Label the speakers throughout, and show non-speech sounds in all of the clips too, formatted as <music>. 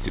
Speaker 1: Se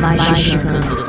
Speaker 2: Magicando.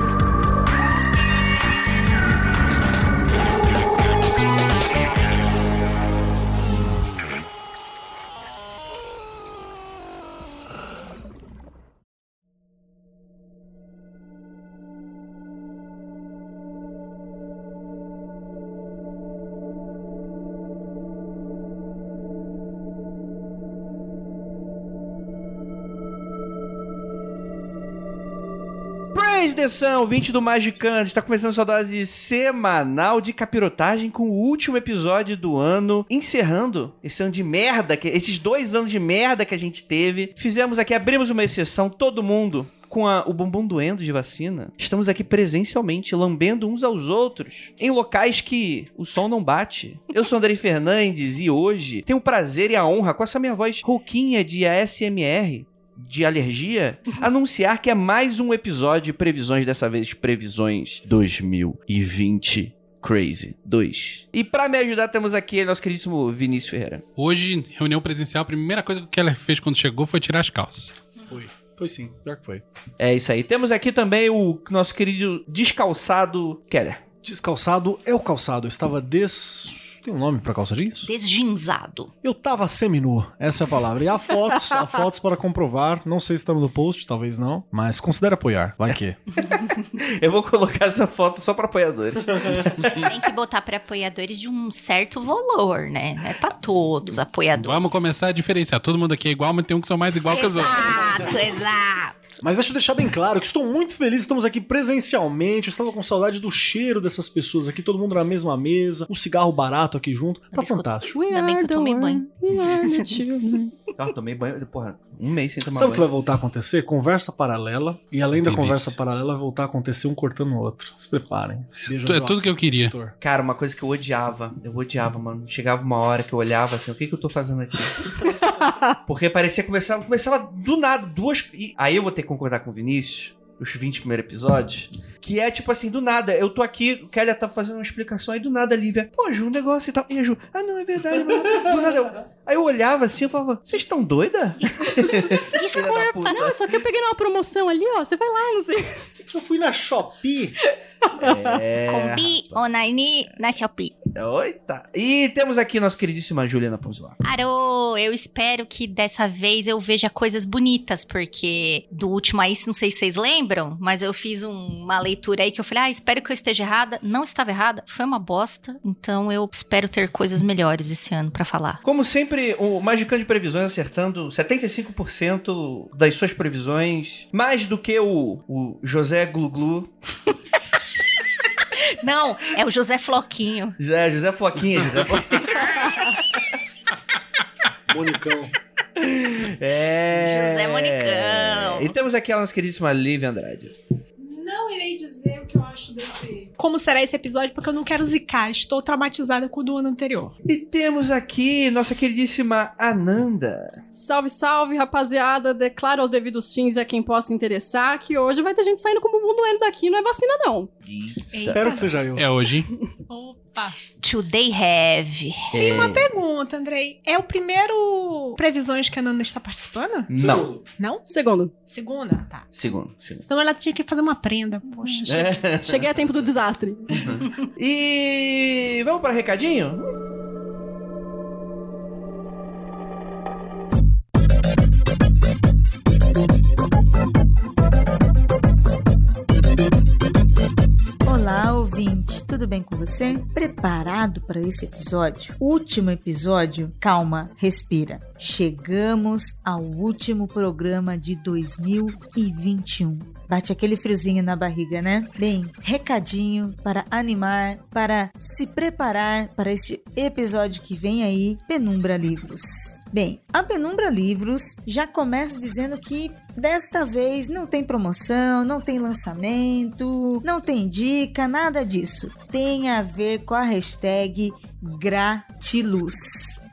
Speaker 3: Praise the Sun, 20 do Magicante. Está começando sua dose semanal de capirotagem com o último episódio do ano, encerrando esse ano de merda, que, esses dois anos de merda que a gente teve. Fizemos aqui, abrimos uma exceção, todo mundo. Com a- o bumbum doendo de vacina, estamos aqui presencialmente, lambendo uns aos outros, em locais que o som não bate. Eu sou Andrei Fernandes e hoje tenho o prazer e a honra, com essa minha voz rouquinha de ASMR, de alergia, anunciar que é mais um episódio de previsões, dessa vez previsões 2020 Crazy 2. E pra me ajudar temos aqui nosso queridíssimo Vinícius Ferreira.
Speaker 4: Hoje, reunião presencial, a primeira coisa que o Keller fez quando chegou foi tirar as calças.
Speaker 5: Foi. Foi sim, pior que foi.
Speaker 3: É isso aí. Temos aqui também o nosso querido descalçado Keller.
Speaker 5: Descalçado é o calçado. Eu estava des. Tem um nome pra calça
Speaker 2: <laughs>
Speaker 5: jeans?
Speaker 2: Desginzado.
Speaker 5: Eu tava seminu, essa é a palavra. E há fotos, há fotos para comprovar. Não sei se estamos no post, talvez não. Mas considere apoiar, vai que.
Speaker 3: Eu vou colocar essa foto só pra <laughs> apoiadores.
Speaker 2: Tem que botar pra apoiadores de um certo valor, né? Não é pra todos apoiadores.
Speaker 4: Vamos começar a diferenciar. Todo mundo aqui é igual, mas tem um que são mais igual que os outros.
Speaker 2: Exato, exato.
Speaker 5: Mas deixa eu deixar bem claro que estou muito feliz, estamos aqui presencialmente. Eu estava com saudade do cheiro dessas pessoas aqui, todo mundo na mesma mesa, um cigarro barato aqui junto. Tá
Speaker 2: Mas escuta-
Speaker 5: fantástico.
Speaker 2: Ainda bem que eu tomei banho.
Speaker 3: Ah, tomei banho, porra, um mês sem tomar
Speaker 5: Sabe o que vai
Speaker 3: banho.
Speaker 5: voltar a acontecer? Conversa paralela. E além da
Speaker 4: Delícia.
Speaker 5: conversa paralela, vai voltar a acontecer um cortando o outro. Se preparem. Beijo
Speaker 4: Tu- é
Speaker 5: Eduardo,
Speaker 4: tudo que eu queria.
Speaker 5: editor.
Speaker 3: Cara, uma coisa que eu odiava, eu odiava, mano. Chegava uma hora que eu olhava assim, o que que eu tô fazendo aqui? Porque parecia que começava, começava do nada, duas. e aí eu vou ter que concordar com o Vinícius, os 20 primeiros episódios, que é tipo assim, do nada, eu tô aqui, o Kélia tá fazendo uma explicação, aí do nada a Lívia, pô, Ju, um negócio e tal. E a Ju, ah, não, é verdade, mano. Do nada eu. Aí eu olhava assim, eu falava, vocês estão doida?
Speaker 2: Isso
Speaker 3: Filha da puta.
Speaker 6: Não, é só que eu peguei numa promoção ali, ó. Você vai lá, não sei.
Speaker 5: Eu fui na Shopee.
Speaker 3: É.
Speaker 2: Combi, Onaini, na Shopee.
Speaker 3: Oita. tá. E temos aqui nossa queridíssima Juliana Ponzoar.
Speaker 2: Arô, eu espero que dessa vez eu veja coisas bonitas, porque do último aí, não sei se vocês lembram, mas eu fiz um- uma leitura aí que eu falei, ah, espero que eu esteja errada. Não estava errada, foi uma bosta, então eu espero ter coisas melhores esse ano pra falar.
Speaker 3: Como sempre, o Magicante de Previsões acertando 75% das suas previsões, mais do que o, o José Gluglu,
Speaker 2: Não, é o José Floquinho.
Speaker 3: José, É, José Floquinha, José Floquinha.
Speaker 5: Monicão.
Speaker 3: É.
Speaker 2: José Monicão.
Speaker 3: E temos aqui a nossa queridíssima Lívia Andrade.
Speaker 7: Não irei dizer o que eu acho desse. Como será esse episódio, porque eu não quero zicar. Estou traumatizada com o do ano anterior.
Speaker 3: E temos aqui nossa queridíssima Ananda.
Speaker 6: Salve, salve, rapaziada. Declaro aos devidos fins a quem possa interessar que hoje vai ter gente saindo com o bumbum doendo daqui. Não é vacina, não.
Speaker 5: Espero que seja eu.
Speaker 4: É hoje, hein?
Speaker 7: Opa!
Speaker 2: Today have.
Speaker 3: Tem uma
Speaker 7: Pergunta, Andrei. É o primeiro previsões que a Nanda está participando?
Speaker 3: Não,
Speaker 7: Não?
Speaker 6: Segundo,
Speaker 7: Segunda? Tá.
Speaker 3: segundo. segundo.
Speaker 7: Senão ela tinha que fazer uma prenda. Poxa.
Speaker 6: cheguei a tempo do desastre.
Speaker 3: E vamos para recadinho?
Speaker 8: Olá, ouvinte, tudo bem com você? Preparado para esse episódio? Último episódio? Calma, respira. Chegamos ao último programa de 2021. Bate aquele friozinho na barriga, né? Bem, recadinho para animar, para se preparar para este episódio que vem aí, Penumbra Livros. Bem, a Penumbra Livros já começa dizendo que desta vez não tem promoção, não tem lançamento, não tem dica, nada disso. Tem a ver com a hashtag Gratiluz.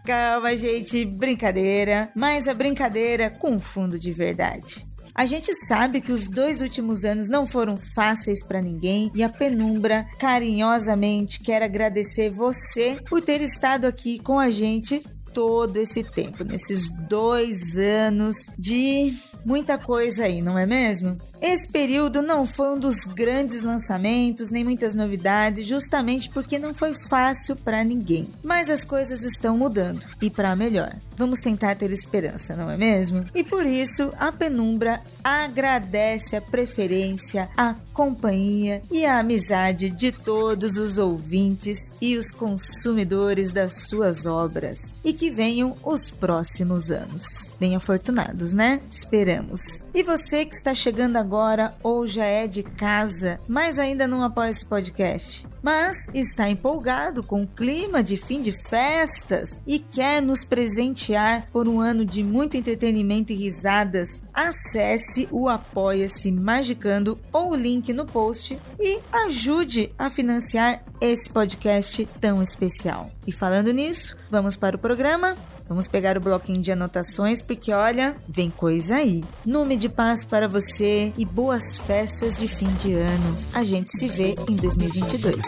Speaker 8: Calma, gente, brincadeira, mas a brincadeira com fundo de verdade. A gente sabe que os dois últimos anos não foram fáceis para ninguém e a Penumbra carinhosamente quer agradecer você por ter estado aqui com a gente todo esse tempo, nesses dois anos de muita coisa aí, não é mesmo? Esse período não foi um dos grandes lançamentos, nem muitas novidades, justamente porque não foi fácil para ninguém. Mas as coisas estão mudando e para melhor. Vamos tentar ter esperança, não é mesmo? E por isso, a Penumbra agradece a preferência, a companhia e a amizade de todos os ouvintes e os consumidores das suas obras. E que venham os próximos anos. Bem afortunados, né? Esperamos. E você que está chegando agora ou já é de casa, mas ainda não apoia esse podcast, mas está empolgado com o clima de fim de festas e quer nos presentear por um ano de muito entretenimento e risadas, acesse o Apoia-se Magicando ou o link no post e ajude a financiar esse podcast tão especial. E falando nisso, vamos para o programa? Vamos pegar o bloquinho de anotações porque olha, vem coisa aí. Nome de paz para você e boas festas de fim de ano. A gente se vê em 2022.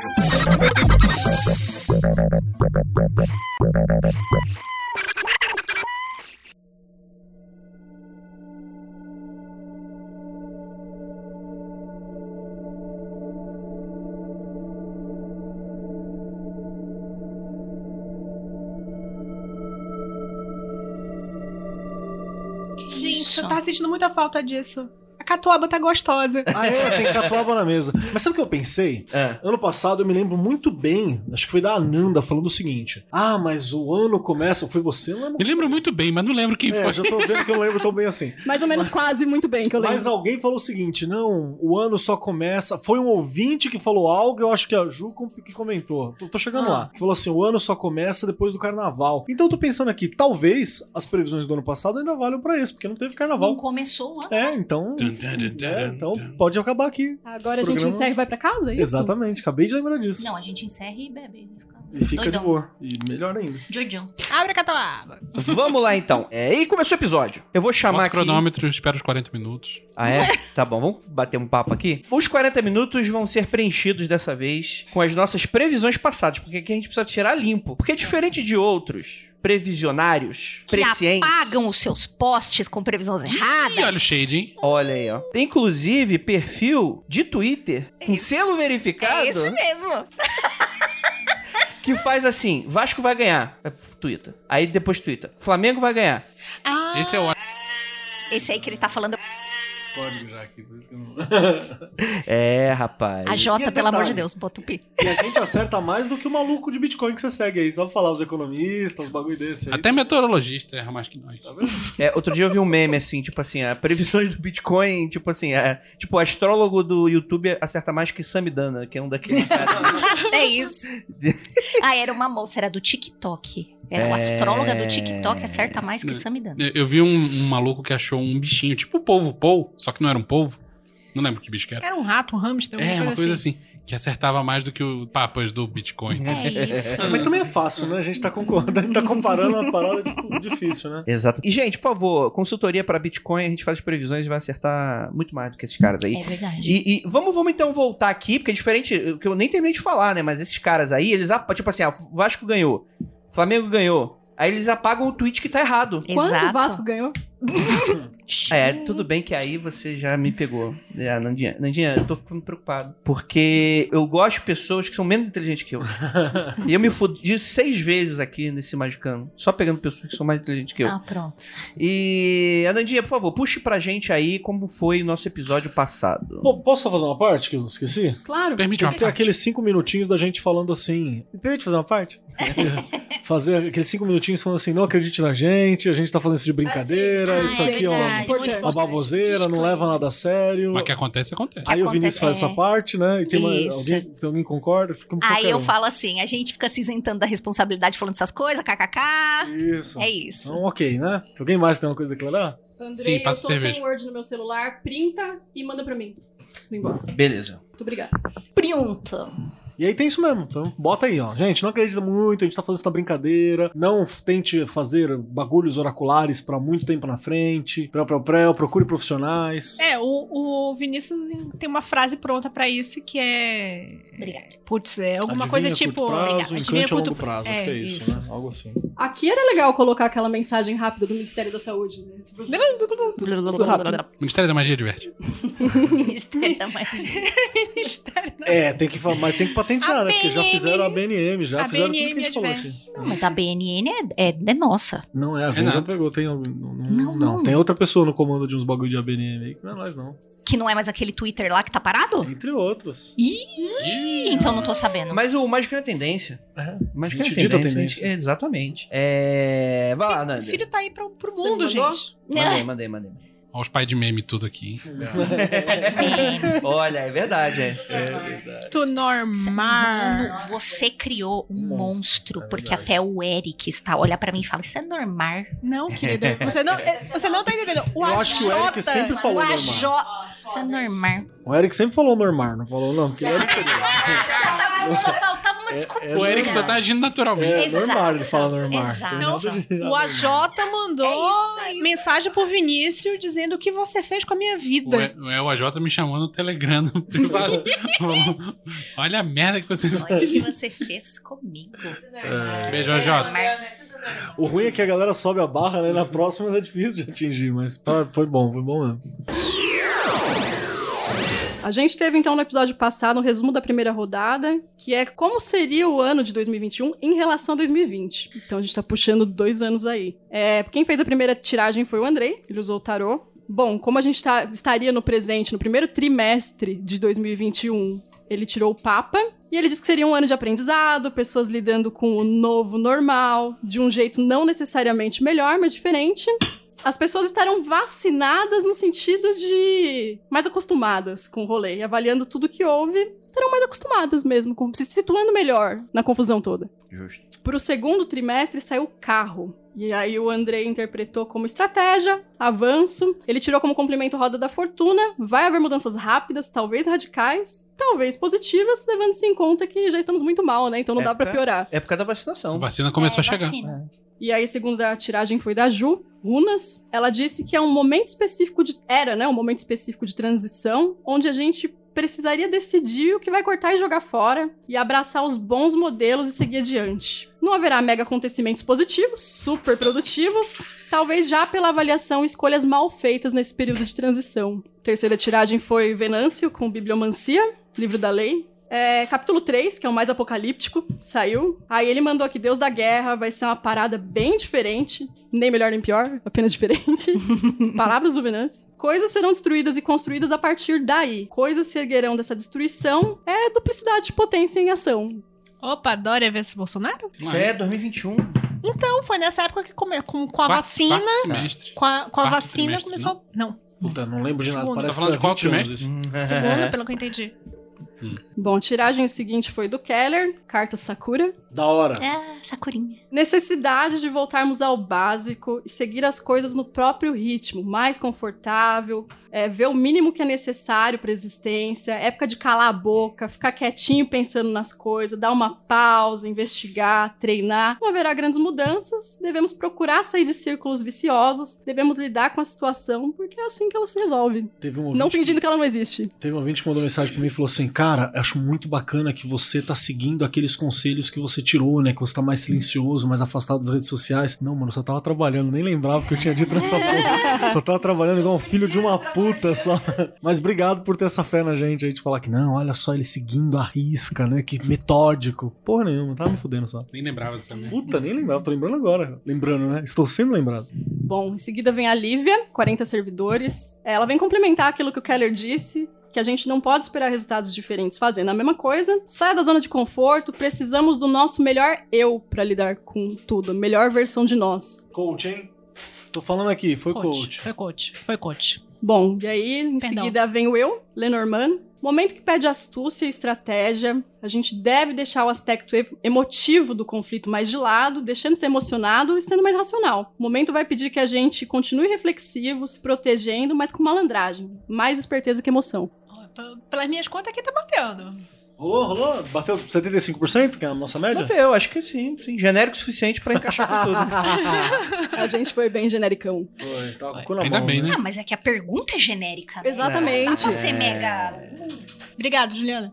Speaker 7: Gente, eu tava sentindo muita falta disso. A catuaba tá <laughs> gostosa.
Speaker 5: Ah, é, tem catuaba na mesa. Mas sabe o que eu pensei?
Speaker 3: É.
Speaker 5: Ano passado eu me lembro muito bem, acho que foi da Ananda falando o seguinte: Ah, mas o ano começa. Foi você, Lama?
Speaker 4: Me lembro muito bem, mas não lembro quem
Speaker 5: É,
Speaker 4: foi.
Speaker 5: já tô vendo que eu não lembro tão bem assim.
Speaker 6: Mais ou menos quase muito bem que eu lembro.
Speaker 5: Mas alguém falou o seguinte: não, o ano só começa. Foi um ouvinte que falou algo, eu acho que é a Ju com- que comentou. Tô, tô chegando
Speaker 6: Ah.
Speaker 5: lá. Que falou assim: o ano só começa depois do carnaval. Então eu tô pensando aqui, talvez as previsões do ano passado ainda valham pra isso, porque não teve
Speaker 2: Não
Speaker 5: carnaval.
Speaker 2: começou, ó.
Speaker 5: Tá É, então.
Speaker 4: Tum, tum, tum, tum,
Speaker 5: é, então
Speaker 4: tum.
Speaker 5: pode acabar aqui.
Speaker 6: Agora a gente
Speaker 5: Programa-
Speaker 6: encerra e vai pra casa? É isso?
Speaker 5: Exatamente, acabei de lembrar disso.
Speaker 2: Não, a gente encerra e bebe. né?
Speaker 5: E fica
Speaker 2: Doidão.
Speaker 5: de boa. E melhor ainda.
Speaker 2: Joijão.
Speaker 7: Abre a catuaba.
Speaker 3: Vamos lá então. É, e começou o episódio. Eu vou
Speaker 4: Bota
Speaker 3: chamar
Speaker 4: o
Speaker 3: aqui.
Speaker 4: cronômetro, espera os 40 minutos.
Speaker 3: Ah, é? Tá bom, vamos bater um papo aqui. Os 40 minutos vão ser preenchidos dessa vez com as nossas previsões passadas, porque aqui a gente precisa tirar limpo. Porque diferente de outros previsionários,
Speaker 2: Que
Speaker 3: prescientes.
Speaker 2: apagam os seus postes com previsões erradas. É
Speaker 4: Ih, olha o shade, hein?
Speaker 3: Olha aí, ó. Tem inclusive perfil de Twitter, um selo verificado,
Speaker 2: É esse mesmo.
Speaker 3: que faz assim: Vasco vai ganhar. É, Twitter. Aí depois Twitter. Flamengo vai ganhar.
Speaker 2: Ah,
Speaker 4: Esse é o
Speaker 2: esse aí que ele tá falando.
Speaker 5: Código já aqui, por isso que eu não.
Speaker 3: É, rapaz.
Speaker 2: A Jota,
Speaker 5: detalhe.
Speaker 2: pelo amor de Deus, bota o pi. <laughs>
Speaker 5: E a gente acerta mais do que o maluco de Bitcoin que você segue aí. Só pra falar os economistas, os bagulho desse aí.
Speaker 4: Até meteorologista erra mais que nós.
Speaker 3: É, outro dia eu vi um meme assim, tipo assim, a previsões do Bitcoin, tipo assim, a, tipo, o astrólogo do YouTube acerta mais que Samidana, que é um daqueles caras.
Speaker 2: É
Speaker 5: <laughs>
Speaker 2: isso. ah, era uma moça, era do TikTok. Era uma
Speaker 3: É.
Speaker 2: astróloga do TikTok, acerta mais que Samidana.
Speaker 4: Eu, eu vi um, um maluco que achou um bichinho, tipo o polvo Pou, só que não era um polvo. Não lembro que bicho que era.
Speaker 7: Era um rato, um hamster,
Speaker 4: É, uma coisa assim. Que acertava mais do que o papas do Bitcoin.
Speaker 2: É isso.
Speaker 5: Mas também é fácil, né? A gente tá, concordando, a gente tá comparando uma parada tipo, difícil, né?
Speaker 3: <laughs> Exato. E, gente, por favor, consultoria pra Bitcoin, a gente faz as previsões e vai acertar muito mais do que esses caras aí.
Speaker 2: É verdade.
Speaker 3: E, e vamos, vamos então voltar aqui, porque é diferente, que eu nem terminei de falar, né? Mas esses caras aí, eles apagam, tipo assim, ah, o Vasco ganhou, Flamengo ganhou. Aí eles apagam o tweet que tá errado.
Speaker 6: Quando
Speaker 2: Exato.
Speaker 6: o Vasco ganhou?
Speaker 3: É, tudo bem que aí você já me pegou. É, Nandinha, Nandinha, eu tô ficando preocupado. Porque eu gosto de pessoas que são menos inteligentes que eu. e eu me fudi seis vezes aqui nesse Magicano. Só pegando pessoas que são mais inteligentes que eu.
Speaker 2: Ah, pronto.
Speaker 3: E, Nandinha, por favor, puxe pra gente aí como foi o nosso episódio passado.
Speaker 5: Pô, posso só fazer uma parte que eu esqueci?
Speaker 6: Claro.
Speaker 4: Permite uma
Speaker 5: Tem que ter
Speaker 4: parte.
Speaker 2: <laughs>
Speaker 5: aqueles cinco minutinhos da gente falando assim. Permite fazer uma parte? Fazer aqueles cinco minutinhos falando assim, não acredite na gente, a gente tá falando isso de brincadeira,
Speaker 2: Ah,
Speaker 5: isso
Speaker 2: é
Speaker 5: aqui é uma,
Speaker 2: verdade, muito
Speaker 5: uma
Speaker 2: importante.
Speaker 5: baboseira, não leva nada a sério.
Speaker 4: Mas o que acontece, acontece.
Speaker 5: Aí o
Speaker 2: acontece,
Speaker 5: Vinícius faz
Speaker 2: é.
Speaker 5: essa parte, né? E tem uma-
Speaker 2: Isso.
Speaker 5: alguém, tem alguém que concorda? Como
Speaker 2: Aí
Speaker 5: qualquer
Speaker 2: eu
Speaker 5: um.
Speaker 2: falo assim, a gente fica se isentando da responsabilidade falando essas coisas, kkk.
Speaker 5: Isso.
Speaker 2: É isso.
Speaker 5: Então, ok, né? Tem Alguém mais tem uma coisa a declarar?
Speaker 6: Andrei,
Speaker 4: Sim,
Speaker 6: eu
Speaker 4: passa
Speaker 6: tô
Speaker 4: cerveja.
Speaker 6: sem Word no meu celular, printa e manda pra mim. No inbox.
Speaker 3: Beleza.
Speaker 6: Muito obrigada.
Speaker 2: Pronto.
Speaker 5: E aí tem isso mesmo. Então, bota aí, ó. Gente, não acredita muito, a gente tá fazendo isso na brincadeira. Não f- tente fazer bagulhos oraculares pra muito tempo na frente. Pré, pré, pré, procure profissionais.
Speaker 7: É, o, o Vinícius tem uma frase pronta pra isso que é.
Speaker 2: Obrigada.
Speaker 7: Putz, é alguma
Speaker 5: Adivinha
Speaker 7: coisa
Speaker 5: a
Speaker 7: tipo.
Speaker 5: Curto prazo,
Speaker 7: Obrigada.
Speaker 5: encante a
Speaker 7: curto-
Speaker 5: longo prazo, acho que é isso, né? Algo assim.
Speaker 6: Aqui era legal colocar aquela mensagem rápida do Ministério da Saúde, né? Se você-
Speaker 4: Ministério da Magia diverte.
Speaker 2: Ministério da Magia.
Speaker 7: Ministério da-
Speaker 5: É, tem que falar, mas tem que patentear,
Speaker 7: A
Speaker 5: né? Porque já
Speaker 7: BNM,
Speaker 5: fizeram a BNM, já
Speaker 7: a
Speaker 5: fizeram
Speaker 7: BNM
Speaker 5: tudo que a gente falou aqui.
Speaker 7: adverte.
Speaker 2: Não, mas a BNN é, é- é nossa.
Speaker 5: Não é, a
Speaker 4: É
Speaker 5: Vini já
Speaker 4: nada.
Speaker 5: pegou, tem algum- não, não,
Speaker 2: Não,
Speaker 5: não.
Speaker 2: não.
Speaker 5: Tem outra pessoa no comando de uns bagulho de ABNM aí que não é nós, não.
Speaker 2: Que não é mais aquele Twitter lá que tá parado?
Speaker 5: Entre outros.
Speaker 2: Ih, Então não tô sabendo.
Speaker 3: Mas o Mágico é a tendência.
Speaker 5: É.
Speaker 3: Mágico é
Speaker 5: A
Speaker 3: a
Speaker 5: gente dita
Speaker 3: tendência.
Speaker 5: a tendência.
Speaker 3: a gente- é, exatamente. É. Vai lá,
Speaker 7: O
Speaker 3: Nanda.
Speaker 7: filho tá aí pro, pro
Speaker 6: Você
Speaker 7: mundo,
Speaker 6: mandou?
Speaker 7: gente.
Speaker 3: Mandei, mandei, mandei.
Speaker 4: Olha os pais de meme tudo aqui. hein?
Speaker 3: Olha, é verdade, é.
Speaker 7: Tu normar.
Speaker 2: Mano, você criou um
Speaker 5: Monstro,
Speaker 2: monstro,
Speaker 5: é
Speaker 2: porque
Speaker 5: verdade.
Speaker 2: até o Eric está olha pra mim e fala: Isso é normal.
Speaker 7: Não, querida. Você não, é, você não tá entendendo. O
Speaker 5: Eu acho que o Eric
Speaker 7: AJ
Speaker 5: sempre
Speaker 2: O
Speaker 5: falou
Speaker 2: AJ.
Speaker 5: normal.
Speaker 2: Isso é normal.
Speaker 5: <laughs> O Eric sempre falou normal, não falou não, porque ele era
Speaker 2: Só faltava uma desculpa.
Speaker 5: é
Speaker 4: O Eric só tá agindo naturalmente.
Speaker 5: É
Speaker 2: Exato.
Speaker 5: normal ele falar normal.
Speaker 2: Exato.
Speaker 5: Tem nada de-
Speaker 7: O AJ mandou
Speaker 2: É isso, é isso.
Speaker 7: mensagem pro Vinícius dizendo o que você fez com a minha
Speaker 5: É.
Speaker 4: O,
Speaker 7: vida.
Speaker 4: E- o EOJ me chamou no Telegram
Speaker 5: <laughs>
Speaker 4: no privado. Falou, Olha a merda que você
Speaker 2: Olha o que você fez comigo.
Speaker 4: Beijo, AJ. tá.
Speaker 5: O ruim é que a galera sobe a barra, né? Na próxima é difícil de atingir, mas tá, foi bom, foi bom mesmo.
Speaker 6: A gente teve, então, no episódio passado, um resumo da primeira rodada, que é como seria o ano de 2021 em relação a 2020. Então, a gente tá puxando dois anos aí. É, quem fez a primeira tiragem foi o Andrei, ele usou o tarô. Bom, como a gente tá- estaria no presente, no primeiro trimestre de 2021, ele tirou o Papa. E ele disse que seria um ano de aprendizado, pessoas lidando com o novo normal, de um jeito não necessariamente melhor, mas diferente as pessoas estarão vacinadas no sentido de mais acostumadas com o rolê, e avaliando tudo que houve, estarão mais acostumadas mesmo, com- se situando melhor na confusão toda.
Speaker 3: Justo.
Speaker 6: Pro segundo trimestre saiu o carro. E aí o André interpretou como estratégia, avanço. Ele tirou como complemento roda da fortuna. Vai haver mudanças rápidas, talvez radicais, talvez positivas, levando-se em conta que já estamos muito mal, né? Então não dá pra
Speaker 3: Epa.
Speaker 6: piorar.
Speaker 3: É por causa da
Speaker 4: A
Speaker 3: vacinação.
Speaker 4: vacina começou
Speaker 2: É,
Speaker 4: a chegar.
Speaker 2: vacina.
Speaker 6: E aí, segundo a tiragem foi da Ju, Runas. Ela disse que é um momento específico de. Era, né? Um momento específico de transição, onde a gente precisaria decidir o que vai cortar e jogar fora e abraçar os bons modelos e seguir adiante. Não haverá mega acontecimentos positivos, super produtivos, talvez já pela avaliação e escolhas mal feitas nesse período de transição. Terceira tiragem foi Venâncio com Bibliomancia, livro da lei, é, capítulo 3, que é o mais apocalíptico, saiu. Aí ele mandou aqui Deus da Guerra, vai ser uma parada bem diferente. Nem melhor nem pior, apenas diferente. Palavras do Venâncio. Coisas serão destruídas e construídas a partir daí. Coisas se erguerão dessa destruição. É duplicidade de potência em ação.
Speaker 7: Opa, Dória versus Bolsonaro?
Speaker 3: Isso é 2021.
Speaker 7: Então, foi nessa época que come- com, com a
Speaker 4: Quarto-
Speaker 7: vacina.
Speaker 4: quarto semestre.
Speaker 7: Com a, com a
Speaker 4: quarto
Speaker 7: vacina
Speaker 4: trimestre,
Speaker 7: começou. Não,
Speaker 5: Puta, não lembro de nada.
Speaker 7: Segundo.
Speaker 4: Tá
Speaker 5: Parece
Speaker 4: falando
Speaker 5: que
Speaker 4: de
Speaker 5: foi um. há
Speaker 4: qual
Speaker 5: 20 anos
Speaker 3: Hum.
Speaker 2: Hum.
Speaker 4: trimestre?
Speaker 2: <laughs>
Speaker 5: isso.
Speaker 2: É
Speaker 7: segunda, pelo que eu entendi.
Speaker 6: Bom, a tiragem seguinte foi do Keller, carta Sakura.
Speaker 5: Da hora.
Speaker 2: Ah, Sakurinha.
Speaker 6: Necessidade de voltarmos ao básico e seguir as coisas no próprio ritmo, mais confortável, é, ver o mínimo que é necessário para existência, época de calar a boca, ficar quietinho pensando nas coisas, dar uma pausa, investigar, treinar. Não haverá grandes mudanças, devemos procurar sair de círculos viciosos, devemos lidar com a situação, porque é assim que ela se resolve.
Speaker 5: Teve um
Speaker 6: Não
Speaker 5: ouvinte-
Speaker 6: fingindo que ela não existe.
Speaker 5: Teve um ouvinte que mandou mensagem pra mim e falou assim: Cara, acho muito bacana que você tá seguindo aqueles conselhos que você tirou, né? Que você tá mais silencioso, mais afastado das redes sociais. Não, mano, eu só tava trabalhando, nem lembrava que eu tinha dito nessa porra. Só tava trabalhando igual um filho de uma puta só. <laughs> Mas obrigado por ter essa fé na gente aí de falar que, não, olha só ele seguindo a risca, né? Que metódico. Porra nenhuma, tava me fudendo só.
Speaker 4: Nem lembrava dessa merda.
Speaker 5: Puta, nem lembrava, tô lembrando agora. Lembrando, né? Estou sendo lembrado.
Speaker 6: Bom, em seguida vem a Lívia, 40 servidores. Ela vem complementar aquilo que o Keller disse. que a gente não pode esperar resultados diferentes fazendo a mesma coisa. Saia da zona de conforto, precisamos do nosso melhor eu pra lidar com tudo, a melhor versão de nós.
Speaker 5: Coach, hein? Tô falando aqui, foi coach.
Speaker 9: Foi coach. Foi coach.
Speaker 6: Bom, e aí em
Speaker 9: Perdão.
Speaker 6: seguida vem o eu, Lenormand. Momento que pede astúcia e estratégia. A gente deve deixar o aspecto e- emotivo do conflito mais de lado, deixando de ser emocionado e sendo mais racional. O momento vai pedir que a gente continue reflexivo, se protegendo, mas com malandragem. Mais esperteza que emoção.
Speaker 9: Ó, p- Pelas minhas contas aqui tá batendo.
Speaker 5: Rolou, rolou? Bateu 75%, que é a nossa média?
Speaker 3: Bateu, acho que sim, sim. Genérico o suficiente pra encaixar
Speaker 2: <laughs>
Speaker 3: com tudo.
Speaker 6: A gente foi bem genericão.
Speaker 5: Foi, tava com o cu na
Speaker 4: Ainda
Speaker 5: mão,
Speaker 4: bem, né?
Speaker 2: Ah, mas é que a pergunta é genérica. Né?
Speaker 6: Exatamente.
Speaker 3: É, tá
Speaker 2: Pra ser mega.
Speaker 7: Obrigada, Juliana.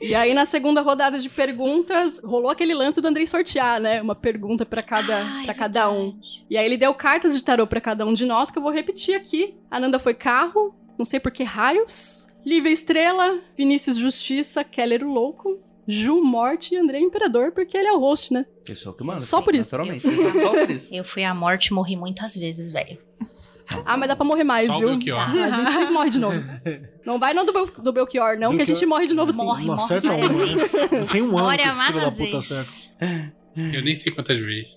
Speaker 6: E aí, na segunda rodada de perguntas, rolou aquele lance do Andrei sortear, né? Uma pergunta pra cada,
Speaker 2: Ah, é
Speaker 6: pra cada um.
Speaker 2: verdade.
Speaker 6: E aí ele deu cartas de tarô pra cada um de nós, que eu vou repetir aqui. Ananda foi carro, não sei por que raios. Lívia Estrela, Vinícius Justiça, Keller o Louco, Ju Morte e André Imperador, porque ele é o host, né?
Speaker 3: Eu sou o que manda.
Speaker 6: Só por isso.
Speaker 3: Naturalmente. Só por isso.
Speaker 2: Eu fui à morte e morri muitas vezes, velho.
Speaker 6: Ah, mas dá pra morrer mais,
Speaker 4: Salve
Speaker 6: viu?
Speaker 4: o que, ó.
Speaker 6: A gente sempre morre de novo. Não vai não do, Bel- do Belchior, não, que a gente
Speaker 5: Belchior.
Speaker 6: morre de novo sim.
Speaker 2: Morre,
Speaker 5: Não
Speaker 2: morre
Speaker 5: acerta
Speaker 2: várias
Speaker 5: uma.
Speaker 2: vezes.
Speaker 5: Não Tem um ano que
Speaker 2: Olha,
Speaker 5: esse filho da
Speaker 2: várias
Speaker 5: puta acerta.
Speaker 2: vezes.
Speaker 4: Eu nem sei quantas vezes.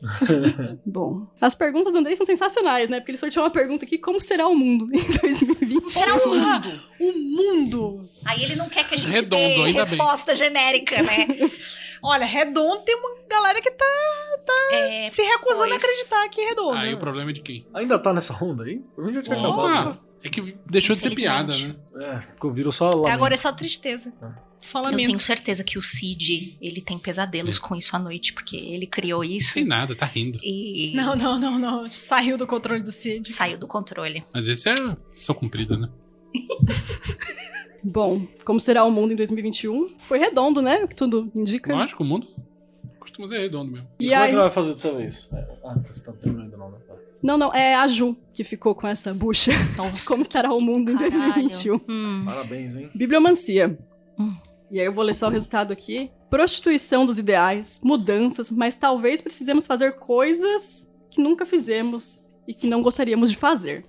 Speaker 6: Bom, as perguntas do Andrei são sensacionais, né? Porque ele sorteou uma pergunta aqui, como será o mundo em <laughs> 2020?
Speaker 2: Será um mundo.
Speaker 7: Ah, O mundo!
Speaker 2: Aí ele não quer que a gente
Speaker 4: Redondo,
Speaker 2: dê
Speaker 4: ainda bem.
Speaker 2: resposta genérica,
Speaker 7: <laughs>
Speaker 2: né?
Speaker 7: Olha, redondo tem uma galera que tá
Speaker 2: É,
Speaker 7: se recusando a
Speaker 2: pois.
Speaker 7: acreditar que é redondo.
Speaker 4: Aí o problema é de quem?
Speaker 5: Ainda tá nessa ronda aí? Por mim já tinha acabado.
Speaker 4: Ah, é que deixou de ser piada,
Speaker 2: Infelizmente.
Speaker 4: né?
Speaker 5: É, ficou, virou só lá.
Speaker 7: Agora é só tristeza. Só
Speaker 2: eu
Speaker 7: lamento.
Speaker 2: tenho certeza que o Cid, ele tem pesadelos com isso à noite, porque ele criou isso
Speaker 4: Sem nada, tá rindo.
Speaker 2: e
Speaker 7: Não, não, não, não. Saiu do controle do Cid.
Speaker 2: saiu do controle.
Speaker 4: Mas esse é só cumprida, né?
Speaker 6: Bom, como será o mundo em 2021? Foi redondo, né? O que tudo indica.
Speaker 4: Lógico, o mundo costuma ser redondo mesmo.
Speaker 5: E,
Speaker 6: E
Speaker 5: como é
Speaker 6: aí-
Speaker 5: que ela vai fazer dessa vez? É, Ah, tá, você tá terminando ainda não, né? Tá.
Speaker 6: Não, não, é a Ju que ficou com essa bucha <laughs> de
Speaker 2: Nossa,
Speaker 6: como estará o mundo em
Speaker 2: Caralho.
Speaker 6: 2021.
Speaker 2: Hum.
Speaker 5: Parabéns, hein?
Speaker 6: Bibliomancia.
Speaker 2: Hum.
Speaker 6: E aí eu vou ler só o resultado aqui. Prostituição dos ideais, mudanças, mas talvez precisemos fazer coisas que nunca fizemos e que não gostaríamos de fazer.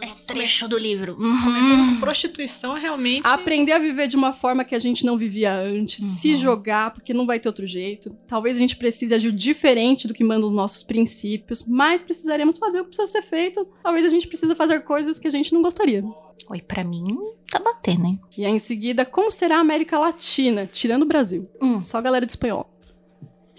Speaker 2: É trecho do livro. Uhum.
Speaker 7: Começando com prostituição,
Speaker 2: é
Speaker 7: realmente.
Speaker 6: <laughs> Aprender a viver de uma forma que a gente não vivia antes, se
Speaker 2: Uhum.
Speaker 6: jogar, porque não vai ter outro jeito. Talvez a gente precise agir diferente do que mandam os nossos princípios, mas precisaremos fazer o que precisa ser feito. Talvez a gente precise fazer coisas que a gente não gostaria.
Speaker 2: Oi, pra mim tá batendo, hein?
Speaker 6: E aí, em seguida, como será a América Latina, tirando o Brasil?
Speaker 2: Hum.
Speaker 6: Só a galera de espanhol.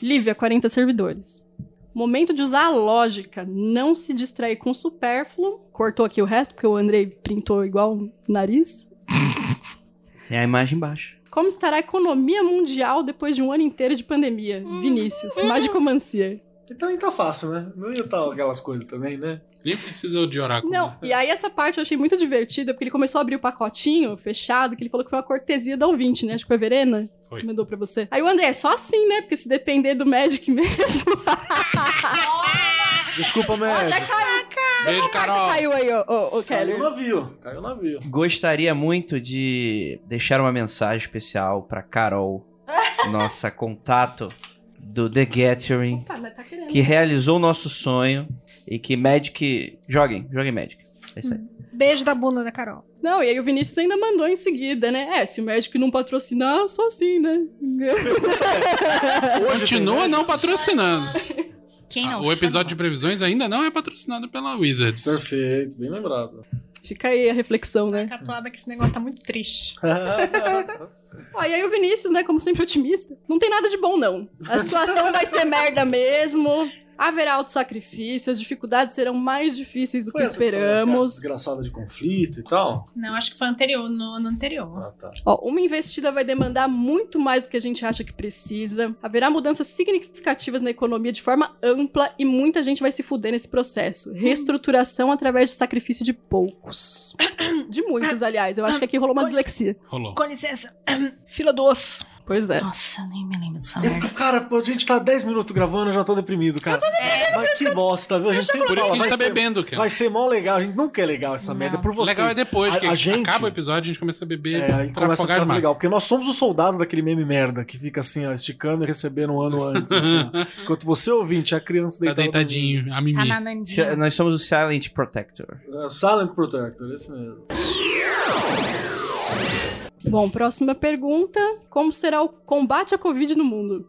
Speaker 6: Lívia, 40 servidores. Momento de usar a lógica, não se distrair com o supérfluo. Cortou aqui o resto, porque o Andrei printou igual o nariz.
Speaker 3: <laughs> Tem a imagem embaixo.
Speaker 6: Como estará a economia mundial depois de um ano inteiro de pandemia? Vinícius, magicomancia.
Speaker 5: E também tá fácil, né? Não ia tá aquelas coisas também, né?
Speaker 4: Nem precisa de oráculo.
Speaker 6: Não, e aí essa parte eu achei muito divertida, porque ele começou a abrir o pacotinho fechado, que ele falou que foi uma cortesia da ouvinte, né? Acho que foi a Verena
Speaker 4: Foi.
Speaker 6: que mandou pra você. Aí o André, é só assim, né? Porque se depender do Magic <laughs> mesmo.
Speaker 5: Desculpa,
Speaker 6: Até
Speaker 5: médico.
Speaker 6: caiu,
Speaker 4: Beijo, Carol.
Speaker 6: caiu aí, ô, ô, ô
Speaker 5: Caiu o
Speaker 6: Keller.
Speaker 5: navio. Caiu o navio.
Speaker 3: Gostaria muito de deixar uma mensagem especial pra
Speaker 2: <laughs>
Speaker 3: Carol, nossa contato do The Gathering,
Speaker 6: Tá, mas tá querendo.
Speaker 3: que realizou o nosso sonho e que Magic. Joguem, joguem Magic. É isso aí.
Speaker 6: Hum.
Speaker 7: Beijo da bunda da Carol.
Speaker 6: Não, e aí o Vinícius ainda mandou em seguida, né? É, se o Magic não patrocinar, só assim, né?
Speaker 4: Continua não patrocinando.
Speaker 2: Quem
Speaker 4: Ah,
Speaker 2: não?
Speaker 4: o episódio de previsões ainda não é patrocinado pela Wizards.
Speaker 5: Perfeito, bem lembrado.
Speaker 6: Fica aí a reflexão, né?
Speaker 7: Catuaba que esse negócio tá muito triste.
Speaker 6: Ó, e aí o Vinícius, né, como sempre otimista, não tem nada de bom, não. A situação vai ser merda mesmo. Haverá autossacrifício, as dificuldades serão mais difíceis do que
Speaker 5: Foi essa que você falou, cara,
Speaker 6: esperamos.
Speaker 5: Desgraçada de conflito e tal.
Speaker 7: Não, acho que foi anterior, no, no anterior.
Speaker 5: Ah, tá.
Speaker 6: Ó, uma investida vai demandar muito mais do que a gente acha que precisa. Haverá mudanças significativas na economia de forma ampla e muita gente vai se fuder nesse processo. Reestruturação através de sacrifício de poucos. De muitos, aliás. Eu acho que aqui rolou uma dislexia.
Speaker 4: Rolou.
Speaker 7: Com licença. <clears throat> Fila do osso.
Speaker 6: Pois é.
Speaker 2: Nossa, eu nem me lembro dessa merda.
Speaker 5: Eu- Cara, pô, a gente tá 10 minutos gravando, eu já tô deprimido, cara. Eu tô deprimido, Mas que bosta, viu? A gente sempre
Speaker 4: Por isso
Speaker 5: fala,
Speaker 4: que a gente
Speaker 5: vai
Speaker 4: tá
Speaker 5: ser-
Speaker 4: bebendo, cara.
Speaker 5: Vai ser mó legal, a gente nunca é legal essa merda, é por vocês.
Speaker 4: Legal é depois,
Speaker 5: A-
Speaker 4: que
Speaker 5: a gente-
Speaker 4: acaba o episódio, a gente começa a beber
Speaker 5: É, aí
Speaker 4: pra
Speaker 5: começa a
Speaker 4: afogar
Speaker 5: ficar
Speaker 4: as mágoas. Tá
Speaker 5: legal, porque nós somos os soldados daquele meme merda, que fica assim, ó, esticando e recebendo um ano antes, assim, ó.
Speaker 4: <laughs>
Speaker 5: Enquanto você, ouvinte, é a criança
Speaker 4: Tá
Speaker 5: deitada...
Speaker 4: deitadinho, a mimir.
Speaker 2: Tá na Nandinha.
Speaker 3: Se- Nós somos o Silent Protector.
Speaker 5: no- É, Silent Protector, esse mesmo.
Speaker 6: Bom, próxima pergunta. Como será o combate à Covid no mundo?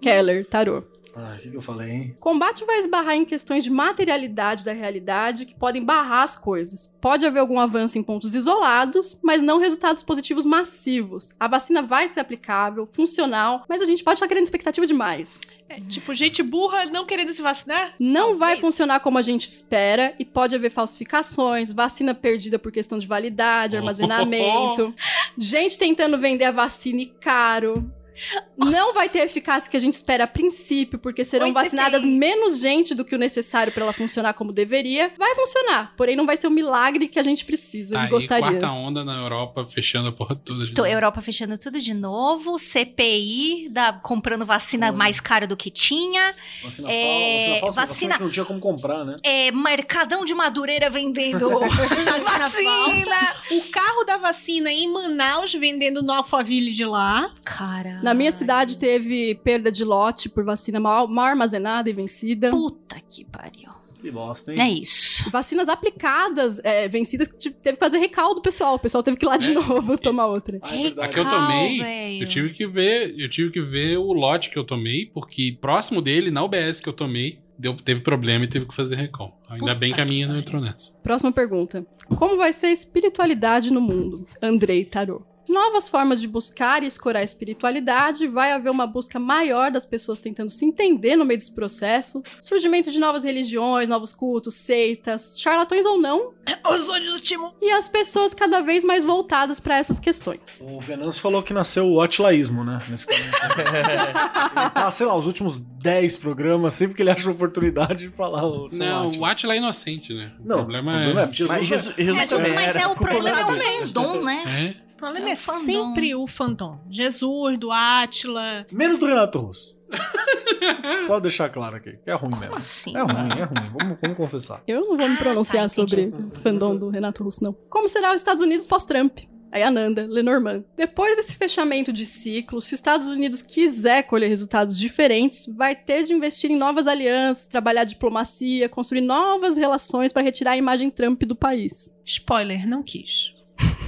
Speaker 6: Keller, tarô.
Speaker 10: Ah, o que, que eu falei, hein?
Speaker 6: Combate vai esbarrar em questões de materialidade da realidade que podem barrar as coisas. Pode haver algum avanço em pontos isolados, mas não resultados positivos massivos. A vacina vai ser aplicável, funcional, mas a gente pode estar criando expectativa demais.
Speaker 7: É, tipo, gente burra não querendo se vacinar? é
Speaker 6: Não vai
Speaker 7: Talvez.
Speaker 6: funcionar como a gente espera e pode haver falsificações, vacina perdida por questão de validade, armazenamento, gente tentando vender a vacina e caro. Não vai ter a eficácia que a gente espera a princípio, porque serão
Speaker 7: Pois é,
Speaker 6: vacinadas
Speaker 7: tem.
Speaker 6: menos gente do que o necessário para ela funcionar como deveria. Vai funcionar, porém não vai ser o milagre que a gente precisa
Speaker 4: Tá
Speaker 6: e
Speaker 4: aí,
Speaker 6: gostaria.
Speaker 4: quarta onda na Europa, fechando a porra toda. de
Speaker 2: Tô-
Speaker 4: novo.
Speaker 2: Europa fechando tudo de novo, CPI da, comprando vacina
Speaker 10: Olha.
Speaker 2: mais cara do que tinha,
Speaker 10: Vacina
Speaker 2: É,
Speaker 10: falsa, vacina falsa, vacina...
Speaker 2: vacina-
Speaker 10: que não tinha como comprar, né?
Speaker 2: é, mercadão de madureira vendendo vacina.
Speaker 7: O carro da vacina em Manaus vendendo no Alphaville de lá.
Speaker 2: Cara.
Speaker 6: Na minha cidade teve perda de lote por vacina mal, mal armazenada e vencida.
Speaker 2: Puta que pariu.
Speaker 10: Que bosta, hein?
Speaker 2: É isso.
Speaker 6: Vacinas aplicadas, é, vencidas, que tive- teve que fazer recaldo, pessoal. O pessoal teve que ir lá de
Speaker 4: É.
Speaker 6: novo <laughs> tomar outra.
Speaker 10: Ah, é verdade.
Speaker 4: A que eu tomei,
Speaker 2: velho.
Speaker 4: Eu tive que ver, eu tive que ver o lote que eu tomei, porque próximo dele, na UBS que eu tomei, deu, teve problema e teve que fazer recall. Ainda
Speaker 2: Puta
Speaker 4: bem que a
Speaker 2: que
Speaker 4: minha não
Speaker 2: pariu.
Speaker 4: entrou nessa.
Speaker 6: Próxima pergunta. Como vai ser a espiritualidade no mundo? Andrei Tarô. Novas formas de buscar e escorar a espiritualidade, vai haver uma busca maior das pessoas tentando se entender no meio desse processo, surgimento de novas religiões, novos cultos, seitas, charlatões ou não,
Speaker 7: Ozônio do Timo.
Speaker 6: e as pessoas cada vez mais voltadas para essas questões.
Speaker 10: O Venâncio falou que nasceu o atlaísmo, né? Nesse
Speaker 4: <laughs>
Speaker 10: comentário. ele tá, sei lá, os últimos 10 programas, sempre que ele acha uma oportunidade de falar o seu
Speaker 4: Não, o
Speaker 10: Átila.
Speaker 4: Atila é inocente, né?
Speaker 10: Não,
Speaker 4: o problema é.
Speaker 10: Jesus
Speaker 3: Mas
Speaker 10: é-
Speaker 3: Jesus, Jesus
Speaker 2: Mas,
Speaker 3: também
Speaker 2: mas
Speaker 3: era.
Speaker 2: é o
Speaker 3: Culpa
Speaker 2: problema é
Speaker 3: não
Speaker 2: o
Speaker 3: dele.
Speaker 2: fandom, né?
Speaker 4: É.
Speaker 7: O problema
Speaker 2: É
Speaker 7: é,
Speaker 2: o fandom.
Speaker 7: sempre o fandom. Jesus, do Átila.
Speaker 10: Menos do Renato Russo. Só deixar claro aqui, que é ruim
Speaker 2: Como
Speaker 10: mesmo.
Speaker 2: assim?
Speaker 10: É ruim, é ruim. Vamos, vamos confessar.
Speaker 6: Eu não vou me pronunciar
Speaker 2: tá,
Speaker 6: sobre o fandom do Renato Russo, não. Como será os Estados Unidos pós-Trump? Aí Ananda, Lenormand. Depois desse fechamento de ciclo, se os Estados Unidos quiser colher resultados diferentes, vai ter de investir em novas alianças, trabalhar diplomacia, construir novas relações para retirar a imagem Trump do país.
Speaker 7: Spoiler, não quis.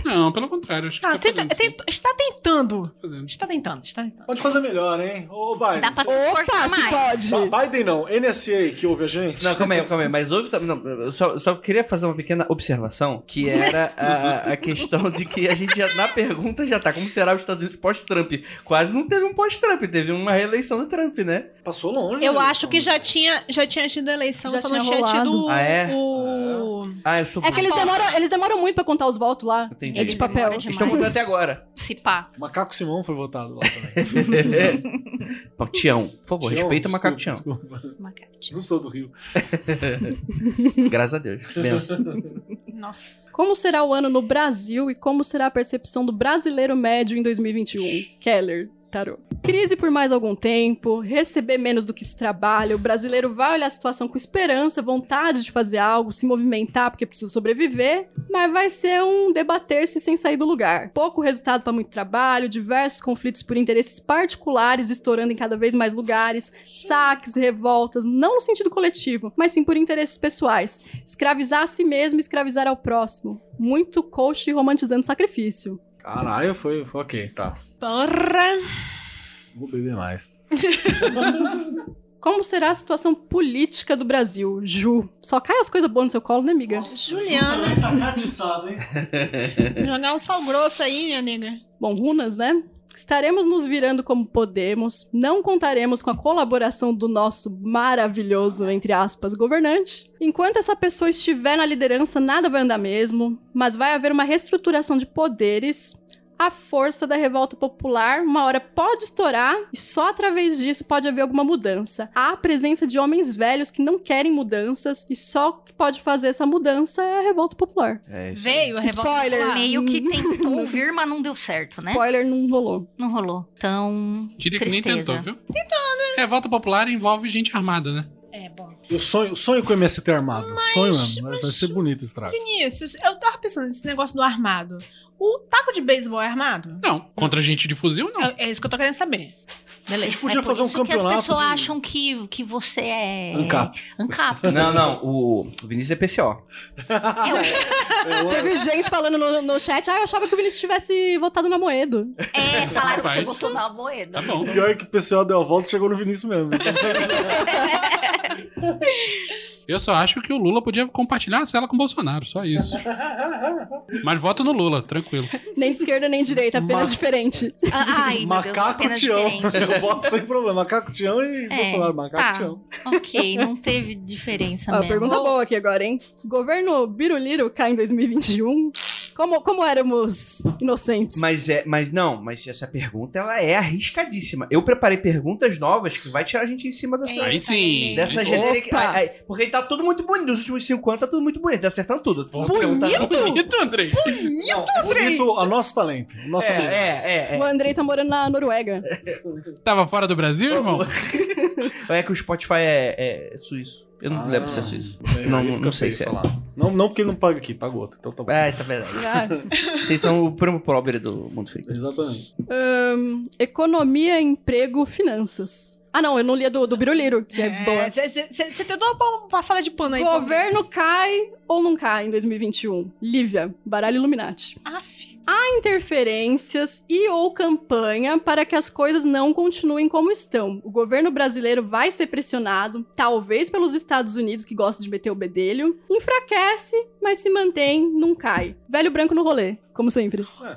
Speaker 4: Não, pelo contrário, acho que
Speaker 7: Ah,
Speaker 4: tá
Speaker 7: tenta-
Speaker 4: fazendo, sim,
Speaker 7: tenta- está tentando.
Speaker 4: tá fazendo.
Speaker 7: Está tentando, está tentando.
Speaker 10: Pode fazer melhor, hein? Ô, Biden.
Speaker 2: Dá pra se esforçar mais.
Speaker 6: se pode!
Speaker 10: Ba- Biden não, NSA que ouve a gente.
Speaker 3: Não, calma aí, calma aí. Mas houve também. Não, eu só, só queria fazer uma pequena observação, que era a, a questão de que a gente já, na pergunta já tá. Como será os Estados Unidos pós-Trump? Quase não teve um pós-Trump, teve uma reeleição do Trump, né?
Speaker 10: Passou longe.
Speaker 7: Eu
Speaker 10: né,
Speaker 7: acho que
Speaker 10: eleição.
Speaker 7: já tinha, já tinha tido a eleição,
Speaker 6: Já
Speaker 7: só
Speaker 6: tinha
Speaker 7: não tinha tido
Speaker 6: rolado.
Speaker 3: Ah, é?
Speaker 7: o...
Speaker 3: Ah, eu sou
Speaker 6: É que eles demoram, eles demoram muito pra contar os votos lá.
Speaker 3: Entendi.
Speaker 6: É de papel.
Speaker 2: Demora demais.
Speaker 3: Estão mudando até <laughs> agora.
Speaker 2: Se pá.
Speaker 10: Macaco Simão foi votado lá também.
Speaker 3: Bom, Tião, por favor,
Speaker 10: Tião,
Speaker 3: respeita o macaco Tião.
Speaker 10: desculpa, desculpa. Não sou do Rio.
Speaker 3: Graças a Deus. Benção.
Speaker 7: Nossa.
Speaker 6: Como será o ano no Brasil e como será a percepção do brasileiro médio em 2021? Keller, tarô. Crise por mais algum tempo, receber menos do que se trabalha, o brasileiro vai olhar a situação com esperança, vontade de fazer algo, se movimentar porque precisa sobreviver, mas vai ser um debater-se sem sair do lugar. Pouco resultado para muito trabalho, diversos conflitos por interesses particulares estourando em cada vez mais lugares, saques, revoltas, não no sentido coletivo, mas sim por interesses pessoais. Escravizar a si mesmo e escravizar ao próximo. Muito coach romantizando sacrifício.
Speaker 10: Caralho, foi, foi ok, tá.
Speaker 7: Porra.
Speaker 10: Vou beber mais.
Speaker 6: Como será a situação política do Brasil, Ju? Só cai as coisas boas no seu colo, né, amiga?
Speaker 7: Juliana,
Speaker 10: Tá catiçado, hein?
Speaker 7: jogar um sal grosso aí, minha nega.
Speaker 6: Bom, runas, né? Estaremos nos virando como podemos, não contaremos com a colaboração do nosso maravilhoso, entre aspas, governante. Enquanto essa pessoa estiver na liderança, nada vai andar mesmo, mas vai haver uma reestruturação de poderes. A força da revolta popular, uma hora pode estourar e só através disso pode haver alguma mudança. Há a presença de homens velhos que não querem mudanças e só o que pode fazer essa mudança é a revolta popular.
Speaker 3: É isso.
Speaker 7: Veio a revolta.
Speaker 6: Spoiler.
Speaker 7: popular.
Speaker 2: Meio que tentou vir, mas não deu certo, né?
Speaker 6: Spoiler, não rolou.
Speaker 2: Não rolou. Então.
Speaker 4: Diria que nem
Speaker 2: Tristeza.
Speaker 4: tentou, viu? Tentou, né? Revolta popular envolve gente armada, né?
Speaker 2: É bom.
Speaker 10: Eu sonho, sonho com o MST armado. sonho mesmo. né? Vai- Vai ser bonito esse trago.
Speaker 7: Vinícius, eu tava pensando nesse negócio do armado. O taco de beisebol é armado?
Speaker 4: Não, contra gente de fuzil, não.
Speaker 7: É, é isso que eu tô querendo saber.
Speaker 2: Beleza.
Speaker 5: gente podia
Speaker 2: é por
Speaker 5: fazer um
Speaker 2: isso que
Speaker 5: campeonato
Speaker 2: as pessoas
Speaker 5: de-
Speaker 2: acham que, que você é...
Speaker 5: Ancap.
Speaker 2: Ancap.
Speaker 3: Não, não, o o Vinícius é PCO.
Speaker 10: É,
Speaker 6: Teve gente falando no, no chat, ah, eu achava que o Vinícius tivesse votado na Moedo.
Speaker 2: É, falaram que você
Speaker 4: Rapaz.
Speaker 2: botou na moeda.
Speaker 4: Tá bom.
Speaker 5: Pior é que o PCO deu a volta e chegou no Vinícius mesmo.
Speaker 4: Eu só acho que o Lula podia compartilhar a cela com o Bolsonaro, só isso. Mas voto no Lula, tranquilo.
Speaker 6: Nem de esquerda, nem de direita, apenas
Speaker 5: Mas-
Speaker 6: diferente.
Speaker 2: Ah, Ai, meu Deus,
Speaker 5: Macaco
Speaker 2: apenas
Speaker 5: Tião.
Speaker 2: diferente.
Speaker 5: Eu voto sem problema. Macaco Tião e
Speaker 2: É,
Speaker 5: Bolsonaro. Macaco
Speaker 2: tá.
Speaker 5: Tião.
Speaker 2: Ok, não teve diferença
Speaker 6: Ó,
Speaker 2: Tá mesmo.
Speaker 6: Ah, pergunta boa aqui agora, hein? Governo Biruliro cai em 2021. Como, como éramos inocentes?
Speaker 3: Mas é, mas não, mas essa pergunta ela é arriscadíssima. Eu preparei perguntas novas que vai tirar a gente em cima dessa
Speaker 6: É
Speaker 4: Aí sim.
Speaker 3: Dessa
Speaker 4: Aí-
Speaker 3: genérica.
Speaker 6: Opa!
Speaker 3: ai, ai, porque tá tudo muito bonito. Nos últimos cinco anos tá tudo muito bonito. Tá acertando tudo. Pergunta-
Speaker 4: <laughs> Bonito, Andrei.
Speaker 3: Não,
Speaker 5: Bonito, a nosso talento. o Nosso
Speaker 3: É,
Speaker 5: talento.
Speaker 3: é, é,
Speaker 6: O Andrei tá morando na Noruega.
Speaker 4: Tava fora do Brasil, irmão?
Speaker 3: <laughs> é. É que o Spotify é, é suíço. Eu não
Speaker 5: Ah.
Speaker 3: lembro se é suíço.
Speaker 5: Aí
Speaker 3: Não,
Speaker 5: fica
Speaker 3: não, não sei
Speaker 5: feio
Speaker 3: se é.
Speaker 5: falar. Não, não porque ele não paga aqui, paga outro. Então tá bom.
Speaker 3: É, tá verdade.
Speaker 6: Ah,
Speaker 3: Vocês são o primo pobre do mundo fake.
Speaker 5: Exatamente.
Speaker 6: Ahn, economia, emprego, finanças. Ah, não, eu não lia do, do Biruliro, que é, boa.
Speaker 7: Você tentou dar uma passada de pano aí. pra mim.
Speaker 6: Governo cai ou não cai em 2021? Lívia, baralho Illuminati.
Speaker 7: Aff.
Speaker 6: Interferências e ou campanha para que as coisas não continuem como estão. O governo brasileiro vai ser pressionado, talvez pelos Estados Unidos, que gosta de meter o bedelho. Enfraquece, mas se mantém, não cai. Velho branco no rolê, como sempre.
Speaker 7: Olha,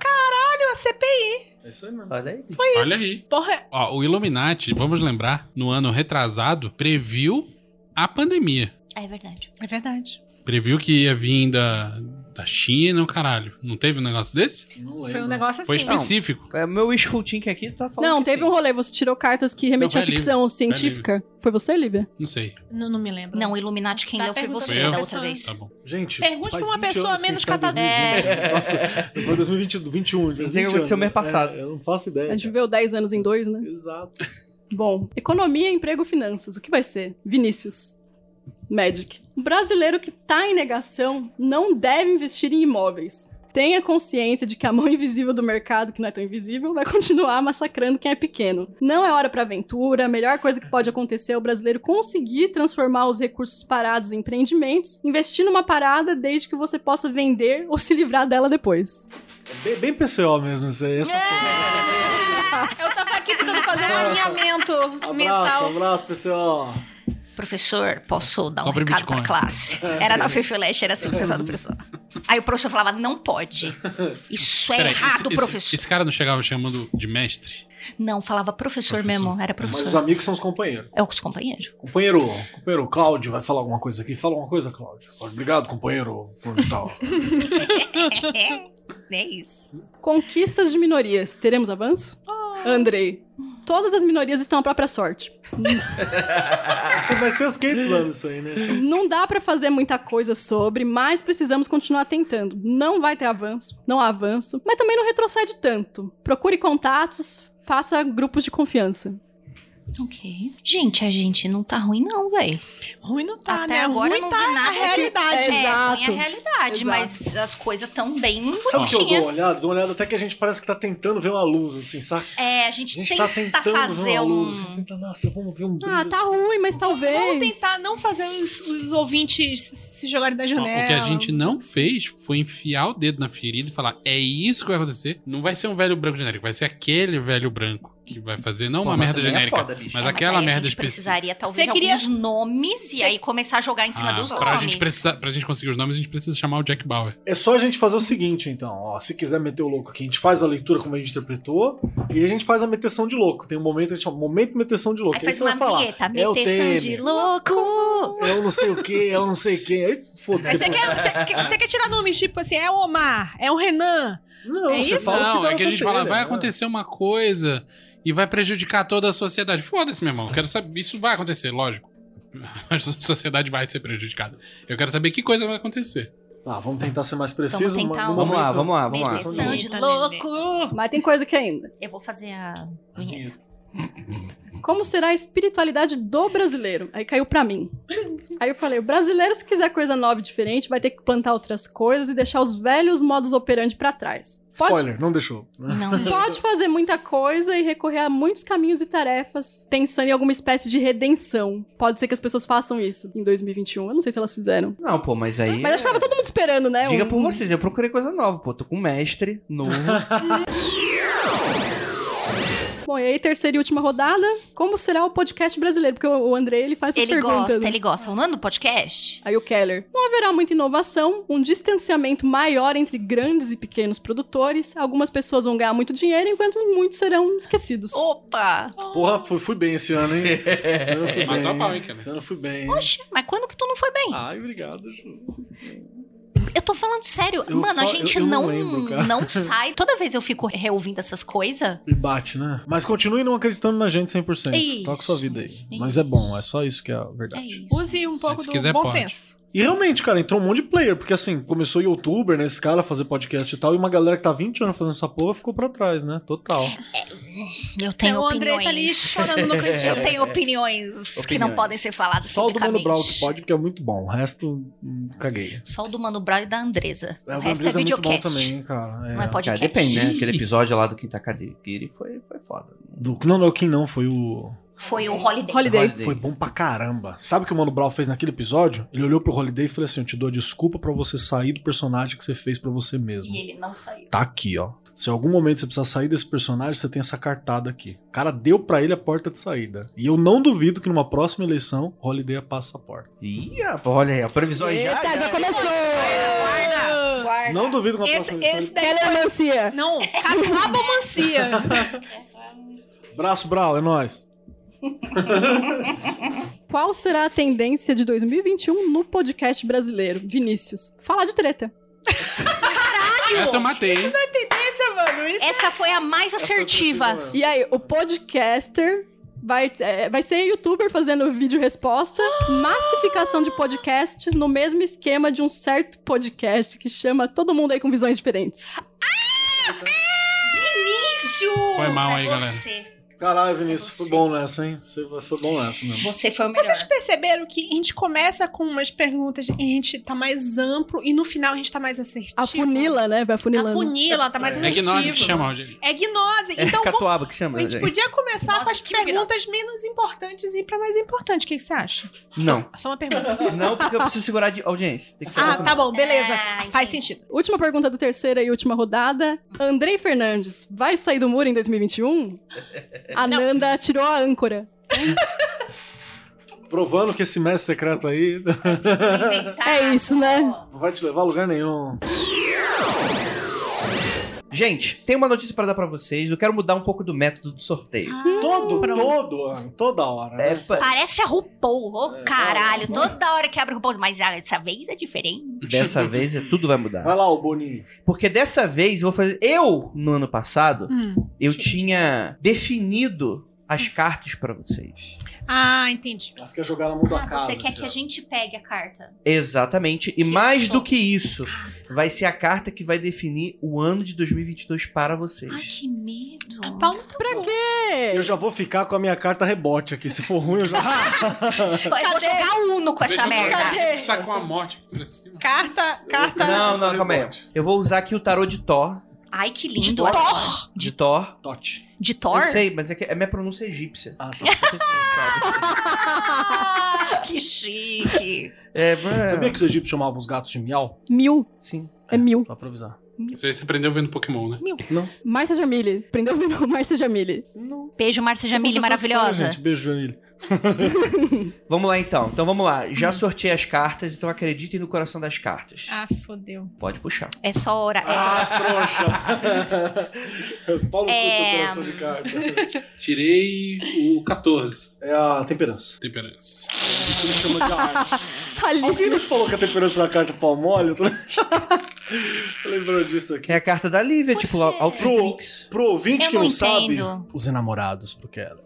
Speaker 7: a CPI.
Speaker 5: É isso aí mesmo.
Speaker 3: Olha aí.
Speaker 4: Olha aí.
Speaker 7: Porra,
Speaker 4: Ó, o Illuminati, vamos lembrar, no ano retrasado, previu a pandemia.
Speaker 2: É verdade.
Speaker 7: é verdade.
Speaker 4: Previu que ia vir da, da China, o caralho. Não teve um negócio desse?
Speaker 5: Não
Speaker 7: Foi um
Speaker 5: lembro.
Speaker 7: negócio assim.
Speaker 4: Foi específico.
Speaker 3: É, meu wishful thinking aqui tá falando.
Speaker 6: Não,
Speaker 3: que
Speaker 6: teve
Speaker 3: sim.
Speaker 6: um rolê, você tirou cartas que remetiam à
Speaker 4: Não, vai
Speaker 6: ficção científica. Foi você, Lívia?
Speaker 4: Não sei.
Speaker 7: Não, não me lembro.
Speaker 2: Não, o Illuminati quem
Speaker 7: Tá
Speaker 2: leu foi
Speaker 7: perguntando
Speaker 2: você É,
Speaker 4: pra
Speaker 2: da
Speaker 4: pessoa.
Speaker 2: outra vez.
Speaker 4: Tá bom.
Speaker 5: Gente,
Speaker 7: Pergunte
Speaker 5: faz
Speaker 7: pra uma
Speaker 5: 20
Speaker 7: pessoa
Speaker 5: anos que a
Speaker 7: menos
Speaker 5: gente tá em 2020. Nossa, foi 2020, 21.
Speaker 3: Não sei o que aconteceu mês passado.
Speaker 5: né? É, eu não faço ideia.
Speaker 6: A gente viveu 10 anos em dois, né?
Speaker 5: Exato.
Speaker 6: Bom, economia, emprego, finanças. O que vai ser? Vinícius. Magic. O brasileiro que tá em negação não deve investir em imóveis. Tenha consciência de que a mão <laughs> invisível do mercado, que não é tão invisível, vai continuar massacrando quem é pequeno. Não é hora pra aventura, a melhor coisa que pode acontecer é o brasileiro conseguir transformar os recursos parados em empreendimentos, investir numa parada desde que você possa vender ou se livrar dela depois.
Speaker 5: Bem, bem PCO mesmo isso aí. Essa
Speaker 7: Eu tava aqui tentando fazer um alinhamento
Speaker 5: Abraço,
Speaker 7: mental.
Speaker 5: abraço, PCO.
Speaker 2: Professor, posso dar um
Speaker 4: Compre
Speaker 2: recado pra
Speaker 4: Bitcoin. É.
Speaker 2: classe? Era na Fifileste, era assim o pessoal do professor. Aí o professor falava, não pode. Isso é
Speaker 4: Peraí,
Speaker 2: errado,
Speaker 4: esse,
Speaker 2: professor.
Speaker 4: Esse, esse cara não chegava chamando de mestre?
Speaker 2: Não, falava professor,
Speaker 4: Professor.
Speaker 2: mesmo, era
Speaker 5: Mas os
Speaker 2: professor.
Speaker 5: amigos são os companheiros.
Speaker 2: É os
Speaker 4: <laughs>
Speaker 2: companheiros.
Speaker 5: Companheiro, companheiro, Cláudio vai falar alguma coisa aqui. Fala alguma coisa, Cláudio. Obrigado, companheiro. fulano
Speaker 4: <laughs>
Speaker 5: de tal.
Speaker 2: É isso.
Speaker 6: Conquistas de minorias. Teremos avanço?
Speaker 7: Oh.
Speaker 6: Andrei. Todas as minorias estão à própria sorte.
Speaker 5: Mas tem uns 500 anos isso aí, né?
Speaker 6: Não dá pra fazer muita coisa sobre, mas precisamos continuar tentando. Não vai ter avanço, não há avanço, mas também não retrocede tanto. Procure contatos, faça grupos de confiança.
Speaker 2: Ok. Gente, a gente não tá ruim, não, velho.
Speaker 7: Ruim não tá,
Speaker 2: Até
Speaker 7: né?
Speaker 2: agora
Speaker 7: Ruim
Speaker 2: não
Speaker 7: tá
Speaker 2: vi nada
Speaker 7: a realidade.
Speaker 6: de-
Speaker 2: É,
Speaker 6: Exato.
Speaker 2: ruim é a realidade,
Speaker 6: Exato.
Speaker 2: mas as coisas tão bem
Speaker 5: Sabe o que eu dou
Speaker 2: bonitinhas.
Speaker 5: uma olhada? Dou uma olhada até que a gente parece que tá tentando ver uma luz, assim, saca?
Speaker 2: É, a
Speaker 5: A
Speaker 2: gente,
Speaker 5: gente
Speaker 2: tenta
Speaker 5: tá tentando ver
Speaker 2: fazer
Speaker 5: uma
Speaker 2: um...
Speaker 5: luz, assim, tenta, nossa, vamos ver um brilho.
Speaker 6: Ah, tá
Speaker 5: assim.
Speaker 6: ruim, mas
Speaker 7: Vamos
Speaker 6: talvez.
Speaker 7: tentar não fazer os, os ouvintes se jogarem da
Speaker 4: Ó,
Speaker 7: janela.
Speaker 4: O que a gente não fez foi enfiar o dedo na ferida e falar: é isso que vai acontecer. Não vai ser um velho branco genérico, vai ser aquele velho branco que vai fazer, não
Speaker 3: Pô,
Speaker 4: uma
Speaker 3: mas
Speaker 4: merda
Speaker 3: também é
Speaker 4: genérica.
Speaker 3: foda, bicho.
Speaker 4: mas
Speaker 2: É,
Speaker 4: aquela
Speaker 2: aí a
Speaker 4: merda
Speaker 2: gente
Speaker 4: específica.
Speaker 2: precisaria talvez
Speaker 7: Você
Speaker 2: de
Speaker 7: queria-
Speaker 2: alguns nomes e
Speaker 7: Você-
Speaker 2: aí começar a jogar em cima
Speaker 4: Ah,
Speaker 2: dos
Speaker 4: pra,
Speaker 2: nomes.
Speaker 4: gente precisar, pra gente conseguir os nomes, a gente precisa chamar o Jack Bauer.
Speaker 5: É só a gente fazer o seguinte, então, ó, se quiser meter o louco aqui, a gente faz a leitura como a gente interpretou e a gente faz a meteção de louco. Tem um momento, a gente chama momento de meteção de louco.
Speaker 2: Aí faz
Speaker 5: você vai
Speaker 2: uma
Speaker 5: falar,
Speaker 2: vinheta,
Speaker 5: é o
Speaker 2: meteção de
Speaker 5: Temer.
Speaker 2: louco.
Speaker 5: Eu não sei o que, eu não sei quem. Aí foda-se.
Speaker 7: Mas
Speaker 2: é
Speaker 7: você quer, você, quer- você quer tirar nomes, tipo assim, é o Omar, é o Renan.
Speaker 5: Não,
Speaker 7: É
Speaker 5: você
Speaker 7: isso?
Speaker 5: fala o que
Speaker 4: não,
Speaker 5: dá
Speaker 4: é
Speaker 5: na
Speaker 4: que a gente
Speaker 5: tua
Speaker 4: fala:
Speaker 5: telha,
Speaker 4: vai
Speaker 5: né?
Speaker 4: acontecer uma coisa e vai prejudicar toda a sociedade. Foda-se, meu irmão. eu Quero saber. Isso vai acontecer, lógico. <laughs> A sociedade vai ser prejudicada. Eu quero saber que coisa vai acontecer.
Speaker 5: Tá, vamos tentar ser mais preciso.
Speaker 2: Vamos tentar
Speaker 5: no
Speaker 2: um-
Speaker 3: Vamos lá,
Speaker 5: momento-
Speaker 3: vamos lá, vamos lá.
Speaker 5: Meteção
Speaker 2: Meteção de
Speaker 7: Eita,
Speaker 6: Oh.
Speaker 2: louco.
Speaker 5: Tá
Speaker 6: Mas tem coisa que ainda.
Speaker 2: Eu vou fazer a vinheta.
Speaker 6: Como será a espiritualidade do brasileiro? Aí caiu pra mim. Aí eu falei, o brasileiro se quiser coisa nova e diferente, vai ter que plantar outras coisas e deixar os velhos modos operandi pra trás. Pode,
Speaker 5: Spoiler, não deixou. né?
Speaker 2: Não, né?
Speaker 6: pode fazer muita coisa e recorrer a muitos caminhos e tarefas, pensando em alguma espécie de redenção. Pode ser que as pessoas façam isso em 2021. Eu não sei se elas fizeram.
Speaker 3: Não, pô, mas aí. é,
Speaker 6: Mas acho que tava todo mundo esperando, né?
Speaker 3: Diga
Speaker 6: Um-
Speaker 3: por vocês, eu procurei coisa nova, pô. Tô com um mestre novo.
Speaker 6: Bom, e aí, terceira e última rodada. Como será o podcast brasileiro? Porque o o André, ele faz essas
Speaker 2: Ele
Speaker 6: perguntas.
Speaker 2: gosta,
Speaker 6: né?
Speaker 2: ele gosta. É O nome do podcast?
Speaker 6: Aí o Keller. Não haverá muita inovação, um distanciamento maior entre grandes e pequenos produtores. Algumas pessoas vão ganhar muito dinheiro, enquanto muitos serão esquecidos.
Speaker 2: Opa!
Speaker 5: Porra, fui, fui bem esse ano, hein? Esse ano eu fui
Speaker 4: Matou a pau, hein,
Speaker 5: bem.
Speaker 4: cara?
Speaker 5: Esse ano eu fui bem. hein?
Speaker 2: Oxe, mas quando que tu não foi bem?
Speaker 5: Ai, obrigado, Ju.
Speaker 2: Eu tô falando sério.
Speaker 5: Eu
Speaker 2: Mano, a
Speaker 5: só-
Speaker 2: gente
Speaker 5: eu- eu não
Speaker 2: não,
Speaker 5: lembro, cara.
Speaker 2: não
Speaker 5: <laughs>
Speaker 2: sai. Toda vez eu fico reouvindo essas coisas.
Speaker 5: Me bate, né? Mas continue não acreditando na gente 100%.
Speaker 2: É Isso,
Speaker 5: Toca sua vida aí.
Speaker 2: isso.
Speaker 5: Mas é bom, é só isso que é a
Speaker 2: É
Speaker 5: verdade.
Speaker 2: isso.
Speaker 7: Use um pouco
Speaker 4: se
Speaker 7: do
Speaker 4: quiser,
Speaker 7: bom
Speaker 4: pode.
Speaker 7: senso.
Speaker 5: E realmente, cara, entrou um monte de player, porque assim, começou youtuber nesse cara fazer podcast e tal, e uma galera que tá 20 anos fazendo essa porra ficou pra trás, né? Total.
Speaker 2: É, Eu tenho
Speaker 7: o André
Speaker 2: opiniões.
Speaker 7: tá ali chorando no cantinho.
Speaker 2: Eu tenho opiniões, que não podem ser faladas
Speaker 5: Só o do Mano
Speaker 2: publicamente.
Speaker 5: Brown que pode, porque é muito bom. O resto, hum, caguei.
Speaker 2: Só o do Mano Brown e da Andresa.
Speaker 5: É,
Speaker 2: o
Speaker 5: o
Speaker 2: resto
Speaker 5: Gabriel
Speaker 2: é
Speaker 5: é muito bom
Speaker 2: videocast.
Speaker 5: também, hein, cara. É.
Speaker 2: Não é
Speaker 3: Cara,
Speaker 2: podcast.
Speaker 3: depende, né? Aquele episódio lá do Quinta Cadeira foi, foi foda.
Speaker 5: Do, não, não, quem não foi o.
Speaker 2: Foi o Holiday.
Speaker 6: Holiday.
Speaker 5: Foi bom pra caramba. Sabe o que o Mano Brown fez naquele episódio? Ele olhou pro Holiday e falou assim: Eu te dou a desculpa pra você sair do personagem que você fez pra você mesmo.
Speaker 2: E ele não saiu.
Speaker 5: Tá aqui, ó. Se em algum momento você precisar sair desse personagem, você tem essa cartada aqui. O cara deu pra ele a porta de saída. E eu não duvido que numa próxima eleição, Holiday passa a porta.
Speaker 3: Ih, rapaz, olha aí, a previsão aí já.
Speaker 2: tá,
Speaker 6: Eita, já começou!
Speaker 5: Não duvido que numa
Speaker 7: Esse,
Speaker 5: próxima eleição.
Speaker 7: esse daí foi...
Speaker 6: Teleomancia.
Speaker 7: Ah, Não, cacabomancia.
Speaker 5: ele- Braço, Brau, é nóis.
Speaker 6: Qual será a tendência de 2021 no podcast brasileiro? Vinícius. Falar de treta.
Speaker 4: Essa eu matei, hein?
Speaker 2: Essa foi a mais assertiva.
Speaker 6: E aí, o
Speaker 5: é.
Speaker 6: podcaster vai, é, vai ser youtuber fazendo vídeo resposta, massificação de podcasts no mesmo esquema de um certo podcast que chama todo mundo aí com visões diferentes.
Speaker 2: Vinícius!
Speaker 4: Foi mal
Speaker 2: é
Speaker 4: aí, galera.
Speaker 2: você.
Speaker 5: Caralho, Vinícius, foi
Speaker 2: Você.
Speaker 5: bom nessa, hein? Você foi bom nessa mesmo.
Speaker 2: Você foi o melhor.
Speaker 7: Vocês perceberam que a gente começa com umas perguntas e a gente tá mais amplo e no final a gente tá mais assertivo.
Speaker 6: A funila, né? Vai
Speaker 7: A
Speaker 6: funilando.
Speaker 7: funila tá mais
Speaker 4: É que
Speaker 7: assertivo.
Speaker 4: nós que chamamos, gente.
Speaker 7: É gnose. Então vamos-
Speaker 3: Catuaba que chama, né?
Speaker 7: a gente
Speaker 3: gente.
Speaker 7: podia começar
Speaker 2: Nossa,
Speaker 7: com as
Speaker 2: que virada.
Speaker 7: perguntas menos importantes e ir pra mais importante. O que, que você acha?
Speaker 3: Não,
Speaker 7: Só uma pergunta.
Speaker 3: não, porque eu preciso segurar de audiência. Tem que segurar
Speaker 7: ah,
Speaker 3: pra-
Speaker 7: tá bom, beleza.
Speaker 2: Ah,
Speaker 7: Faz
Speaker 2: entendi.
Speaker 7: sentido.
Speaker 6: Última pergunta do terceira e última rodada. Andrei Fernandes, vai sair do muro em
Speaker 7: <laughs>
Speaker 6: 2021? A Nanda um? tirou a âncora.
Speaker 5: Provando que esse mestre secreto aí <laughs>
Speaker 6: É isso, né?
Speaker 5: não vai te levar a lugar nenhum.
Speaker 7: Ah.
Speaker 3: Gente, tem uma notícia pra dar pra vocês. Eu quero mudar um pouco do método do sorteio.
Speaker 2: Ah.
Speaker 5: todo,
Speaker 7: pronto.
Speaker 5: todo ano, toda hora.
Speaker 7: Ah.
Speaker 5: né?
Speaker 3: É, pa-
Speaker 2: Parece a RuPaul, ô
Speaker 5: É,
Speaker 2: caralho.
Speaker 5: não, não.
Speaker 2: Toda hora que abre o RuPaul, mas ah, dessa vez é diferente.
Speaker 3: Dessa vez é- tudo vai
Speaker 5: Vai
Speaker 7: Ah.
Speaker 3: mudar.
Speaker 5: lá, ô Boninho.
Speaker 3: Porque dessa vez eu vou fazer. Eu, no ano passado,
Speaker 7: Hum.
Speaker 3: eu tinha definido as cartas pra vocês.
Speaker 7: Ah, entendi.
Speaker 5: Você quer jogar na mão da
Speaker 2: Ah,
Speaker 5: casa.
Speaker 2: você quer
Speaker 5: assim,
Speaker 2: que a
Speaker 5: ó.
Speaker 2: gente pegue a carta?
Speaker 3: Exatamente.
Speaker 2: Que
Speaker 3: E mais
Speaker 2: show.
Speaker 3: do que isso, vai ser a carta que vai definir o ano de 2022 para
Speaker 2: Ai,
Speaker 3: vocês.
Speaker 2: que medo.
Speaker 7: Paulo, pra quê?
Speaker 5: Eu já vou ficar com a minha carta rebote aqui. Se for ruim,
Speaker 2: <laughs>
Speaker 5: eu já.
Speaker 2: Eu vou jogar Uno com essa
Speaker 5: um
Speaker 4: Deixa eu
Speaker 2: merda.
Speaker 4: ver. Tá com a morte pra cima.
Speaker 7: Carta, carta.
Speaker 3: Não, não, calma aí.
Speaker 5: Rebote.
Speaker 3: Eu vou usar aqui o tarô de Thor.
Speaker 2: Ai, que
Speaker 3: De
Speaker 2: lindo.
Speaker 3: Thor?
Speaker 2: olha.
Speaker 3: De Thor.
Speaker 5: Tote.
Speaker 2: De
Speaker 3: Eu
Speaker 2: Thor?
Speaker 3: sei, mas é que a minha pronúncia é egípcia.
Speaker 5: Ah, tá.
Speaker 3: Não sei se você sabe.
Speaker 2: Ah, <laughs> que chique.
Speaker 3: <laughs> É,
Speaker 5: Sabia
Speaker 3: mas...
Speaker 5: que os egípcios chamavam os gatos de miau?
Speaker 6: Mil.
Speaker 3: Sim.
Speaker 6: É mil.
Speaker 5: Pra improvisar.
Speaker 4: Isso aí você aprendeu vendo Pokémon, né?
Speaker 6: Márcia Jamile. Prendeu <laughs> o Márcia Jamile.
Speaker 2: Beijo, Márcia Jamile,
Speaker 5: Professor de história,
Speaker 2: maravilhosa.
Speaker 5: gente. Beijo, Jamile.
Speaker 3: Vamos lá então. Então vamos lá. Já sorteei as cartas, então acreditem no coração das cartas.
Speaker 7: Ah, fodeu.
Speaker 3: Pode puxar.
Speaker 2: É só hora.
Speaker 5: Ah,
Speaker 2: <laughs>
Speaker 5: trouxa. Paulo
Speaker 2: É,
Speaker 5: curta o coração de carta.
Speaker 4: Tirei o 14.
Speaker 5: É a temperança.
Speaker 4: Temperança.
Speaker 5: Isso me chama de arte.
Speaker 6: Ali.
Speaker 5: Alguém nos falou que a temperança na carta é pau mole? Eu tô- <laughs> Lembrou disso aqui.
Speaker 3: É a carta da Lívia, tipo, Altrix.
Speaker 5: Pro ouvinte
Speaker 2: Eu
Speaker 5: que
Speaker 2: não
Speaker 5: não, sabe,
Speaker 2: entendo.
Speaker 5: os enamorados, porque é ela.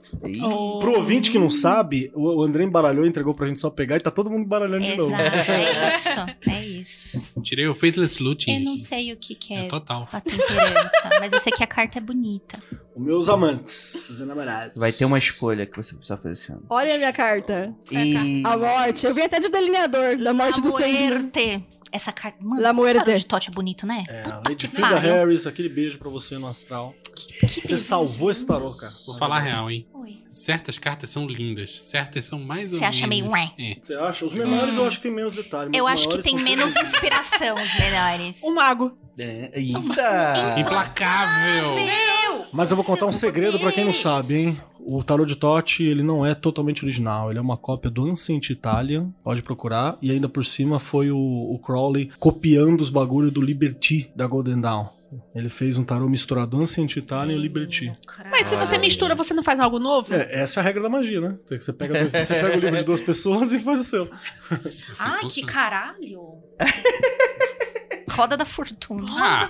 Speaker 7: Oh.
Speaker 5: Pro ouvinte que não sabe, o o André embaralhou, entregou pra gente só pegar e tá todo mundo embaralhando de novo.
Speaker 2: Exato,
Speaker 5: <laughs>
Speaker 2: é isso. É isso.
Speaker 4: Tirei o Faithless Looting.
Speaker 2: Eu não sei o que, que é,
Speaker 4: É total.
Speaker 2: a temperança, mas eu sei que a carta é bonita.
Speaker 5: Os meus amantes, os namorados.
Speaker 3: Vai ter uma escolha que você precisa fazer esse ano.
Speaker 6: Olha a minha carta.
Speaker 3: E.
Speaker 6: A morte. Eu vim até de delineador da morte do Sandy.
Speaker 2: Lamuerte. Essa carta. Mano,
Speaker 6: La Muerte.
Speaker 2: cara de Tote é bonito, né?
Speaker 5: É,
Speaker 2: Puta
Speaker 5: Lady
Speaker 2: que
Speaker 5: Frida
Speaker 2: pariu.
Speaker 5: Harris, aquele beijo pra você no astral.
Speaker 2: Que
Speaker 5: Você
Speaker 2: beleza.
Speaker 5: salvou esse tarô, cara.
Speaker 4: Vou falar a real, hein?
Speaker 2: Oi.
Speaker 4: Certas cartas são lindas, certas são mais ou
Speaker 2: Você acha meio
Speaker 4: menos.
Speaker 2: ué?
Speaker 4: É.
Speaker 5: Você acha? Os menores
Speaker 2: Hum.
Speaker 5: eu acho que tem menos detalhe. mas
Speaker 2: Eu
Speaker 5: os
Speaker 2: acho que
Speaker 5: maiores
Speaker 2: tem
Speaker 5: são <laughs>
Speaker 2: menos
Speaker 5: todos-
Speaker 2: inspiração os melhores.
Speaker 7: O Um mago.
Speaker 3: É, eita!
Speaker 4: Implacável!
Speaker 2: Ah,
Speaker 5: Mas eu vou contar um
Speaker 2: Seus
Speaker 5: segredo pra quem não
Speaker 2: poderes.
Speaker 5: sabe, <laughs> hein? O tarô de Totti, ele não é totalmente original. Ele é uma cópia do Ancient Italian, pode procurar. E ainda por cima foi o, o Crowley copiando os bagulho do Liberty, da Golden Dawn. Ele fez um tarô misturado Ancient Italian e Liberty.
Speaker 7: Mas se você mistura, você não faz algo novo?
Speaker 5: É, essa é a regra da magia, né? Você pega, dois- você pega o livro de duas pessoas e faz o seu.
Speaker 4: Assim,
Speaker 2: Ai,
Speaker 4: puta.
Speaker 2: que caralho. Roda da fortuna.
Speaker 4: Ah,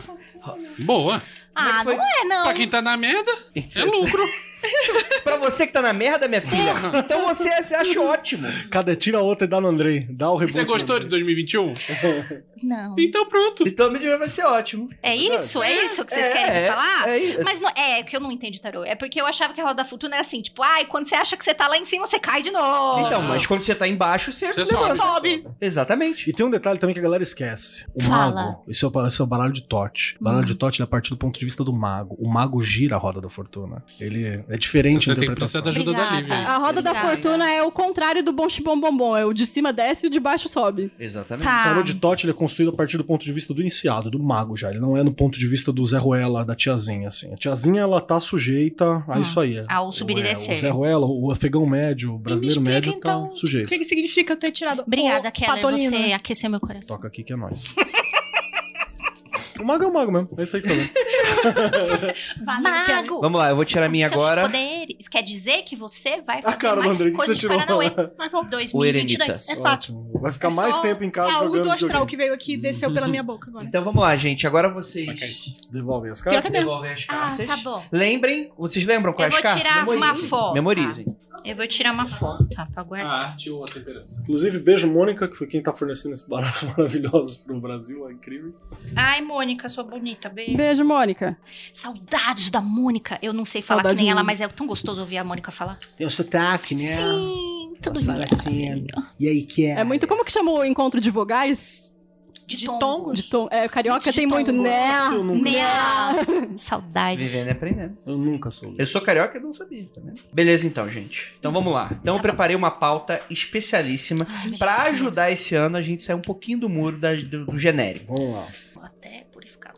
Speaker 4: boa.
Speaker 2: Ah, não é, não.
Speaker 4: Pra quem tá na merda, é lucro.
Speaker 3: <laughs> pra você que tá na merda, minha filha, então você acha ótimo.
Speaker 5: Cada tira a outra e dá no Andrei. Dá o rebote.
Speaker 4: Você gostou né? de 2021?
Speaker 2: Não.
Speaker 4: Então pronto.
Speaker 3: Então mídia vai ser ótimo.
Speaker 2: É isso? É isso que vocês
Speaker 3: É,
Speaker 2: querem
Speaker 3: é,
Speaker 2: falar?
Speaker 3: é isso.
Speaker 2: Mas não, é que eu não entendi tarô. É porque eu achava que a roda da fortuna era assim, tipo, ai, quando você acha que você tá lá em cima, você cai de novo.
Speaker 3: Então, mas quando você tá embaixo, você,
Speaker 4: Você
Speaker 3: levanta.
Speaker 4: sobe.
Speaker 3: Exatamente.
Speaker 5: E tem um detalhe também que a galera esquece. O
Speaker 2: Fala.
Speaker 5: mago, esse é o, esse é o baralho de Tote.
Speaker 7: Hum.
Speaker 5: O baralho de Tote ele é a partir do ponto de vista do mago. O mago gira a roda da fortuna. Ele é diferente a
Speaker 4: Você tem que precisar
Speaker 5: interpretação.
Speaker 4: da ajuda da
Speaker 2: Obrigada.
Speaker 4: Lívia.
Speaker 6: A roda da
Speaker 2: Obrigada.
Speaker 6: fortuna é o contrário do bom bom bom bom. É o de cima desce e o de baixo sobe.
Speaker 3: Exatamente.
Speaker 7: Ah.
Speaker 5: O
Speaker 2: tá.
Speaker 5: tarô de Tote ele é construído a partir do ponto de vista do iniciado, do mago já. Ele não é no ponto de vista do Zé Ruela, da tiazinha, assim. A tiazinha, ela tá sujeita a
Speaker 7: Ah,
Speaker 2: Hum,
Speaker 5: isso aí.
Speaker 2: ao subir e
Speaker 5: é,
Speaker 2: descer.
Speaker 5: O Zé Ruela, o afegão médio, o brasileiro
Speaker 7: explica,
Speaker 5: médio, tá
Speaker 7: então, O
Speaker 5: sujeito.
Speaker 7: que, que significa ter tirado
Speaker 2: Obrigada,
Speaker 7: o
Speaker 2: Keller.
Speaker 7: patolino?
Speaker 2: Você é aqueceu meu coração.
Speaker 5: Toca aqui que é nóis. <laughs> o mago é o mago mesmo. É isso aí que tá vendo.
Speaker 7: Valeu, Keller.
Speaker 2: Mago!
Speaker 3: Vamos lá, eu vou tirar a minha
Speaker 2: seus
Speaker 3: agora.
Speaker 2: Poderes. Quer dizer que você vai fazer
Speaker 5: Ah, cara do
Speaker 2: mais
Speaker 5: André, que
Speaker 2: coisas
Speaker 5: você
Speaker 2: de
Speaker 5: tirou.
Speaker 2: Paranauê.
Speaker 7: Mas vou...
Speaker 2: 2022. É fato.
Speaker 5: Ótimo. Vai ficar
Speaker 7: É
Speaker 5: mais
Speaker 7: só
Speaker 5: tempo em
Speaker 7: É
Speaker 5: casa
Speaker 7: algo
Speaker 5: jogando
Speaker 7: do astral
Speaker 5: videogame.
Speaker 7: que veio aqui e desceu pela minha boca agora.
Speaker 3: Então vamos lá, gente. Agora vocês
Speaker 5: Devolve as
Speaker 7: Pior
Speaker 5: cartas.
Speaker 7: que é mesmo.
Speaker 3: devolvem as
Speaker 2: Ah,
Speaker 3: cartas.
Speaker 2: tá bom.
Speaker 3: Lembrem, vocês lembram
Speaker 2: Eu
Speaker 3: quais
Speaker 2: vou
Speaker 3: cartas?
Speaker 2: tirar uma foto. Ah.
Speaker 3: Memorizem.
Speaker 2: Eu vou tirar uma foto, tá? Pra guardar.
Speaker 4: arte ou Ah, a temperança.
Speaker 5: Inclusive, beijo Mônica, que foi quem tá fornecendo esses baratos <laughs> maravilhosos pro Brasil, é incríveis.
Speaker 2: Ai, Mônica, sua bonita, beijo.
Speaker 6: Beijo, Mônica.
Speaker 2: Saudades da Mônica. Eu não sei falar
Speaker 6: Saudade
Speaker 2: que nem ela,
Speaker 6: minha.
Speaker 2: mas é tão gostoso ouvir a Mônica falar.
Speaker 5: Tem o sotaque, né?
Speaker 2: Sim, tudo
Speaker 5: Fala
Speaker 2: lindo.
Speaker 5: assim, E aí, que
Speaker 6: É muito. Como que chamou o encontro de vogais?
Speaker 2: De,
Speaker 7: De
Speaker 2: tongo.
Speaker 7: tongo?
Speaker 6: De tom. É, carioca
Speaker 2: De
Speaker 6: tem muito,
Speaker 2: tom.
Speaker 6: né?
Speaker 7: Ah,
Speaker 5: Nossa, eu nunca,
Speaker 2: Né? Saudade.
Speaker 3: Vivendo e aprendendo.
Speaker 5: eu nunca soube.
Speaker 3: Eu sou carioca e não sabia, tá vendo? Beleza então, gente. Então vamos lá.
Speaker 2: Tá
Speaker 3: Então eu preparei uma pauta especialíssima
Speaker 2: Ai, meu
Speaker 3: pra
Speaker 2: Deus,
Speaker 3: ajudar esse ano a gente sair um pouquinho do muro da- do, do genérico.
Speaker 5: Vamos lá.
Speaker 2: Vou até purificar.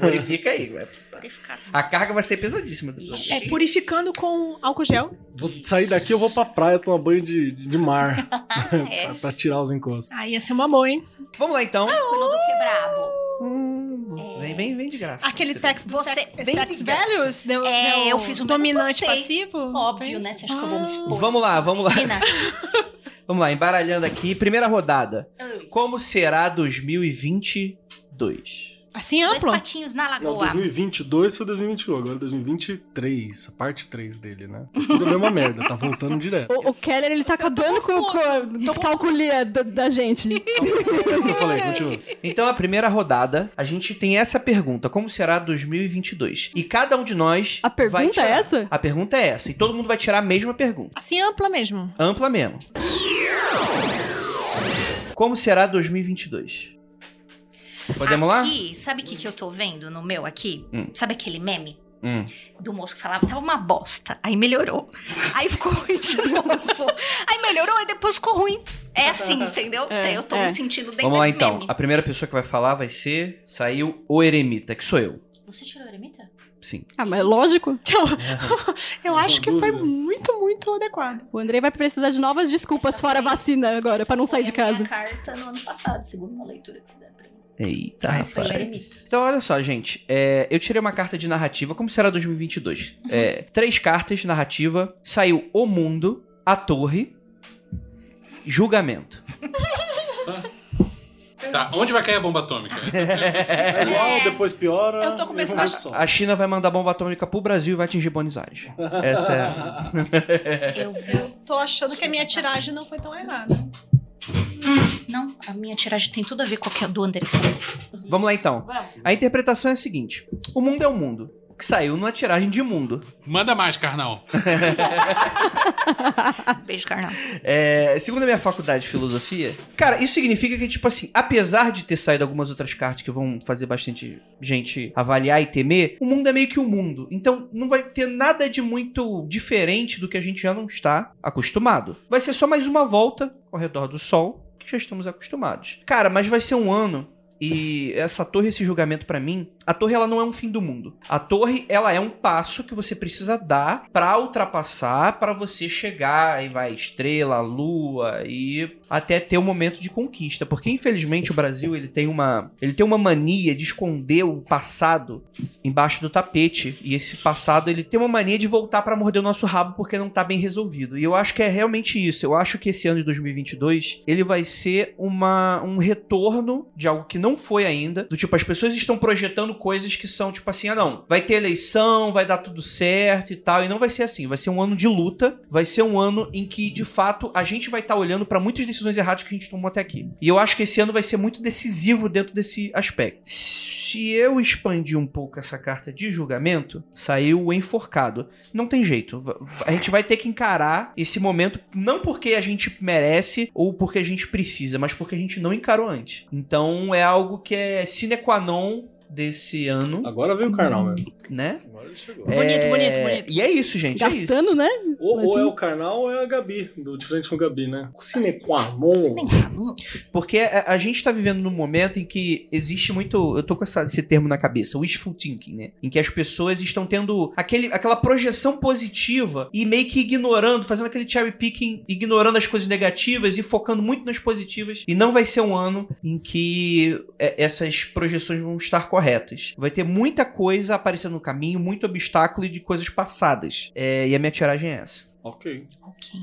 Speaker 3: Purifica aí, vai precisar.
Speaker 2: Purificar assim.
Speaker 3: A carga vai ser pesadíssima. depois.
Speaker 7: É purificando com álcool gel.
Speaker 5: Vou sair daqui, eu vou pra praia tomar banho de, de
Speaker 7: <laughs>
Speaker 5: mar.
Speaker 2: Ah, é.
Speaker 5: pra, pra tirar os encostos.
Speaker 7: Aí ia ser uma boa, hein?
Speaker 3: Vamos lá então.
Speaker 2: Quando do que brabo.
Speaker 3: Hum, vem, vem, vem de graça.
Speaker 7: Aquele
Speaker 3: Você vê.
Speaker 7: texto do
Speaker 2: Você-
Speaker 7: sex,
Speaker 3: bem
Speaker 7: sex
Speaker 3: ligado.
Speaker 7: values. Deu,
Speaker 2: É,
Speaker 7: deu
Speaker 2: eu fiz um-
Speaker 7: dominante
Speaker 2: eu não sei.
Speaker 7: passivo.
Speaker 2: Óbvio,
Speaker 7: Fez?
Speaker 2: né? Você acha
Speaker 7: Ah,
Speaker 2: que eu vou me expor?
Speaker 3: Vamos lá, vamos lá.
Speaker 2: Menina,
Speaker 3: Vamos lá, embaralhando aqui. Primeira rodada.
Speaker 2: Oi.
Speaker 3: Como será 2022?
Speaker 7: Assim
Speaker 2: dois
Speaker 7: amplo?
Speaker 2: patinhos na
Speaker 5: Não,
Speaker 2: lagoa.
Speaker 5: 2022 foi 2021, agora 2023, a parte 3 dele, né? Tá Tudo a mesma merda, tá voltando direto.
Speaker 6: O, o Keller, ele tá acabando com, com a descalculia da, da gente.
Speaker 5: Esquece o que eu falei, continua.
Speaker 3: Então, a primeira rodada, a gente tem essa pergunta: como será 2022? E cada um de nós.
Speaker 6: A
Speaker 3: vai
Speaker 6: pergunta
Speaker 3: tirar.
Speaker 6: é essa?
Speaker 3: A pergunta é essa. E todo mundo vai tirar a mesma pergunta.
Speaker 7: Assim ampla mesmo.
Speaker 3: Ampla mesmo. Como será 2022? Podemos lá?
Speaker 2: Aqui, sabe o que, que eu tô vendo no meu aqui?
Speaker 3: Hum.
Speaker 2: Sabe aquele meme?
Speaker 3: Hum.
Speaker 2: do moço que falava, tava uma bosta. Aí melhorou. Aí ficou ruim de novo. Aí melhorou e depois ficou ruim. É assim, entendeu?
Speaker 6: É,
Speaker 2: eu tô
Speaker 6: é.
Speaker 2: me sentindo dentro
Speaker 3: Vamos lá
Speaker 2: desse
Speaker 3: então.
Speaker 2: meme.
Speaker 3: A primeira pessoa que vai falar vai ser. Saiu o Eremita, que sou eu.
Speaker 2: Você tirou a eremita?
Speaker 3: Sim.
Speaker 6: Ah, mas é
Speaker 7: <laughs>
Speaker 6: lógico.
Speaker 7: Eu
Speaker 5: Não
Speaker 7: acho que foi
Speaker 5: dúvida.
Speaker 7: muito, muito adequado.
Speaker 6: O Andrei vai precisar de novas desculpas
Speaker 2: Essa
Speaker 6: fora a
Speaker 2: foi-
Speaker 6: vacina agora, pra não sair de
Speaker 2: Foi a minha
Speaker 6: casa.
Speaker 2: carta no ano passado, segundo uma leitura que fizeram pra mim.
Speaker 3: Eita,
Speaker 2: Mas foi
Speaker 3: rapaz.
Speaker 2: o eremita.
Speaker 3: Então, olha só, gente. é, eu tirei uma carta de narrativa. Como será 2022?
Speaker 2: Uhum.
Speaker 3: É, três cartas de narrativa. Saiu O Mundo, A Torre, Julgamento.
Speaker 4: Tá, onde vai cair a bomba atômica?
Speaker 5: É igual, depois piora.
Speaker 7: Eu tô começando
Speaker 5: e vamos
Speaker 7: a
Speaker 5: ver só.
Speaker 3: A China vai mandar bomba atômica pro Brasil e vai atingir Buenos Aires. Essa é.
Speaker 5: <laughs>
Speaker 3: a-
Speaker 2: Eu vou...
Speaker 7: Eu tô achando que a minha tiragem não foi tão errada.
Speaker 2: Não, a minha tiragem tem tudo a ver com a que- do André.
Speaker 3: Vamos lá então.
Speaker 2: Vamos.
Speaker 3: A interpretação é a seguinte: O mundo é o mundo. que saiu numa tiragem de mundo.
Speaker 4: Manda mais, Carnal.
Speaker 2: Beijo, carnal.
Speaker 3: É, segundo a minha faculdade de filosofia, cara, isso significa que, tipo assim, apesar de ter saído algumas outras cartas que vão fazer bastante gente avaliar e temer, o mundo é meio que o mundo. Então não vai ter nada de muito diferente do que a gente já não está acostumado. Vai ser só mais uma volta ao redor do Sol, que já estamos acostumados. Cara, mas vai ser um ano. E essa torre, esse julgamento pra mim, a torre ela não é um fim do mundo. A torre ela é um passo que você precisa dar pra ultrapassar, pra você chegar e vai estrela, lua e até ter o momento de conquista, porque infelizmente o Brasil ele tem uma ele tem uma mania de esconder o passado embaixo do tapete e esse passado ele tem uma mania de voltar pra morder o nosso rabo porque não tá bem resolvido. E eu acho que é realmente isso. Eu acho que esse ano de 2022 ele vai ser uma um retorno de algo que não foi ainda, do tipo as pessoas estão projetando coisas que são tipo assim, ah não, vai ter eleição, vai dar tudo certo e tal, e não vai ser assim. Vai ser um ano de luta, vai ser um ano em que de fato a gente vai estar olhando pra muitas decisões erradas que a gente tomou até aqui. E eu acho que esse ano vai ser muito decisivo dentro desse aspecto. Se eu expandir um pouco essa carta de julgamento, saiu o enforcado. Não tem jeito. Va- A gente vai ter que encarar esse momento, não porque a gente merece ou porque a gente precisa, mas porque a gente não encarou antes. Então é algo que é sine qua non desse ano,
Speaker 10: Agora veio o Carnal mesmo.
Speaker 3: né?
Speaker 10: Agora ele chegou.
Speaker 7: Bonito,
Speaker 3: É,
Speaker 7: bonito, bonito.
Speaker 3: E é isso, gente. É isso.
Speaker 6: Gastando, né?
Speaker 10: Ou, ou é o Carnal ou é a Gabi, do De Frente com a Gabi, né? O Sine qua non.
Speaker 3: Oh.
Speaker 2: tá
Speaker 3: Porque a, a gente tá vivendo num momento em que existe muito. Eu tô com essa- esse termo na cabeça, wishful thinking, né? Em que as pessoas estão tendo aquele, aquela projeção positiva e meio que ignorando, fazendo aquele cherry picking, ignorando as coisas negativas e focando muito nas positivas. E não vai ser um ano em que é, essas projeções vão estar corretas. Vai ter muita coisa aparecendo no caminho, muito obstáculo e de coisas passadas. É, e a minha tiragem é essa.
Speaker 10: Ok.
Speaker 2: Ok.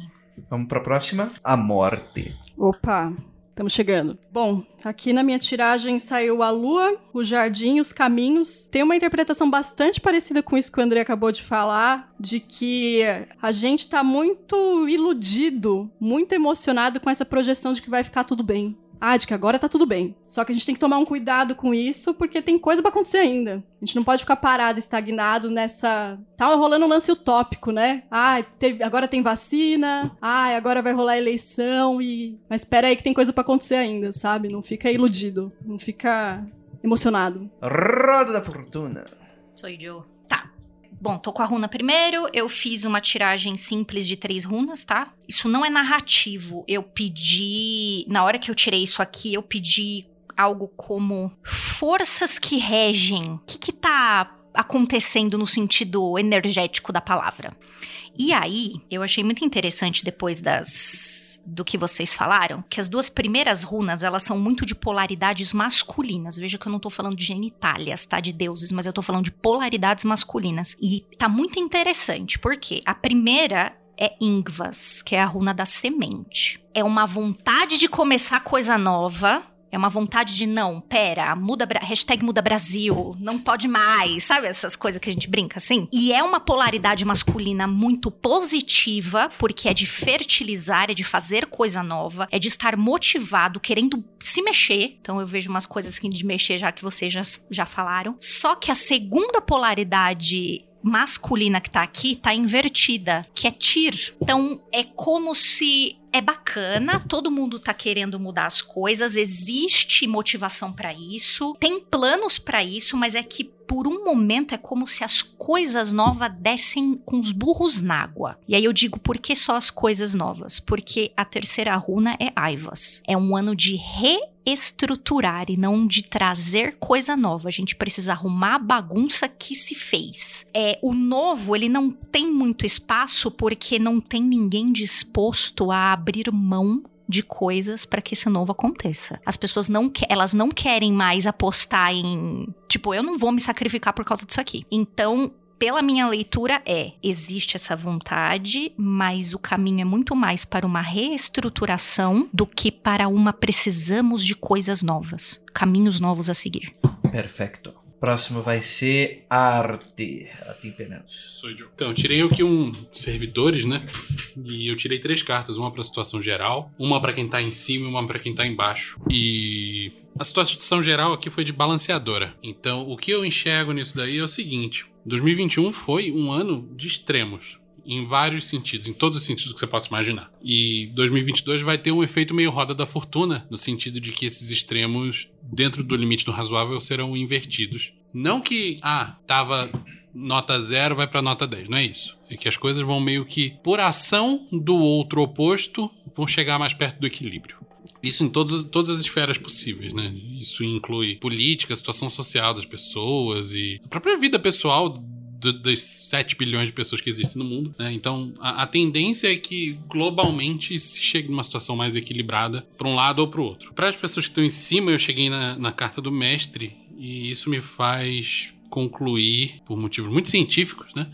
Speaker 3: Vamos pra próxima? A morte.
Speaker 6: Opa, estamos chegando. Bom, aqui na minha tiragem saiu a lua, o jardim, os caminhos. Tem uma interpretação bastante parecida com isso que o André acabou de falar, de que a gente tá muito iludido, muito emocionado com essa projeção de que vai ficar tudo bem. Ah, de que agora tá tudo bem. Só que a gente tem que tomar um cuidado com isso, porque tem coisa pra acontecer ainda. A gente não pode ficar parado, estagnado nessa. Tá rolando um lance utópico, né? Ah, teve- agora tem vacina. Ah, agora vai rolar eleição e. Mas espera aí que tem coisa pra acontecer ainda, sabe? Não fica iludido. Não fica emocionado.
Speaker 3: Roda da fortuna.
Speaker 2: Sou eu. Tá. Bom, tô com a runa primeiro. Eu fiz uma tiragem simples de três runas, tá? Isso não é narrativo. Eu pedi. Na hora que eu tirei isso aqui, eu pedi algo como forças que regem. O que, que tá acontecendo no sentido energético da palavra? E aí, eu achei muito interessante depois das. Do que vocês falaram, que as duas primeiras runas elas são muito de polaridades masculinas. Veja que eu não tô falando de genitálias, tá? De deuses, mas eu tô falando de polaridades masculinas. E tá muito interessante, porque a primeira é Ingvas, que é a runa da semente. É uma vontade de começar coisa nova. É uma vontade de não, pera, muda, Bra- hashtag muda Brasil, não pode mais, sabe essas coisas que a gente brinca assim? E é uma polaridade masculina muito positiva, porque é de fertilizar, é de fazer coisa nova, é de estar motivado, querendo se mexer. Então eu vejo umas coisas assim de mexer já que vocês já, já falaram. Só que a segunda polaridade masculina que tá aqui tá invertida, que é tir. Então é como se é bacana, todo mundo tá querendo mudar as coisas, existe motivação pra isso, tem planos pra isso, mas é que por um momento é como se as coisas novas dessem com os burros na água. E aí eu digo, por que só as coisas novas? Porque a terceira runa é Aivas. É um ano de re estruturar e não de trazer coisa nova. A gente precisa arrumar a bagunça que se fez. É, o novo, ele não tem muito espaço porque não tem ninguém disposto a abrir mão de coisas para que esse novo aconteça. As pessoas não que, elas não querem mais apostar em, tipo, eu não vou me sacrificar por causa disso aqui. Então, pela minha leitura é, existe essa vontade, mas o caminho é muito mais para uma reestruturação do que para uma precisamos de coisas novas, caminhos novos a seguir.
Speaker 3: Perfeito. Próximo vai ser arte. Ela tem penas.
Speaker 4: Sou idiota. Então, eu tirei aqui um servidores, né? E eu tirei três cartas, uma pra situação geral, uma pra quem tá em cima e uma pra quem tá embaixo. E a situação geral aqui foi de balanceadora. Então, o que eu enxergo nisso daí é o seguinte: 2021 foi um ano de extremos. Em vários sentidos, em todos os sentidos que você possa imaginar. E 2022 vai ter um efeito meio roda da fortuna, no sentido de que esses extremos, dentro do limite do razoável, serão invertidos. Não que, ah, tava nota 0 vai pra nota 10, não é isso? É que as coisas vão meio que, por ação do outro oposto, vão chegar mais perto do equilíbrio. Isso em todas, todas as esferas possíveis, né? Isso inclui política, situação social das pessoas e a própria vida pessoal do- das 7 bilhões de pessoas que existem no mundo, né? Então, a, a tendência é que globalmente se chegue numa situação mais equilibrada para um lado ou para o outro. Para as pessoas que estão em cima, eu cheguei na, na carta do mestre e isso me faz concluir, por motivos muito científicos, né?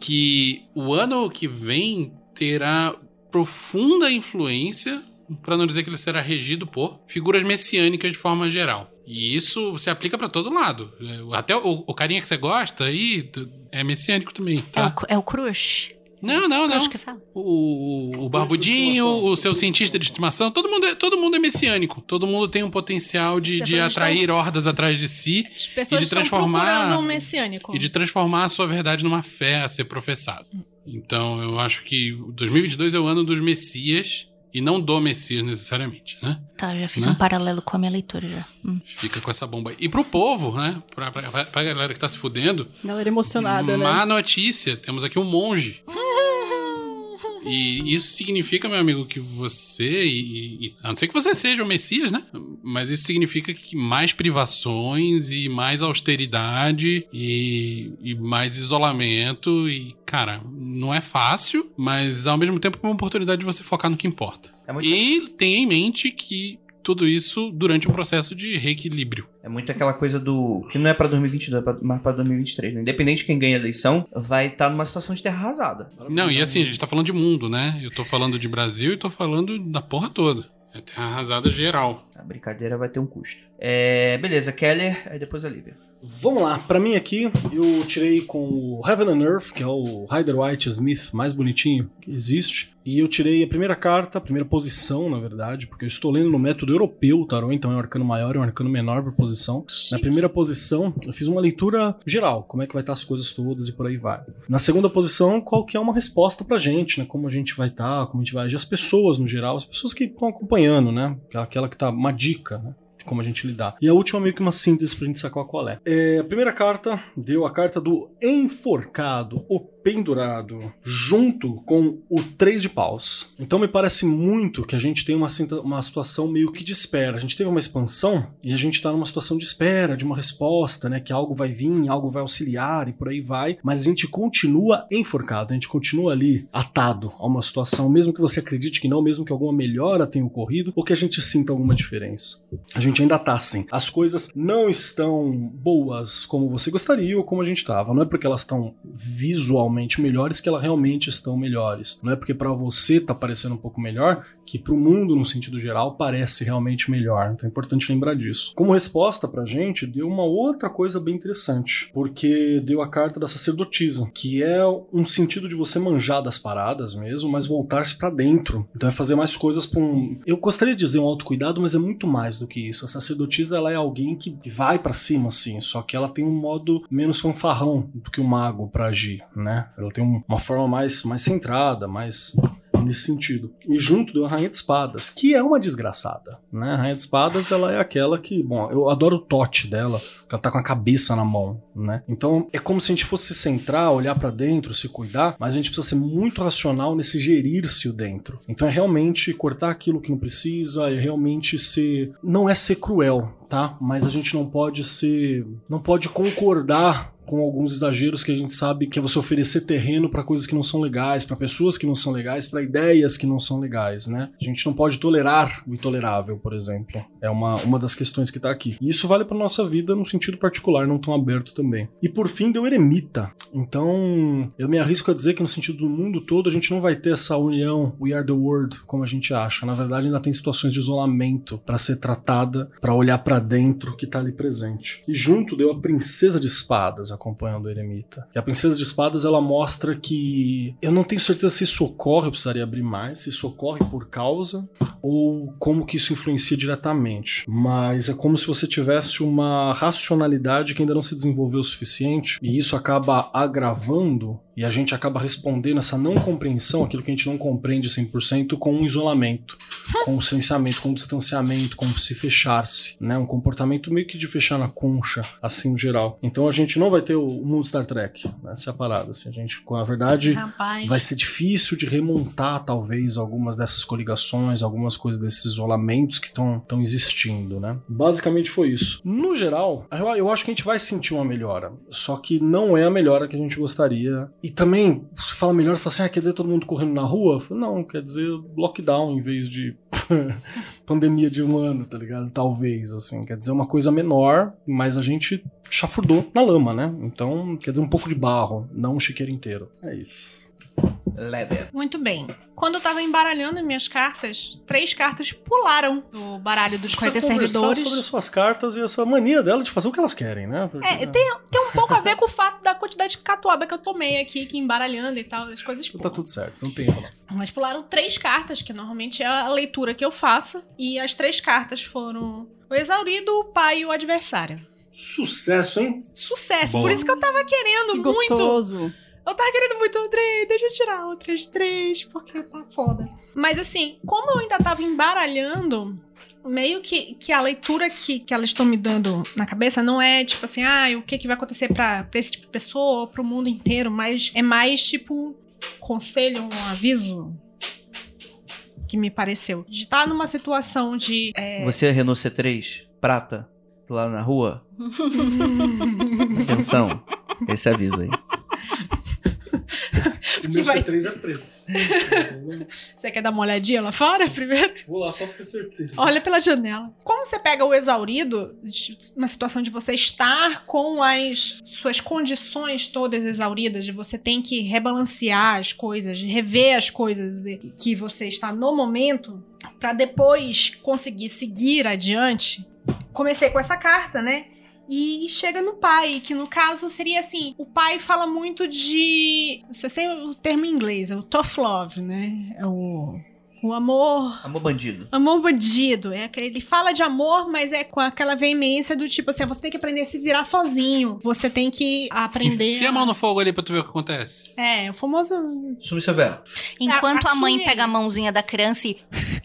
Speaker 4: que o ano que vem terá profunda influência para não dizer que ele será regido por figuras messiânicas de forma geral. E isso se aplica para todo lado. É, Até o, o carinha que você gosta aí t- é messiânico também,
Speaker 2: É, o,
Speaker 4: tá?
Speaker 2: cru- é o crush?
Speaker 4: Não, não, não.
Speaker 2: Crush que fala?
Speaker 4: O, o, o barbudinho, o seu cientista de estimação, todo mundo é, todo mundo é messiânico. Todo mundo tem um potencial de, de
Speaker 7: Pessoas estão-
Speaker 4: atrair hordas atrás de si
Speaker 7: As pessoas
Speaker 4: de
Speaker 7: estão
Speaker 4: transformar-
Speaker 7: procurando um messiânico.
Speaker 4: e de transformar a sua verdade numa fé a ser professada. Então, eu acho que o 2022 é o ano dos messias e não do messias necessariamente, né?
Speaker 2: Tá, eu já fiz
Speaker 4: Né?
Speaker 2: um paralelo com a minha leitura já. Hum.
Speaker 4: Fica com essa bomba aí. E pro povo, né? Pra, pra, pra- pra galera que tá se fudendo,
Speaker 6: Galera emocionada, né?
Speaker 4: má notícia, temos aqui um monge. E isso significa, meu amigo, que você e, e- A não ser que você seja o Messias, né? Mas isso significa que mais privações e mais austeridade e, e mais isolamento. E, cara, não é fácil, mas ao mesmo tempo é uma oportunidade de você focar no que importa.
Speaker 3: É muito
Speaker 4: E tenha em mente que tudo isso durante um processo de reequilíbrio.
Speaker 3: É muito aquela coisa do. que não é pra 2022, é pra- mas pra 2023, né? Independente de quem ganha a eleição, vai estar numa situação de terra arrasada.
Speaker 4: Não, e assim, a gente tá falando de mundo, né? Eu tô falando de Brasil e tô falando da porra toda. É terra arrasada geral.
Speaker 3: A brincadeira vai ter um custo. É. Beleza, Keller, aí depois a Lívia.
Speaker 5: Vamos lá, pra mim aqui eu tirei com o Heaven and Earth, que é o Rider White Smith mais bonitinho que existe, e eu tirei a primeira carta, a primeira posição, na verdade, porque eu estou lendo no método europeu o tarô, então é um arcano maior e um arcano menor por posição. Na primeira posição, eu fiz uma leitura geral, como é que vai estar as coisas todas e por aí vai. Na segunda posição, qual que é uma resposta pra gente, né? Como a gente vai estar, como a gente vai agir, as pessoas no geral, as pessoas que estão acompanhando, né? Aquela que tá uma dica, né? de como a gente lidar. E a última é meio que uma síntese pra gente sacar qual é. É, a primeira carta deu a carta do enforcado, o pendurado, junto com o três de paus. Então me parece muito que a gente tem uma, sinta- uma situação meio que de espera. A gente teve uma expansão e a gente tá numa situação de espera, de uma resposta, né? Que algo vai vir, algo vai auxiliar e por aí vai. Mas a gente continua enforcado, a gente continua ali atado a uma situação, mesmo que você acredite que não, mesmo que alguma melhora tenha ocorrido ou que a gente sinta alguma diferença. A gente ainda tá assim. As coisas não estão boas como você gostaria ou como a gente tava. Não é porque elas estão visualmente melhores que elas realmente estão melhores. Não é porque pra você tá parecendo um pouco melhor que pro mundo, no sentido geral, parece realmente melhor. Então é importante lembrar disso. Como resposta pra gente, deu uma outra coisa bem interessante. Porque deu a carta da sacerdotisa, que é um sentido de você manjar das paradas mesmo, mas voltar-se pra dentro. Então é fazer mais coisas pra um. Eu gostaria de dizer um autocuidado, mas é muito mais do que isso. A sacerdotisa, ela é alguém que vai pra cima, assim, só que ela tem um modo menos fanfarrão do que o mago pra agir, né? Ela tem um- uma forma mais, mais centrada, mais nesse sentido. E junto deu a Rainha de Espadas, que é uma desgraçada, né? A Rainha de Espadas, ela é aquela que, bom, eu adoro o tote dela, que ela tá com a cabeça na mão, né? Então, é como se a gente fosse se centrar, olhar pra dentro, se cuidar, mas a gente precisa ser muito racional nesse gerir-se o dentro. Então, é realmente cortar aquilo que não precisa, é realmente ser... Não é ser cruel, tá? Mas a gente não pode ser... Não pode concordar com alguns exageros que a gente sabe que é você oferecer terreno para coisas que não são legais, para pessoas que não são legais, para ideias que não são legais, né? A gente não pode tolerar o intolerável, por exemplo. É uma, uma das questões que tá aqui. E isso vale para nossa vida num sentido particular, não tão aberto também. E por fim, deu eremita. Então, eu me arrisco a dizer que no sentido do mundo todo, a gente não vai ter essa união We Are the World como a gente acha. Na verdade, ainda tem situações de isolamento para ser tratada, para olhar para dentro que tá ali presente. E junto deu a princesa de espadas acompanhando o eremita. E a princesa de espadas ela mostra que eu não tenho certeza se isso ocorre, eu precisaria abrir mais, se isso ocorre por causa ou como que isso influencia diretamente. Mas é como se você tivesse uma racionalidade que ainda não se desenvolveu o suficiente e isso acaba agravando e a gente acaba respondendo essa não compreensão, aquilo que a gente não compreende 100%, com um isolamento, com um silenciamento, com um distanciamento, com se fechar-se, né? Um comportamento meio que de fechar na concha, assim, no geral. Então a gente não vai ter o mundo Star Trek, né? Essa é a parada, assim. A gente, com a verdade,
Speaker 7: Rapaz.
Speaker 5: Vai ser difícil de remontar, talvez, algumas dessas coligações, algumas coisas desses isolamentos que estão existindo, né? Basicamente foi isso. No geral, eu- eu acho que a gente vai sentir uma melhora. Só que não é a melhora que a gente gostaria. E também, você fala melhor, fala assim, ah, quer dizer todo mundo correndo na rua? Eu falo, Não, quer dizer lockdown em vez de <laughs> pandemia de um ano, tá ligado? Talvez, assim. Quer dizer, uma coisa menor, mas a gente chafurdou na lama, né? Então, quer dizer, um pouco de barro, não um chiqueiro inteiro. É isso.
Speaker 3: Leber.
Speaker 7: Muito bem. Quando eu tava embaralhando minhas cartas, três cartas pularam do baralho dos
Speaker 5: Precisa
Speaker 7: quarenta
Speaker 5: conversar
Speaker 7: servidores.
Speaker 5: sobre as suas cartas e essa mania dela de fazer o que elas querem, né? Porque,
Speaker 7: É, tem, tem um pouco a ver com o fato da quantidade de catuaba que eu tomei aqui, que embaralhando e tal, as coisas
Speaker 5: Tá
Speaker 7: pulam.
Speaker 5: tudo certo, não tem erro. não.
Speaker 7: Mas pularam três cartas, que normalmente é a leitura que eu faço. E as três cartas foram o exaurido, o pai e o adversário.
Speaker 5: Sucesso,
Speaker 7: <laughs>
Speaker 5: hein?
Speaker 7: Sucesso!
Speaker 4: Boa.
Speaker 7: Por isso que eu tava querendo
Speaker 6: Que
Speaker 7: muito.
Speaker 6: gostoso.
Speaker 7: Eu tava querendo muito, Andrei, deixa eu tirar outras três, porque tá foda. Mas assim, como eu ainda tava embaralhando, meio que, que a leitura que, que elas estão me dando na cabeça não é tipo assim, ah, o que, que vai acontecer pra, pra esse tipo de pessoa, pro mundo inteiro, mas é mais tipo um conselho, um aviso. Que me pareceu. De estar numa situação de. é,
Speaker 3: Você é Renault C3 prata lá na rua? Atenção, esse aviso aí.
Speaker 5: O meu
Speaker 7: vai-
Speaker 5: C3 é
Speaker 10: <laughs>
Speaker 5: preto.
Speaker 7: Você quer dar uma olhadinha lá fora primeiro?
Speaker 5: Vou lá só pra ter certeza.
Speaker 7: Olha pela janela. Como você pega o exaurido, de uma situação de você estar com as suas condições todas exauridas, de você tem que rebalancear as coisas, de rever as coisas e- que você está no momento, para depois conseguir seguir adiante. Comecei com essa carta, né? E chega no pai, que no caso seria assim: o pai fala muito de. Se eu sei o termo em inglês, é o tough love, né? É o, o amor
Speaker 3: Amor bandido.
Speaker 7: Amor bandido. É aquele, ele fala de amor, mas é com aquela veemência do tipo assim: você tem que aprender a se virar sozinho. Você tem que aprender.
Speaker 4: Enfia a mão no fogo ali pra tu ver o que acontece.
Speaker 7: É, o famoso.
Speaker 3: Sumi seu véu.
Speaker 2: Enquanto a mãe
Speaker 7: Assume
Speaker 2: pega a mãozinha da criança e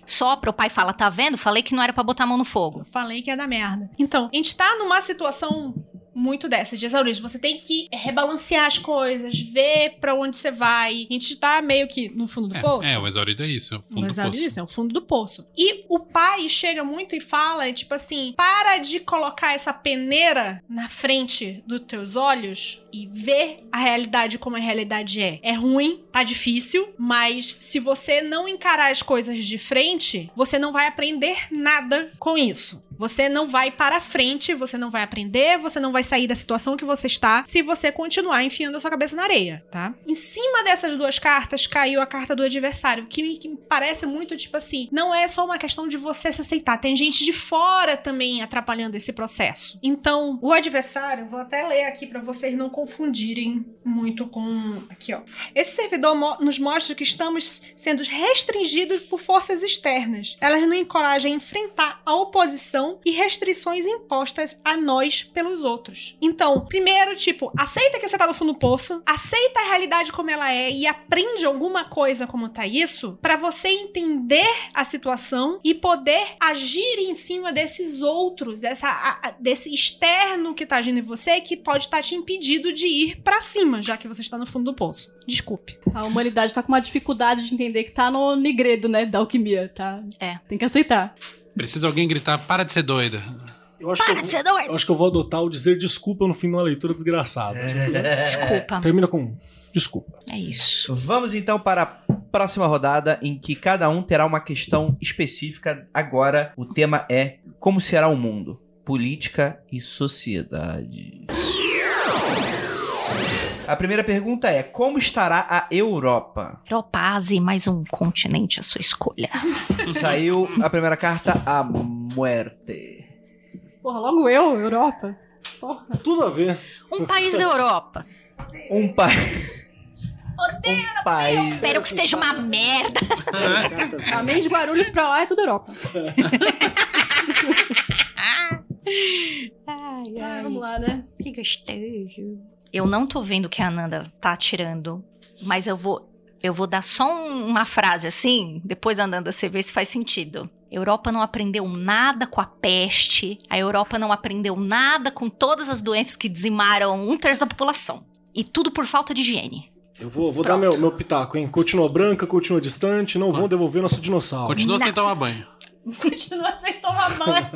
Speaker 2: sopra, o pai fala: Tá vendo? Falei que não era pra botar a mão no fogo.
Speaker 7: Eu falei que ia dar merda. Então, a gente tá numa situação muito dessa, de exaurismo. Você tem que rebalancear as coisas, ver pra onde você vai. A gente tá meio que no fundo do poço.
Speaker 4: É, é, o exaurido é isso, é o fundo
Speaker 7: Mas
Speaker 4: do
Speaker 7: sabe
Speaker 4: poço.
Speaker 7: isso, é o fundo do poço. E o pai chega muito e fala, tipo assim, para de colocar essa peneira na frente dos teus olhos e ver a realidade como a realidade é. É ruim, tá difícil, mas se você não encarar as coisas de frente, você não vai aprender nada com isso. Você não vai para frente, você não vai aprender, você não vai sair da situação que você está se você continuar enfiando a sua cabeça na areia, tá? Em cima dessas duas cartas caiu a carta do adversário, que me, que me parece muito tipo assim: não é só uma questão de você se aceitar, tem gente de fora também atrapalhando esse processo. Então, o adversário, vou até ler aqui pra vocês não confundirem muito com. Aqui, ó. Esse servidor mo- nos mostra que estamos sendo restringidos por forças externas. Elas nos encorajam a enfrentar a oposição e restrições impostas a nós pelos outros. Então, primeiro, tipo, aceita que você tá no fundo do poço, aceita a realidade como ela é e aprende alguma coisa como tá isso, pra você entender a situação e poder agir em cima desses outros, dessa, a- a- desse externo que tá agindo em você que pode estar te impedido de ir pra cima, já que você está no fundo do poço. Desculpe.
Speaker 6: A humanidade tá com uma dificuldade de entender que tá no negredo, né? Da alquimia, tá?
Speaker 2: É.
Speaker 6: Tem que aceitar.
Speaker 4: Precisa alguém gritar, para de ser doida.
Speaker 10: Eu acho, que eu,
Speaker 2: Para de
Speaker 10: vou,
Speaker 2: ser doido!
Speaker 10: eu acho que eu vou adotar o dizer desculpa no fim de uma leitura desgraçada.
Speaker 5: É.
Speaker 4: É.
Speaker 2: Desculpa.
Speaker 10: Termina com desculpa.
Speaker 2: É isso.
Speaker 3: Vamos então para a próxima rodada em que cada um terá uma questão específica. Agora o tema é como será o mundo, política e sociedade. A primeira pergunta é: como estará a Europa?
Speaker 2: Europa, Ásia, e mais um continente à sua escolha.
Speaker 3: Saiu a primeira carta, a muerte.
Speaker 6: Porra, logo eu, Europa.
Speaker 5: Tá
Speaker 10: Tudo a ver.
Speaker 2: Um país da Europa.
Speaker 3: Um país. Um país.
Speaker 2: Espero que esteja uma merda.
Speaker 6: Amém Tá de Guarulhos pra lá é tudo Europa. <laughs>
Speaker 2: Ai,
Speaker 6: Ah, vamos lá, né?
Speaker 2: Que gostoso. Eu não tô vendo o que a Ananda tá tirando, mas eu vou eu vou dar só um- uma frase assim, depois Ananda você vê se faz sentido. Europa não aprendeu nada com a peste, a Europa não aprendeu nada com todas as doenças que dizimaram um terço da população. E tudo por falta de higiene.
Speaker 10: Eu vou, vou dar meu, meu pitaco, hein? Continua branca, continua distante, não vão devolver nosso dinossauro.
Speaker 4: Continua sem
Speaker 2: Não.
Speaker 4: tomar banho.
Speaker 7: Continua sem tomar banho.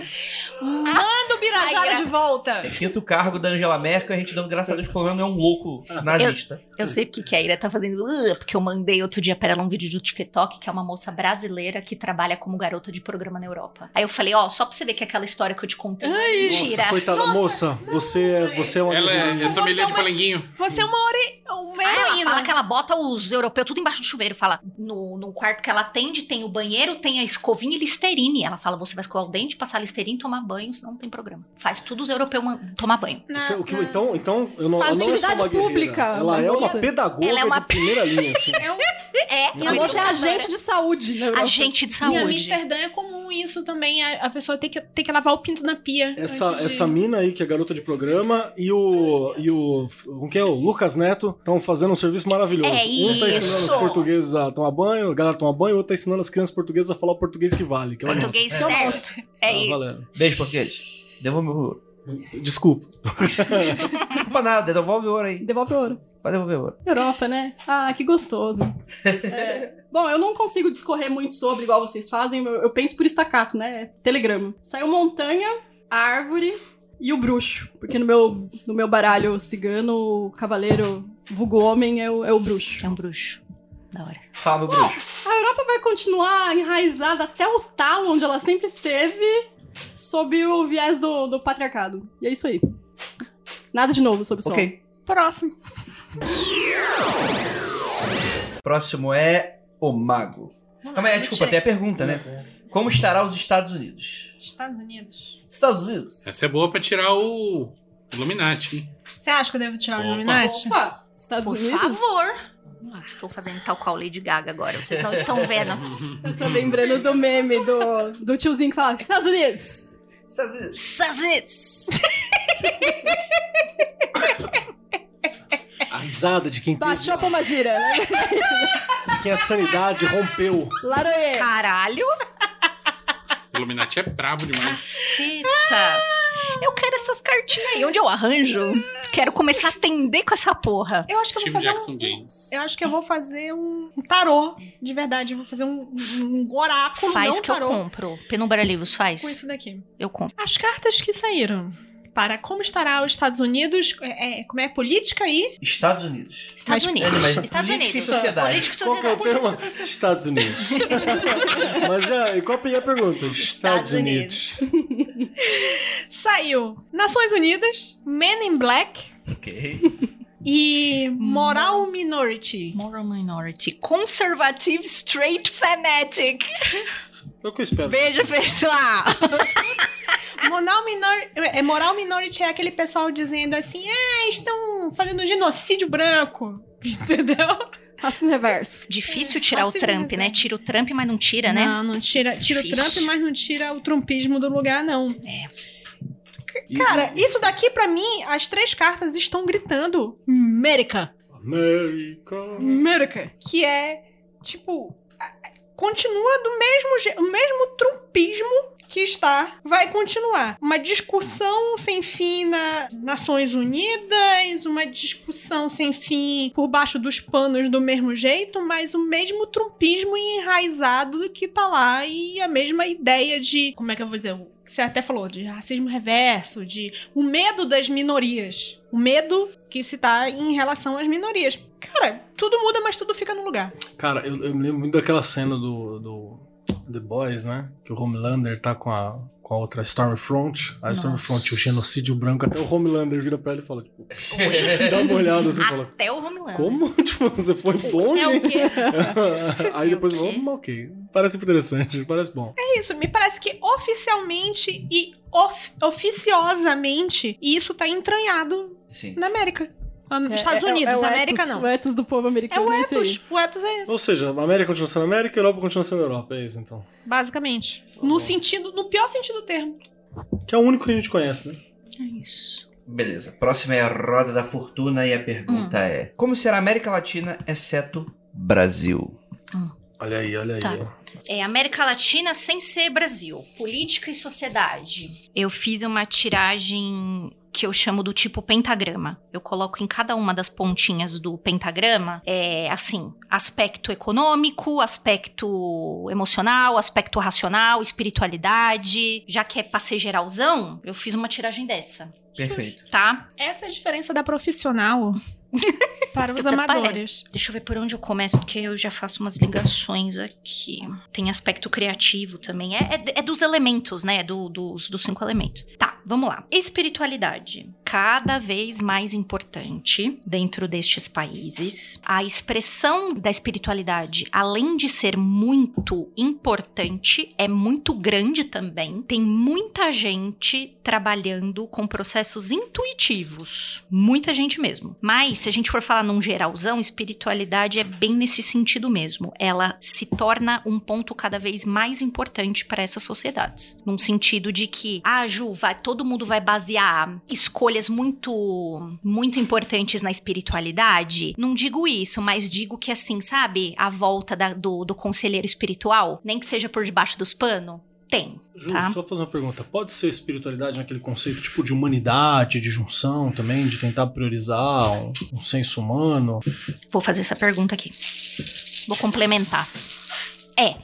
Speaker 7: Manda o
Speaker 2: Ai,
Speaker 7: Birajara
Speaker 2: gra-
Speaker 7: de volta.
Speaker 3: Quinto cargo da Angela Merkel, a gente dando graças a Deus que pelo menos não é um louco nazista.
Speaker 2: Eu sei porque que a Ira tá fazendo, "Ugh", porque eu mandei outro dia pra ela um vídeo do TikTok, que é uma moça brasileira que trabalha como garota de programa na Europa. Aí eu falei, ó, só pra você ver que aquela história que eu te contei não é mentira.
Speaker 10: Nossa, coitada moça, você, é- você é uma.
Speaker 4: Ela é, é
Speaker 10: Nossa,
Speaker 4: sommelier
Speaker 7: você é
Speaker 4: de
Speaker 7: uma-
Speaker 4: palanguinho.
Speaker 7: Você é uma, ore...
Speaker 2: Ah,
Speaker 7: uma
Speaker 2: ela
Speaker 7: heroína.
Speaker 2: fala que ela bota os europeus tudo embaixo do chuveiro. Fala, no, no quarto que ela atende tem o banheiro, tem a escovinha e listerine. Ela fala, você vai escovar o dente, passar listerine e tomar banho, senão não tem programa. Faz tudo os europeus man- tomar banho.
Speaker 10: você- o que, então, então, eu não,
Speaker 6: Faz
Speaker 10: ela não é só uma
Speaker 6: atividade
Speaker 10: guerreira.
Speaker 6: pública,
Speaker 10: Ela é uma
Speaker 6: moça.
Speaker 10: pedagoga
Speaker 2: Ela é uma-
Speaker 10: de primeira linha,
Speaker 2: <laughs>
Speaker 10: assim.
Speaker 2: É,
Speaker 6: E a moça é agente de saúde na Europa.
Speaker 2: Agente de
Speaker 7: Em
Speaker 2: tá saúde.
Speaker 7: Amsterdã é comum isso também. A, a pessoa tem que, tem que lavar o pinto na pia.
Speaker 10: Essa,
Speaker 7: antes de-
Speaker 10: essa mina aí, que é garota de programa, e o. E o. Como que é? O Lucas Neto estão fazendo um serviço maravilhoso.
Speaker 2: É
Speaker 10: um tá ensinando
Speaker 2: isso.
Speaker 10: os portugueses a tomar banho, a galera toma banho, o outro tá ensinando as crianças portuguesas a falar o português que vale. Que é o nosso.
Speaker 2: Português
Speaker 6: Eu
Speaker 2: certo. É
Speaker 10: Ah,
Speaker 2: isso.
Speaker 10: valeu.
Speaker 3: Beijo, português. Devolve o ouro.
Speaker 10: Desculpa.
Speaker 3: Não culpa nada, devolve o ouro aí.
Speaker 6: Devolve o ouro.
Speaker 3: Pode devolver o ouro.
Speaker 6: Europa, né? Ah, que gostoso. É. <laughs> Bom, eu não consigo discorrer muito sobre, igual vocês fazem. Eu, eu penso por estacato, né? Telegrama. Saiu montanha, árvore e o bruxo. Porque no meu, no meu baralho cigano, o cavaleiro vulgo homem é o, é o bruxo.
Speaker 2: É um bruxo. Da hora.
Speaker 3: Fala, meu bruxo.
Speaker 6: A Europa vai continuar enraizada até o talo onde ela sempre esteve, sob o viés do, do patriarcado. E é isso aí. Nada de novo sobre o sol.
Speaker 3: Ok.
Speaker 7: Próximo.
Speaker 3: Próximo é o mago. Calma aí, desculpa, tem a pergunta, né? Como estará os Estados Unidos?
Speaker 7: Estados Unidos.
Speaker 3: Estados Unidos.
Speaker 4: Essa é boa pra tirar o Illuminati, hein?
Speaker 7: Você acha que eu devo tirar
Speaker 4: Opa.
Speaker 7: o Illuminati?
Speaker 6: Opa! Estados
Speaker 2: Por
Speaker 6: Unidos?
Speaker 2: favor. Estou fazendo tal qual Lady Gaga agora. Vocês não estão vendo.
Speaker 6: Eu tô lembrando do meme do, do tiozinho que fala Estados Unidos.
Speaker 3: Estados Unidos.
Speaker 2: Sazits.
Speaker 10: A risada de quem
Speaker 6: Baixou a
Speaker 10: teve,
Speaker 6: pomba gira, né?
Speaker 10: de quem a sanidade rompeu.
Speaker 6: Laroê.
Speaker 2: Caralho.
Speaker 4: Illuminati é brabo demais.
Speaker 2: Caceta. Eu quero essas cartinhas aí. Onde eu arranjo? Quero começar a atender com essa porra.
Speaker 7: Eu acho que eu vou
Speaker 4: Steve
Speaker 7: fazer
Speaker 4: Jackson
Speaker 7: um...
Speaker 4: Games.
Speaker 7: Eu
Speaker 2: Hum.
Speaker 7: acho que eu vou fazer um um tarô, de verdade. Eu vou fazer um, um oráculo,
Speaker 2: Faz
Speaker 7: não
Speaker 2: que eu
Speaker 7: tarô.
Speaker 2: compro. Penumbra Livros, faz.
Speaker 7: com isso daqui.
Speaker 2: Eu compro.
Speaker 7: As cartas que saíram para como estará os Estados Unidos, é, é, como é política aí?
Speaker 3: Estados Unidos.
Speaker 2: Estados Unidos.
Speaker 3: mas
Speaker 2: Estados
Speaker 3: política
Speaker 2: Unidos.
Speaker 3: e sociedade.
Speaker 2: Política e
Speaker 10: Qual que é o
Speaker 2: sociedade.
Speaker 10: tema? Estados Unidos.
Speaker 2: <laughs>
Speaker 10: Mas é, e qual é a pergunta? Estados, Unidos.
Speaker 7: Saiu Nações Unidas, Men in Black
Speaker 3: Ok.
Speaker 7: e Moral
Speaker 2: Hum.
Speaker 7: Minority.
Speaker 2: Moral Minority. Conservative Straight Fanatic.
Speaker 10: É o que eu espero.
Speaker 2: Beijo, pessoal. Ah!
Speaker 7: Moral, minor, é, moral Minority é aquele pessoal dizendo assim, ah, estão fazendo genocídio branco. <laughs> Entendeu?
Speaker 6: Racismo reverso.
Speaker 2: Difícil tirar o
Speaker 7: facilita.
Speaker 2: Trump, né? Tira o Trump, mas não tira, né?
Speaker 7: Não, não tira, tira o
Speaker 2: Difícil.
Speaker 7: Trump, mas não tira o trumpismo do lugar, não.
Speaker 10: E-
Speaker 7: Cara, isso daqui pra mim, as três cartas estão gritando América.
Speaker 10: America.
Speaker 7: América. Que é, tipo, a- a- continua do mesmo jeito, o mesmo trumpismo que está, vai continuar. Uma discussão sem fim nas Nações Unidas, uma discussão sem fim por baixo dos panos do mesmo jeito, mas o mesmo trumpismo enraizado que tá lá e a mesma ideia de, como é que eu vou dizer, o que você até falou, de racismo reverso, de o medo das minorias. O medo que se tá em relação às minorias. Cara, tudo muda, mas tudo fica no lugar.
Speaker 10: Cara, eu, eu me lembro muito daquela cena do, do The Boys, né? Que o Homelander tá com a, com a outra Stormfront. A Stormfront, o genocídio branco. Até o Homelander vira pra ele e fala, tipo... <laughs> dá uma olhada assim e fala...
Speaker 2: Até o Homeland.
Speaker 10: Como? <laughs> Tipo, você foi longe?
Speaker 7: Ah. É o quê?
Speaker 10: <laughs> Aí depois,
Speaker 2: É o quê?
Speaker 10: vamos, ok. Parece interessante, <laughs> parece bom.
Speaker 7: É isso, me parece que oficialmente e of- oficiosamente isso tá entranhado
Speaker 3: Sim.
Speaker 7: na América. Am-
Speaker 6: É,
Speaker 7: Estados
Speaker 6: é- é-
Speaker 7: Unidos,
Speaker 6: é o
Speaker 7: América
Speaker 6: ethos-
Speaker 7: não.
Speaker 6: O ethos do povo
Speaker 7: É
Speaker 6: americano.
Speaker 7: o
Speaker 6: isso aí.
Speaker 7: ethos, o ethos é esse,
Speaker 10: Ou seja, a América continua sendo América, a Europa continua sendo Europa, é isso então.
Speaker 7: basicamente. No sentido, no pior sentido do termo.
Speaker 10: Que é o único que a gente conhece, né?
Speaker 2: É
Speaker 3: Beleza. Próxima é a roda da fortuna e a pergunta é: Como será a América Latina, exceto Brasil?
Speaker 10: Olha aí, olha aí.
Speaker 2: Tá.
Speaker 10: ó.
Speaker 2: É América Latina sem ser Brasil. Política e sociedade. Eu fiz uma tiragem que eu chamo do tipo pentagrama. Eu coloco em cada uma das pontinhas do pentagrama, é assim, aspecto econômico, aspecto emocional, aspecto racional, espiritualidade. Já que é pra ser geralzão, eu fiz uma tiragem dessa,
Speaker 3: Perfeito. <laughs>
Speaker 2: tá?
Speaker 7: Essa é a diferença
Speaker 6: <laughs>
Speaker 7: da profissional para os
Speaker 2: Até
Speaker 7: amadores.
Speaker 2: parece. Deixa eu ver por onde eu começo, porque eu já faço umas ligações aqui. Tem aspecto criativo também. É, é- é dos elementos, né? É do- dos, dos cinco elementos. Tá, vamos lá. Espiritualidade. Cada vez mais importante dentro destes países. A expressão da espiritualidade, além de ser muito importante, é muito grande também. Tem muita gente trabalhando com processos intuitivos. Muita gente mesmo. Mas, se a gente for falar num geralzão, espiritualidade é bem nesse sentido mesmo. Ela se torna um ponto cada vez mais importante para essas sociedades. Num sentido de que, ah, Ju, vai, todo mundo vai basear escolhas muito, muito importantes na espiritualidade. Não digo isso, mas digo que, assim, sabe, a volta da- do, do conselheiro espiritual, nem que seja por debaixo dos panos, tem.
Speaker 10: Ju,
Speaker 2: Tá.
Speaker 10: só fazer uma pergunta. Pode ser espiritualidade naquele conceito tipo de humanidade, de junção também, de tentar priorizar um, um senso humano?
Speaker 2: Vou fazer essa pergunta aqui. Vou complementar. É.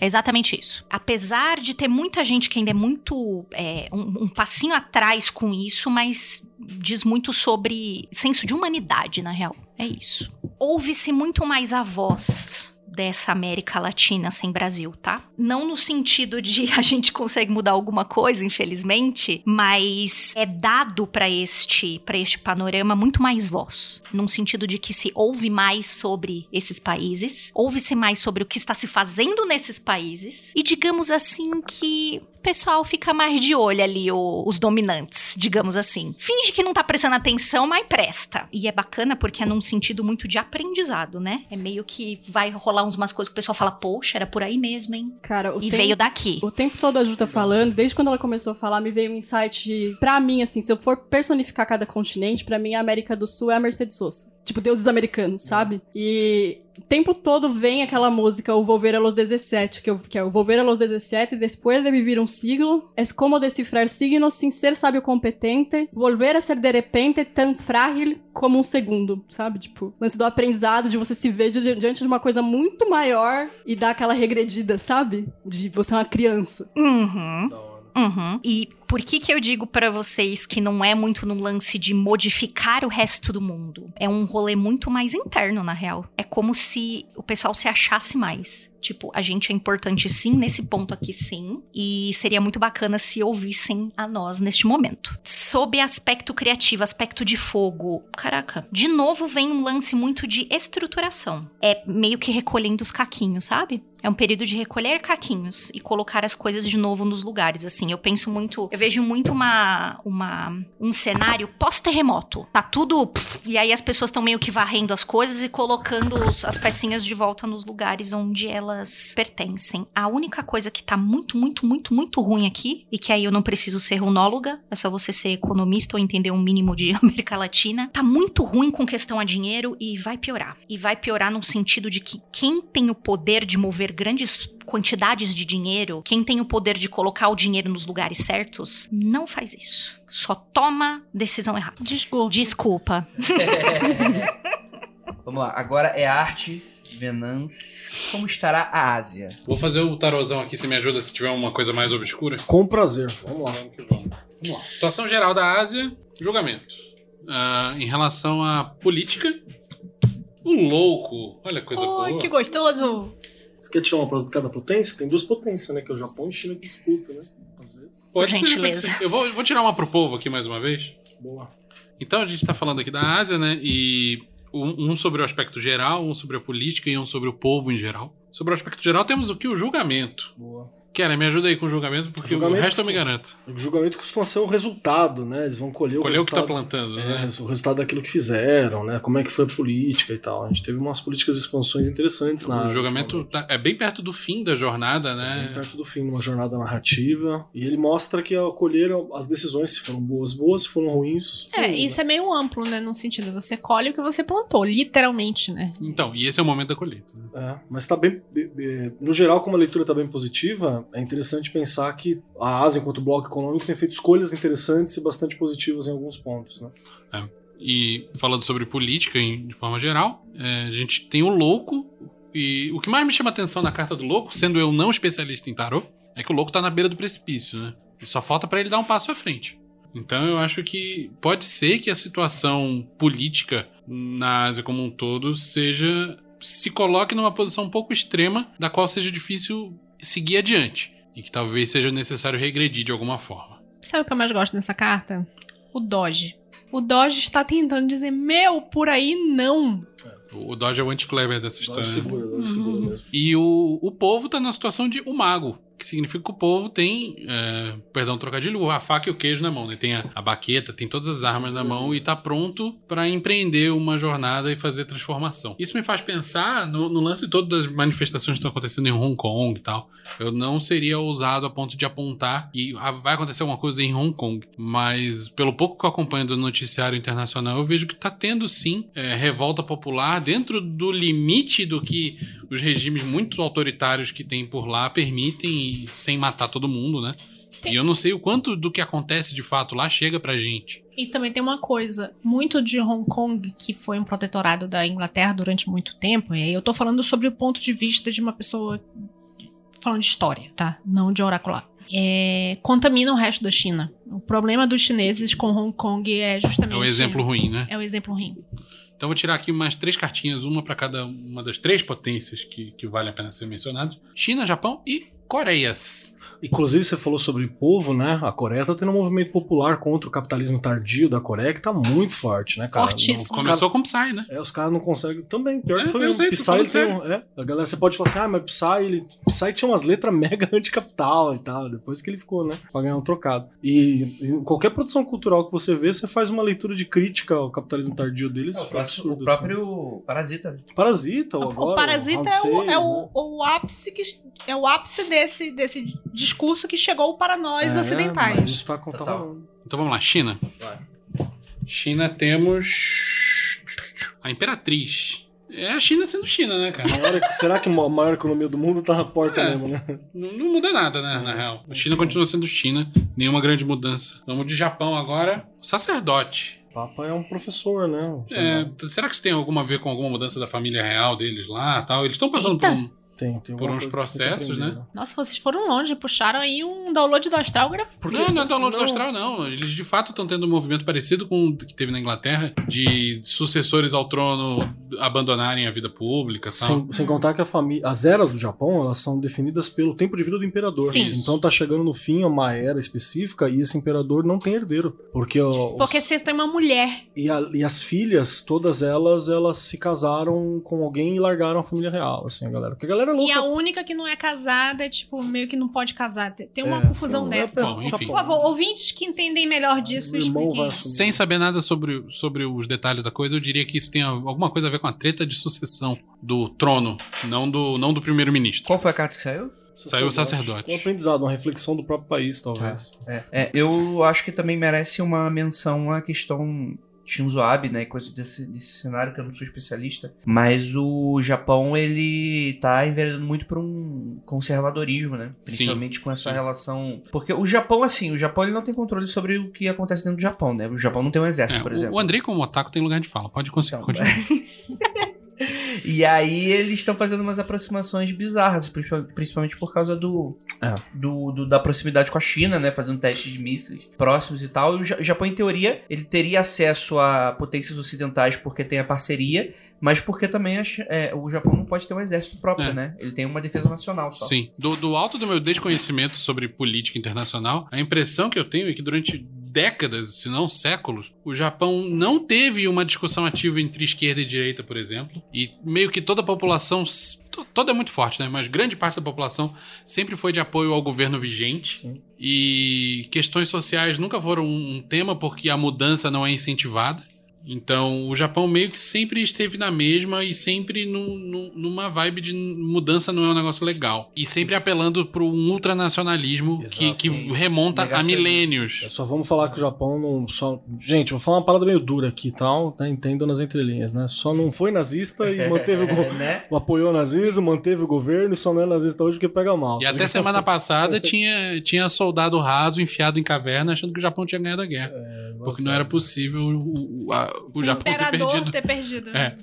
Speaker 2: É exatamente isso. Apesar de ter muita gente que ainda é muito. é, um, um passinho atrás com isso, mas diz muito sobre senso de humanidade, na real. É isso. Ouve-se muito mais a voz dessa América Latina sem Brasil, tá? Não no sentido de <laughs> a gente consegue mudar alguma coisa, infelizmente, mas é dado para este para este panorama muito mais voz, num sentido de que se ouve mais sobre esses países, ouve-se mais sobre o que está se fazendo nesses países e digamos assim que o pessoal fica mais de olho ali o- os dominantes, digamos assim. Finge que não tá prestando atenção, mas presta. E é bacana porque é num sentido muito de aprendizado, né? É meio que vai rolar uns- umas coisas que o pessoal fala, poxa, era por aí mesmo, hein?
Speaker 6: Cara, o
Speaker 2: E
Speaker 6: tempo-
Speaker 2: veio daqui.
Speaker 6: O tempo todo a Ju tá falando, desde quando ela começou a falar, me veio um insight de, pra mim, assim, se eu for personificar cada continente, pra mim a América do Sul é a Mercedes Sosa. Tipo, deuses americanos, sabe? E o tempo todo vem aquela música, o Volver a los 17, que, eu- que é o Volver a los 17, depois de vivir um siglo, es como decifrar signos sin ser sábio competente, volver a ser de repente tão frágil como um segundo, sabe? Tipo, lance do aprendizado, de você se ver di- diante de uma coisa muito maior e dar aquela regredida, sabe? De você é uma criança.
Speaker 2: Uhum.
Speaker 10: Da hora.
Speaker 2: Uhum. E por que que eu digo pra vocês que não é muito no lance de modificar o resto do mundo? É um rolê muito mais interno, na real. É como se o pessoal se achasse mais. Tipo, a gente é importante sim, nesse ponto aqui sim. E seria muito bacana se ouvissem a nós neste momento. Sob aspecto criativo, aspecto de fogo. Caraca. De novo vem um lance muito de estruturação. É meio que recolhendo os caquinhos, sabe? É um período de recolher caquinhos e colocar as coisas de novo nos lugares, assim. Eu penso muito, eu vejo muito uma, uma um cenário pós-terremoto. Tá tudo pf, e aí as pessoas estão meio que varrendo as coisas e colocando os- as pecinhas de volta nos lugares onde elas pertencem. A única coisa que tá muito, muito, muito, muito ruim aqui e que aí eu não preciso ser runóloga, é só você ser economista ou entender um mínimo de América Latina. Tá muito ruim com questão a dinheiro e vai piorar. E vai piorar no sentido de que quem tem o poder de mover grandes quantidades de dinheiro, quem tem o poder de colocar o dinheiro nos lugares certos, não faz isso. Só toma decisão errada.
Speaker 7: Desculpa.
Speaker 2: Desculpa.
Speaker 3: Vamos lá. Agora é a arte Venâncio, como estará a Ásia?
Speaker 4: Vou fazer o tarozão aqui, você me ajuda se tiver uma coisa mais obscura.
Speaker 5: Com prazer.
Speaker 4: Vamos lá. Vamos que vamos. Vamos lá. Situação geral da Ásia, julgamento. Ah, em relação à política, o louco, olha que coisa
Speaker 7: Oi,
Speaker 4: boa.
Speaker 7: que gostoso!
Speaker 5: Você quer tirar uma pra cada potência? Tem duas potências, né? Que é o Japão e China que disputam, né? Às vezes.
Speaker 4: Pode
Speaker 2: Por
Speaker 4: ser,
Speaker 2: gentileza.
Speaker 4: pode ser. Eu vou, eu vou tirar uma pro povo aqui mais uma vez.
Speaker 5: Boa.
Speaker 4: Então a gente tá falando aqui da Ásia, né? E um, um sobre o aspecto geral, um sobre a política e um sobre o povo em geral. Sobre o aspecto geral, temos o que? O julgamento.
Speaker 5: Boa.
Speaker 4: Karen, me ajuda aí com o julgamento, porque
Speaker 5: Julgamento,
Speaker 4: o resto eu me
Speaker 5: sim.
Speaker 4: garanto.
Speaker 5: O julgamento costuma ser o resultado, né? Eles vão colher o
Speaker 4: Colher o que tá
Speaker 5: resultado.
Speaker 4: plantando, né?
Speaker 5: É, o resultado daquilo que fizeram, né? Como é que foi a política e tal. A gente teve umas políticas de expansões interessantes É, na.
Speaker 4: O
Speaker 5: área,
Speaker 4: julgamento tá- é bem perto do fim da jornada,
Speaker 5: Tá Bem
Speaker 4: né?
Speaker 5: perto do fim de uma jornada narrativa. E ele mostra que acolheram as decisões, se foram boas, boas, se foram ruins. Hum,
Speaker 7: É, isso é meio amplo, né? No sentido, você colhe o que você plantou, literalmente, né?
Speaker 4: Então, e esse é o momento da colheita. né?
Speaker 5: É, mas tá bem. be- be- No geral, como a leitura tá bem positiva, é interessante pensar que a Ásia, enquanto bloco econômico, tem feito escolhas interessantes e bastante positivas em alguns pontos, né?
Speaker 4: E falando sobre política em- de forma geral, é, a gente tem o louco. E o que mais me chama atenção na carta do louco, sendo eu não especialista em tarô, é que o louco tá na beira do precipício, né? E só falta pra ele dar um passo à frente. Então eu acho que pode ser que a situação política na Ásia como um todo seja. se coloque numa posição um pouco extrema, da qual seja difícil seguir adiante. E que talvez seja necessário regredir de alguma forma.
Speaker 7: Sabe o que eu mais gosto nessa carta? O Doge. O Doge está tentando dizer, meu, por aí não.
Speaker 4: O o Dodge é o anti-Kleber dessa história.
Speaker 5: Dói
Speaker 4: né?
Speaker 5: segura, dói
Speaker 7: Uhum.
Speaker 5: segura mesmo.
Speaker 4: E o, o povo tá na situação de o mago, que significa que o povo tem, é, perdão, trocadilho, a faca e o queijo na mão, né? Tem a, a baqueta, tem todas as armas na mão e tá pronto pra empreender uma jornada e fazer transformação. Isso me faz pensar no, no lance todo das manifestações que estão acontecendo em Hong Kong e tal. Eu não seria ousado a ponto de apontar que ah, vai acontecer alguma coisa em Hong Kong, mas pelo pouco que eu acompanho do noticiário internacional, eu vejo que tá tendo sim é, revolta popular dentro do limite do que os regimes muito autoritários que tem por lá permitem e sem matar todo mundo, né? E eu não sei o quanto do que acontece de fato lá chega pra gente.
Speaker 7: E também tem uma coisa, muito de Hong Kong, que foi um protetorado da Inglaterra durante muito tempo, e aí eu tô falando sobre o ponto de vista de uma pessoa falando de história, tá? Não de oracular. É, contamina o resto da China. O problema dos chineses com Hong Kong é justamente...
Speaker 4: É um exemplo ruim, né?
Speaker 7: É o exemplo ruim.
Speaker 4: Então eu vou tirar aqui mais três cartinhas, uma pra cada uma das três potências que, que vale a pena ser mencionadas: China, Japão e Coreias.
Speaker 5: Inclusive, você falou sobre povo, né? A Coreia tá tendo um movimento popular contra o capitalismo tardio da Coreia que tá muito forte, né, cara?
Speaker 7: Fortíssimo.
Speaker 5: Os caras-
Speaker 4: Começou com Psy, né?
Speaker 5: É, os caras não conseguem. Também, pior
Speaker 4: É,
Speaker 5: que foi
Speaker 4: eu
Speaker 5: mesmo.
Speaker 4: sei, tô
Speaker 5: Psy,
Speaker 4: falando
Speaker 5: ele tem um- é, a galera, você pode falar assim, ah, mas Psy, ele, Psy tinha umas letras <laughs> mega anticapital e tal. Depois que ele ficou, né? Pra ganhar um trocado. E, e qualquer produção cultural que você vê, você faz uma leitura de crítica ao capitalismo tardio deles.
Speaker 3: É, o,
Speaker 5: foi absurdo, assim.
Speaker 3: próprio Parasita.
Speaker 5: Parasita, ou agora.
Speaker 7: o
Speaker 5: Round
Speaker 7: parasita é, o, é
Speaker 5: Seis,
Speaker 7: o-
Speaker 5: né?
Speaker 7: o ápice que é o ápice desse, desse discurso que chegou para nós
Speaker 5: É, Mas
Speaker 7: ocidentais.
Speaker 5: isso tá contando.
Speaker 3: Total.
Speaker 4: Então vamos lá, China.
Speaker 5: Vai.
Speaker 4: China temos. A Imperatriz. É a China sendo China, né, cara?
Speaker 5: Maior- será que a maior economia do mundo tá na porta
Speaker 4: É.
Speaker 5: mesmo, né?
Speaker 4: Não, não muda nada, né, na real. A China continua sendo China, nenhuma grande mudança. Vamos de Japão agora. Sacerdote.
Speaker 5: O Papa é um professor, né?
Speaker 4: É, t- será que isso tem alguma a ver com alguma mudança da família real deles lá tal? Eles estão passando por um.
Speaker 5: Tem, tem
Speaker 4: Por
Speaker 5: alguma
Speaker 4: uns
Speaker 5: coisa que você tem que
Speaker 4: processos,
Speaker 5: aprender,
Speaker 4: né?
Speaker 7: Nossa, vocês foram longe, puxaram aí um download do astral.
Speaker 4: Por não, não é download do astral, não. Eles de fato estão tendo um movimento parecido com o que teve na Inglaterra de sucessores ao trono abandonarem a vida pública tal.
Speaker 5: Sem, sem contar que a família, as eras do Japão, elas são definidas pelo tempo de vida do imperador.
Speaker 7: Sim.
Speaker 5: Então tá chegando no fim uma era específica e esse imperador não tem herdeiro, porque, ó, os-
Speaker 7: Porque você tem uma mulher.
Speaker 5: e, a- e as filhas, todas elas, elas se casaram com alguém e largaram a família real, assim, a galera. Porque a galera é
Speaker 7: E
Speaker 5: louca.
Speaker 7: a única que não é casada, tipo, meio que não pode casar. Tem- Tem uma
Speaker 5: É,
Speaker 7: confusão
Speaker 5: então,
Speaker 7: dessa.
Speaker 5: é,
Speaker 4: Bom, enfim.
Speaker 7: Por favor, ouvintes que entendem melhor disso,
Speaker 5: Meu irmão
Speaker 7: expliquem.
Speaker 5: vai-
Speaker 7: isso.
Speaker 4: Sem saber nada sobre, sobre os detalhes da coisa, eu diria que isso tem alguma coisa a ver com a treta de sucessão do trono, não do, não do primeiro-ministro.
Speaker 3: Qual foi a carta que saiu?
Speaker 4: Saiu o sacerdote.
Speaker 5: Um aprendizado, uma reflexão do próprio país, talvez.
Speaker 3: É, é, eu acho que também merece uma menção à questão Shinzo Abe, né, coisa desse, desse cenário que eu não sou especialista, mas o Japão ele tá enveredando muito para um conservadorismo, né? Principalmente com essa
Speaker 4: sim.
Speaker 3: relação, porque o Japão assim, o Japão ele não tem controle sobre o que acontece dentro do Japão, né? O Japão não tem um
Speaker 4: É,
Speaker 3: exército, por
Speaker 4: o-
Speaker 3: exemplo. é,
Speaker 4: o Andrei, como otaku, tem lugar de fala. Pode conseguir
Speaker 3: Então,
Speaker 4: continuar.
Speaker 3: <laughs> E aí eles estão fazendo umas aproximações bizarras, principal- principalmente por causa do,
Speaker 5: É.
Speaker 3: do- do- da proximidade com a China, né? Fazendo testes de mísseis próximos e tal. E o Ja- o Japão, em teoria, ele teria acesso a potências ocidentais porque tem a parceria, mas porque também a Chi- é, o Japão não pode ter um exército próprio,
Speaker 4: É.
Speaker 3: né? Ele tem uma defesa nacional só.
Speaker 4: Sim. Do, do alto do meu desconhecimento sobre política internacional, a impressão que eu tenho é que durante décadas, se não séculos, o Japão não teve uma discussão ativa entre esquerda e direita, por exemplo. E meio que toda a população. s- to- Toda é muito forte, né? Mas grande parte da população sempre foi de apoio ao governo vigente. E questões sociais nunca foram um um tema porque a mudança não é incentivada. Então, o Japão meio que sempre esteve na mesma e sempre num- num- numa vibe de mudança não é um negócio legal. E sempre apelando para um ultranacionalismo que,
Speaker 5: Exato.
Speaker 4: que remonta a
Speaker 3: Negacionismo.
Speaker 4: milênios.
Speaker 5: É, Só vamos falar que o Japão não. Só... Gente, vou falar uma parada meio dura aqui e tal, né? entendo nas entrelinhas, né? Só não foi nazista e manteve o.
Speaker 3: <laughs>
Speaker 4: <laughs>
Speaker 5: go-
Speaker 3: né?
Speaker 5: Apoiou o nazismo, manteve o governo e só não é nazista hoje porque pega mal.
Speaker 4: E
Speaker 5: tá
Speaker 4: até
Speaker 5: ligado?
Speaker 4: semana passada tinha, tinha soldado raso enfiado em caverna achando que o Japão tinha ganhado a guerra.
Speaker 5: É, nossa.
Speaker 4: porque não era possível o, o- a- o Japão ter
Speaker 7: Imperador
Speaker 4: perdido.
Speaker 7: ter perdido.
Speaker 4: É.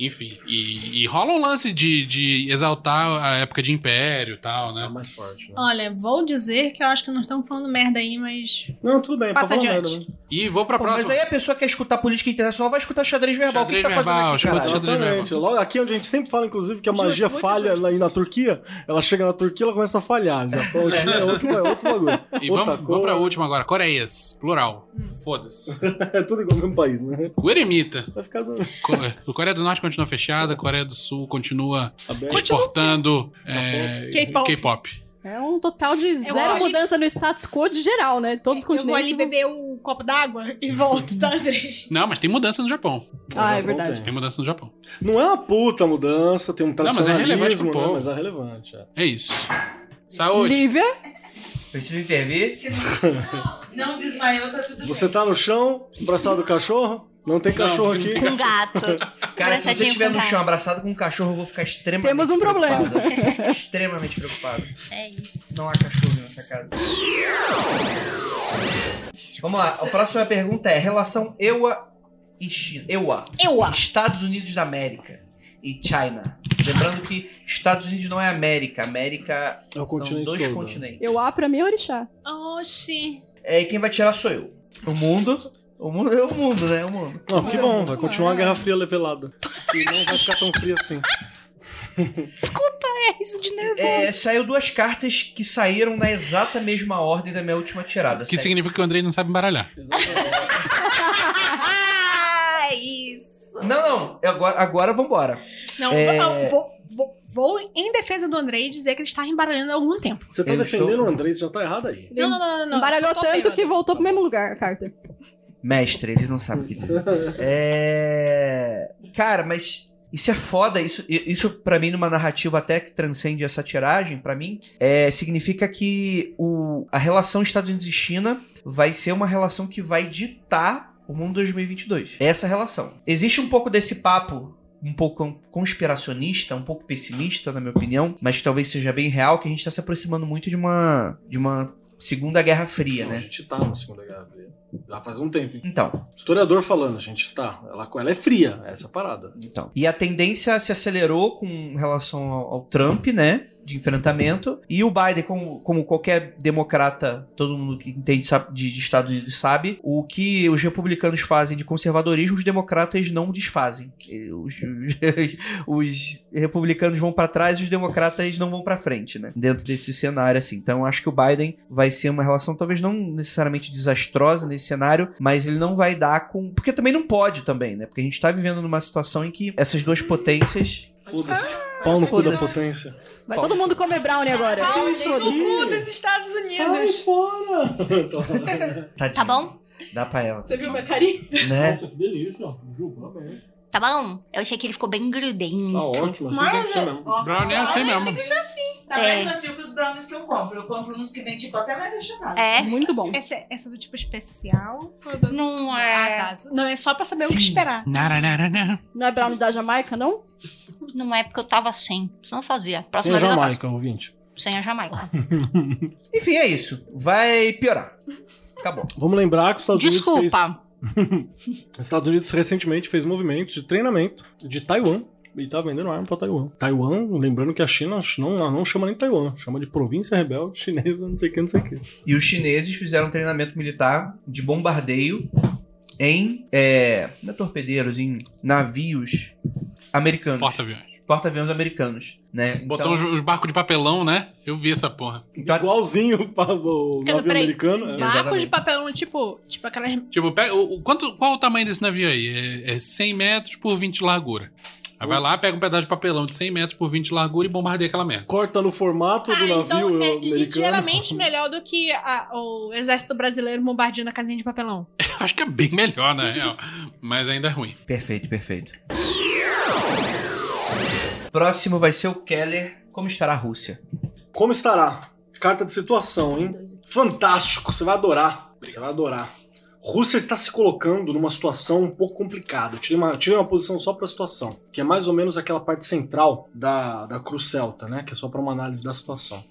Speaker 4: Enfim, e, e rola um lance de, de exaltar a época de império e tal,
Speaker 5: Tá
Speaker 4: né?
Speaker 5: mais forte,
Speaker 3: Ah.
Speaker 5: né?
Speaker 7: Olha, vou dizer que eu acho que nós estamos falando merda aí, mas.
Speaker 5: Não, tudo bem,
Speaker 7: Passa
Speaker 5: pra falar
Speaker 7: adiante.
Speaker 5: merda, né?
Speaker 4: E vou pra
Speaker 3: Pô,
Speaker 4: próxima.
Speaker 3: mas aí a pessoa que quer escutar política internacional vai escutar xadrez verbal. o que, que tá
Speaker 4: Xadrez verbal,
Speaker 3: fazendo aqui,
Speaker 4: xadrez
Speaker 3: caralho?
Speaker 4: verbal.
Speaker 5: Exatamente. Logo aqui onde a gente sempre fala, inclusive, que a
Speaker 3: Justo,
Speaker 5: magia
Speaker 3: é muito
Speaker 5: falha
Speaker 3: justo.
Speaker 5: lá na Turquia, ela chega na Turquia ela começa a falhar. Japão, China é outro, é outro bagulho.
Speaker 4: E vamos,
Speaker 5: Outra
Speaker 4: vamos
Speaker 5: cor.
Speaker 4: pra última agora. Coreias, plural. Foda-se.
Speaker 5: É tudo igual no mesmo país, né?
Speaker 4: O Eremita.
Speaker 5: Vai ficar
Speaker 4: Co- é, O Coreia do Norte continua fechada, a Coreia do Sul continua
Speaker 5: aberto.
Speaker 4: exportando é,
Speaker 7: K-pop.
Speaker 4: K-pop.
Speaker 6: É um total de zero
Speaker 7: acho-
Speaker 6: mudança no status quo de geral, né? Todos os
Speaker 7: eu vou
Speaker 6: continentes.
Speaker 7: ali beber o copo d'água e volto, tá, André?
Speaker 4: Não, mas tem mudança no Japão.
Speaker 6: Ah, é
Speaker 5: Japão
Speaker 6: verdade.
Speaker 4: Tem mudança no Japão.
Speaker 5: Não é uma puta mudança, tem um
Speaker 4: mas é relevante pro
Speaker 5: tradicionalismo, né?
Speaker 4: povo.
Speaker 5: Mas é relevante. é.
Speaker 4: É isso. Saúde.
Speaker 6: Lívia,
Speaker 3: Precisa intervir?
Speaker 8: Não desmaiou, tá tudo
Speaker 5: Você tá no chão, abraçado do cachorro? Não tem
Speaker 4: Não,
Speaker 5: cachorro
Speaker 4: não
Speaker 5: aqui.
Speaker 4: tem
Speaker 2: Com gato.
Speaker 3: Cara, se você
Speaker 2: Abraçadinho
Speaker 3: estiver
Speaker 2: com
Speaker 3: no
Speaker 2: gato.
Speaker 3: chão abraçado com um cachorro, eu vou ficar extremamente
Speaker 6: Temos um problema.
Speaker 3: preocupado. <laughs> extremamente preocupado.
Speaker 2: É isso.
Speaker 3: Não há cachorro nessa casa. Vamos lá. A próxima pergunta é relação EUA e China. EUA.
Speaker 7: Eu acho.
Speaker 3: Estados Unidos da América e China. Lembrando que Estados Unidos não é América. América
Speaker 5: É
Speaker 3: são
Speaker 5: o continente
Speaker 3: dois
Speaker 5: todo.
Speaker 3: continentes.
Speaker 6: eu A pra mim é orixá.
Speaker 7: Oxi.
Speaker 3: É, e quem vai tirar sou eu. O mundo. O mundo é o mundo, né? O mundo.
Speaker 5: Não, que bom, vai continuar a Guerra
Speaker 2: <laughs>
Speaker 5: Fria levelada. E não vai ficar tão fria assim.
Speaker 2: É isso de nervoso.
Speaker 3: É, saiu duas cartas que saíram na exata mesma ordem da minha última tirada.
Speaker 4: Que
Speaker 3: Saiu-
Speaker 4: significa que o Andrei não sabe embaralhar.
Speaker 2: Ah, isso.
Speaker 3: Não, não. Agora, agora vambora.
Speaker 7: Não,
Speaker 3: É.
Speaker 7: não, vou, vou, vou em defesa do Andrei dizer que ele está embaralhando há algum tempo.
Speaker 5: Você tá
Speaker 3: Eu
Speaker 5: defendendo
Speaker 3: estou-
Speaker 5: o André, isso já tá errado aí.
Speaker 7: Não, não, não, não. não.
Speaker 6: Embaralhou
Speaker 7: Eu tô
Speaker 6: tanto
Speaker 7: bêbada.
Speaker 6: que voltou pro mesmo lugar, Carter.
Speaker 3: Mestre, eles não sabem o que dizer. É... Cara, mas isso é foda. Isso, isso para mim, numa narrativa até que transcende essa tiragem, pra mim, é, significa que o, a relação Estados Unidos e China vai ser uma relação que vai ditar o mundo 2022. É Essa relação. Existe um pouco desse papo um pouco conspiracionista, um pouco pessimista, na minha opinião, mas que talvez seja bem real, que a gente tá se aproximando muito de uma, de uma Segunda Guerra Fria,
Speaker 5: Não, A
Speaker 3: né?
Speaker 5: gente tá na Segunda Guerra Fria. Já faz um tempo. hein?
Speaker 3: Então,
Speaker 5: Historiador falando, a gente está. Ela, ela é fria, essa é a parada.
Speaker 3: Então. E a tendência se acelerou com relação ao, ao Trump, né? De enfrentamento. E o Biden, como, como qualquer democrata, todo mundo que entende sabe- de, de Estados Unidos sabe, o que os republicanos fazem de conservadorismo, os democratas não desfazem. E Os, <laughs> os republicanos vão pra trás e os democratas não vão pra frente, né? Dentro desse cenário, assim. Então, eu acho que o Biden vai ser uma relação talvez não necessariamente desastrosa nesse cenário, mas ele não vai dar com. Porque também não pode, também, né? Porque a gente tá vivendo numa situação em que essas duas potências.
Speaker 5: Foda-se.
Speaker 2: Ah,
Speaker 5: Pau no cu da
Speaker 3: foda-se.
Speaker 5: potência.
Speaker 6: Vai todo mundo comer brownie agora.
Speaker 7: Pau
Speaker 5: isso
Speaker 7: no
Speaker 5: ali?
Speaker 7: cu dos Estados
Speaker 5: Sai
Speaker 2: né?
Speaker 7: Unidos.
Speaker 5: fora! <laughs>
Speaker 3: Tadinha,
Speaker 2: Tá bom?
Speaker 3: Dá pra ela,
Speaker 6: Você viu minha carinha?
Speaker 3: né?
Speaker 5: que delícia. Ju, parabéns.
Speaker 2: Tá bom? Eu achei que ele ficou bem grudento.
Speaker 5: Tá ótimo, assim tem que ser mesmo.
Speaker 4: Brown é assim mesmo.
Speaker 8: Tá
Speaker 2: É.
Speaker 8: mais macio que os brownies que eu compro. Eu compro uns que vem, tipo, até mais achatado.
Speaker 2: É?
Speaker 6: Muito bom.
Speaker 7: Essa, essa do tipo especial? Ou do-
Speaker 2: Não é.
Speaker 7: Ah, tá. Não, é só pra saber o que
Speaker 4: Sim.
Speaker 7: esperar.
Speaker 4: Nara, nara, nara.
Speaker 6: Não é brownie da Jamaica, não?
Speaker 2: Não é porque eu tava sem. Senão eu fazia.
Speaker 5: Sem
Speaker 2: Próxima
Speaker 5: a
Speaker 2: vez eu faço.
Speaker 5: Jamaica, ouvinte.
Speaker 2: Sem a Jamaica.
Speaker 3: Enfim, é isso. Vai piorar. Acabou.
Speaker 5: Vamos lembrar que os Estados Unidos
Speaker 2: Desculpa.
Speaker 5: fez... Os Estados Unidos recentemente fez movimentos de treinamento de Taiwan E tá vendendo arma pra Taiwan. Taiwan, lembrando que a China não, não chama nem Taiwan, chama de província rebelde chinesa, não sei o que, não sei o que.
Speaker 11: E os chineses fizeram um treinamento militar de bombardeio em. É, não é torpedeiros, em navios americanos.
Speaker 4: Porta-aviões.
Speaker 11: Porta-aviões americanos, né?
Speaker 4: Botou um
Speaker 11: Então-
Speaker 4: os, os barcos de papelão, né? Eu vi essa porra.
Speaker 11: então,
Speaker 5: Igualzinho para o
Speaker 7: Peraí,
Speaker 5: navio
Speaker 7: peraí.
Speaker 5: americano. é.
Speaker 7: Barcos
Speaker 11: Exatamente.
Speaker 7: de papelão, tipo, tipo aquelas.
Speaker 4: Tipo, pega, o, o- quanto, qual o tamanho desse navio aí? É, é 100 metros por 20 de largura. Aí vai lá, pega um pedaço de papelão de 100 metros por 20 de largura e bombardeia aquela merda.
Speaker 5: Corta no formato do navio
Speaker 7: então é
Speaker 5: americano.
Speaker 7: ligeiramente melhor do que a- o exército brasileiro bombardeando a casinha de papelão.
Speaker 4: Acho que é bem melhor, na real. <laughs> Mas ainda é <laughs> ruim.
Speaker 11: Perfeito, perfeito. Próximo vai ser o Keller. Como estará a Rússia?
Speaker 5: Como estará? Carta de situação, hein? Fantástico, você vai adorar. Você vai adorar. Rússia está se colocando numa situação um pouco complicada. Eu tirei uma, tirei uma posição só para a situação, que é mais ou menos aquela parte central da, da Cruz Celta, né? Que é só para uma análise da situação.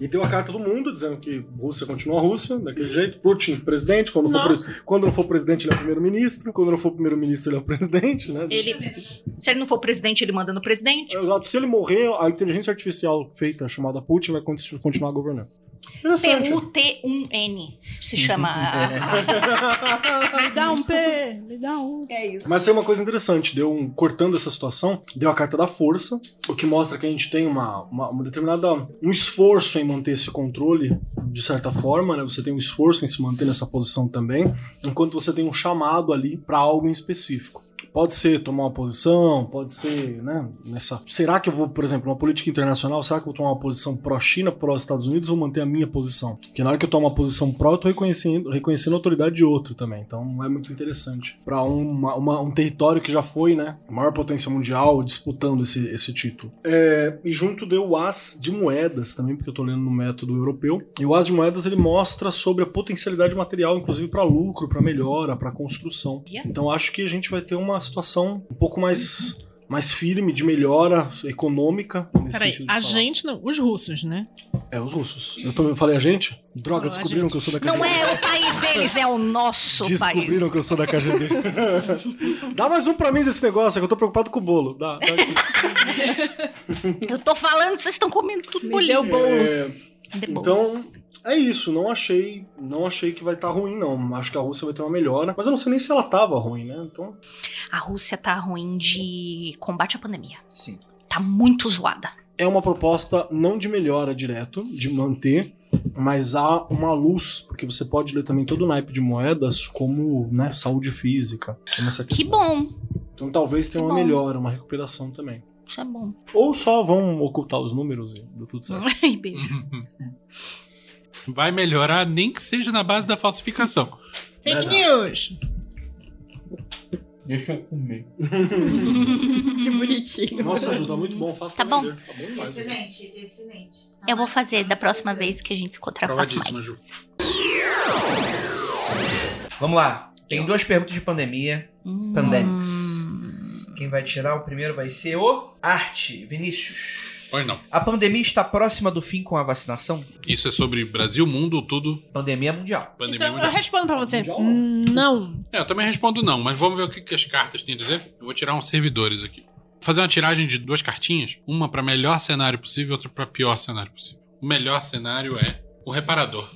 Speaker 5: E tem uma carta do mundo dizendo que Rússia continua a Rússia, daquele jeito. Putin, presidente. Quando, for pres- quando não for presidente, ele é o primeiro-ministro. Quando não for primeiro-ministro, ele é o presidente, né?
Speaker 2: Ele, se ele não for presidente, ele manda no presidente.
Speaker 5: Tipo, Exato. Se ele morrer, a inteligência artificial feita, chamada Putin, vai con- continuar governando. Interessante. Uhum. É.
Speaker 2: P-U-T-1-N se chama. a- a-
Speaker 6: Me dá um P, me dá um.
Speaker 2: É isso.
Speaker 5: Mas tem uma coisa interessante, deu um, cortando essa situação, deu a carta da força, o que mostra que a gente tem uma, uma, uma determinada um esforço em manter esse controle, de certa forma, né? Você tem um esforço em se manter nessa posição também, enquanto você tem um chamado ali para algo em específico. Pode ser tomar uma posição, pode ser, né, nessa... Será que eu vou, por exemplo, uma política internacional, será que eu vou tomar uma posição pró-China, pró-Estados Unidos, ou manter a minha posição? Porque na hora que eu tomo uma posição pró, eu tô reconhecendo, reconhecendo a autoridade de outro também, então é muito interessante. Pra uma- uma- um território que já foi, né, a maior potência mundial disputando esse, esse título. É, e junto deu o as de moedas também, porque eu tô lendo no método europeu. E o as de moedas, ele mostra sobre a potencialidade material, inclusive para lucro, para melhora, para construção.
Speaker 2: Yeah.
Speaker 5: Então acho que a gente vai ter uma situação um pouco mais, mais firme de melhora econômica. Nesse
Speaker 12: Peraí,
Speaker 5: sentido de
Speaker 12: a
Speaker 5: falar.
Speaker 12: gente não, os russos, né?
Speaker 5: É, os russos. Eu também falei a gente?
Speaker 12: Não,
Speaker 5: Droga,
Speaker 12: a
Speaker 5: descobriram
Speaker 12: gente.
Speaker 5: que eu sou da KGB.
Speaker 2: Não é o país deles, é o nosso país.
Speaker 5: Descobriram que eu sou
Speaker 2: <laughs>
Speaker 5: da KGB. Dá mais um pra mim desse negócio, é que eu tô preocupado com o bolo. Dá, dá aqui.
Speaker 2: Eu tô falando, vocês estão comendo tudo
Speaker 12: Olhou
Speaker 2: molhão.
Speaker 5: Então, é isso. Não achei, não achei que vai estar ruim, não. Acho que a Rússia vai ter uma melhora. Mas eu não sei nem se ela tava ruim, né? Então,
Speaker 2: A Rússia tá ruim de combate à pandemia.
Speaker 11: Sim.
Speaker 2: Tá muito zoada.
Speaker 5: é uma proposta não de melhora direto, de manter, mas há uma luz, porque você pode ler também todo o naipe de moedas como, né, saúde física. como essa
Speaker 2: Que
Speaker 5: questão.
Speaker 2: bom.
Speaker 5: Então talvez tenha
Speaker 2: que
Speaker 5: uma
Speaker 2: bom.
Speaker 5: melhora, uma recuperação também.
Speaker 2: Isso é bom.
Speaker 5: Ou só vão ocultar os números e deu tudo certo.
Speaker 2: <laughs> Ai, beijo.
Speaker 4: Vai melhorar, nem que seja na base da falsificação.
Speaker 12: Fake news!
Speaker 11: Deixa eu comer.
Speaker 6: Que bonitinho.
Speaker 5: Nossa, Ju, tá muito bom. Faz
Speaker 2: Tá
Speaker 5: pra
Speaker 2: bom.
Speaker 5: vender. Tá bom demais.
Speaker 8: Excelente, excelente.
Speaker 2: Eu vou fazer da próxima vez que a gente se encontrar,
Speaker 5: é
Speaker 2: eu faço
Speaker 4: Provadíssima,
Speaker 2: mais.
Speaker 4: Ju.
Speaker 11: Vamos lá. Tem duas perguntas de pandemia.
Speaker 2: Hum.
Speaker 11: Pandemics. Quem vai tirar o primeiro vai ser o Arte, Vinícius.
Speaker 4: Pois não.
Speaker 11: A pandemia está próxima do fim com a vacinação?
Speaker 4: Isso é sobre Brasil, mundo, tudo,
Speaker 11: Pandemia mundial.
Speaker 4: pandemia
Speaker 12: Então eu
Speaker 4: mundial.
Speaker 12: respondo pra você.
Speaker 5: Mundial?
Speaker 12: Não.
Speaker 4: É, eu também respondo não, mas vamos ver o que, que as cartas têm a dizer. Eu vou tirar uns servidores aqui. Vou fazer uma tiragem de duas cartinhas, uma pra melhor cenário possível e outra pra pior cenário possível. O melhor cenário é o reparador.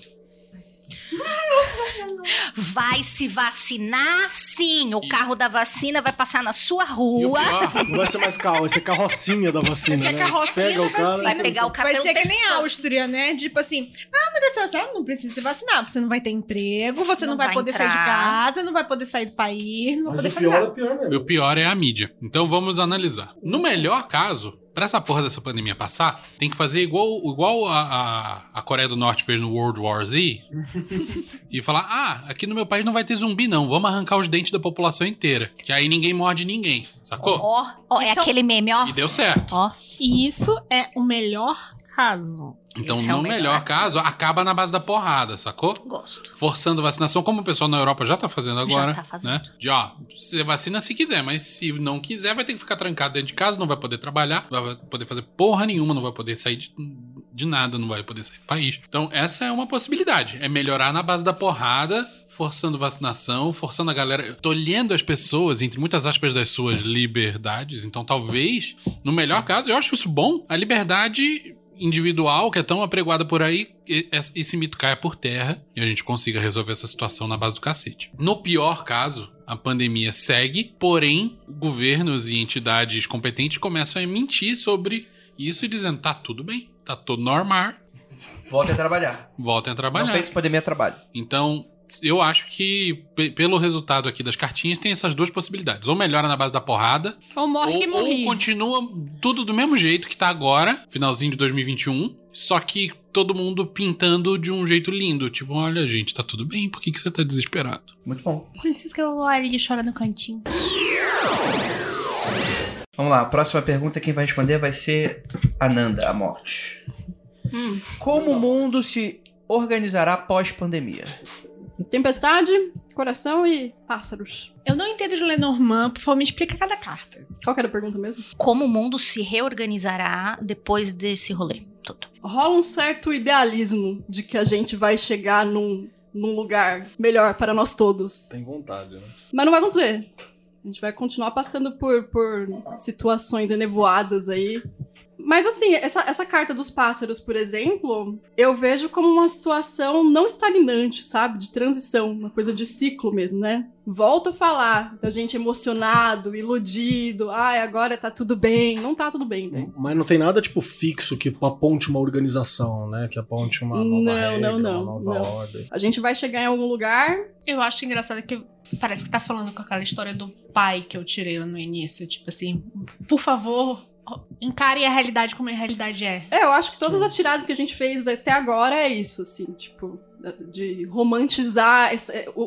Speaker 2: Vai se vacinar, sim. O carro da vacina vai passar na sua
Speaker 4: E o
Speaker 2: rua.
Speaker 4: pior,
Speaker 5: Não vai ser mais carro, vai ser carrocinha da vacina,
Speaker 7: Vai ser
Speaker 5: né?
Speaker 7: carrocinha
Speaker 5: Pega
Speaker 7: da
Speaker 5: o cara.
Speaker 2: Vai pegar o cara
Speaker 12: Vai
Speaker 2: pelo
Speaker 12: ser que nem a
Speaker 2: pescoço.
Speaker 12: Áustria, né? Tipo assim, ah, não vai ser vacinado, não precisa se vacinar. Você não vai ter emprego, você não,
Speaker 2: Não
Speaker 12: vai,
Speaker 2: vai
Speaker 12: poder sair de
Speaker 2: entrar.
Speaker 12: casa, não vai poder sair do país, não vai
Speaker 5: Mas
Speaker 12: poder fazer
Speaker 5: o pior
Speaker 12: nada.
Speaker 5: é pior
Speaker 4: e
Speaker 5: mesmo.
Speaker 4: o pior é a mídia. Então vamos analisar. No melhor caso, pra essa porra dessa pandemia passar, tem que fazer igual, igual a, a- a Coreia do Norte fez no World War Z. e falar, ah, aqui no meu país não vai ter zumbi não, vamos arrancar os dentes da população inteira. Que aí ninguém morde ninguém, sacou?
Speaker 2: Ó, ó, é
Speaker 12: Isso é um-
Speaker 2: aquele meme, ó.
Speaker 4: E deu certo.
Speaker 2: Ó,
Speaker 12: E isso é o melhor caso.
Speaker 4: Então,
Speaker 2: Esse é
Speaker 4: no
Speaker 2: o
Speaker 4: melhor,
Speaker 2: melhor.
Speaker 4: caso, acaba na base da porrada, sacou?
Speaker 2: gosto.
Speaker 4: Forçando vacinação, como o pessoal na Europa já tá fazendo agora.
Speaker 2: tá fazendo.
Speaker 4: Né? De ó, você vacina se quiser, mas se não quiser, vai ter que ficar trancado dentro de casa, não vai poder trabalhar, não vai poder fazer porra nenhuma, não vai poder sair de, de de nada, não vai poder sair do país. Então, essa é uma possibilidade. É melhorar na base da porrada, forçando vacinação, forçando a galera, tolhendo as pessoas, entre muitas aspas, das
Speaker 2: É.
Speaker 4: suas liberdades. Então, talvez, no melhor caso, eu acho isso bom, a liberdade individual que é tão apregoada por aí, e- e- esse mito caia por terra e a gente consiga resolver essa situação na base do cacete. No pior caso, a pandemia segue, porém, governos e entidades competentes começam a mentir sobre isso e dizendo: tá tudo bem, tá tudo normal,
Speaker 11: Volta a trabalhar.
Speaker 4: voltem a
Speaker 11: Não
Speaker 4: trabalhar.
Speaker 11: pense em pandemia é trabalho.
Speaker 4: Então, eu acho que, pe- pelo resultado aqui das cartinhas, tem essas duas possibilidades. Ou melhora na base da porrada,
Speaker 7: Ou morre que
Speaker 4: ou, ou
Speaker 7: morri.
Speaker 4: continua tudo do mesmo jeito que tá agora, finalzinho de 2021, só que todo mundo pintando de um jeito lindo. Tipo, olha, gente, tá tudo bem, por que, que você tá desesperado?
Speaker 11: Muito bom.
Speaker 7: Preciso que eu olhe e chora no cantinho.
Speaker 11: Vamos lá, a próxima pergunta quem vai responder vai ser Ananda, a morte.
Speaker 2: Hum.
Speaker 11: Como o mundo se organizará pós-pandemia?
Speaker 6: Tempestade, coração e pássaros.
Speaker 7: Eu não entendo de Lenormand, por favor, me explica cada carta.
Speaker 6: Qual que era a pergunta mesmo?
Speaker 2: Como o mundo se reorganizará depois desse rolê todo?
Speaker 6: Rola um certo idealismo de que a gente vai chegar num, num lugar melhor para nós todos.
Speaker 5: Tem vontade, né?
Speaker 6: Mas não vai acontecer. A gente vai continuar passando por, por situações enevoadas aí. Mas assim, essa, essa carta dos pássaros, por exemplo, eu vejo como uma situação não estagnante, sabe? De transição, uma coisa de ciclo mesmo, né? Volto a falar da gente emocionado, iludido, ai, agora tá tudo bem. Não tá tudo bem,
Speaker 12: É.
Speaker 6: né?
Speaker 10: Mas não tem nada, tipo, fixo que aponte uma organização, né? Que aponte uma nova
Speaker 6: Não,
Speaker 10: regra,
Speaker 6: não, não,
Speaker 10: uma nova
Speaker 6: não.
Speaker 10: ordem.
Speaker 6: A gente vai chegar em algum lugar,
Speaker 12: Eu acho engraçado que parece que tá falando com aquela história do pai que eu tirei no início. Tipo assim, por favor,
Speaker 7: Encare a realidade como a realidade é.
Speaker 6: É, eu acho que todas as tiradas que a gente fez até agora é isso, assim, tipo, de romantizar esse- é, o,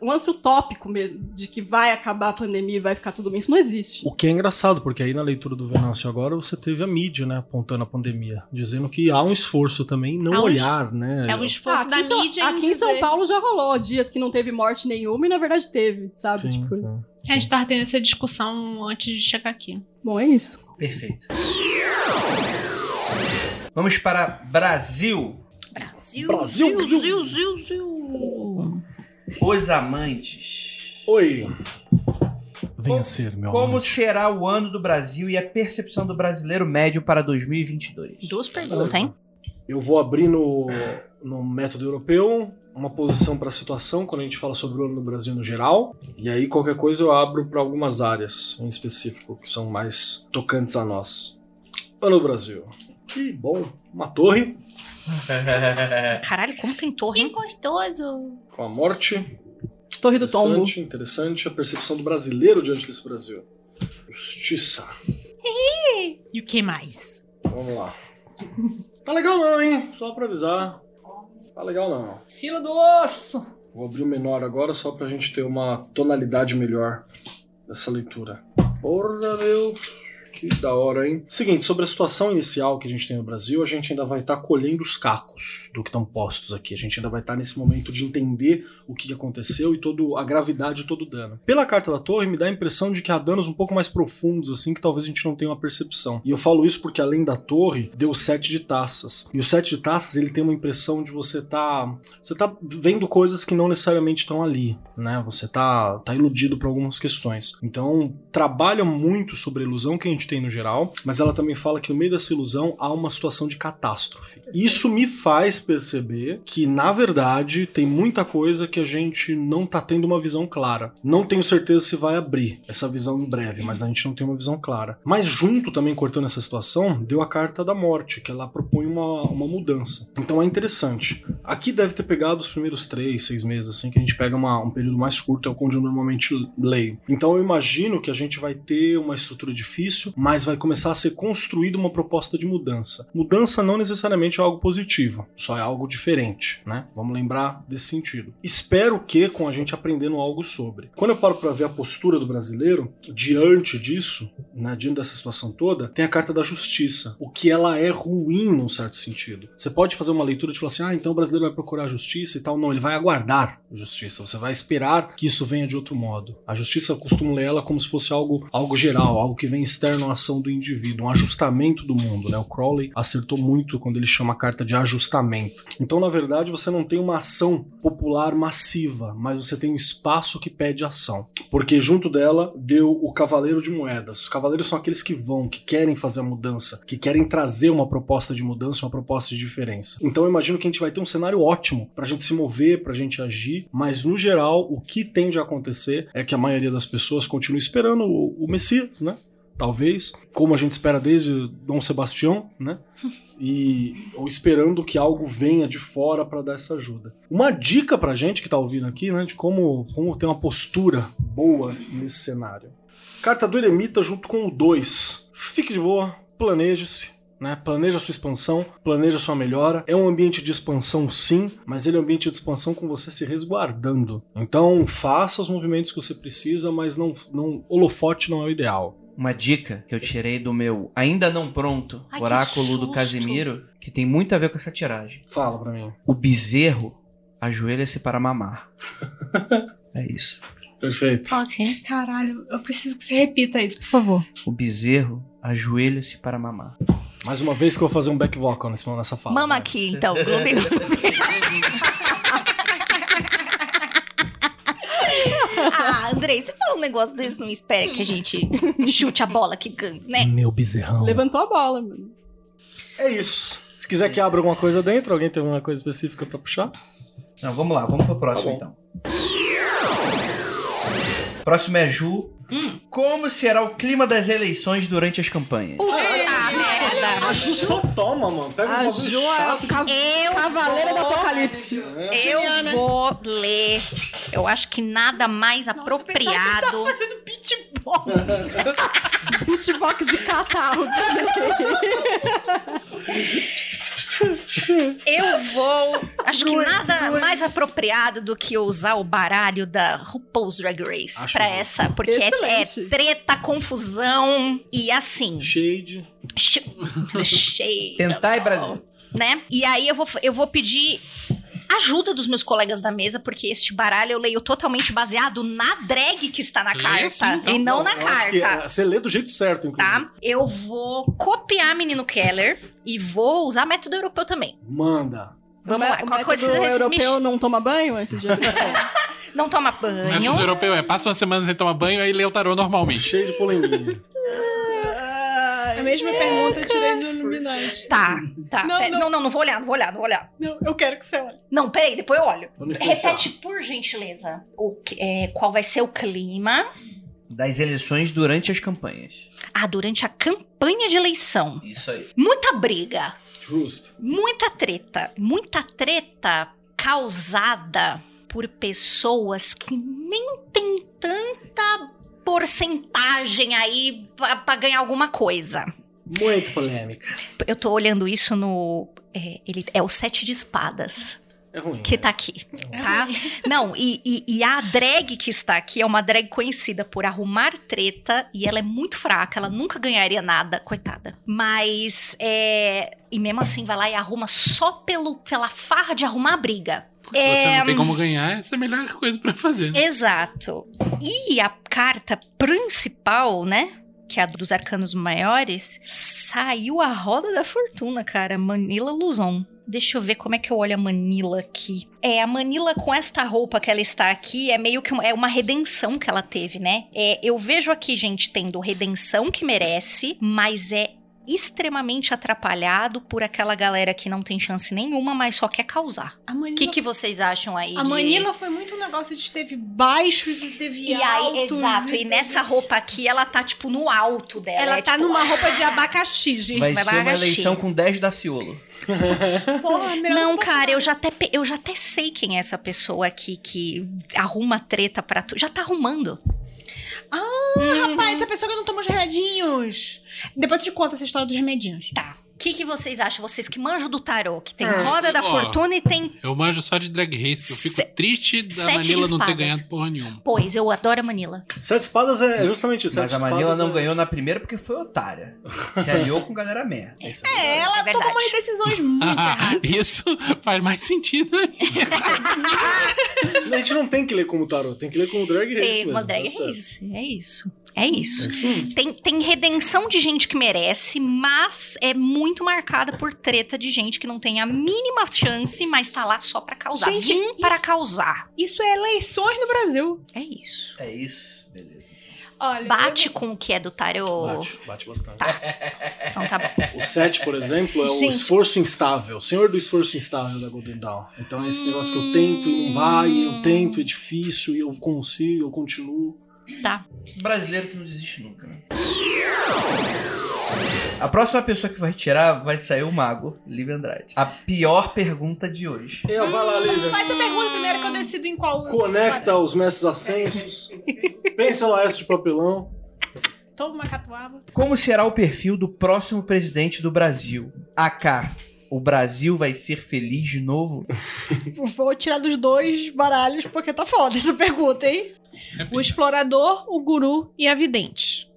Speaker 6: o lance utópico mesmo, de que vai acabar a pandemia e vai ficar tudo bem. Isso não existe.
Speaker 10: O que é engraçado, porque aí na leitura do Venâncio agora você teve a mídia, né, apontando a pandemia, dizendo que há um esforço também em não
Speaker 12: Há um
Speaker 10: olhar, né?
Speaker 12: é o
Speaker 7: Ah,
Speaker 12: esforço
Speaker 6: aqui
Speaker 12: da
Speaker 6: em São-
Speaker 12: mídia. em
Speaker 6: aqui em São
Speaker 12: dizer-
Speaker 6: Paulo já rolou dias que não teve morte nenhuma e na verdade teve, sabe?
Speaker 10: Sim,
Speaker 6: Tipo,
Speaker 10: sim.
Speaker 12: É, A gente tava tendo essa discussão antes de chegar aqui.
Speaker 6: Bom, é isso.
Speaker 11: Perfeito. Vamos para Brasil.
Speaker 2: Brasil,
Speaker 5: Brasil,
Speaker 2: Brasil,
Speaker 5: Brasil.
Speaker 2: Brasil, Brasil.
Speaker 11: Os amantes.
Speaker 5: Oi.
Speaker 10: Vencer, meu
Speaker 11: Como
Speaker 10: amor.
Speaker 11: será o ano do Brasil e a percepção do brasileiro médio para 2022?
Speaker 2: Duas perguntas, hein?
Speaker 5: Eu vou abrir no, no método europeu uma posição para a situação quando a gente fala sobre o ano no Brasil no geral. E aí qualquer coisa eu abro para algumas áreas em específico que são mais tocantes a nós. Ano do Brasil. Que bom, uma torre É.
Speaker 2: Caralho, como tem torre, hein?
Speaker 12: gostoso.
Speaker 5: com a morte.
Speaker 6: Torre do Tombo.
Speaker 5: Interessante, interessante a percepção do brasileiro diante desse Brasil. Justiça.
Speaker 12: E o que mais?
Speaker 5: Vamos lá. <laughs> Tá legal não, hein? Só pra avisar. Tá legal não.
Speaker 7: Fila do osso!
Speaker 5: Vou abrir o menor agora só pra gente ter uma tonalidade melhor dessa leitura. Porra, meu. Que da hora, hein? Seguinte, sobre a situação inicial que a gente tem no Brasil, a gente ainda vai estar colhendo os cacos do que estão postos aqui. A gente ainda vai estar nesse momento de entender o que que aconteceu e todo, a gravidade e todo o dano. Pela carta da torre, me dá a impressão de que há danos um pouco mais profundos, assim, que talvez a gente não tenha uma percepção. E eu falo isso porque além da torre, deu o sete de taças. E o sete de taças, ele tem uma impressão de você estar você tá vendo coisas que não necessariamente estão ali, né? Você tá, tá iludido por algumas questões. Então, trabalha muito sobre a ilusão que a gente tem no geral, mas ela também fala que no meio dessa ilusão há uma situação de catástrofe. Isso me faz perceber que, na verdade, tem muita coisa que a gente não tá tendo uma visão clara. Não tenho certeza se vai abrir essa visão em breve, mas a gente não tem uma visão clara. Mas junto também, cortando essa situação, deu a carta da morte, que ela propõe uma, uma mudança. Então é interessante. Aqui deve ter pegado os primeiros três, seis meses, assim, que a gente pega uma- um período mais curto, é o onde eu normalmente leio. Então eu imagino que a gente vai ter uma estrutura difícil, mas vai começar a ser construída uma proposta de mudança. Mudança não necessariamente é algo positivo, só é algo diferente, né? Vamos lembrar desse sentido. Espero que com a gente aprendendo algo sobre. Quando eu paro para ver a postura do brasileiro diante disso, né, diante dessa situação toda, tem a carta da justiça, o que ela é ruim num certo sentido. Você pode fazer uma leitura de falar assim, ah, então o brasileiro vai procurar a justiça e tal. Não, ele vai aguardar a justiça, você vai esperar que isso venha de outro modo. A justiça, eu costumo ler ela como se fosse algo, algo geral, algo que vem externo à ação do indivíduo, um ajustamento do mundo. Né? O Crowley acertou muito quando ele chama a carta de ajustamento. Então, na verdade, você não tem uma ação popular massiva, mas você tem um espaço que pede ação. Porque junto dela deu o Cavaleiro de Moedas. Os cavaleiros são aqueles que vão, que querem fazer a mudança, que querem trazer uma proposta de mudança, uma proposta de diferença. Então eu imagino que a gente vai ter um cenário ótimo pra gente se mover, pra gente agir, mas no geral o que tende a acontecer é que a maioria das pessoas continua esperando o, o Messias, né? Talvez, como a gente espera desde Dom Sebastião, né? e ou esperando que algo venha de fora para dar essa ajuda. Uma dica pra gente que tá ouvindo aqui, né, de como, como ter uma postura boa nesse cenário. Carta do Eremita junto com o 2. Fique de boa, planeje-se, né? Planeja a sua expansão, planeja a sua melhora. É um ambiente de expansão, sim, mas ele é um ambiente de expansão com você se resguardando. Então, faça os movimentos que você precisa, mas não, não holofote não é o ideal.
Speaker 11: Uma dica que eu tirei do meu ainda não pronto
Speaker 2: Ai, que
Speaker 11: oráculo do
Speaker 2: susto.
Speaker 11: Casimiro, que tem muito a ver com essa tiragem.
Speaker 5: Fala pra mim.
Speaker 11: O bezerro ajoelha-se para mamar. é isso.
Speaker 5: Perfeito.
Speaker 2: Ok.
Speaker 7: Caralho, eu preciso que você repita isso, por favor.
Speaker 11: O bezerro ajoelha-se para mamar.
Speaker 5: Mais uma vez que eu vou fazer um back vocal nesse- nessa fala.
Speaker 2: Mama
Speaker 5: vai.
Speaker 2: aqui, então, Globo. <laughs> ah, Andrei, você fala um negócio desse, não espera que a gente chute a bola que ganha, né?
Speaker 5: Meu bezerrão.
Speaker 6: Levantou a bola, mano.
Speaker 5: É isso. Se quiser que abra alguma coisa dentro, alguém tem alguma coisa específica pra puxar?
Speaker 11: Não, vamos lá, vamos pro próximo então. Próximo é Ju. Como será o clima das eleições durante as campanhas?
Speaker 2: Ah, merda.
Speaker 5: A Ju só toma, mano. Pega um
Speaker 6: A Ju é o cav-
Speaker 2: Eu
Speaker 6: cavaleiro do
Speaker 2: vou-
Speaker 6: apocalipse.
Speaker 5: Tá
Speaker 2: Eu
Speaker 5: né?
Speaker 2: vou ler. Eu acho que nada mais
Speaker 7: tá <laughs>
Speaker 2: apropriado.
Speaker 7: fazendo pitbull.
Speaker 6: Beatbox de catarro.
Speaker 2: Eu vou. Acho que nada mais apropriado do que usar o baralho da RuPaul's Drag Race
Speaker 5: Acho
Speaker 2: pra
Speaker 5: justo.
Speaker 2: essa. Porque é, é
Speaker 6: Excelente.
Speaker 2: treta, confusão e assim.
Speaker 5: Shade.
Speaker 2: che- Cheio.
Speaker 11: Tentai Brasil.
Speaker 2: Né? E aí eu vou, eu vou pedir ajuda dos meus colegas da mesa, porque este baralho eu leio totalmente baseado na drag que está na
Speaker 4: Lê
Speaker 2: carta
Speaker 4: sim, então.
Speaker 2: e não, na
Speaker 5: eu acho que,
Speaker 2: carta.
Speaker 5: é, Você lê do jeito certo, inclusive.
Speaker 2: Tá?
Speaker 7: Uhum.
Speaker 2: Eu vou copiar Menino Keller e vou usar método europeu também.
Speaker 5: Manda.
Speaker 2: Vamos lá, qualquer coisa
Speaker 6: é O
Speaker 2: vocês
Speaker 6: europeu não toma banho antes de
Speaker 2: Não toma
Speaker 4: O método
Speaker 2: banho.
Speaker 4: europeu é passa uma semana sem tomar banho e lê o tarô normalmente.
Speaker 5: Cheio de
Speaker 2: <laughs>
Speaker 5: polenguinha.
Speaker 7: A mesma
Speaker 6: É.
Speaker 7: pergunta eu tirei no Illuminati.
Speaker 2: Tá, tá.
Speaker 7: Não,
Speaker 2: Pera-
Speaker 7: não.
Speaker 2: Não, não, não vou olhar, não vou olhar, não vou olhar.
Speaker 7: Não, eu quero que você olhe.
Speaker 2: Não, peraí, depois eu olho.
Speaker 5: Vamos influenciar.
Speaker 2: Repete, por gentileza, o, que- é, qual vai ser o clima.
Speaker 11: Das eleições durante as campanhas.
Speaker 2: Ah, durante a campanha de eleição.
Speaker 11: Isso aí.
Speaker 2: Muita briga,
Speaker 5: Justo.
Speaker 2: muita treta. Muita treta causada por pessoas que nem têm tanta porcentagem aí pra, pra ganhar alguma coisa.
Speaker 5: Muito polêmica.
Speaker 2: Eu tô olhando isso no. É, ele, é o sete de espadas
Speaker 5: É ruim.
Speaker 2: que
Speaker 5: né?
Speaker 2: tá aqui, tá?
Speaker 5: <laughs>
Speaker 2: Não, e, e- e a drag que está aqui é uma drag conhecida por arrumar treta e ela é muito fraca, ela nunca ganharia nada, coitada. Mas é. E mesmo assim vai lá e arruma só pelo, pela farra de arrumar a briga.
Speaker 4: Se você
Speaker 2: É,
Speaker 4: não tem como ganhar, essa é a melhor coisa pra fazer. né?
Speaker 2: Exato. E a carta principal, né? Que é a dos arcanos maiores, saiu a roda da fortuna, cara. Manila Luzon. Deixa eu ver como é que eu olho a Manila aqui. É, a Manila com esta roupa que ela está aqui é meio que um- é uma redenção que ela teve, né? É, eu vejo aqui gente tendo redenção que merece, mas é extremamente atrapalhado por aquela galera que não tem chance nenhuma, mas só quer causar.
Speaker 7: A
Speaker 2: O
Speaker 7: Manila,
Speaker 2: que, que vocês acham aí?
Speaker 7: a
Speaker 2: de-
Speaker 7: Manila foi muito um negócio de teve baixos e teve
Speaker 2: e aí,
Speaker 7: altos.
Speaker 2: exato. E
Speaker 7: teve-
Speaker 2: nessa roupa aqui, ela tá, tipo, no alto dela.
Speaker 7: Ela
Speaker 2: é,
Speaker 7: tá
Speaker 2: tipo,
Speaker 7: numa
Speaker 2: ah,
Speaker 7: roupa de
Speaker 3: <laughs>
Speaker 7: abacaxi, gente.
Speaker 11: Vai
Speaker 2: Vai
Speaker 11: ser uma
Speaker 2: abacaxi.
Speaker 11: eleição com 10 da Ciolo.
Speaker 7: Porra, meu.
Speaker 2: Não, hum. cara, eu já, até, pe- eu já até sei quem é essa pessoa aqui que arruma treta pra tu. Já tá arrumando.
Speaker 7: Rapaz, essa pessoa que não toma os remedinhos. Depois eu te conta essa história dos remedinhos.
Speaker 2: Tá. que, que vocês acham? Vocês que manjam do tarô, que tem
Speaker 4: É,
Speaker 2: roda da
Speaker 4: ó.
Speaker 2: fortuna e
Speaker 7: É.
Speaker 2: tem.
Speaker 4: Eu manjo só de drag race. Eu fico
Speaker 2: Se-
Speaker 4: triste da
Speaker 2: sete de
Speaker 4: Manila não ter
Speaker 2: espadas.
Speaker 4: ganhado porra nenhuma.
Speaker 2: Pois, eu adoro a Manila.
Speaker 5: Sete espadas é é justamente isso.
Speaker 11: Mas
Speaker 5: sete
Speaker 11: a Manila
Speaker 5: espadas
Speaker 11: não
Speaker 5: é-
Speaker 11: ganhou na primeira porque foi otária. Se aliou com galera merda. É isso aí.
Speaker 7: É,
Speaker 2: É
Speaker 7: ela
Speaker 2: verdade.
Speaker 7: toma umas
Speaker 4: <laughs>
Speaker 7: decisões muito erradas.
Speaker 4: Isso faz mais sentido aí.
Speaker 5: A gente não tem que ler como tarot, tem que ler como drag race.
Speaker 2: Tem
Speaker 5: mesmo,
Speaker 2: uma
Speaker 5: tá
Speaker 2: drag
Speaker 5: certo.
Speaker 2: race. É isso. É isso.
Speaker 5: É isso mesmo.
Speaker 2: Tem, tem redenção de gente que merece, mas é muito marcada por treta de gente que não tem a mínima chance, mas tá lá só pra causar.
Speaker 7: Gente,
Speaker 2: Vim
Speaker 7: isso-
Speaker 2: para causar.
Speaker 7: Isso é eleições no Brasil.
Speaker 2: É isso.
Speaker 11: É isso. Beleza.
Speaker 7: Olha,
Speaker 2: Bate com o que é do tarô.
Speaker 5: Bate, bate bastante.
Speaker 2: Então tá bom.
Speaker 5: O 7, por exemplo, é o
Speaker 7: Gente.
Speaker 5: esforço instável. Senhor do esforço instável da Golden Dawn. Então é esse negócio que eu tento e não vai, e eu tento, é difícil, e eu consigo, eu continuo.
Speaker 11: Brasileiro que não desiste nunca, né? A próxima pessoa que vai tirar vai sair o mago, Liv Andrade. A pior pergunta de hoje.
Speaker 5: Eu, vai lá, Lívia.
Speaker 7: Hum, Faz a pergunta primeiro que eu decido em qual.
Speaker 5: Conecta os mestres ascensos. Pensa no S de papelão.
Speaker 7: Toma uma catuaba.
Speaker 11: Como será o perfil do próximo presidente do Brasil? AK. O Brasil vai ser feliz de <laughs> novo?
Speaker 7: Vou tirar dos dois baralhos, porque tá foda essa pergunta, hein?
Speaker 4: É
Speaker 7: O explorador, o guru e a vidente.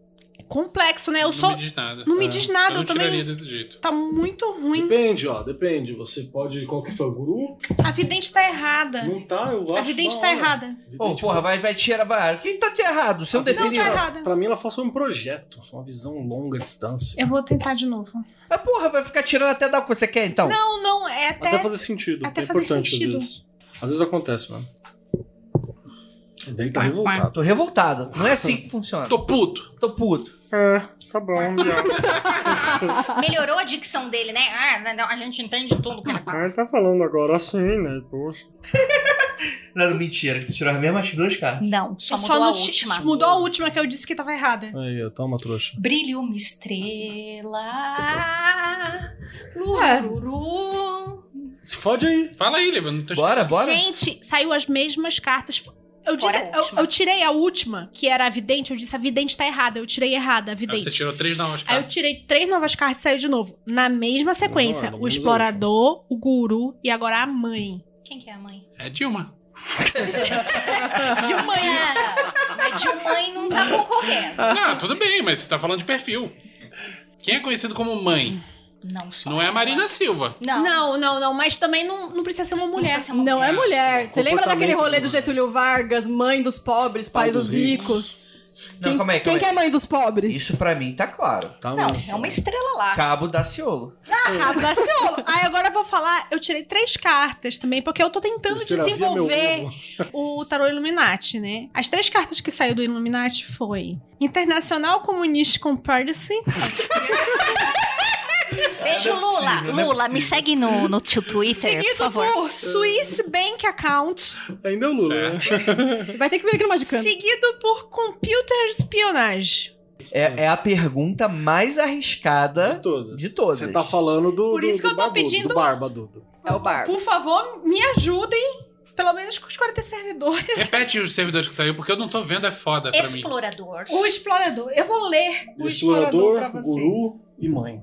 Speaker 7: Complexo, né? Eu sou.
Speaker 4: Não me diz nada.
Speaker 7: não me
Speaker 4: É.
Speaker 7: diz nada,
Speaker 4: eu, não
Speaker 7: eu também-
Speaker 4: tiraria desse jeito.
Speaker 7: Tá muito ruim.
Speaker 5: Depende, ó, depende. Você pode. Qual que foi o guru?
Speaker 7: A vidente tá errada.
Speaker 5: Não tá, eu acho.
Speaker 7: A vidente
Speaker 5: da
Speaker 7: tá
Speaker 5: hora.
Speaker 7: errada.
Speaker 5: Vidente
Speaker 11: Ô, porra, vai, vai tirar. Vai. O que tá te errado? Você não
Speaker 5: Não,
Speaker 11: definiu.
Speaker 7: tá errado.
Speaker 5: Pra mim, ela faz um projeto, uma visão longa distância.
Speaker 7: Eu vou tentar de novo.
Speaker 11: Mas porra, vai ficar tirando até dar o que você quer então?
Speaker 7: Não, não, é até.
Speaker 5: Até fazer sentido.
Speaker 7: até
Speaker 5: é
Speaker 7: fazer
Speaker 5: importante
Speaker 7: sentido.
Speaker 5: às vezes. Às vezes acontece, mano. Ele tá revoltado.
Speaker 11: Tô revoltado. Não é assim que funciona.
Speaker 4: Tô puto.
Speaker 11: Tô puto.
Speaker 5: Tá bom, viado. <laughs>
Speaker 2: Melhorou a dicção dele, né? Ah, não, não, a gente entende tudo que ele fala.
Speaker 5: Ele tá falando agora assim, né? Poxa.
Speaker 11: Não, mentira, que tu tirou as mesmas duas cartas.
Speaker 2: Não, só
Speaker 7: Eu
Speaker 2: mudou a
Speaker 7: não ti-
Speaker 2: última.
Speaker 7: Mudou a última que eu disse que tava errada.
Speaker 5: Aí, ó, toma, trouxa.
Speaker 2: Brilha uma estrela.
Speaker 11: É.
Speaker 2: Lururu.
Speaker 5: Se fode aí.
Speaker 4: Fala aí, Leva. Não tô
Speaker 11: Bora, bora.
Speaker 7: Gente, saiu as mesmas cartas. Eu, disse,
Speaker 2: Fora a
Speaker 7: eu,
Speaker 2: última.
Speaker 7: eu tirei a última, que era a vidente. Eu disse, a vidente tá errada. Eu tirei errada, a
Speaker 4: Aí Ah, você
Speaker 7: vidente.
Speaker 4: tirou três na
Speaker 7: Aí
Speaker 4: Oscar.
Speaker 7: eu tirei três novas cartas e saiu de novo. Na mesma sequência.
Speaker 5: Não, não
Speaker 7: o
Speaker 5: menos
Speaker 7: explorador, o guru e agora a mãe.
Speaker 2: Quem que é a mãe?
Speaker 4: É Dilma.
Speaker 2: De
Speaker 7: <laughs>
Speaker 2: mãe. Mas de mãe não tá concorrendo.
Speaker 4: Não, tudo bem, mas você tá falando de perfil. Quem é conhecido como mãe?
Speaker 2: Não, só
Speaker 4: Não é a
Speaker 2: ela.
Speaker 4: Marina Silva.
Speaker 2: Não.
Speaker 7: Não, não, não. Mas também não, não precisa ser uma mulher.
Speaker 2: precisa ser uma
Speaker 6: Não é
Speaker 4: mulher.
Speaker 6: mulher. Você lembra
Speaker 5: Comportamento
Speaker 6: daquele rolê
Speaker 5: do-
Speaker 6: do Getúlio Vargas, mãe dos pobres, pai, dos ricos?
Speaker 11: Não,
Speaker 6: quem
Speaker 11: calma aí,
Speaker 6: quem
Speaker 11: calma
Speaker 6: que é
Speaker 11: aí.
Speaker 6: mãe dos pobres?
Speaker 11: Isso pra mim tá claro.
Speaker 5: Tá,
Speaker 2: Não,
Speaker 5: mano.
Speaker 2: é uma estrela lá.
Speaker 11: Cabo Daciolo.
Speaker 7: Ah, Daciolo. Aí agora eu vou falar, eu tirei três cartas também, porque eu tô tentando
Speaker 5: Terceira via,
Speaker 7: desenvolver
Speaker 5: meu ovo.
Speaker 7: o tarô Illuminati, né? As três cartas que saiu do Illuminati foi International Communist Conspiracy,
Speaker 2: Beijo,
Speaker 11: Não é
Speaker 2: Lula.
Speaker 11: possível, não é
Speaker 2: Lula, me
Speaker 11: possível.
Speaker 2: segue no, no teu Twitter, É, por
Speaker 7: seguido
Speaker 2: favor.
Speaker 7: por Swiss Bank Account,
Speaker 5: Ainda é o Lula, né?
Speaker 4: Certo.
Speaker 6: Vai ter que vir aqui no Magicano.
Speaker 7: seguido por Computer Espionage.
Speaker 11: É, é a pergunta mais arriscada.
Speaker 5: De todas.
Speaker 11: De todas.
Speaker 5: Você tá falando do.
Speaker 7: Por
Speaker 5: do-
Speaker 7: isso que
Speaker 5: do
Speaker 7: eu tô
Speaker 5: barbudo,
Speaker 7: pedindo-
Speaker 5: Do barba, Dudu.
Speaker 6: É o
Speaker 2: Tá.
Speaker 6: bar.
Speaker 7: Por favor, me ajudem, pelo menos com os 40 servidores.
Speaker 4: Repete os servidores que saiu, porque eu não tô vendo, é foda pra mim.
Speaker 2: Explorador.
Speaker 7: O Explorador. Eu vou ler o Explorador,
Speaker 5: Explorador,
Speaker 7: pra você.
Speaker 5: guru e mãe.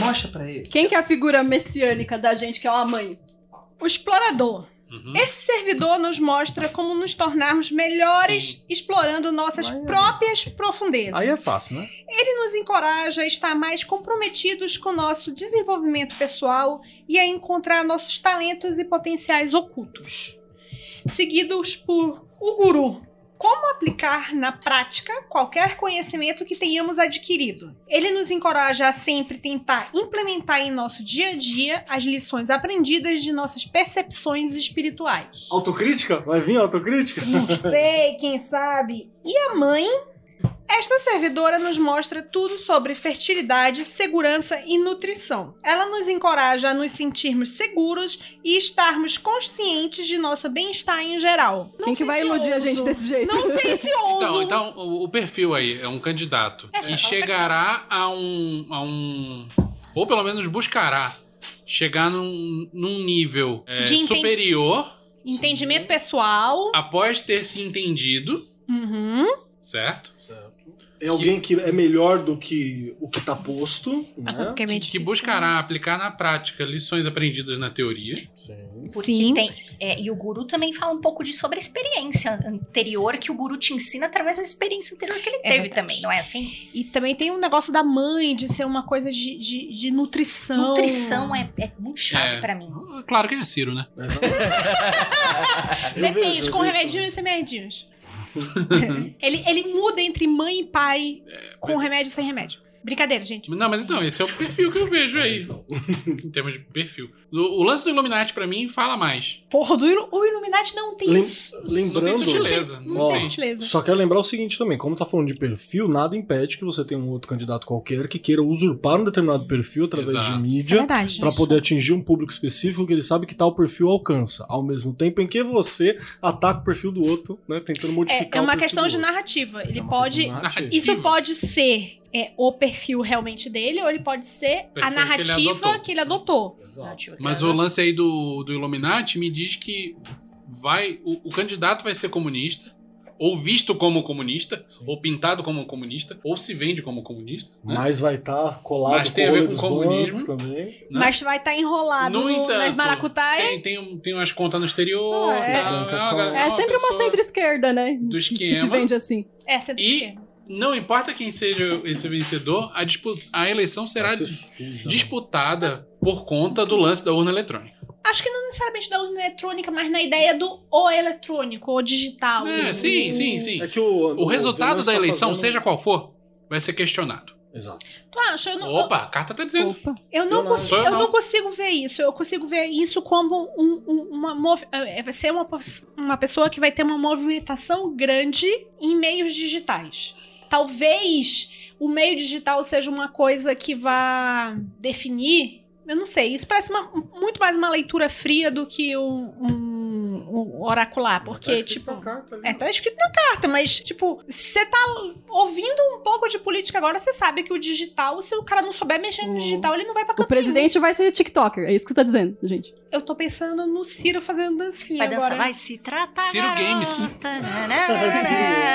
Speaker 11: Mostra pra ele.
Speaker 6: Quem que é a figura messiânica da gente, que é uma mãe?
Speaker 7: O Explorador.
Speaker 2: Hum.
Speaker 4: Uhum.
Speaker 7: Esse servidor nos mostra como nos tornarmos melhores explorando nossas próprias profundezas.
Speaker 5: Aí é fácil, né?
Speaker 7: Ele nos encoraja a estar mais comprometidos com nosso desenvolvimento pessoal e a encontrar nossos talentos e potenciais ocultos. Seguidos por o Guru. Como aplicar na prática qualquer conhecimento que tenhamos adquirido? Ele nos encoraja a sempre tentar implementar em nosso dia a dia as lições aprendidas de nossas percepções espirituais.
Speaker 5: Autocrítica? Vai vir autocrítica?
Speaker 7: Não sei, quem sabe. E a mãe? Esta servidora nos mostra tudo sobre fertilidade, segurança e nutrição. Ela nos encoraja a nos sentirmos seguros e estarmos conscientes de nosso bem-estar em geral.
Speaker 6: Quem que
Speaker 7: sei
Speaker 6: vai
Speaker 7: se
Speaker 6: iludir a
Speaker 7: ouso.
Speaker 6: gente desse jeito?
Speaker 7: Não sei se
Speaker 4: Então,
Speaker 7: ouso.
Speaker 4: então o, o perfil aí é um candidato.
Speaker 2: É, só
Speaker 4: e
Speaker 2: fala
Speaker 4: chegará a um, a um. Ou pelo menos buscará chegar num, num nível é,
Speaker 7: De entendi-
Speaker 4: superior
Speaker 7: Entendimento pessoal.
Speaker 4: após ter se entendido,
Speaker 7: Uhum.
Speaker 4: certo?
Speaker 5: É alguém que é melhor do que o que tá posto,
Speaker 7: Ah,
Speaker 5: né?
Speaker 13: Porque é
Speaker 4: que,
Speaker 13: meio
Speaker 4: que
Speaker 13: difícil,
Speaker 4: buscará aplicar na prática lições aprendidas na teoria.
Speaker 5: Sim.
Speaker 2: Porque
Speaker 13: Sim.
Speaker 2: tem. é, e o guru também fala um pouco de sobre a experiência anterior que o guru te ensina através da experiência anterior que ele teve
Speaker 13: verdade.
Speaker 2: também, não é assim?
Speaker 13: E também tem um negócio da mãe, de ser uma coisa de, de, de nutrição.
Speaker 2: Nutrição é, é muito chave
Speaker 4: É.
Speaker 2: pra mim.
Speaker 4: Claro que é Ciro, né?
Speaker 7: <laughs>
Speaker 5: Eu
Speaker 7: Depende,
Speaker 5: vejo, eu
Speaker 7: com
Speaker 5: vejo.
Speaker 7: remedinhos e
Speaker 5: <laughs>
Speaker 7: sem remedinhos. ele, ele muda entre mãe e pai,
Speaker 5: É,
Speaker 7: com remédio e sem remédio. Brincadeira, gente.
Speaker 4: Não, mas então, esse é o perfil que eu vejo aí. em termos de perfil. O, o lance do Illuminati, pra mim, fala mais.
Speaker 7: Porra, do Ilu- o Illuminati não tem
Speaker 5: Lem-
Speaker 7: isso.
Speaker 4: Não tem
Speaker 5: lembrando,
Speaker 4: sutileza. Não
Speaker 5: Ó,
Speaker 4: tem.
Speaker 7: Gentileza.
Speaker 5: Só quero lembrar o seguinte também, como tá falando de perfil, nada impede que você tenha um outro candidato qualquer que queira usurpar um determinado perfil através
Speaker 4: Exato.
Speaker 5: de
Speaker 13: Isso é
Speaker 5: mídia
Speaker 13: verdade.
Speaker 5: para poder atingir um público específico que ele sabe que tal perfil alcança. Ao mesmo tempo em que você ataca o perfil do outro, né, tentando modificar
Speaker 7: É, é
Speaker 5: o
Speaker 7: uma
Speaker 5: perfil
Speaker 7: questão
Speaker 5: do
Speaker 7: de
Speaker 5: outro.
Speaker 7: narrativa. Ele
Speaker 5: É uma
Speaker 7: pode.
Speaker 5: questão de narrativa.
Speaker 7: Isso pode ser é, o perfil realmente dele, ou ele pode ser
Speaker 4: Perfil que
Speaker 7: a
Speaker 4: ele
Speaker 7: narrativa
Speaker 4: adotou.
Speaker 7: que ele adotou.
Speaker 6: né?
Speaker 4: Mas o lance aí do, do Illuminati me diz que vai o, o candidato vai ser comunista, ou visto como comunista, ou pintado como comunista, ou se vende como comunista. né?
Speaker 5: Mas vai estar colado
Speaker 4: Mas tem a
Speaker 5: com o
Speaker 4: ver
Speaker 5: olho
Speaker 4: com
Speaker 5: dos
Speaker 4: comunismo.
Speaker 5: bancos também.
Speaker 4: Né?
Speaker 7: Mas vai estar enrolado
Speaker 4: No
Speaker 7: no
Speaker 4: entanto,
Speaker 7: nas maracutaias.
Speaker 4: Tem, tem, um- tem umas contas no exterior.
Speaker 6: Ah, é.
Speaker 4: tal, uma galera-
Speaker 6: É sempre uma
Speaker 4: pessoa
Speaker 6: centro-esquerda, né?
Speaker 4: do
Speaker 6: Que se
Speaker 4: esquema.
Speaker 6: vende assim.
Speaker 7: É, você
Speaker 4: E- Não importa quem seja esse vencedor, a, dispu- a eleição será
Speaker 5: Vai ser suja, né?
Speaker 4: disputada por conta do lance da urna eletrônica.
Speaker 7: Acho que não necessariamente da urna eletrônica, mas na ideia do o eletrônico, o digital.
Speaker 4: É, sim, sim, sim.
Speaker 5: mano. É que o,
Speaker 4: O resultado
Speaker 5: Venâncio
Speaker 4: da
Speaker 5: tá
Speaker 4: eleição,
Speaker 5: fazendo-
Speaker 4: seja qual for, vai ser questionado.
Speaker 5: Exato.
Speaker 7: Tu acha? Eu não,
Speaker 4: Opa, a carta tá dizendo.
Speaker 6: Opa.
Speaker 7: Eu não,
Speaker 5: Eu não.
Speaker 7: cons-
Speaker 4: Sou eu
Speaker 7: eu
Speaker 4: não.
Speaker 7: não consigo ver isso. Eu consigo ver isso como um- um- uma. mov- eh, Vai ser uma, pos- uma pessoa que vai ter uma movimentação grande em meios digitais. Talvez o meio digital seja uma coisa que vá definir. Eu não sei. Isso parece uma- muito mais uma leitura fria do que um, um- um oracular. Porque,
Speaker 5: Parece que
Speaker 7: tipo.
Speaker 5: tá a carta ali.
Speaker 7: É, tá escrito na carta, mas, tipo, você tá ouvindo um pouco de política agora, você sabe que o digital, se o cara não souber mexer no
Speaker 6: Hum.
Speaker 7: digital, ele não vai pra
Speaker 6: O
Speaker 7: canto nenhum.
Speaker 6: presidente vai ser TikToker. É isso que você tá dizendo, gente.
Speaker 7: Eu tô pensando no Ciro fazendo dancinha
Speaker 2: Vai dançar,
Speaker 7: agora.
Speaker 2: vai se tratar.
Speaker 4: Ciro
Speaker 2: garota.
Speaker 4: Games.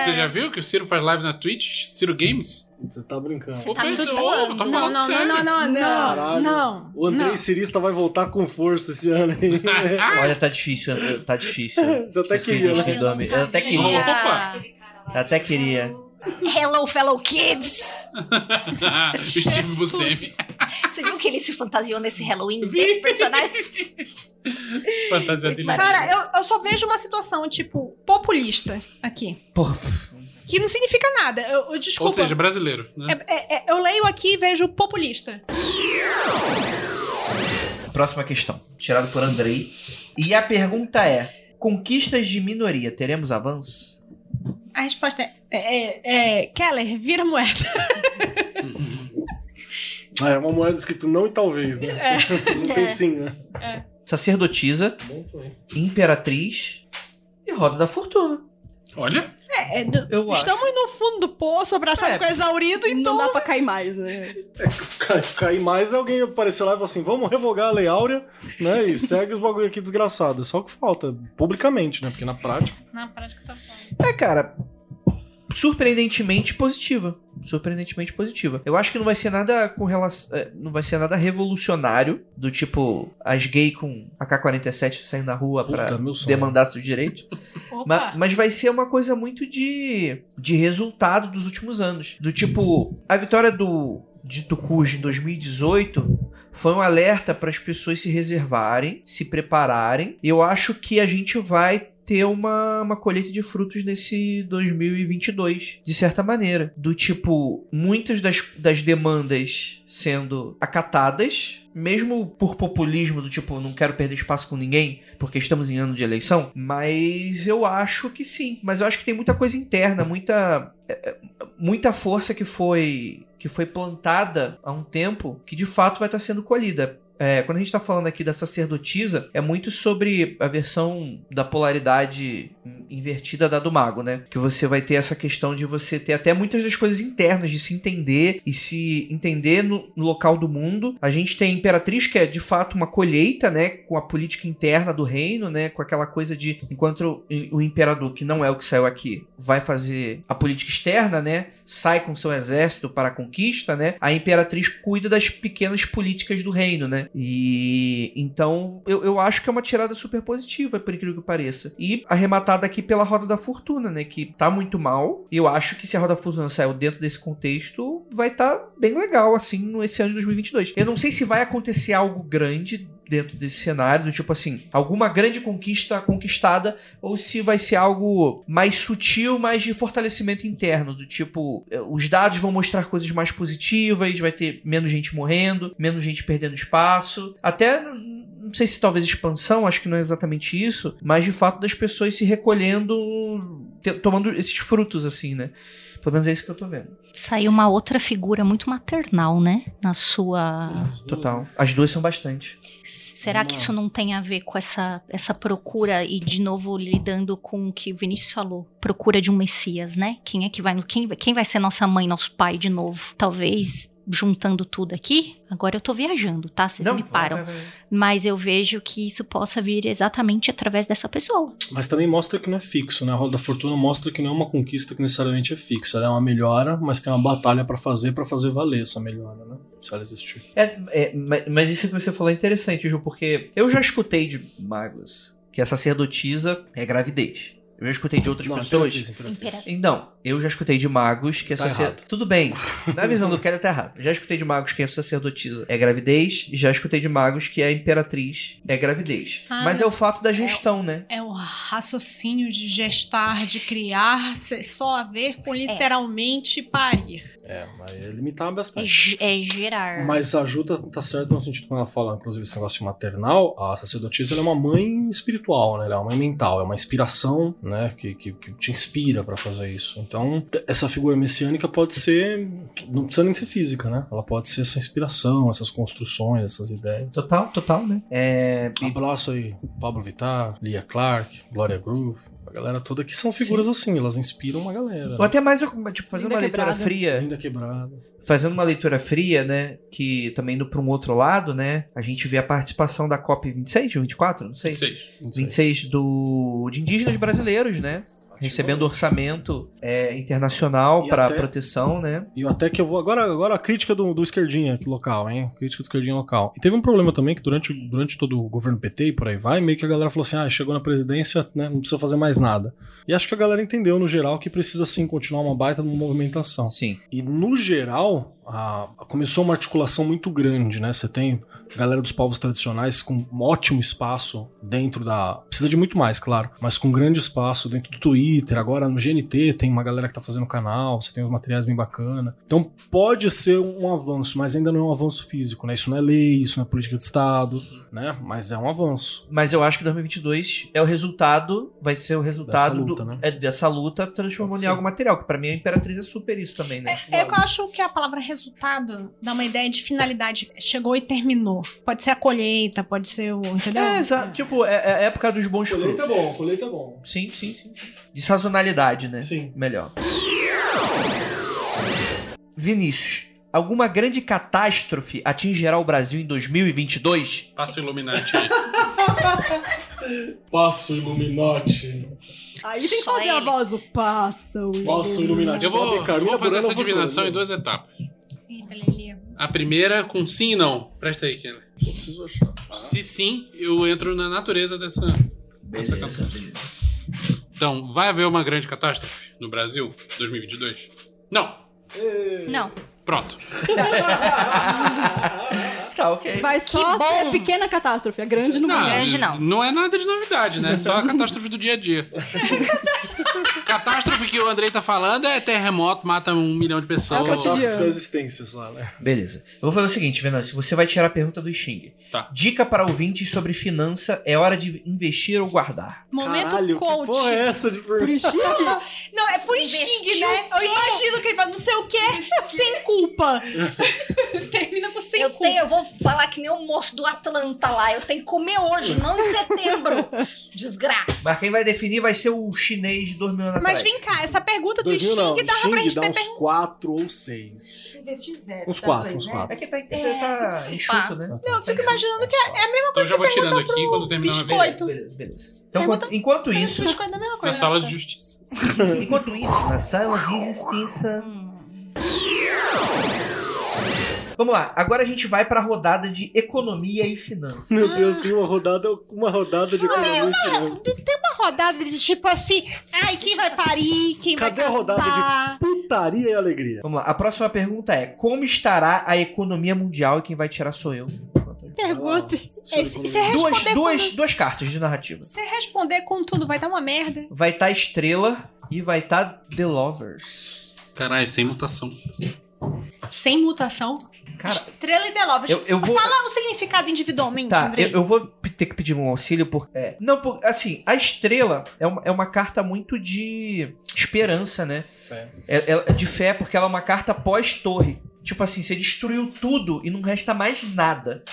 Speaker 4: Você já viu que o Ciro faz live na Twitch? Ciro Games?
Speaker 5: Você tá brincando.
Speaker 2: Você tá
Speaker 4: Ô,
Speaker 2: me
Speaker 4: pessoal,
Speaker 2: zoando.
Speaker 4: eu tô
Speaker 7: Não,
Speaker 4: falando
Speaker 7: não, não,
Speaker 4: sério.
Speaker 7: não, não, não,
Speaker 5: Caralho.
Speaker 7: não.
Speaker 5: O Andrei Cirista vai voltar com força esse ano
Speaker 4: <laughs>
Speaker 5: aí.
Speaker 3: Olha, tá difícil, André, tá difícil.
Speaker 5: Você até
Speaker 3: Ser
Speaker 5: queria, né?
Speaker 3: investidor mesmo. Eu até queria.
Speaker 4: Opa!
Speaker 3: Até queria.
Speaker 2: Hello, fellow kids!
Speaker 4: o <laughs> Steve Buscemi.
Speaker 2: Você viu que ele se fantasiou nesse Halloween
Speaker 4: Vi.
Speaker 2: desse
Speaker 4: <laughs>
Speaker 2: personagem?
Speaker 4: Fantasia dele.
Speaker 7: Cara, eu, eu só vejo uma situação, tipo, populista aqui. Que não significa nada. Eu, eu-
Speaker 4: Ou
Speaker 7: desculpa.
Speaker 4: seja, brasileiro, né?
Speaker 7: É- é- é- eu leio aqui e vejo populista.
Speaker 3: Próxima questão, tirado por Andrei. E a pergunta é: conquistas de minoria, teremos avanço?
Speaker 7: A resposta é, é- é- Keller, vira moeda.
Speaker 5: Ah, é uma moeda escrito não e talvez, né? <laughs> Não tem sim, né?
Speaker 3: Sacerdotisa, imperatriz e roda da fortuna.
Speaker 4: Olha,
Speaker 3: Eu acho.
Speaker 7: É, Estamos no fundo do poço, abraçado
Speaker 3: É.
Speaker 7: com exaurido, então.
Speaker 6: Não dá pra cair mais, né?
Speaker 5: Cai, cai mais alguém aparecer lá e falar assim: vamos revogar a Lei Áurea, né? E segue os bagulho aqui desgraçado. É só o que falta, publicamente, né? Porque na prática.
Speaker 7: Na prática tá bom.
Speaker 3: É, cara, surpreendentemente positiva. Surpreendentemente positiva. Eu acho que não vai ser nada com relação. é, Não vai ser nada revolucionário. Do tipo, as gay com AK-47 saindo na rua pra
Speaker 14: Puta, meu sonho.
Speaker 3: demandar seus direitos.
Speaker 7: Opa.
Speaker 3: Ma- mas vai ser uma coisa muito de, de resultado dos últimos anos. Do tipo, a vitória do de Tucuj em 2018 foi um alerta para as pessoas se reservarem, se prepararem. E eu acho que a gente vai ter uma, uma colheita de frutos nesse 2022, de certa maneira. Do tipo, muitas das, das demandas sendo acatadas, mesmo por populismo, do tipo, não quero perder espaço com ninguém, porque estamos em ano de eleição, mas eu acho que sim. Mas eu acho que tem muita coisa interna, muita é, é, muita força que foi que foi plantada há um tempo que de fato vai estar sendo colhida. é, quando a gente tá falando aqui da sacerdotisa, é muito sobre a versão da polaridade invertida da do mago, né? Que você vai ter essa questão de você ter até muitas das coisas internas, de se entender e se entender no, no local do mundo. A gente tem a Imperatriz, que é de fato uma colheita, né? Com a política interna do reino, né? Com aquela coisa de enquanto o, o imperador, que não é o que saiu aqui, vai fazer a política externa, né? Sai com seu exército para a conquista, né? A Imperatriz cuida das pequenas políticas do reino, né? E então eu, eu acho que é uma tirada super positiva, por incrível que pareça. E arrematada aqui pela Roda da Fortuna, né? Que tá muito mal. Eu acho que se a Roda da Fortuna saiu dentro desse contexto, vai estar tá bem legal, assim, nesse ano de 2022. Eu não sei se vai acontecer algo grande dentro desse cenário, do tipo assim, alguma grande conquista conquistada, ou se vai ser algo mais sutil, mais de fortalecimento interno, do tipo, os dados vão mostrar coisas mais positivas, vai ter menos gente morrendo, menos gente perdendo espaço, até não sei se talvez expansão, acho que não é exatamente isso, mas de fato das pessoas se recolhendo, te, tomando esses frutos assim, né? Pelo menos é isso que eu tô vendo.
Speaker 2: Saiu uma outra figura muito maternal, né? Na sua.
Speaker 3: Total. As duas são bastante.
Speaker 2: Será que isso não tem a ver com essa, essa procura e de novo lidando com o que o Vinícius falou, procura de um Messias, né? Quem é que vai, quem, quem vai ser nossa mãe, nosso pai de novo? Talvez juntando tudo aqui, agora eu tô viajando, tá? Vocês
Speaker 3: Não,
Speaker 2: me param.
Speaker 3: vai, vai, vai.
Speaker 2: Mas eu vejo que isso possa vir exatamente através dessa pessoa.
Speaker 5: Mas também mostra que não é fixo, né? A Roda da Fortuna mostra que não é uma conquista que necessariamente é fixa. Ela é uma melhora, mas tem uma batalha pra fazer pra fazer valer essa melhora, né? Se ela existir.
Speaker 3: É, é, ma- mas isso que você falou é interessante, Ju, porque eu já escutei de magos que a sacerdotisa é gravidez. Eu já escutei de outras
Speaker 5: Não,
Speaker 3: pessoas.
Speaker 5: Imperatriz, Imperatriz.
Speaker 3: Então, eu já escutei de magos que a
Speaker 5: Tá
Speaker 3: sacerdotisa.
Speaker 5: errado.
Speaker 3: Tudo bem. Na visão do Kelly tá errado. Eu Já escutei de magos que a sacerdotisa é gravidez. e Já escutei de magos que a imperatriz é gravidez.
Speaker 7: Ah,
Speaker 3: Mas é o fato da gestão, né?
Speaker 7: É o raciocínio de gestar, de criar, se- só a ver com literalmente parir.
Speaker 5: É, mas é limitar
Speaker 2: É,
Speaker 5: bastante.
Speaker 2: ge- é gerar.
Speaker 5: Mas a Ju tá, tá certa no sentido quando ela fala, inclusive, esse negócio maternal, a sacerdotisa ela é uma mãe espiritual, né? Ela é uma mãe mental, é uma inspiração, né? Que, que, que te inspira pra fazer isso. Então, essa figura messiânica pode ser. Não precisa nem ser física, né? Ela pode ser essa inspiração, essas construções, essas ideias.
Speaker 3: Total, total, né? É.
Speaker 5: Abraço aí, Pablo Vittar, Lia Clark, Glória Groove, a galera toda que são figuras assim, elas inspiram uma galera.
Speaker 3: Ou até mais, tipo, fazendo
Speaker 6: Linda
Speaker 3: uma leitura
Speaker 6: quebrada.
Speaker 3: fria.
Speaker 5: Ainda quebrada.
Speaker 3: fazendo uma leitura fria, né? Que também indo para um outro lado, né? A gente vê a participação da COP 26, 24, não sei.
Speaker 4: Sei.
Speaker 5: Não sei.
Speaker 3: 26 do de indígenas brasileiros, né? Recebendo orçamento é, internacional
Speaker 5: E
Speaker 3: para
Speaker 5: até-
Speaker 3: proteção, né?
Speaker 5: E eu até que eu vou. Agora, agora a crítica do, do esquerdinha aqui local, hein? Crítica do esquerdinha local. E teve um problema também que durante, o- durante todo o governo PT e por aí vai, meio que a galera falou assim: ah, chegou na presidência, né? Não precisa fazer mais nada. E acho que a galera entendeu, no geral, que precisa sim continuar uma baita de uma movimentação.
Speaker 3: Sim.
Speaker 5: E no geral, a- a- começou uma articulação muito grande, né? Você tem a galera dos povos tradicionais com um ótimo espaço dentro da. Precisa de muito mais, claro, mas com grande espaço dentro do Twitter. Agora no GNT tem uma galera que tá fazendo canal, você tem uns materiais bem bacana. Então pode ser um avanço, mas ainda não é um avanço físico, né? Isso não é lei, isso não é política de Estado, né? Mas é um avanço.
Speaker 3: Mas eu acho que 2022 é o resultado, vai ser o resultado
Speaker 5: luta,
Speaker 3: do,
Speaker 5: né?
Speaker 3: é, dessa luta
Speaker 5: Pode
Speaker 3: transformando
Speaker 5: ser.
Speaker 3: em algo material, que pra mim a Imperatriz é super isso também, né?
Speaker 7: É, eu acho que a palavra resultado dá uma ideia de finalidade. Chegou e terminou. Pode ser a colheita, pode ser o. Entendeu?
Speaker 3: É, exato. Tipo, é, é a época dos bons frutos.
Speaker 5: bom, colheita é bom.
Speaker 3: Sim, sim, sim. sim. De sazonalidade, né?
Speaker 5: Sim.
Speaker 3: melhor. Vinícius, alguma grande catástrofe atingirá o Brasil em 2022?
Speaker 4: Passa o Illuminati
Speaker 7: <laughs>
Speaker 4: aí.
Speaker 5: Passo Illuminati.
Speaker 6: Aí tem que
Speaker 2: Só
Speaker 6: fazer a
Speaker 2: ele.
Speaker 6: voz, o pássaro.
Speaker 5: Passo Illuminati.
Speaker 4: Eu vou,
Speaker 5: Sobe, cara,
Speaker 4: eu vou
Speaker 5: minha
Speaker 4: fazer
Speaker 5: Bruna
Speaker 4: essa
Speaker 5: voltou,
Speaker 4: divinação
Speaker 5: né?
Speaker 4: em duas etapas.
Speaker 7: Eita, Lelê.
Speaker 4: A primeira com sim e não. Presta aí, Keller.
Speaker 5: Só preciso achar.
Speaker 4: Se sim, eu entro na natureza dessa, dessa catástrofe. Então, vai haver uma grande catástrofe no Brasil 2022? Não.
Speaker 2: Não.
Speaker 4: Pronto.
Speaker 3: Tá, ok.
Speaker 6: Vai só
Speaker 2: Que
Speaker 6: ser
Speaker 2: bom.
Speaker 6: pequena catástrofe, a grande não, vai.
Speaker 2: grande, não.
Speaker 4: Não é nada de novidade, né? Só a catástrofe do dia a dia. catástrofe que o Andrei tá falando é terremoto, mata um milhão de
Speaker 6: É o
Speaker 4: pessoas.
Speaker 6: cotidiano.
Speaker 5: Catástrofe das existências lá, né?
Speaker 3: Beleza. Eu vou fazer o seguinte, Venâncio, você vai tirar a pergunta do Xing.
Speaker 4: Tá.
Speaker 3: Dica para ouvintes sobre finança, é hora de investir ou guardar?
Speaker 7: Momento
Speaker 5: Caralho,
Speaker 7: coach.
Speaker 5: que porra é essa de
Speaker 6: Por enxergue.
Speaker 5: <laughs>
Speaker 7: Não, é por
Speaker 5: <laughs>
Speaker 7: xing, né? Eu imagino que ele fala, não sei o quê, sem culpa. Termina com sem sem
Speaker 2: Eu
Speaker 7: cu.
Speaker 2: tenho, eu vou falar que nem o moço do Atlanta lá. Eu tenho que comer hoje, não em setembro. Desgraça.
Speaker 3: Mas quem vai definir vai ser o chinês de dois mil anos
Speaker 7: Mas
Speaker 3: atrás.
Speaker 7: vem cá, essa pergunta do
Speaker 5: 2000 não,
Speaker 7: Xing dava pra
Speaker 5: Xing
Speaker 7: gente um.
Speaker 5: dá um
Speaker 7: ter
Speaker 5: uns 4 ou 6.
Speaker 8: Investiu zero.
Speaker 5: Uns
Speaker 8: dá
Speaker 5: quatro,
Speaker 8: dois,
Speaker 5: uns
Speaker 8: né?
Speaker 5: quatro.
Speaker 3: É que tá,
Speaker 2: É,
Speaker 3: tá
Speaker 2: se pá.
Speaker 3: enxuto, né?
Speaker 7: Não, eu fico imaginando que é a mesma
Speaker 4: Então
Speaker 7: coisa
Speaker 4: já vou
Speaker 7: que
Speaker 4: tirando
Speaker 7: pergunta
Speaker 4: aqui quando terminar uma vez.
Speaker 7: biscoito.
Speaker 3: Tá, Beleza, beleza. Então,
Speaker 7: Pergunta-
Speaker 3: enquanto- enquanto
Speaker 7: pro
Speaker 3: isso,
Speaker 7: biscoito, é a mesma
Speaker 4: Na
Speaker 7: coisa.
Speaker 4: sala de
Speaker 7: Renata.
Speaker 4: justiça.
Speaker 3: enquanto isso, na sala de justiça. Vamos lá, agora a gente vai pra rodada de economia e finanças.
Speaker 15: Meu
Speaker 7: Ah.
Speaker 15: Deus, que uma rodada, uma rodada de economia e finanças.
Speaker 7: Uma rodada de tipo assim, ai, quem vai parir, quem
Speaker 15: Cadê
Speaker 7: vai
Speaker 15: a rodada de-
Speaker 7: casar?
Speaker 15: Putaria e alegria.
Speaker 3: Vamos lá, a próxima pergunta é: Como estará a economia mundial e quem vai tirar sou eu?
Speaker 7: Pergunta.
Speaker 15: Senhor
Speaker 7: Esse-
Speaker 15: economista.
Speaker 7: esse é-
Speaker 3: Duas,
Speaker 7: responder
Speaker 3: duas, duas cartas de narrativa.
Speaker 7: Você responder com tudo vai dar uma merda.
Speaker 3: Vai estar Estrela e vai estar The Lovers.
Speaker 4: Caralho, sem mutação.
Speaker 7: Sem mutação.
Speaker 3: Cara,
Speaker 7: Estrela e The Lovers.
Speaker 3: eu, eu vou.
Speaker 7: Fala o significado individualmente,
Speaker 3: Tá,
Speaker 7: Andrei.
Speaker 3: eu, eu vou p- ter que pedir um auxílio porque. É. Não, por, assim, a estrela é uma, é uma carta muito de esperança, né?
Speaker 15: Fé.
Speaker 3: É, é- é de fé, porque ela é uma carta pós-torre. Tipo assim, você destruiu tudo e não resta mais nada.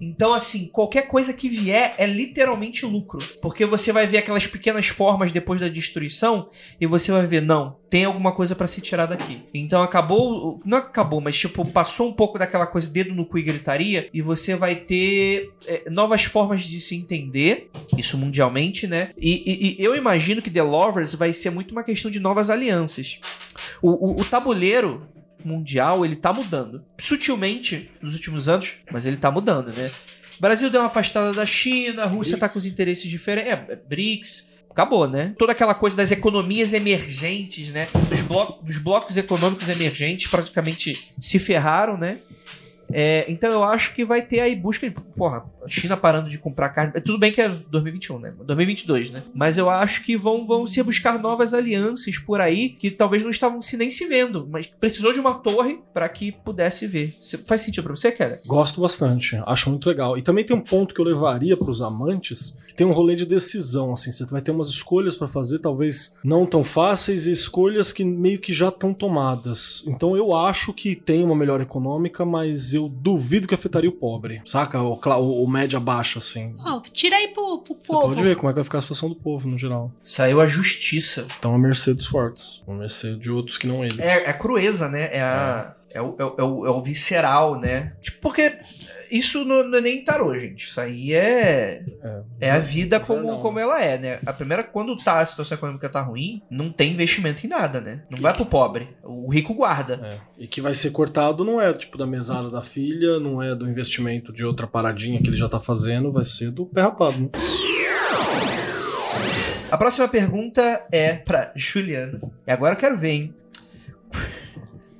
Speaker 3: Então, assim, qualquer coisa que vier é literalmente lucro. Porque você vai ver aquelas pequenas formas depois da destruição e você vai ver, não, tem alguma coisa pra se tirar daqui. Então acabou, o- não acabou, mas tipo, passou um pouco daquela coisa dedo no cu e gritaria e você vai ter é, novas formas de se entender, isso mundialmente, né? E, e- e eu imagino que The Lovers vai ser muito uma questão de novas alianças. O- o- o tabuleiro mundial, ele tá mudando. Sutilmente, nos últimos anos, mas ele tá mudando, né? O Brasil deu uma afastada da China, a Rússia tá com os interesses diferentes. É, é, BRICS. Acabou, né? Toda aquela coisa das economias emergentes, né? Dos, blo- dos blocos econômicos emergentes praticamente se ferraram, né? É, então eu acho que vai ter aí busca. Porra, a China parando de comprar carne. é, Tudo bem que é 2021, né? 2022, né? Mas eu acho que vão, vão se buscar novas alianças por aí que talvez não estavam se nem se vendo, mas precisou de uma torre pra que pudesse ver. Cê- Faz sentido pra você, cara?
Speaker 5: Gosto bastante, acho muito legal. E também tem um ponto que eu levaria para os amantes, que tem um rolê de decisão, assim, você vai ter umas escolhas para fazer, talvez não tão fáceis, e escolhas que meio que já estão tomadas. Então eu acho que tem uma melhora econômica, mas eu duvido que afetaria o pobre, saca? O, cla- o, o média baixa, assim.
Speaker 7: Ó, tira aí pro, pro
Speaker 5: Você
Speaker 7: Ah, povo.
Speaker 5: pode ver como é que vai ficar a situação do povo, no geral.
Speaker 3: Saiu a justiça.
Speaker 5: Então a mercê dos fortes, a mercê de outros que não ele.
Speaker 3: É, é crueza, né? É, a, é. o, é, o- é o, é o visceral, né? Tipo, porque isso não, não é nem tarô, gente. Isso aí é. É a vida
Speaker 5: Já
Speaker 3: como,
Speaker 5: não.
Speaker 3: como ela é, né? A primeira, quando tá, a situação econômica tá ruim, não tem investimento em nada, né? Não vai pro pobre. O rico guarda.
Speaker 5: É, E que vai ser cortado não é tipo da mesada da filha, não é do investimento de outra paradinha que ele já tá fazendo, vai ser do pé rapado. né?
Speaker 3: A próxima pergunta é pra Juliana. E agora eu quero ver, hein?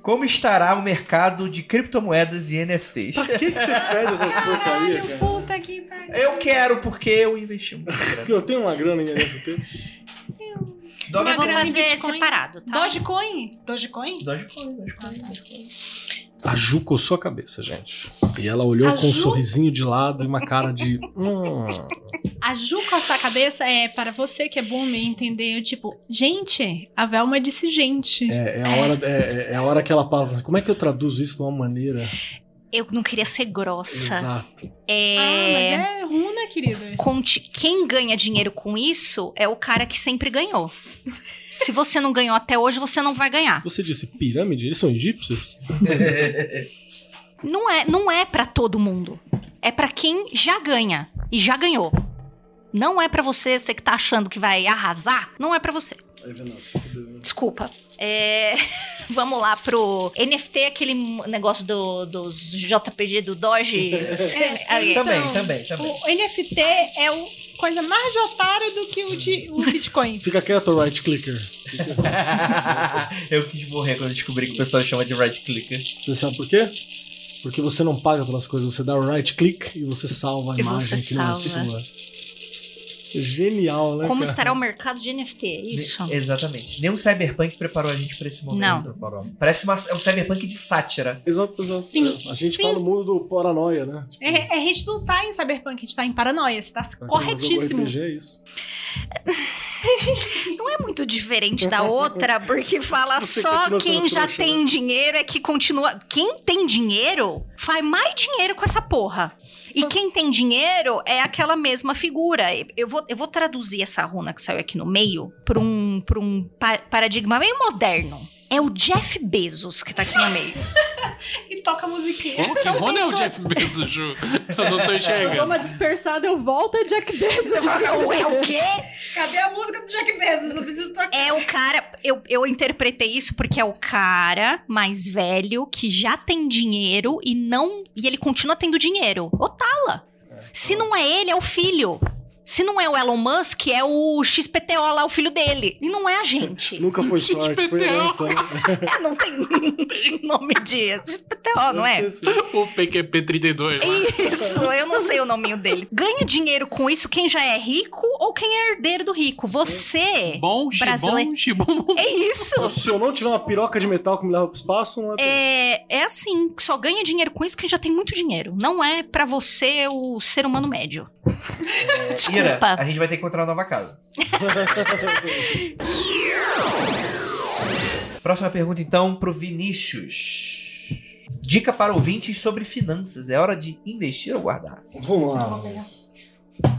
Speaker 3: Como estará o mercado de criptomoedas e NFTs?
Speaker 2: Tá.
Speaker 15: Pra <laughs> que, que você pede essas porcarias,
Speaker 7: Caralho,
Speaker 15: cara?
Speaker 7: puta que pariu.
Speaker 3: Eu quero porque eu investi muito.
Speaker 15: Porque eu tenho uma grana em NFT.
Speaker 2: Eu vou
Speaker 7: grana em
Speaker 2: fazer
Speaker 7: Bitcoin.
Speaker 2: separado, tá?
Speaker 7: Dogecoin? Dogecoin?
Speaker 3: Dogecoin, Dogecoin.
Speaker 5: A Ju coçou a cabeça, gente. E ela olhou
Speaker 7: A
Speaker 5: com um
Speaker 7: Ju?
Speaker 5: sorrisinho de lado e uma cara de. Hum.
Speaker 7: A Ju coçar a cabeça é para você que é boomer entender. eu, Tipo, gente, a Velma disse gente.
Speaker 5: É, é a hora, é, é a hora que ela fala assim, como é que eu traduzo isso de uma maneira.
Speaker 2: Eu não queria ser grossa.
Speaker 5: Exato.
Speaker 7: Ah,
Speaker 2: É...
Speaker 7: mas é runa, querida.
Speaker 2: Conte, quem ganha dinheiro com isso é o cara que sempre ganhou. Se você não ganhou até hoje, você não vai ganhar.
Speaker 5: Você disse pirâmide? Eles são egípcios?
Speaker 2: Não é, não é para todo mundo. É pra quem já ganha e já ganhou. Não é pra você, você que tá achando que vai arrasar, não é pra você.
Speaker 5: É, Venâncio, fudeu, né?
Speaker 2: Desculpa. É, <laughs> Vamos lá pro NFT, aquele negócio do- dos JPG do Doge.
Speaker 7: É,
Speaker 2: Então,
Speaker 3: Também, também, também. <laughs>
Speaker 7: O NFT é o coisa mais de otário do que o, de, o Bitcoin.
Speaker 5: Fica quieto, right clicker.
Speaker 3: eu quis morrer quando descobri que o pessoal chama de right clicker.
Speaker 5: Você sabe por quê? Porque você não paga pelas coisas, você dá o right click e você salva a
Speaker 2: E
Speaker 5: imagem
Speaker 2: você
Speaker 5: que não é
Speaker 2: salva.
Speaker 5: sua. Genial, né?
Speaker 2: Como
Speaker 5: cara?
Speaker 2: estará o mercado de NFT? É Isso.
Speaker 3: Exatamente. Nenhum cyberpunk preparou a gente pra esse momento.
Speaker 5: Parou.
Speaker 3: Parece uma- é um cyberpunk de sátira.
Speaker 5: Exato, exato.
Speaker 7: Sim,
Speaker 5: É, A gente
Speaker 7: sim.
Speaker 5: tá no mundo do paranoia, né? Tipo,
Speaker 7: É, é, a gente não tá em cyberpunk, a gente tá em paranoia. Você tá
Speaker 5: pra quem não jogou
Speaker 7: corretíssimo.
Speaker 5: RPG é isso.
Speaker 2: Não é muito diferente da outra, porque fala
Speaker 5: <laughs> Você
Speaker 2: só
Speaker 5: continua
Speaker 2: quem
Speaker 5: sendo
Speaker 2: já
Speaker 5: trouxa, né?
Speaker 2: tem dinheiro é que continua. Quem tem dinheiro faz mais dinheiro com essa porra. E quem tem dinheiro é aquela mesma figura. Eu vou, eu vou traduzir essa runa que saiu aqui no meio para um, pra um pa- paradigma meio moderno. É o Jeff Bezos que tá aqui no
Speaker 5: <laughs>
Speaker 2: meio.
Speaker 7: E toca a musiquinha.
Speaker 4: Como que Rony é o Jeff Bezos, Ju? Eu não tô
Speaker 6: Eu dou
Speaker 4: enxergando.
Speaker 6: uma dispersada, eu volto, é Jack Bezos.
Speaker 2: é o quê?
Speaker 7: Cadê a música do Jack Bezos? Eu preciso tocar.
Speaker 2: É o cara. Eu, eu interpretei isso porque é o cara mais velho que já tem dinheiro e não. E ele continua tendo dinheiro. Otala! Se não é ele, é o filho. Se não é o Elon Musk, é o XPTO lá, o filho dele. E não é a <laughs> gente.
Speaker 5: Nunca foi sorte, foi herança. né?
Speaker 2: É, <laughs> não tem, não tem nome disso. XPTO, não é?
Speaker 5: Esqueci.
Speaker 4: O PQP 32 lá.
Speaker 2: Isso, eu não sei o nominho dele. Ganha dinheiro com isso quem já é rico ou quem é herdeiro do rico? Você.
Speaker 4: Bom,
Speaker 2: Brasileiro.
Speaker 4: xibom, xibom.
Speaker 2: É isso!
Speaker 5: Então, Se eu não tiver uma piroca de metal que me leva pro espaço, não é.
Speaker 2: É, é assim, só ganha dinheiro com isso quem já tem muito dinheiro. Não é pra você o ser humano médio.
Speaker 3: É,
Speaker 2: Desculpa.
Speaker 11: Ira, a gente vai ter que encontrar uma nova
Speaker 2: <laughs>
Speaker 11: casa. Próxima pergunta, então, pro Vinícius. Dica para ouvintes sobre finanças. É hora de investir ou guardar?
Speaker 5: Vamos lá. mas-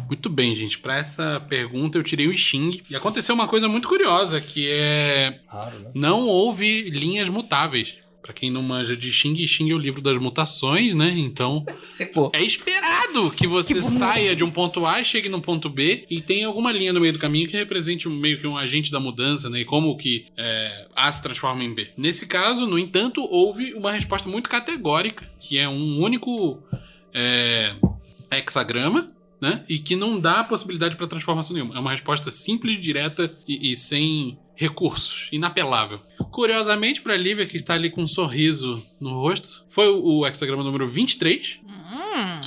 Speaker 4: Muito bem, gente. Pra essa pergunta eu tirei o Xing. E aconteceu uma coisa muito curiosa, que é
Speaker 5: Raro, né?
Speaker 4: Não houve linhas mutáveis. Pra quem não manja de Xing, Xing é o livro das mutações, né? Então,
Speaker 11: Secou.
Speaker 4: é esperado que você saia de um ponto A, e chegue num ponto B e tenha alguma linha no meio do caminho que represente um- meio que um agente da mudança, né? E como que é, A se transforma em B. Nesse caso, no entanto, houve uma resposta muito categórica, que é um único é, hexagrama, né? E que não dá possibilidade para transformação nenhuma. É uma resposta simples, direta e, e sem recursos, inapelável. Curiosamente, para Lívia, que está ali com um sorriso no rosto, foi o, o hexagrama número 23,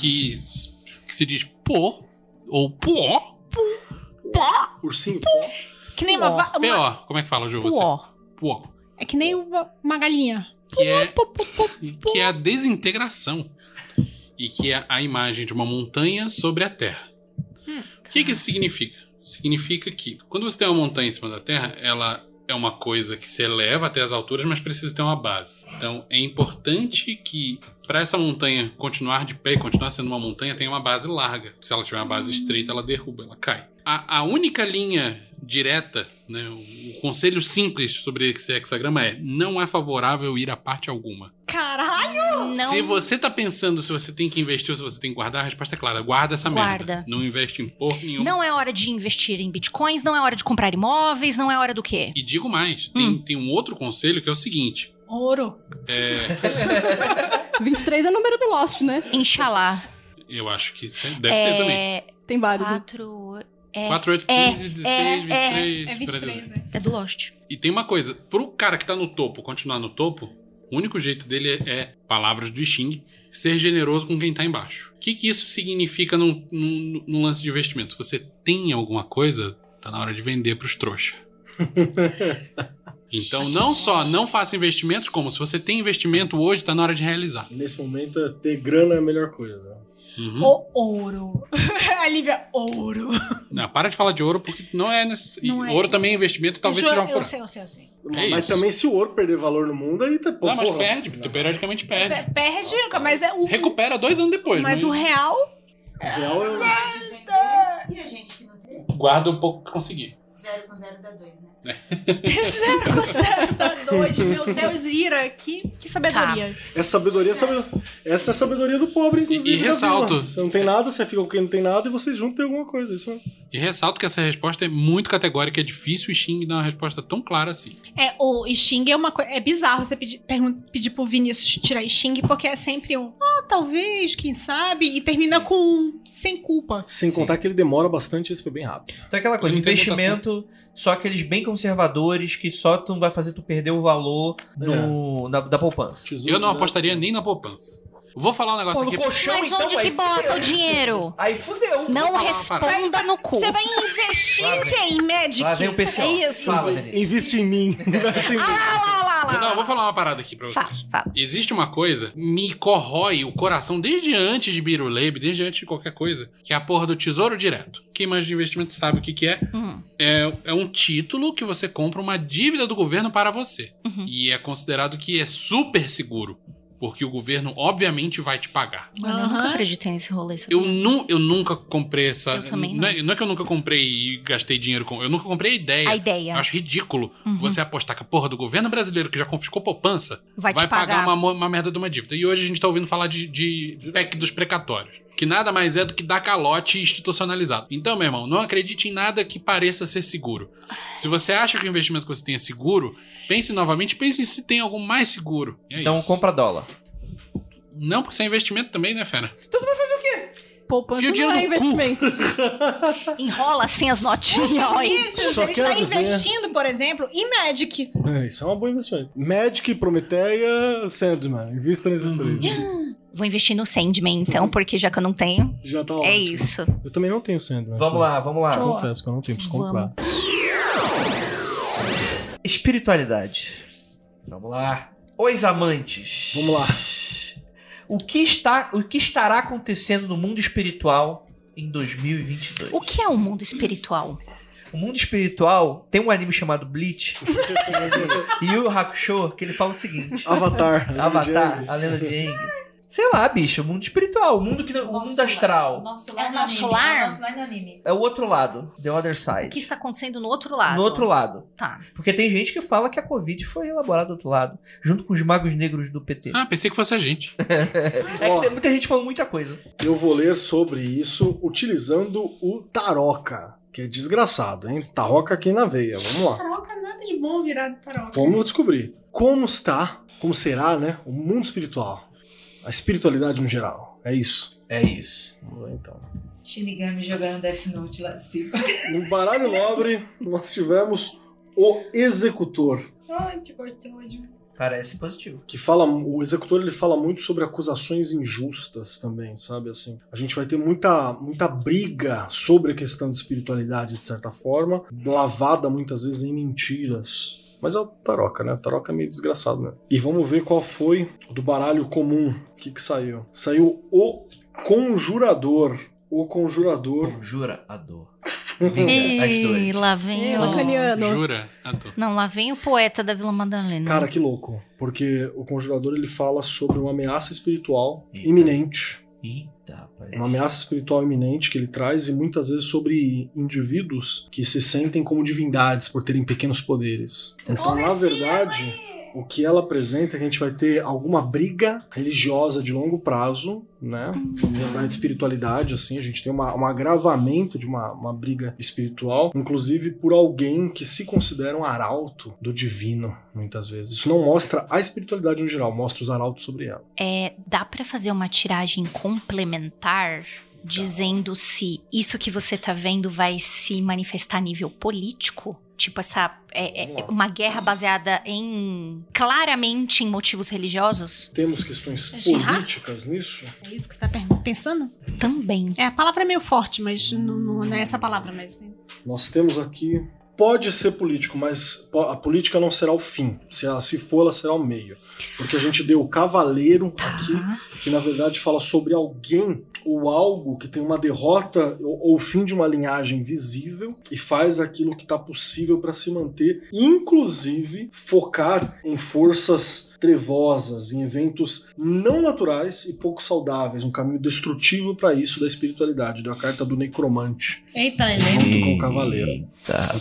Speaker 4: que, s- que se diz pô, ou pô,
Speaker 5: Ursinho. tá?
Speaker 7: Que nem uma, va- uma-
Speaker 4: P.O. Como é que fala, Ju? você?
Speaker 2: Pô,
Speaker 4: Pô.
Speaker 7: É que nem uma, uma galinha.
Speaker 4: Que é, que é a desintegração. E que é a imagem de uma montanha sobre a Terra. o que, que isso significa? Significa que quando você tem uma montanha em cima da Terra, ela é uma coisa que se eleva até as alturas, mas precisa ter uma base. Então é importante que para essa montanha continuar de pé, e continuar sendo uma montanha, tenha uma base larga. Se ela tiver uma base estreita, ela derruba, ela cai. A, a única linha direta, né, o, o conselho simples sobre esse hexagrama é: não é favorável ir a parte alguma.
Speaker 7: Caralho!
Speaker 2: não.
Speaker 4: Se você tá pensando se você tem que investir ou se você tem que guardar, a resposta é clara: guarda essa
Speaker 2: Guarda.
Speaker 4: merda. Não investe em porra nenhuma.
Speaker 2: Não é hora de investir em bitcoins, não é hora de comprar imóveis, não é hora do quê?
Speaker 4: E digo mais: tem,
Speaker 2: Hum.
Speaker 4: tem um outro conselho que é o seguinte:
Speaker 12: Ouro.
Speaker 4: é,
Speaker 6: 23 é o número do Lost, né?
Speaker 2: Inxalá.
Speaker 4: eu acho que isso é- deve ser também.
Speaker 2: É,
Speaker 6: Tem vários.
Speaker 7: Ah,
Speaker 6: né?
Speaker 2: quatro... É,
Speaker 4: 4, 8,
Speaker 2: é,
Speaker 4: 15, 16,
Speaker 2: é,
Speaker 4: 23.
Speaker 7: É 23, né?
Speaker 2: é do Lost.
Speaker 4: E tem uma coisa, pro cara que tá no topo continuar no topo, o único jeito dele é, é, palavras do Xing, ser generoso com quem tá embaixo. O que, que isso significa num, num- num lance de investimento? Se você tem alguma coisa, tá na hora de vender pros trouxa. Então, não só não faça investimentos, como se você tem investimento hoje, tá na hora de realizar.
Speaker 5: Nesse momento, é ter grana é a melhor coisa.
Speaker 4: Uhum.
Speaker 7: O ouro. <laughs> a Lívia, ouro.
Speaker 4: Não, para de falar de ouro, porque não é necessário.
Speaker 7: Não é.
Speaker 4: Ouro também é investimento, talvez
Speaker 7: eu,
Speaker 4: seja uma
Speaker 7: eu
Speaker 4: fora.
Speaker 7: sei, eu sei, eu sei.
Speaker 4: É
Speaker 5: mas
Speaker 4: isso.
Speaker 5: também, se o ouro perder valor no mundo, aí tá pô,
Speaker 4: Não, mas
Speaker 5: porra.
Speaker 4: perde, periodicamente perde.
Speaker 7: Pe- Perde, mas é o.
Speaker 4: Recupera dois anos depois.
Speaker 7: Mas o real
Speaker 5: O real é-
Speaker 8: né? E a gente que não tem?
Speaker 4: Guarda o pouco que conseguir.
Speaker 8: Zero com zero dá dois, né?
Speaker 7: zero com zero dá dois. Meu Deus, Ira, que, que sabedoria.
Speaker 5: Essa sabedoria, é sabe- essa é a sabedoria do pobre, inclusive.
Speaker 4: E- e
Speaker 5: da vila.
Speaker 4: ressalto.
Speaker 5: Você não tem nada, você fica com quem não tem nada e vocês juntam tem alguma coisa. Isso é
Speaker 4: E ressalto que essa resposta é muito categórica, é difícil o Xing dar uma resposta tão clara assim.
Speaker 12: É, o Xing é uma coisa. É bizarro você pedir, pergun- pedir pro Vinícius tirar Xing, porque é sempre um. Ah, talvez, quem sabe? E termina com um. Sem culpa.
Speaker 5: Sem contar que ele demora bastante, isso foi bem rápido.
Speaker 11: Então é aquela coisa,
Speaker 4: Não tem
Speaker 11: investimento, só aqueles bem conservadores que só tu não
Speaker 5: É.
Speaker 11: vai fazer tu perder o valor no- na- da poupança.
Speaker 5: Tesouro,
Speaker 4: Eu não
Speaker 5: né?
Speaker 4: apostaria nem na poupança. Vou falar um negócio
Speaker 11: Pô, no
Speaker 4: aqui.
Speaker 11: colchão,
Speaker 2: Mas
Speaker 11: então,
Speaker 2: onde
Speaker 11: aí
Speaker 2: que bota o
Speaker 11: fudeu.
Speaker 2: dinheiro?
Speaker 11: Aí fudeu.
Speaker 2: Não
Speaker 4: falar uma
Speaker 2: responda no cu.
Speaker 7: Você vai investir
Speaker 11: Lá
Speaker 7: em
Speaker 11: vem.
Speaker 7: quem? Magic?
Speaker 11: Lá vem o PCO.
Speaker 7: É isso.
Speaker 11: Fala, Denise.
Speaker 5: Investe em mim. <laughs> Investe em mim.
Speaker 7: Ah, Lá, lá, lá,
Speaker 4: Não, eu
Speaker 7: lá.
Speaker 4: vou falar uma parada aqui pra vocês.
Speaker 2: Fala, fala.
Speaker 4: Existe uma coisa, me corrói o coração desde antes de Birulebe, desde antes de qualquer coisa, que é a porra do Tesouro Direto. Quem mais de investimento sabe o que, que é?
Speaker 2: Hum,
Speaker 4: é? É um título que você compra uma dívida do governo para você.
Speaker 2: uhum.
Speaker 4: E é considerado que é super seguro, porque o governo obviamente vai te pagar.
Speaker 2: Mano, eu nunca
Speaker 12: Aham.
Speaker 2: acreditei nesse rolê. sabe?
Speaker 4: Eu, nu, eu nunca comprei essa.
Speaker 2: Eu também
Speaker 4: é, não é que eu nunca comprei e gastei dinheiro com. Eu nunca comprei a ideia.
Speaker 2: A ideia.
Speaker 4: Eu acho ridículo
Speaker 2: Uhum.
Speaker 4: você apostar que a porra do governo brasileiro, que já confiscou poupança,
Speaker 2: Vai,
Speaker 4: vai
Speaker 2: te pagar.
Speaker 4: pagar uma, mo- uma merda de uma dívida. E hoje a gente tá ouvindo falar de, de PEC dos precatórios. Que nada mais é do que dar calote institucionalizado. Então, meu irmão, não acredite em nada que pareça ser seguro. Se você acha que o investimento que você tem é seguro, pense novamente, pense se tem algum mais seguro. É
Speaker 11: Então
Speaker 4: isso.
Speaker 11: compra dólar.
Speaker 4: Não, porque isso é investimento também, né, Fera?
Speaker 6: Poupança
Speaker 4: Fio
Speaker 6: não
Speaker 4: dinheiro
Speaker 6: é
Speaker 4: no cu.
Speaker 6: investimento.
Speaker 2: Enrola assim as notinhas. ó,
Speaker 7: <laughs>
Speaker 2: e-
Speaker 5: Só
Speaker 12: Ele
Speaker 5: quero
Speaker 12: está
Speaker 5: dizer-
Speaker 12: tá investindo, por exemplo, em Magic.
Speaker 5: É, isso é uma boa investimento. Magic, Prometeia, Sandman. Invista nesses
Speaker 4: Uhum.
Speaker 5: três.
Speaker 2: Vou investir no Sandman, então, porque já que eu não tenho,
Speaker 5: Já tá
Speaker 2: é
Speaker 5: ótimo.
Speaker 2: isso.
Speaker 5: Eu também não tenho Sandman.
Speaker 11: Vamos lá, vamos lá.
Speaker 12: Show.
Speaker 5: Confesso que eu não tenho, preciso comprar.
Speaker 2: <laughs>
Speaker 11: Espiritualidade. Vamos lá. Os amantes.
Speaker 5: Vamos lá.
Speaker 11: O que, está, o que estará acontecendo no mundo espiritual em 2022?
Speaker 2: O que é o mundo espiritual?
Speaker 11: O mundo espiritual tem um anime chamado Bleach e o Hakusho que ele fala o seguinte:
Speaker 5: Avatar.
Speaker 11: <laughs> Avatar, a lenda de Aang. Sei lá, bicho, o mundo espiritual, o mundo que não- o mundo astral.
Speaker 12: Nosso
Speaker 2: lar É o no nosso anime, lar? é
Speaker 8: então
Speaker 2: o nosso
Speaker 12: lar no anime.
Speaker 11: É o outro lado, the other
Speaker 2: O que
Speaker 11: side.
Speaker 2: está acontecendo no outro lado?
Speaker 11: No outro lado.
Speaker 2: Tá.
Speaker 11: Porque tem gente que fala que a Covid foi elaborada do outro lado, junto com os magos negros do PT.
Speaker 4: Ah, pensei que fosse a gente.
Speaker 11: É que tem muita gente falando muita coisa.
Speaker 5: Eu vou ler sobre isso utilizando o Taroca, que é desgraçado, hein? Taroca aqui na veia. Vamos lá.
Speaker 7: Taroca, nada de bom virado taroca.
Speaker 5: Vamos descobrir como está, como será, né? O mundo espiritual. A espiritualidade no geral. É isso.
Speaker 11: É isso.
Speaker 5: Vamos lá então.
Speaker 12: Shinigami jogando Death Note lá de cima.
Speaker 5: No baralho nobre, nós tivemos o executor.
Speaker 7: Ai, que gostoso.
Speaker 11: Parece positivo.
Speaker 5: que fala, o executor ele fala muito sobre acusações injustas também, sabe assim. A gente vai ter muita muita briga sobre a questão de espiritualidade de certa forma, lavada muitas vezes em mentiras. Mas é o Taroca, né? O Taroca é meio desgraçado, né? E vamos ver qual foi do baralho comum. O que que saiu? Saiu o Conjurador. O Conjurador.
Speaker 11: Conjura a dor. Vinga é, as
Speaker 2: Ih,
Speaker 11: dores.
Speaker 2: lá vem
Speaker 6: É,
Speaker 7: um
Speaker 2: o...
Speaker 6: lacaniano.
Speaker 4: Jura? Ah, tô.
Speaker 2: Não, lá vem o poeta da Vila Madalena.
Speaker 5: Cara, que louco. Porque o Conjurador, ele fala sobre uma ameaça espiritual iminente.
Speaker 11: Eita, rapaz.
Speaker 5: uma ameaça espiritual iminente que ele traz e muitas vezes sobre indivíduos que se sentem como divindades por terem pequenos poderes. Então, na verdade, o que ela apresenta é que a gente vai ter alguma briga religiosa de longo prazo, né? Na espiritualidade, assim, a gente tem uma, um agravamento de uma, uma briga espiritual, inclusive por alguém que se considera um arauto do divino, muitas vezes. Isso não mostra a espiritualidade no geral, mostra os arautos sobre ela.
Speaker 2: É, dá pra fazer uma tiragem complementar dizendo se isso que você tá vendo vai se manifestar a nível político? Tipo essa é, é,
Speaker 5: Vamos lá.
Speaker 2: uma guerra baseada em claramente em motivos religiosos
Speaker 5: Temos questões
Speaker 12: Jihad?
Speaker 5: políticas nisso?
Speaker 12: É isso que você tá per- pensando?
Speaker 2: também.
Speaker 12: É, a palavra é meio forte, mas não, não- não é essa palavra, mas.
Speaker 5: Nós temos aqui. Pode ser político, mas po- a política não será o fim. Se, ela, se for, ela será o meio. Porque a gente deu o cavaleiro aqui,
Speaker 2: Tá.
Speaker 5: que na verdade fala sobre alguém ou algo que tem uma derrota ou, ou o fim de uma linhagem visível e faz aquilo que está possível para se manter, inclusive focar em forças trevosas, em eventos não naturais e pouco saudáveis, um caminho destrutivo para isso da espiritualidade. Deu a carta do necromante
Speaker 12: Eita,
Speaker 5: junto com o cavaleiro.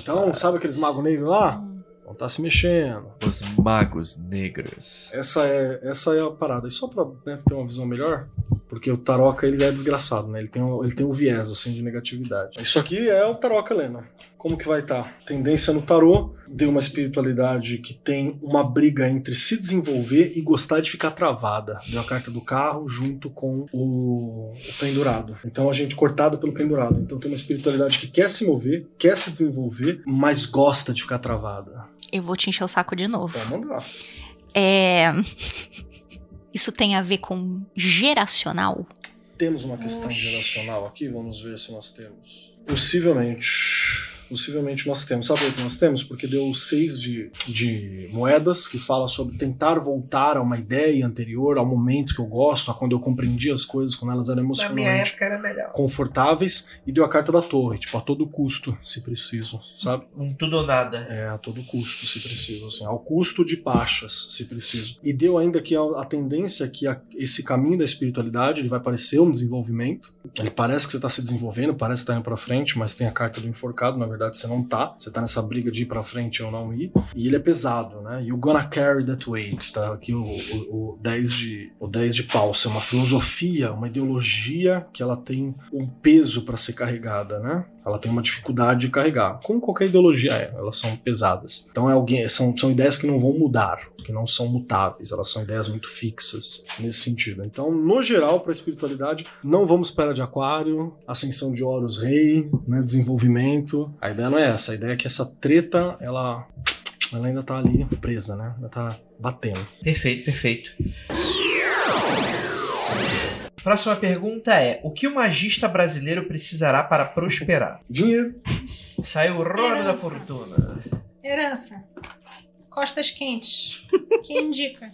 Speaker 5: Então, sabe aqueles magos negros lá? Não tá se mexendo.
Speaker 11: Os magos negros.
Speaker 5: Essa é, essa é a parada. E só pra né, ter uma visão melhor, porque o Taroca ele é desgraçado, né? Ele tem, um, ele tem um viés assim de negatividade. Isso aqui é o Taroca, Helena. Como que vai estar? Tendência no tarô, de uma espiritualidade que tem uma briga entre se desenvolver e gostar de ficar travada. Deu a carta do carro junto com o, o pendurado. Então a gente cortado pelo pendurado. Então tem uma espiritualidade que quer se mover, quer se desenvolver, mas gosta de ficar travada.
Speaker 2: Eu vou te encher o saco de novo.
Speaker 5: Então vamos lá.
Speaker 2: É. <laughs> Isso tem a ver com geracional?
Speaker 5: Temos uma questão geracional aqui, vamos ver se nós temos. Possivelmente. Possivelmente nós temos. Sabe o que nós temos? Porque deu seis de, de moedas que fala sobre tentar voltar a uma ideia anterior, ao momento que eu gosto, a quando eu compreendi as coisas, quando elas eram
Speaker 11: Na minha
Speaker 5: emocionalmente
Speaker 11: época era melhor.
Speaker 5: confortáveis, e deu a carta da torre, tipo, a todo custo, se preciso, sabe?
Speaker 11: Um tudo ou nada.
Speaker 5: É, a todo custo, se preciso, assim, ao custo de baixas, se preciso. E deu ainda que a, a tendência é que a- esse caminho da espiritualidade, ele vai parecer um desenvolvimento, ele parece que você tá se desenvolvendo, parece que tá indo pra frente, mas tem a carta do enforcado, na verdade você não tá, você tá nessa briga de ir pra frente ou não ir, e ele é pesado, né? You gonna carry that weight, tá? Aqui o, o, o 10 de o 10 de pausa, uma filosofia, uma ideologia que ela tem um peso para ser carregada, né? Ela tem uma dificuldade de carregar, como qualquer ideologia é, elas são pesadas. Então é alguém, são, são ideias que não vão mudar, que não são mutáveis, elas são ideias muito fixas nesse sentido. Então, no geral, para a espiritualidade, não vamos para de aquário, ascensão de Horus Rei, né, desenvolvimento. A ideia não é essa, a ideia é que essa treta, ela ela ainda tá ali presa, né? Ainda tá batendo.
Speaker 11: Perfeito, perfeito. Próxima pergunta é: O que o magista brasileiro precisará para prosperar?
Speaker 5: Dinheiro.
Speaker 11: Saiu o roda da
Speaker 7: Herança.
Speaker 11: fortuna.
Speaker 7: Herança. Costas <laughs> quentes. Quem indica?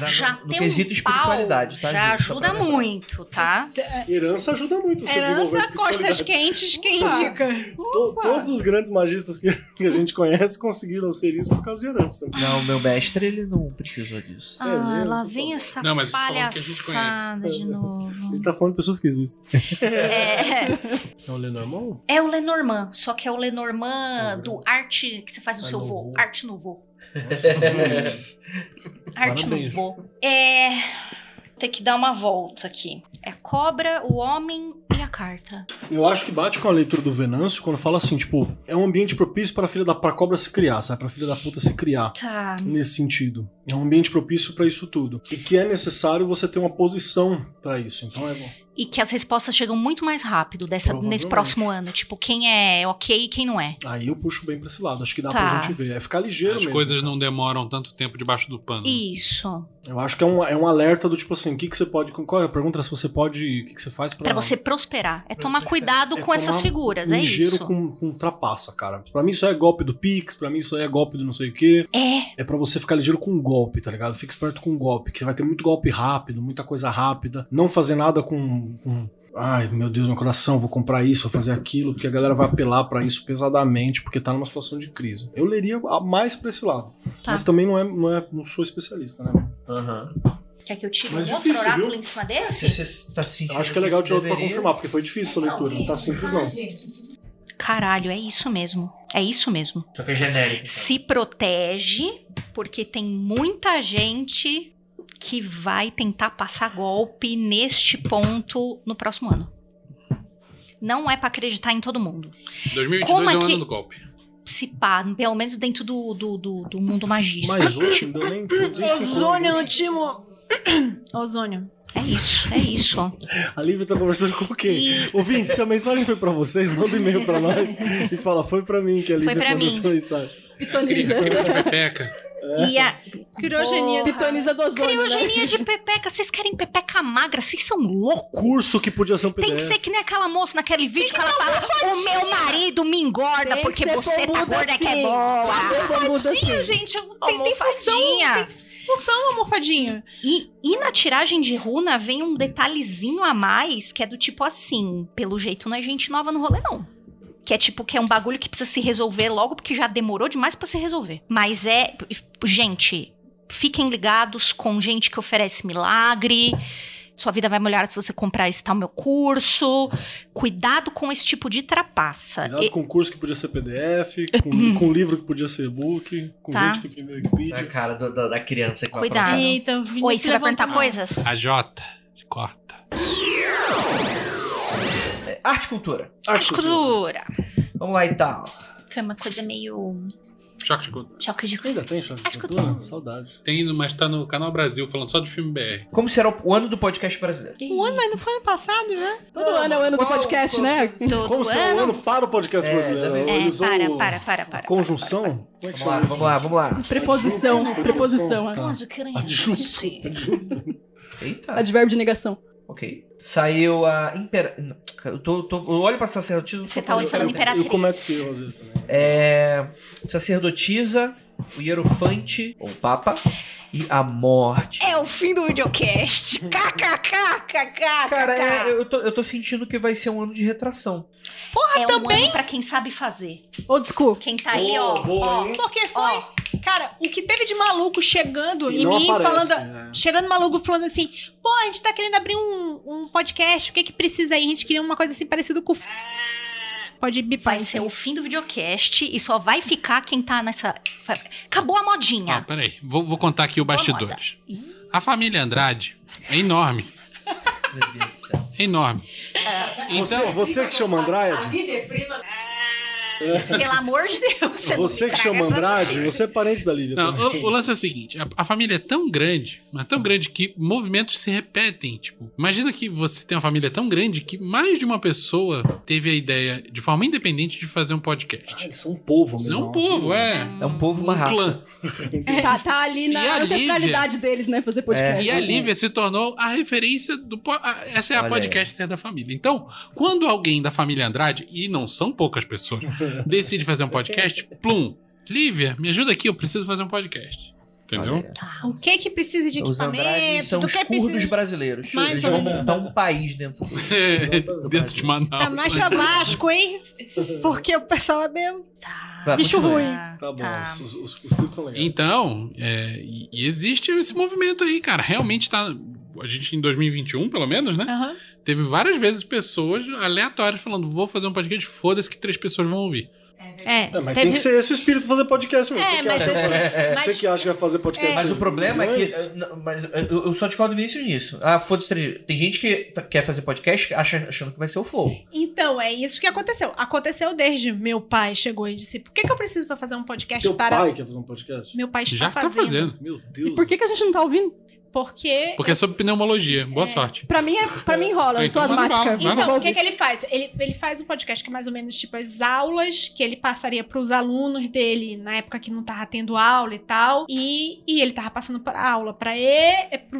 Speaker 11: Na-
Speaker 2: já
Speaker 11: no, no
Speaker 2: tem
Speaker 11: quesito
Speaker 2: um pau,
Speaker 11: espiritualidade, tá?
Speaker 2: já
Speaker 11: gente? Só pra
Speaker 2: ajuda
Speaker 11: lembrar.
Speaker 2: muito, tá?
Speaker 5: Herança ajuda muito você desenvolver
Speaker 7: Herança,
Speaker 5: espiritualidade.
Speaker 7: É costas quentes, quem
Speaker 6: Opa.
Speaker 7: indica?
Speaker 5: To- Todos os grandes magistas que, <laughs> que a gente conhece conseguiram ser isso por causa de herança.
Speaker 11: Não, meu mestre, ele não precisou disso.
Speaker 5: É
Speaker 2: Ah,
Speaker 5: mesmo?
Speaker 2: lá vem essa
Speaker 4: Não, mas eles falam que a gente
Speaker 2: palhaçada de
Speaker 5: A gente
Speaker 2: novo.
Speaker 5: tá falando de pessoas que existem.
Speaker 2: É,
Speaker 5: É o Lenormand?
Speaker 2: é o Lenormand, só que é o
Speaker 5: Ah,
Speaker 4: Uhum.
Speaker 2: Lenormand do arte que você faz no
Speaker 5: Ah,
Speaker 2: seu
Speaker 5: no
Speaker 2: voo.
Speaker 5: voo.
Speaker 2: Arte no voo.
Speaker 5: Nossa.
Speaker 2: Arte
Speaker 4: um
Speaker 2: no
Speaker 5: Parabéns.
Speaker 2: voo. É. Tem que dar uma volta aqui. É a cobra, o homem e a carta.
Speaker 5: Eu acho que bate com a leitura do Venâncio quando fala assim, tipo, é um ambiente propício para a filha da pra cobra se criar, sabe? Pra filha da puta se criar.
Speaker 2: Tá.
Speaker 5: nesse sentido. É um ambiente propício para isso tudo. E que é necessário você ter uma posição para isso. Então é bom.
Speaker 2: E que as respostas chegam muito mais rápido dessa, nesse
Speaker 5: Provavelmente.
Speaker 2: próximo ano. Tipo, quem é ok e quem não é.
Speaker 5: Aí eu puxo bem pra esse lado. Acho que dá
Speaker 2: Tá.
Speaker 5: pra gente ver. É ficar ligeiro
Speaker 4: As
Speaker 5: mesmo.
Speaker 4: coisas não demoram tanto tempo debaixo do pano.
Speaker 2: Isso.
Speaker 5: Eu acho que é um, é um alerta do tipo assim, o que, que você pode. Qual é a pergunta? Se você pode. O que, que você faz pra.
Speaker 2: Pra você prosperar. É tomar cuidado
Speaker 5: É
Speaker 2: com essas
Speaker 5: tomar
Speaker 2: figuras, é
Speaker 5: ligeiro
Speaker 2: isso.
Speaker 5: com, com trapaça, cara. Pra mim isso é golpe do Pix, pra mim isso aí é golpe do não sei o quê.
Speaker 2: É,
Speaker 5: É pra você ficar ligeiro com o golpe, tá ligado? Fica esperto com o golpe, que vai ter muito golpe rápido, muita coisa rápida. Não fazer nada com. com, Ai, meu Deus, meu coração, vou comprar isso, vou fazer aquilo, porque a galera vai apelar pra isso pesadamente, porque tá numa situação de crise. Eu leria a- mais pra esse lado.
Speaker 2: Tá.
Speaker 5: Mas também não, é, não, é, não sou especialista, né?
Speaker 11: <laughs> Aham.
Speaker 2: quer que eu tire
Speaker 5: Mas
Speaker 2: um outro
Speaker 5: difícil,
Speaker 2: oráculo
Speaker 5: viu?
Speaker 2: em cima
Speaker 11: Se
Speaker 2: desse?
Speaker 11: você tá sentindo.
Speaker 5: Eu acho que é legal tirar outro pra
Speaker 11: deveria-
Speaker 5: confirmar, porque foi difícil a leitura, não tá simples não.
Speaker 2: Caralho, é isso mesmo. É isso mesmo.
Speaker 11: Só que é genérico. então.
Speaker 2: Se protege, porque tem muita gente que vai tentar passar golpe neste ponto no próximo ano. Não é pra acreditar em todo mundo.
Speaker 4: 2022
Speaker 2: Como é
Speaker 4: é o ano
Speaker 2: que-
Speaker 4: do golpe.
Speaker 2: <laughs> Se pá, pelo menos dentro do, do, do, do mundo magista.
Speaker 5: Mas hoje não deu nem. nem cinco
Speaker 12: Ozônio no
Speaker 5: minutos.
Speaker 12: timo. Ozônio.
Speaker 2: É isso, é isso. ó.
Speaker 5: A Lívia tá conversando com quem?
Speaker 2: E
Speaker 5: Ouvinte, se a mensagem foi pra vocês, manda um e-mail
Speaker 2: <laughs>
Speaker 5: pra nós e fala, foi pra mim que a Lívia
Speaker 2: pra
Speaker 5: mandou
Speaker 2: mim.
Speaker 5: essa mensagem.
Speaker 6: Pitoniza.
Speaker 2: é.
Speaker 4: Pepeca.
Speaker 5: É.
Speaker 2: e a,
Speaker 7: Criogenia.
Speaker 6: Pitoniza do ozônio, né?
Speaker 2: Criogenia de pepeca, vocês querem pepeca magra? Vocês são loucos?
Speaker 5: Curso que podia ser um
Speaker 2: Tem que
Speaker 5: PDF.
Speaker 2: ser que nem aquela moça naquele vídeo que, ela fala: O meu marido me engorda
Speaker 6: Tem que
Speaker 2: porque
Speaker 6: ser
Speaker 2: você tá
Speaker 6: pombuda
Speaker 2: gorda que é
Speaker 6: assim.
Speaker 2: boa.
Speaker 6: Pitoniza
Speaker 7: Fadinha,
Speaker 6: assim.
Speaker 7: gente. é um- Tem, tem função.
Speaker 2: Almofadinha.
Speaker 7: Tem função, almofadinha.
Speaker 2: E, e na tiragem de runa vem um detalhezinho a mais que é do tipo assim: pelo jeito não é gente nova no rolê, não. Que é tipo, que é um bagulho que precisa se resolver logo, porque já demorou demais pra se resolver. Mas é. Gente, fiquem ligados com gente que oferece milagre. Sua vida vai melhorar se você comprar esse tal meu curso. Cuidado com esse tipo de trapaça.
Speaker 5: Cuidado
Speaker 2: E-
Speaker 5: com curso que podia ser PDF,
Speaker 2: <laughs>
Speaker 5: com, com livro que podia ser e-book, com
Speaker 2: Tá.
Speaker 5: gente que primeiro
Speaker 11: Na
Speaker 5: Wikipedia.
Speaker 11: é cara do- da, da criança com
Speaker 2: Cuidado.
Speaker 11: a
Speaker 12: Eita, o Vinícius
Speaker 2: Oi, você vai
Speaker 12: levantou
Speaker 2: perguntar
Speaker 12: a mão.
Speaker 2: coisas?
Speaker 4: A Jota. Corta.
Speaker 11: própria-
Speaker 2: Ah,
Speaker 11: Arte e cultura. então.
Speaker 5: Arte e cultura.
Speaker 2: Escura.
Speaker 11: Vamos lá e tal.
Speaker 2: Foi uma coisa meio.
Speaker 4: Choque de Cultura.
Speaker 2: Choque de
Speaker 5: Ainda tem choque de
Speaker 2: Acho que eu
Speaker 5: cultura?
Speaker 2: tô-
Speaker 5: Saudade.
Speaker 4: Tem, mas tá no Canal Brasil, falando só de filme BR.
Speaker 3: Como será o ano do podcast brasileiro?
Speaker 7: Um ano, mas não foi ano passado né? já?
Speaker 6: Todo ano é o ano do
Speaker 5: qual-
Speaker 6: podcast,
Speaker 5: qual-
Speaker 6: né?
Speaker 2: Todo
Speaker 5: Como será o ano para o podcast
Speaker 3: É,
Speaker 5: brasileiro?
Speaker 3: também.
Speaker 5: Ele
Speaker 2: É,
Speaker 5: usou
Speaker 2: para, para, para, para.
Speaker 5: Conjunção? Como é que
Speaker 3: Vamos lá,
Speaker 5: chama isso?
Speaker 3: vamos lá, vamos lá.
Speaker 6: Preposição, preposição. é.
Speaker 5: Tá. Adjunto.
Speaker 3: Eita.
Speaker 6: Advérbio de negação.
Speaker 3: Ok. Saiu a Impera... não, Eu, tô, tô- eu olho pra sacerdotisa...
Speaker 2: Você
Speaker 3: tô
Speaker 2: tá olhando
Speaker 3: cara
Speaker 2: falando
Speaker 3: dela.
Speaker 2: imperatriz.
Speaker 5: Eu cometo esse erro às vezes também.
Speaker 3: É... Sacerdotisa, o Hierofante, ou Papa, e a Morte.
Speaker 2: É o fim do videocast. <laughs> KKKKK.
Speaker 3: Cara, é, eu, tô, eu tô sentindo que vai ser um ano de retração.
Speaker 2: é também. um ano pra quem sabe fazer.
Speaker 6: Old school.
Speaker 2: Quem tá aí, ó.
Speaker 5: Boa, boa,
Speaker 2: ó,
Speaker 5: hein?
Speaker 7: Porque foi.
Speaker 2: ó.
Speaker 7: Cara, o que teve de maluco chegando
Speaker 5: E
Speaker 7: em
Speaker 5: não
Speaker 7: mim
Speaker 5: aparece,
Speaker 7: falando.
Speaker 5: né?
Speaker 7: Chegando maluco falando assim, pô, a gente tá querendo abrir um, um podcast, o que que precisa aí? A gente queria uma coisa assim parecida com o. f- Pode bipar. então.
Speaker 2: Vai ser o fim do videocast e só vai ficar quem tá nessa. Acabou a
Speaker 4: Ah,
Speaker 2: modinha.
Speaker 4: peraí. Vou, vou contar aqui o
Speaker 2: Boa
Speaker 4: bastidores. A família Andrade é enorme.
Speaker 3: Meu Deus do céu.
Speaker 4: É enorme.
Speaker 2: É.
Speaker 4: Então,
Speaker 5: Você, você que chama Andrade?
Speaker 2: Pelo amor de Deus. Você, não me
Speaker 5: Ah. <laughs> Você que
Speaker 2: traga
Speaker 5: chama
Speaker 2: essa
Speaker 5: Andrade?
Speaker 2: notícia.
Speaker 5: Você é parente da Lívia
Speaker 4: Não,
Speaker 5: também.
Speaker 4: o, o lance é o seguinte: a, a família é tão grande, mas tão grande que movimentos se repetem. Tipo, imagina que você tem uma família tão grande que mais de uma pessoa teve a ideia, de forma independente, de fazer um
Speaker 5: Ah,
Speaker 4: podcast.
Speaker 5: eles são um povo mesmo.
Speaker 4: Não é um povo, é.
Speaker 3: É um povo, uma
Speaker 4: Um
Speaker 3: raça.
Speaker 4: clã.
Speaker 6: Tá, tá ali
Speaker 4: E a É.
Speaker 6: na ancestralidade deles, né? Fazer podcast.
Speaker 3: <laughs>
Speaker 4: E a Lívia se tornou a referência do. po- a- Essa é a
Speaker 3: Olha aí.
Speaker 4: podcaster da família. Então, quando alguém da família Andrade, e não são poucas
Speaker 3: <laughs>
Speaker 4: pessoas, decide fazer um podcast, plum, Lívia, me ajuda aqui, eu preciso fazer um podcast. Entendeu?
Speaker 3: Olha aí.
Speaker 2: um-
Speaker 7: O que que precisa de
Speaker 3: Os Andrade
Speaker 7: equipamento?
Speaker 3: são
Speaker 7: Do
Speaker 3: os
Speaker 7: que
Speaker 3: curdos
Speaker 7: precisa.
Speaker 3: brasileiros.
Speaker 7: Mais
Speaker 3: Eles
Speaker 7: ou
Speaker 3: vão
Speaker 5: menos.
Speaker 3: montar um país dentro
Speaker 4: <laughs>
Speaker 3: do...
Speaker 4: Dentro de
Speaker 7: Tá
Speaker 4: Manaus.
Speaker 7: mais pra
Speaker 5: <laughs>
Speaker 7: Vasco, hein? Porque o pessoal é mesmo.
Speaker 3: Vai,
Speaker 7: Bicho
Speaker 3: continua.
Speaker 7: ruim.
Speaker 5: Tá bom,
Speaker 2: Tá.
Speaker 5: os, os, os cultos são legais.
Speaker 4: Então, é, e, e existe esse movimento aí, cara. Realmente tá. A gente em 2021, pelo menos, né?
Speaker 7: Aham.
Speaker 4: Teve várias vezes pessoas aleatórias falando: vou fazer um podcast, foda-se que três pessoas vão ouvir.
Speaker 7: É,
Speaker 4: Então,
Speaker 5: É, mas
Speaker 7: teve-
Speaker 5: tem que ser esse o espírito pra fazer podcast mesmo.
Speaker 7: É,
Speaker 5: você, que
Speaker 7: mas
Speaker 5: acha,
Speaker 7: assim.
Speaker 5: <laughs> você
Speaker 7: mas-
Speaker 5: que acha que vai fazer podcast
Speaker 3: Mas o
Speaker 5: de
Speaker 3: problema é que.
Speaker 5: milhões?
Speaker 3: eh, não, Mas eh, eu, eu só discordo do Vinícius nisso. Ah, foda-se. três- Tem gente que tá- quer fazer podcast acha- achando que vai ser o Flow.
Speaker 7: Então, é isso que aconteceu. Aconteceu desde meu pai chegou e disse: Por que, que eu preciso pra fazer um podcast
Speaker 5: Teu
Speaker 7: para.
Speaker 5: pai quer fazer um podcast?
Speaker 7: Meu pai está
Speaker 4: Já
Speaker 7: fazendo.
Speaker 4: tá fazendo.
Speaker 5: Meu Deus.
Speaker 6: E por que, que a gente não tá ouvindo?
Speaker 7: Porque.
Speaker 4: Porque é sobre pneumologia. Boa sorte.
Speaker 6: Pra mim, é, pra mim rola, eu
Speaker 4: Então
Speaker 6: sou
Speaker 4: manda
Speaker 6: asmática.
Speaker 4: bala, manda
Speaker 6: Vou
Speaker 4: bala.
Speaker 7: Então, o que,
Speaker 6: ouvir.
Speaker 7: que ele faz? Ele, ele faz um podcast que é mais ou menos tipo as aulas que ele passaria para os alunos dele na época que não tava tendo aula e tal. E, e ele tava passando pra aula para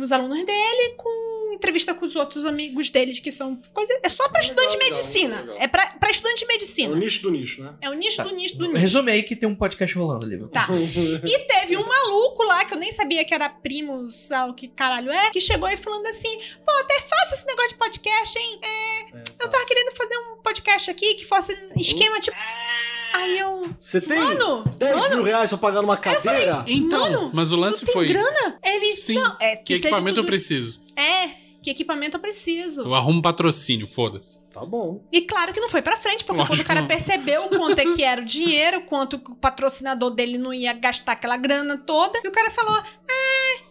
Speaker 7: os alunos dele com entrevista com os outros amigos deles que são coisa. É só para estudante de
Speaker 5: legal,
Speaker 7: medicina.
Speaker 5: legal.
Speaker 7: É para estudante
Speaker 5: É
Speaker 7: de
Speaker 5: o
Speaker 7: medicina.
Speaker 5: nicho do nicho, né?
Speaker 7: É o nicho
Speaker 3: Tá.
Speaker 7: do nicho do nicho.
Speaker 3: Resume aí que tem um podcast rolando ali.
Speaker 7: Tá.
Speaker 5: <laughs>
Speaker 4: Uhum.
Speaker 5: É,
Speaker 7: E teve um maluco lá, que eu nem sabia que era primo, sabe o que caralho é, que chegou aí falando assim: pô, até fácil esse negócio de podcast, hein? É,
Speaker 5: tá.
Speaker 7: Eu tava querendo fazer um podcast aqui que fosse esquema tipo.
Speaker 4: Ah,
Speaker 7: Aí eu.
Speaker 5: Você tem
Speaker 7: Mano!
Speaker 5: 10 mil reais pra pagar numa cadeira?
Speaker 4: Então,
Speaker 7: Mano,
Speaker 4: mas o lance
Speaker 7: tu tem
Speaker 4: foi.
Speaker 7: grana? Ele.
Speaker 4: Sim.
Speaker 7: Não, é,
Speaker 4: Que
Speaker 7: seja
Speaker 4: equipamento eu
Speaker 7: tudo-
Speaker 4: preciso?
Speaker 7: É, que equipamento eu preciso.
Speaker 4: Eu arrumo patrocínio, foda-se.
Speaker 5: Tá bom.
Speaker 7: E claro que não foi pra frente, porque
Speaker 4: Lógico
Speaker 7: quando o cara
Speaker 4: não.
Speaker 7: percebeu o quanto é que era o dinheiro, quanto que o patrocinador dele não ia gastar aquela grana toda, e o cara falou, ah,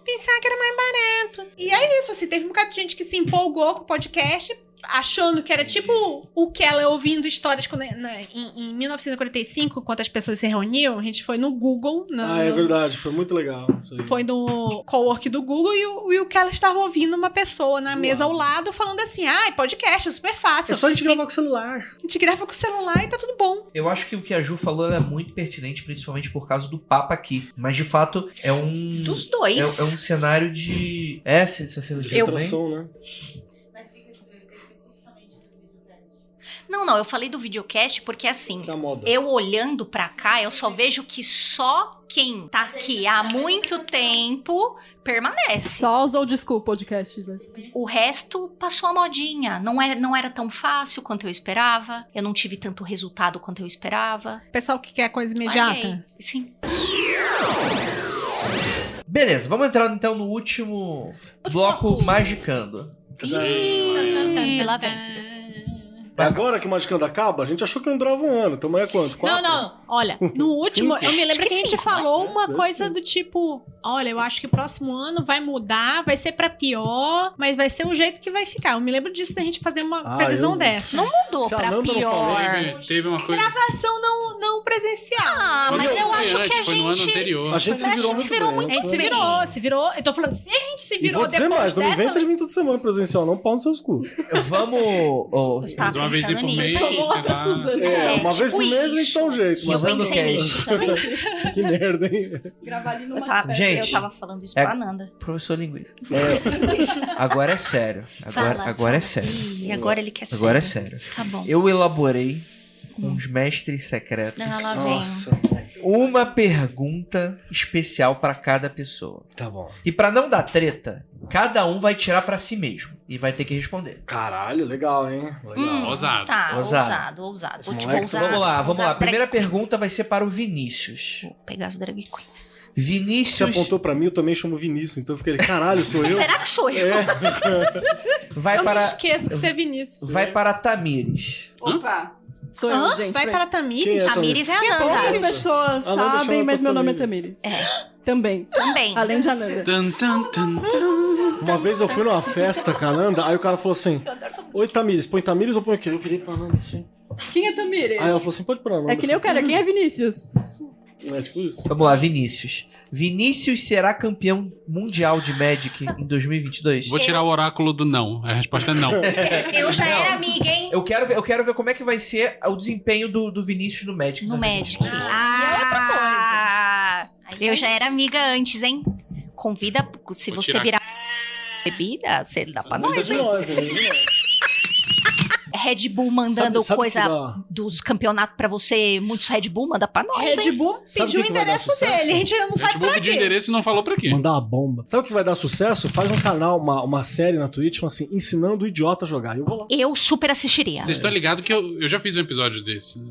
Speaker 7: pensar que era mais barato. E é isso, assim, teve um bocado de gente que se empolgou com o podcast, achando que era tipo o que ela ouvindo histórias quando, na- em, em 1945, quando as pessoas se reuniam, a gente foi no Google, no,
Speaker 5: ah, é
Speaker 7: no-
Speaker 5: verdade. Foi muito legal isso aí.
Speaker 7: foi no co-work do Google e o, e o que ela estava ouvindo uma pessoa na
Speaker 5: Do
Speaker 7: mesa ao
Speaker 5: lado.
Speaker 7: lado falando assim, ah, podcast, é super
Speaker 5: É
Speaker 7: fácil.
Speaker 5: só a gente gravar com o celular.
Speaker 7: A gente grava com o celular e tá tudo bom.
Speaker 3: Eu acho que o que a Ju falou ela é muito pertinente, principalmente por causa do Papa aqui. Mas de fato, é um.
Speaker 2: Dos
Speaker 3: É, é
Speaker 2: dois.
Speaker 3: um cenário de. É, se se você não
Speaker 5: De retração, né?
Speaker 2: Não, não, eu falei do videocast porque assim.
Speaker 5: Que é a moda.
Speaker 2: Eu olhando pra cá, eu só vejo que só quem tá aqui há muito tempo permanece.
Speaker 6: Só os old school podcast. Né?
Speaker 2: O resto passou a modinha. Não era, não era tão fácil quanto eu esperava. Eu não tive tanto resultado quanto eu esperava.
Speaker 7: Pessoal que quer coisa
Speaker 2: Larguei. Sim.
Speaker 3: Beleza, vamos entrar então no
Speaker 2: tá,
Speaker 3: último bloco magicando.
Speaker 2: Ih, lá vem.
Speaker 5: É agora que o Magicando acaba? A gente achou que não durava um ano. Tamo aí há quanto? Quatro?
Speaker 7: Não, não. Olha,
Speaker 5: <laughs>
Speaker 7: no último, eu me lembro
Speaker 2: Acho
Speaker 7: que,
Speaker 2: que
Speaker 7: a gente
Speaker 2: cinco,
Speaker 7: falou
Speaker 5: né?
Speaker 7: uma
Speaker 5: Deve
Speaker 7: coisa
Speaker 5: ser.
Speaker 7: do tipo: olha, eu acho que próximo ano vai mudar, vai ser pra pior, mas vai ser o jeito que vai ficar. Eu me lembro disso da gente fazer uma
Speaker 5: Ah,
Speaker 7: previsão
Speaker 5: eu-
Speaker 7: dessa.
Speaker 2: Não mudou
Speaker 5: Se a
Speaker 2: pra
Speaker 5: Nanda não
Speaker 2: pior.
Speaker 4: Teve, teve uma coisa.
Speaker 7: Gravação não, não presencial.
Speaker 2: Ah, mas eu
Speaker 4: Foi
Speaker 2: acho que a
Speaker 4: antes, Foi no ano
Speaker 2: gente.
Speaker 4: anterior.
Speaker 5: A gente se
Speaker 2: A
Speaker 5: virou
Speaker 2: gente
Speaker 5: muito
Speaker 2: se virou
Speaker 5: bem,
Speaker 2: muito
Speaker 7: A gente se
Speaker 2: bem.
Speaker 7: virou, se virou. Eu tô falando, se a gente se
Speaker 5: E
Speaker 7: virou
Speaker 5: vou dizer
Speaker 7: depois
Speaker 5: mais, não
Speaker 7: dessa. né?
Speaker 5: inventa de vir toda semana presencial, não pau nos seus cu.
Speaker 11: Vamos. ó,
Speaker 2: Eu estava
Speaker 4: Mas uma vez
Speaker 2: pensando
Speaker 4: por mês,
Speaker 2: nisso.
Speaker 4: sei
Speaker 6: Então, Vamos lá pra
Speaker 4: lá.
Speaker 6: Suzana.
Speaker 5: É,
Speaker 2: É,
Speaker 5: uma vez
Speaker 2: tipo
Speaker 5: por mês a gente
Speaker 2: isso.
Speaker 5: dá um jeito.
Speaker 2: Eu
Speaker 5: mas-
Speaker 11: Usando
Speaker 2: pensei
Speaker 11: cash.
Speaker 2: nisso também.
Speaker 5: <laughs> Que merda, hein?
Speaker 6: Gravar ali
Speaker 2: Eu
Speaker 6: numa
Speaker 2: tava,
Speaker 11: Gente,
Speaker 2: eu tava falando isso
Speaker 11: é-
Speaker 2: pra Nanda.
Speaker 11: Professor linguiça. É, agora é sério. Agora,
Speaker 2: Fala,
Speaker 11: agora é
Speaker 2: fala.
Speaker 11: sério.
Speaker 2: Ih, agora ele quer ser.
Speaker 11: Agora é sério.
Speaker 2: Tá bom.
Speaker 11: Eu elaborei com
Speaker 2: Hum.
Speaker 11: os mestres secretos
Speaker 2: Ah,
Speaker 7: Tá
Speaker 2: lá vem.
Speaker 5: Nossa.
Speaker 11: uma pergunta especial pra cada pessoa.
Speaker 5: Tá bom.
Speaker 11: E pra não dar treta, cada um vai tirar pra si mesmo e vai ter que responder.
Speaker 5: Caralho, legal, hein? Legal.
Speaker 2: Hum,
Speaker 4: Ousado.
Speaker 2: Tá,
Speaker 11: Ousado.
Speaker 2: ousado, ousado. Vou te
Speaker 5: Moleque,
Speaker 2: vou usar.
Speaker 11: vamos lá,
Speaker 2: vou
Speaker 11: vamos
Speaker 2: usar
Speaker 11: lá. A
Speaker 2: as drag-
Speaker 11: primeira pergunta vai ser para o Vinícius.
Speaker 2: Vou pegar as drag queen.
Speaker 11: Vinícius,
Speaker 5: Você apontou pra mim, eu também chamo Vinícius, então eu fiquei, caralho, sou eu?
Speaker 2: Será que sou eu?
Speaker 5: É.
Speaker 11: vai
Speaker 7: eu me
Speaker 11: para
Speaker 7: esqueço que você é Vinícius.
Speaker 11: vai para Tamires.
Speaker 6: Opa! Sou eu,
Speaker 7: Hã?
Speaker 6: gente.
Speaker 7: Vai
Speaker 6: peraí.
Speaker 7: para Tamires?
Speaker 5: Quem é essa
Speaker 2: Tamires é a
Speaker 6: Poucas
Speaker 2: Nanda.
Speaker 6: pessoas
Speaker 5: Ananda chama
Speaker 6: sabem, mas
Speaker 5: outras
Speaker 6: meu nome é
Speaker 5: Tamires.
Speaker 6: Tamires.
Speaker 2: É.
Speaker 6: Também.
Speaker 2: Também.
Speaker 6: Além de Ananda.
Speaker 4: Tan, tan, tan, tan.
Speaker 5: Uma vez eu fui numa festa com a Nanda, aí o cara falou assim: Oi, Tamires, põe Tamires ou põe o quê? Eu virei pra Nanda assim.
Speaker 6: Quem é Tamires?
Speaker 5: Aí ela falou assim: pode pôr a Nanda.
Speaker 6: É que nem o cara, né? quem é Vinícius?
Speaker 5: É tipo isso.
Speaker 11: Vamos lá, Vinícius. Vinícius será campeão mundial de Magic em 2022?
Speaker 4: Vou tirar o oráculo do não. A resposta é não.
Speaker 2: Eu já era amiga, hein?
Speaker 11: Eu quero, ver, eu quero ver como é que vai ser o desempenho do, do Vinícius no Magic.
Speaker 2: No
Speaker 11: também.
Speaker 2: Magic.
Speaker 7: Ah,
Speaker 2: Ah, eu já era amiga antes, hein? Convida, se
Speaker 4: Vou
Speaker 2: você
Speaker 4: tirar.
Speaker 2: virar bebida, você dá pra
Speaker 5: Nanda
Speaker 2: nós,
Speaker 5: de
Speaker 2: hein?
Speaker 5: nós, né?
Speaker 2: Red Bull mandando
Speaker 5: Sabe- sabe
Speaker 2: coisa
Speaker 5: que dá-
Speaker 2: dos campeonatos pra você, muitos Red Bull, manda pra nós, hein?
Speaker 7: Red Bull
Speaker 5: Sabe
Speaker 7: pediu
Speaker 5: o
Speaker 7: o
Speaker 5: que que vai dar
Speaker 7: endereço
Speaker 5: sucesso?
Speaker 7: dele. A gente ainda não
Speaker 4: Gente,
Speaker 7: sabe
Speaker 4: vou
Speaker 7: pra
Speaker 4: pedir o
Speaker 7: quê.
Speaker 4: tipo endereço e não falou pra quê.
Speaker 10: Mandar uma bomba.
Speaker 5: Sabe o que vai dar sucesso? Faz um canal, uma, uma série na Twitch, fala assim, ensinando o idiota a jogar. Eu vou lá.
Speaker 2: Eu super assistiria.
Speaker 4: Vocês estão ligados que eu, eu já fiz um episódio desse.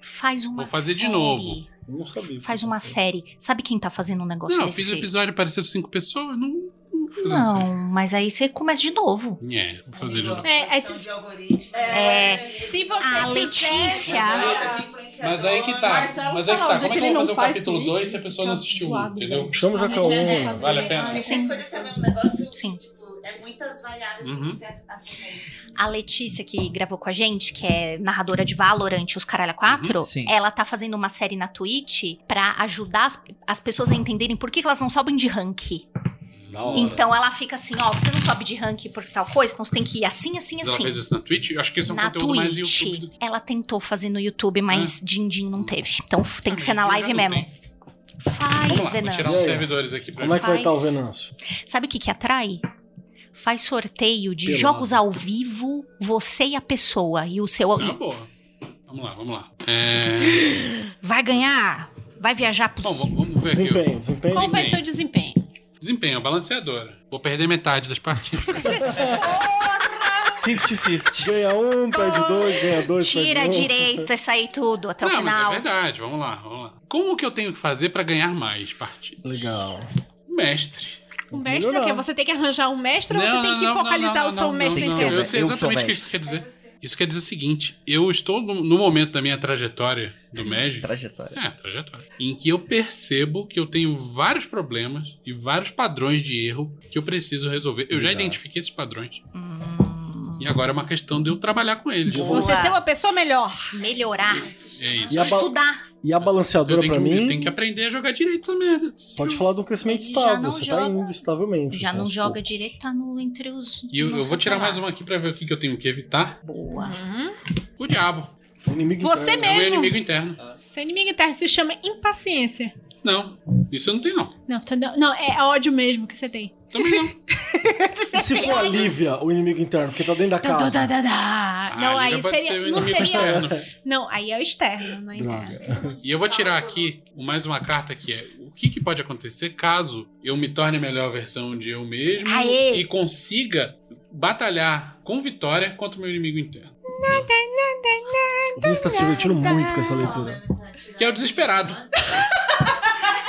Speaker 2: Faz uma
Speaker 4: Vou fazer de
Speaker 2: série.
Speaker 4: novo.
Speaker 5: Eu não sabia.
Speaker 2: Faz uma série. Sabe quem tá fazendo um negócio
Speaker 4: Não, eu
Speaker 2: desse?
Speaker 4: fiz um episódio, um pareceu cinco pessoas. Não. Não, vou fazer isso.
Speaker 2: Não, mas aí você começa de novo.
Speaker 4: É, vou fazer de novo.
Speaker 7: É, é, se,
Speaker 2: É,
Speaker 7: se você
Speaker 2: a
Speaker 7: quiser-
Speaker 2: Letícia.
Speaker 4: né? Mas aí que tá.
Speaker 6: Marcelo
Speaker 4: Mas aí que tá.
Speaker 6: Saraldi, é
Speaker 4: Como é
Speaker 6: que
Speaker 4: que
Speaker 6: ele
Speaker 4: eu vou
Speaker 6: não
Speaker 4: fazer o
Speaker 6: faz
Speaker 4: capítulo
Speaker 6: tweet,
Speaker 4: 2 se a pessoa não
Speaker 6: fica
Speaker 4: assistiu um,
Speaker 6: zoado, né?
Speaker 4: entendeu?
Speaker 5: Chama o Jaca um.
Speaker 4: Vale a pena.
Speaker 2: Sim.
Speaker 16: também um negócio
Speaker 2: Sim.
Speaker 16: tipo, é muitas variáveis
Speaker 4: Uhum.
Speaker 16: que você assume.
Speaker 2: A Letícia, que gravou com a gente, que é narradora de Valorant e os Caralho 4,
Speaker 11: Uhum, sim.
Speaker 2: ela tá fazendo uma série na Twitch pra ajudar as, as pessoas a entenderem por que, que elas não sobem de rank.
Speaker 5: Da hora.
Speaker 2: Então ela fica assim, ó, você não sobe de rank por tal coisa, então você tem que ir assim, assim,
Speaker 4: Mas ela
Speaker 2: assim.
Speaker 4: fez isso na Twitch? Eu acho que isso é um
Speaker 2: na
Speaker 4: conteúdo mais YouTube
Speaker 2: Twitch,
Speaker 4: do que. Hum.
Speaker 2: ela tentou fazer no YouTube, mas din-din não teve. Então f- tem que ser na
Speaker 4: Ah,
Speaker 2: live
Speaker 4: já não
Speaker 2: mesmo.
Speaker 4: tem. Vamos
Speaker 2: Faz,
Speaker 4: lá, vou tirar
Speaker 2: Venâncio.
Speaker 4: os
Speaker 5: Venâncio.
Speaker 4: servidores aqui pra
Speaker 5: Como é que vai estar o
Speaker 2: Faz.
Speaker 5: Venâncio?
Speaker 2: Sabe o que que atrai? Faz sorteio de
Speaker 5: Pelado.
Speaker 2: jogos ao vivo, você e a pessoa. E o seu.
Speaker 4: Isso é uma boa. Vamos lá, vamos lá. É...
Speaker 2: Vai ganhar! Vai viajar pros.
Speaker 4: Bom, Então, vamos- vamos ver aqui.
Speaker 5: Desempenho,
Speaker 4: ó.
Speaker 5: desempenho.
Speaker 7: Qual vai ser o desempenho?
Speaker 4: Desempenho, a balanceadora. Vou perder metade das partidas.
Speaker 11: 50-50.
Speaker 5: Ganha um, perde dois, ganha dois, perde
Speaker 2: Tira
Speaker 5: um.
Speaker 2: direito, sair tudo até o
Speaker 4: não,
Speaker 2: final.
Speaker 4: mas é verdade, vamos lá, vamos lá. Como que eu tenho que fazer pra ganhar mais partidas?
Speaker 5: Legal.
Speaker 4: Mestre.
Speaker 7: Um mestre é o quê?
Speaker 5: Melhorar.
Speaker 7: Você tem que arranjar um mestre ou você tem que focalizar o seu mestre em
Speaker 4: não,
Speaker 7: si?
Speaker 4: Eu sei
Speaker 11: Eu sou
Speaker 4: exatamente o que
Speaker 11: mestre.
Speaker 4: isso quer dizer. Isso quer dizer o seguinte, eu estou no, no momento da minha trajetória do Magic,
Speaker 11: Trajetória.
Speaker 4: É, trajetória. Em que eu percebo que eu tenho vários problemas e vários padrões de erro que eu preciso resolver. Eu já
Speaker 5: Verdade.
Speaker 4: identifiquei esses padrões.
Speaker 2: Hum,
Speaker 4: E agora é uma questão de eu trabalhar com eles.
Speaker 5: De
Speaker 7: Você
Speaker 2: Boa.
Speaker 7: ser uma pessoa melhor.
Speaker 2: melhorar,
Speaker 4: É isso.
Speaker 5: E a, ba-
Speaker 2: estudar.
Speaker 5: e a
Speaker 4: Eu
Speaker 5: balanceadora
Speaker 4: tenho,
Speaker 5: pra
Speaker 4: que, eu
Speaker 5: mim.
Speaker 4: tenho que aprender a jogar direito essa merda.
Speaker 5: Pode falar de um crescimento
Speaker 2: Ele já
Speaker 5: estável.
Speaker 2: não
Speaker 5: Você
Speaker 2: joga-
Speaker 5: tá indo estavelmente.
Speaker 2: Já
Speaker 5: assim,
Speaker 2: não
Speaker 5: aos
Speaker 2: joga
Speaker 5: poucos.
Speaker 2: direito, tá no, entre os.
Speaker 4: E eu, eu
Speaker 2: não
Speaker 4: vou
Speaker 2: sei
Speaker 7: tá.
Speaker 4: tirar
Speaker 2: pra lá.
Speaker 4: mais um uma aqui pra ver o que, que eu tenho que evitar.
Speaker 2: Boa.
Speaker 4: O diabo.
Speaker 5: O Inimigo
Speaker 7: Você
Speaker 5: interno.
Speaker 4: É o meu
Speaker 7: Mesmo?
Speaker 4: inimigo interno.
Speaker 7: Seu inimigo interno se chama impaciência.
Speaker 4: Não, isso eu não tenho, não.
Speaker 7: Não, tá- não, não, é ódio mesmo que você tem. <laughs>
Speaker 4: Também não.
Speaker 5: E se for a Lívia, o inimigo interno, porque tá dentro da
Speaker 7: Tá, tá,
Speaker 5: casa.
Speaker 7: tá, tá, tá. Não,
Speaker 4: Ah,
Speaker 7: aí
Speaker 4: pode ser
Speaker 7: seria.
Speaker 4: o
Speaker 7: Não
Speaker 4: inimigo
Speaker 7: seria.
Speaker 4: externo.
Speaker 7: Não, aí é o externo, não é interno.
Speaker 4: E eu vou tirar aqui mais uma carta que é o que, que pode acontecer caso eu me torne a melhor versão de eu mesmo
Speaker 2: Aê!
Speaker 4: e consiga batalhar com vitória contra o meu inimigo interno.
Speaker 5: O Vinícius tá se divertindo muito com essa leitura.
Speaker 16: né,
Speaker 4: Que é o desesperado.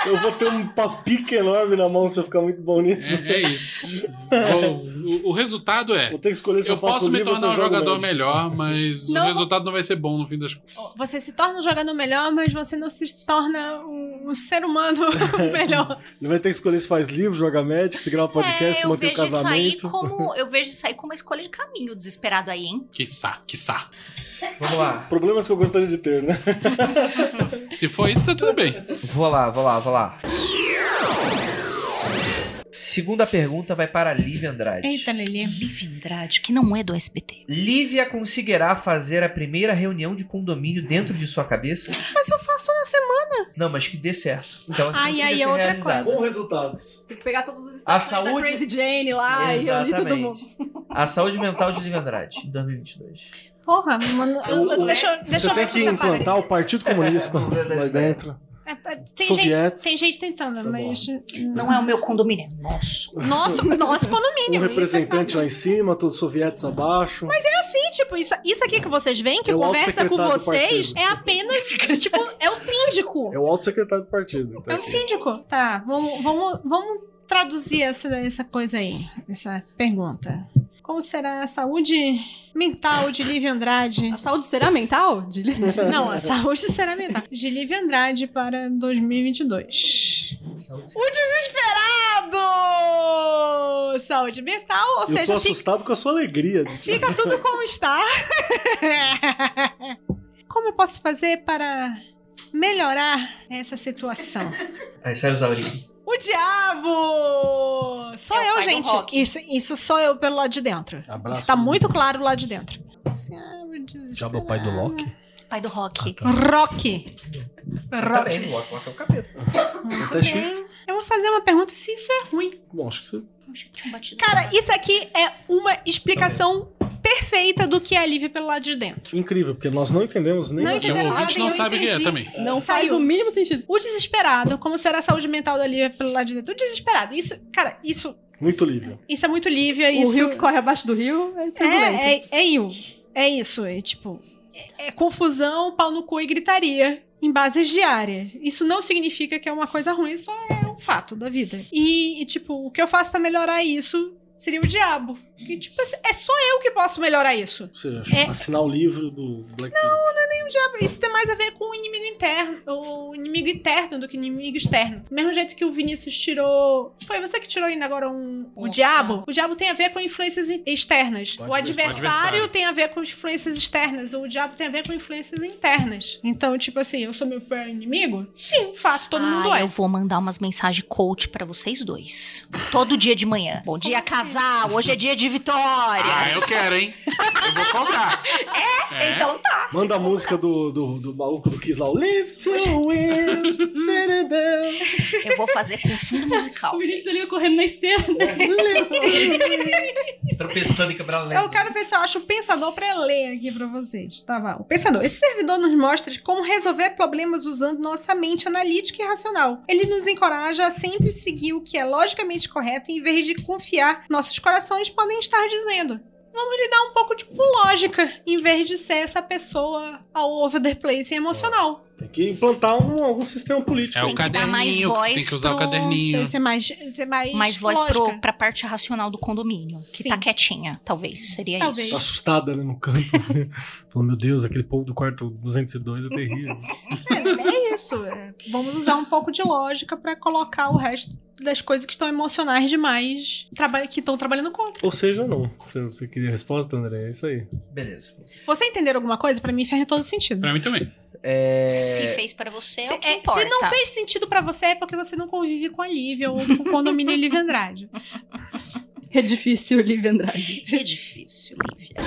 Speaker 5: Eu vou ter um papique enorme na mão se eu ficar muito bom nisso. <laughs>
Speaker 4: É, é isso. Vou- O, o, o resultado é.
Speaker 5: Vou ter que escolher se eu,
Speaker 4: Eu
Speaker 5: faço
Speaker 4: posso me
Speaker 5: livro ou se
Speaker 4: tornar um
Speaker 5: eu jogo
Speaker 4: jogador
Speaker 5: médio.
Speaker 4: melhor, mas
Speaker 7: Não.
Speaker 4: o resultado não vai ser bom no fim das contas.
Speaker 7: Você se torna um jogador melhor, mas você não se torna um, um ser humano <laughs> melhor.
Speaker 5: Ele vai ter que escolher se faz livro, joga Magic, se grava podcast,
Speaker 2: É,
Speaker 5: se
Speaker 2: eu
Speaker 5: mantém o
Speaker 2: vejo isso aí
Speaker 5: casamento.
Speaker 2: como. Eu vejo isso aí como uma escolha de caminho, desesperado aí, hein?
Speaker 4: Quiçá, quiçá.
Speaker 11: Vamos lá.
Speaker 5: Problemas que eu gostaria de ter, né?
Speaker 4: Se for isso, tá tudo bem.
Speaker 11: Vou lá, vou lá, vou lá. Segunda pergunta vai para a Lívia Andrade.
Speaker 12: Eita, Lelê.
Speaker 2: Liv Andrade, que não é do SBT.
Speaker 11: Lívia conseguirá fazer a primeira reunião de condomínio dentro de sua cabeça?
Speaker 7: Mas eu faço toda semana.
Speaker 11: Não, mas que dê certo. Então, isso
Speaker 7: Ah,
Speaker 11: precisa
Speaker 7: e aí
Speaker 11: ser
Speaker 7: é outra
Speaker 11: realizado.
Speaker 5: Com resultados.
Speaker 6: Tem que pegar todas as
Speaker 11: A
Speaker 6: estações da
Speaker 11: saúde-
Speaker 6: Crazy Jane lá e reunir todo mundo.
Speaker 11: Exatamente. A saúde mental de Lívia Andrade, em 2022.
Speaker 7: Porra, mano. eu-
Speaker 5: É O- o-
Speaker 7: deixa, eu- deixa
Speaker 5: Você
Speaker 7: eu
Speaker 5: tem
Speaker 7: ver se
Speaker 5: que
Speaker 7: eu separo.
Speaker 5: implantar o Partido Comunista lá dentro.
Speaker 7: É, é, tem, gente,
Speaker 5: Sovietes.
Speaker 7: tem gente tentando,
Speaker 5: Tá bom.
Speaker 7: mas.
Speaker 2: Não é o meu condomínio, é nosso.
Speaker 5: <laughs>
Speaker 7: Nosso, nosso
Speaker 5: Um
Speaker 7: condomínio.
Speaker 5: representante
Speaker 7: isso
Speaker 5: lá em cima, todos os sovietes abaixo. Mas
Speaker 7: é assim, tipo, isso, isso aqui que vocês veem, que
Speaker 5: É o
Speaker 7: conversa com
Speaker 5: alto-secretário do
Speaker 7: vocês,
Speaker 5: partido.
Speaker 7: é apenas.
Speaker 5: <laughs>
Speaker 7: tipo, é o síndico.
Speaker 5: É o alto secretário do partido.
Speaker 7: É
Speaker 5: Então,
Speaker 7: um síndico. Tá, vamos, vamos, vamos traduzir essa, essa coisa aí, essa pergunta. Como será a saúde mental de
Speaker 5: <laughs>
Speaker 7: Lívia Andrade?
Speaker 6: A saúde será mental? De...
Speaker 7: Não, a saúde será mental. De Lívia Andrade para 2022. O desesperado! Saúde mental, ou
Speaker 5: eu tô
Speaker 7: seja, fica,
Speaker 5: assustado com a sua alegria.
Speaker 7: fica tudo como está. <laughs> Como eu posso fazer para melhorar essa situação?
Speaker 11: Aí sai o Zauri.
Speaker 7: O diabo! Sou
Speaker 2: É o
Speaker 7: eu,
Speaker 2: pai do
Speaker 7: gente.
Speaker 2: rock.
Speaker 7: Isso, isso sou eu pelo lado de dentro.
Speaker 10: Abraço.
Speaker 7: Isso tá muito claro lá de dentro. um
Speaker 10: Diabo é o pai do Loki?
Speaker 2: Pai do rock.
Speaker 10: tá.
Speaker 7: Rock.
Speaker 11: Tá bem, o Loki Loki é o
Speaker 7: <laughs>
Speaker 11: capeta.
Speaker 5: Ele tá chique.
Speaker 7: Eu vou fazer uma pergunta se isso é ruim.
Speaker 5: Bom, acho que você.
Speaker 7: Cara, isso aqui é uma explicação perfeita do que é alívio pelo lado de dentro.
Speaker 5: é Incrível, porque nós não entendemos nem.
Speaker 7: Não
Speaker 4: E o
Speaker 7: Entenderam nada,
Speaker 4: ouvinte não
Speaker 7: eu
Speaker 4: sabe o que é
Speaker 7: entendi.
Speaker 4: também.
Speaker 6: Não faz
Speaker 7: Saiu.
Speaker 6: o mínimo sentido.
Speaker 7: O desesperado, como será a saúde mental da Lívia pelo lado de dentro? O desesperado. Isso, cara, isso,
Speaker 5: Muito livre.
Speaker 7: isso é muito Lívia.
Speaker 6: O
Speaker 7: isso...
Speaker 6: rio que corre abaixo do rio é tudo lento.
Speaker 7: É, é, é, eu. é isso, é tipo, é, é confusão, pau no cu e gritaria em bases diárias. Isso não significa que é uma coisa ruim, só é um fato da vida. E, e, tipo, o que eu faço pra melhorar isso seria o diabo. Que, tipo, assim, é só eu que posso melhorar isso.
Speaker 5: Ou seja,
Speaker 7: É.
Speaker 5: assinar o livro do Black Não,
Speaker 7: Isso tem mais a ver com o inimigo interno, o inimigo interno do que inimigo externo. Do mesmo jeito que o Vinícius tirou. Foi você que tirou ainda agora um, o
Speaker 2: Um.
Speaker 7: diabo? O diabo tem a ver com influências in- externas.
Speaker 5: O
Speaker 7: O adversário,
Speaker 4: adversário.
Speaker 7: tem a ver com influências externas. O diabo tem a ver com influências internas. Então, tipo assim, eu sou meu pior inimigo? Sim, fato, todo mundo
Speaker 2: Ah,
Speaker 7: é.
Speaker 2: Eu vou mandar umas mensagens coach pra vocês dois. Todo dia de manhã. Bom dia,
Speaker 7: assim?
Speaker 2: casal. Hoje é dia de vitórias.
Speaker 4: Ah, eu quero, hein? Eu vou cobrar. <laughs> É?
Speaker 2: Então tá.
Speaker 5: Manda a música do, do, do maluco do Kiss lá, o Live to Win.
Speaker 7: <laughs>
Speaker 5: Tadadã.
Speaker 2: Eu vou fazer com fundo musical.
Speaker 6: O Vinícius ali correndo na esteira.
Speaker 11: Tropeçando em câmera lenta.
Speaker 7: Eu quero ver se eu acho É o pensador pra ler aqui pra vocês. Tá, vai. O pensador. Esse servidor nos mostra como resolver problemas usando nossa mente analítica e racional. Ele nos encoraja a sempre seguir o que é logicamente correto em vez de confiar que nossos corações podem estar dizendo. Vamos lhe dar um pouco de com lógica em vez de ser essa pessoa ao over the place e emocional.
Speaker 5: Tem que implantar um, algum sistema político.
Speaker 4: É
Speaker 2: Tem
Speaker 4: o
Speaker 2: que dar mais
Speaker 4: caderninho. que Tem
Speaker 2: voz
Speaker 4: que usar o
Speaker 2: pro-
Speaker 4: caderninho.
Speaker 7: Ser é mais, ser mais,
Speaker 2: Mais voz
Speaker 7: lógica.
Speaker 2: pro, pra parte racional do condomínio. Que
Speaker 7: Sim.
Speaker 2: tá quietinha, talvez. Seria
Speaker 7: Talvez.
Speaker 2: isso.
Speaker 10: Tá <laughs> assustada, né, no canto. Assim. <laughs> Falou, meu Deus, aquele povo do quarto 202 é terrível.
Speaker 7: É, é isso. é. Vamos usar um pouco de lógica pra colocar o resto das coisas que estão emocionais demais, traba- que estão trabalhando
Speaker 5: <laughs>
Speaker 7: contra.
Speaker 5: Ou seja, não. Você, você queria a resposta, André? É isso aí.
Speaker 11: Beleza.
Speaker 7: Você entender alguma coisa, pra mim, faz todo sentido.
Speaker 4: Pra mim também.
Speaker 2: Se
Speaker 11: É...
Speaker 2: fez pra você,
Speaker 7: Se,
Speaker 2: é o que
Speaker 7: é,
Speaker 2: importa.
Speaker 7: se não fez sentido pra você, é porque você não convive com a Lívia ou com o
Speaker 2: <laughs>
Speaker 7: condomínio Lívia Andrade.
Speaker 6: É difícil, Lívia Andrade.
Speaker 2: Que difícil, Lívia.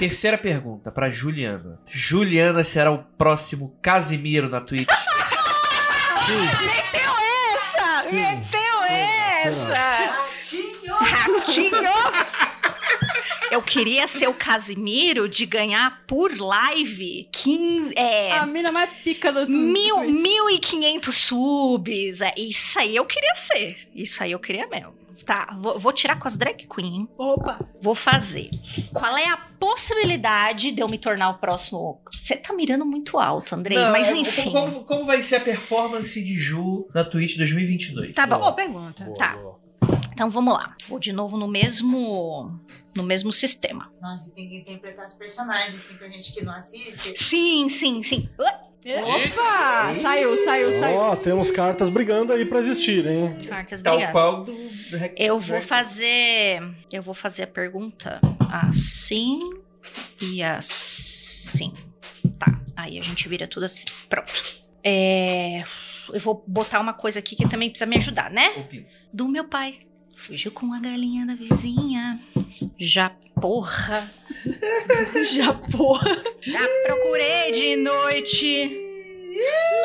Speaker 11: Terceira pergunta para Juliana. Juliana será o próximo Casimiro na Twitch?
Speaker 2: Ah,
Speaker 7: Essa!
Speaker 5: Sim.
Speaker 2: é,
Speaker 5: Meteu essa!
Speaker 2: Ratinho! Eu queria ser o Casimiro de ganhar por live 15. É,
Speaker 7: Ah,
Speaker 6: A mina mais
Speaker 7: <laughs>
Speaker 6: pica do
Speaker 2: mil,
Speaker 6: Twitter.
Speaker 2: 1.500 subs. É, isso aí eu queria ser. Isso aí eu queria mesmo. Tá, vou, vou tirar com as drag queen. hein?
Speaker 6: Opa!
Speaker 2: Vou fazer. Qual é a possibilidade de eu me tornar o próximo? Você tá mirando muito alto, Andrei.
Speaker 11: Não,
Speaker 2: mas
Speaker 11: é-
Speaker 2: enfim.
Speaker 11: Como, como vai ser a performance de Ju na Twitch 2022?
Speaker 2: Tá bom.
Speaker 6: Boa pergunta.
Speaker 2: Tá. Então vamos lá. Vou de novo no mesmo no mesmo sistema.
Speaker 16: Nossa, tem que interpretar os personagens, assim, pra gente que não assiste.
Speaker 2: Sim, sim, sim. Ah,
Speaker 6: Opa! Saiu, saiu, saiu.
Speaker 5: Ó, temos cartas brigando aí pra existir, hein?
Speaker 2: Cartas
Speaker 11: Tal
Speaker 2: brigadas.
Speaker 11: qual do. do rec-
Speaker 2: Eu vou fazer eu vou fazer a pergunta assim e assim. Tá. Aí a gente vira tudo assim. Pronto. É, eu vou botar uma coisa aqui que também precisa me ajudar, né?
Speaker 11: Opina.
Speaker 2: do meu pai. Fugiu com a galinha da vizinha. Já porra.
Speaker 6: Já, porra.
Speaker 2: Já procurei de noite.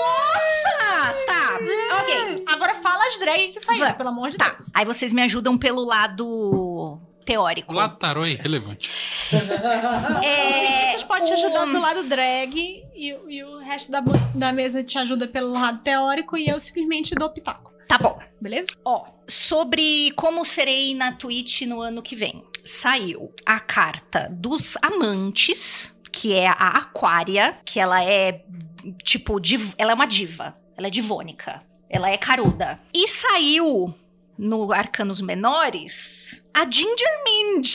Speaker 2: Nossa! Tá, ok.
Speaker 7: Agora fala as drag que saíram,
Speaker 2: Vai.
Speaker 7: pelo amor de
Speaker 2: Tá.
Speaker 7: Deus.
Speaker 2: Aí vocês me ajudam pelo lado teórico.
Speaker 4: O lado tarô é irrelevante.
Speaker 2: É,
Speaker 7: Então, assim, Vocês podem te ajudar do lado drag e, e o resto da, ban- da mesa te ajuda pelo lado teórico e eu simplesmente dou pitaco,
Speaker 2: Tá bom.
Speaker 7: beleza?
Speaker 2: Ó, sobre como serei na Twitch no ano que vem. Saiu a carta dos amantes, que é a Aquária, que ela é tipo, div- ela é uma diva, ela é divônica, ela é caruda. E saiu no Arcanos Menores a Ginger Mind,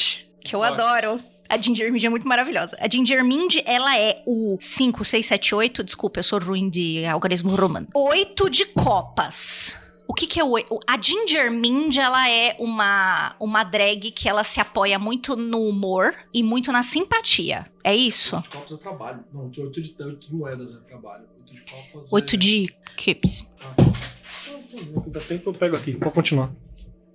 Speaker 2: que eu
Speaker 4: Ótimo.
Speaker 2: adoro. A Ginger Mind é muito maravilhosa. A Ginger Mind, ela é o 5, 6, 7, 8. Desculpa, eu sou ruim de algarismo romano. 8 de copas. O que, que é o. o- A Ginger Mind, ela é uma, uma drag que ela se apoia muito no humor e muito na simpatia. É isso?
Speaker 5: de copas é trabalho. Não, oito de, oito de moedas é trabalho. Oito de copas é-
Speaker 2: Oito de. Quips.
Speaker 5: Ainda tempo eu pego aqui, pode continuar.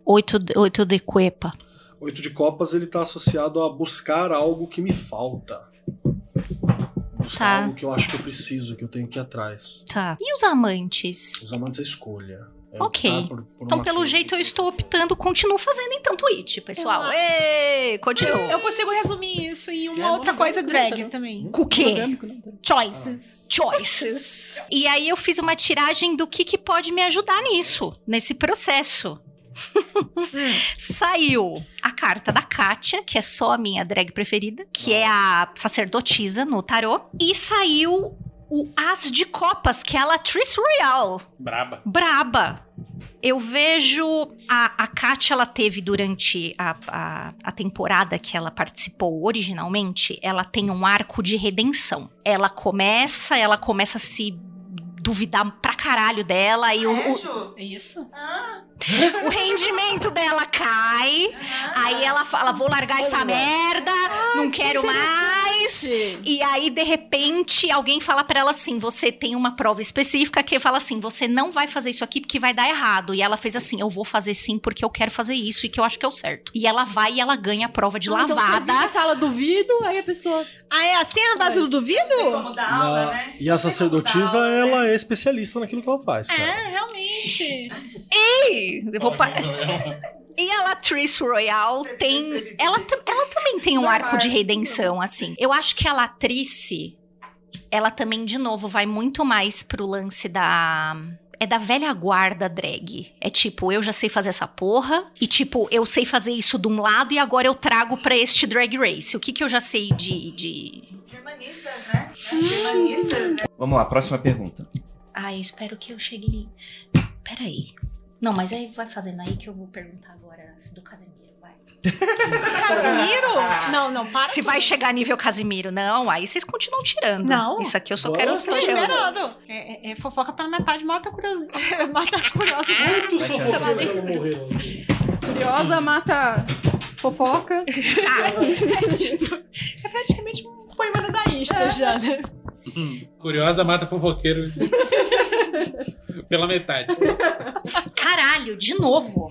Speaker 2: Oito, de- oito de cuepa.
Speaker 5: Oito de copas ele tá associado a buscar algo que me falta. Buscar
Speaker 2: Tá.
Speaker 5: algo que eu acho que eu preciso, que eu tenho que ir atrás.
Speaker 2: Tá. E os amantes?
Speaker 5: Os amantes é escolha. É
Speaker 2: Ok.
Speaker 5: optar por- por
Speaker 2: Então,
Speaker 5: uma
Speaker 2: pelo
Speaker 5: coisa.
Speaker 2: jeito, eu estou optando. Continuo fazendo, então, Twitch, pessoal.
Speaker 7: Eu-
Speaker 2: Ei, continuo.
Speaker 7: Eu consigo resumir isso em uma
Speaker 6: É
Speaker 7: outra coisa
Speaker 6: monogâmico,
Speaker 7: drag
Speaker 6: né?
Speaker 7: também.
Speaker 2: Com o quê?
Speaker 6: Monogâmico, não.
Speaker 2: Um
Speaker 7: Choices.
Speaker 2: Choices. E aí, eu fiz uma tiragem do que, que pode me ajudar nisso, nesse
Speaker 7: <laughs>
Speaker 2: processo. Saiu a carta da Kátia, que é só a minha drag preferida, que é a sacerdotisa no tarô. E saiu o As de Copas, que é a Latrice Royal.
Speaker 4: Braba.
Speaker 2: braba. Eu vejo a, a Kátia, ela teve durante a, a, a temporada que ela participou originalmente, ela tem um arco de redenção. Ela começa, ela começa a se duvidar pra caralho dela e o, o-
Speaker 16: É,
Speaker 7: É
Speaker 16: Ju?
Speaker 12: Isso.
Speaker 16: Ah,
Speaker 2: o rendimento dela cai.
Speaker 16: ah.
Speaker 2: Aí ela fala, vou largar essa merda, não quero mais. E aí, de repente, alguém fala pra ela assim: você tem uma prova específica que fala assim: você não vai fazer isso aqui porque vai dar errado. E ela fez assim: eu vou fazer sim porque eu quero fazer isso e que eu acho que é o certo. E ela vai e ela ganha a prova de
Speaker 6: Então, você
Speaker 2: lavada.
Speaker 6: vira e fala duvido, aí a pessoa.
Speaker 7: Ah, é assim a base
Speaker 16: Sei
Speaker 7: do duvido?
Speaker 16: como dar aula,
Speaker 5: Na-
Speaker 16: né? Sei
Speaker 5: E a
Speaker 16: como dar
Speaker 5: sacerdotisa,
Speaker 16: aula, né?
Speaker 5: ela é especialista naquilo que ela faz, cara.
Speaker 7: É, realmente.
Speaker 2: Ei, eu vou pa- <laughs> E a Latrice Royal tem. Ela, tam- ela também tem um arco de redenção, assim. Eu acho que a Latrice, ela também, de novo, vai muito mais pro lance da. É da velha guarda drag. É tipo, eu já sei fazer essa porra. E tipo, eu sei fazer isso de um lado e agora eu trago pra este drag race. O que que eu já sei de. de...
Speaker 16: Germanistas, né?
Speaker 2: Hum,
Speaker 16: Germanistas, né?
Speaker 11: Vamos lá, próxima pergunta.
Speaker 2: Ai, espero que eu chegue. Peraí. Não, mas aí vai fazendo aí que eu vou perguntar agora do Casemiro, vai.
Speaker 7: Casimiro? Não, não, para.
Speaker 2: Se vai chegar nível Casimiro, não, aí vocês continuam tirando.
Speaker 7: Não.
Speaker 2: Isso aqui eu só
Speaker 5: Não,
Speaker 2: quero
Speaker 5: eu
Speaker 7: Tô
Speaker 2: saber.
Speaker 7: esperando. É, é- é fofoca pela metade, mata a curiosidade. <laughs> mata a curiosidade.
Speaker 5: Muito
Speaker 11: Vai,
Speaker 5: né?
Speaker 11: Thiago.
Speaker 5: sofrido ela morreu.
Speaker 6: Curiosa, mata fofoca.
Speaker 7: É praticamente um poema dadaísta já, né?
Speaker 4: Curiosa mata fofoqueiro. <laughs> Pela metade.
Speaker 2: Caralho, de novo.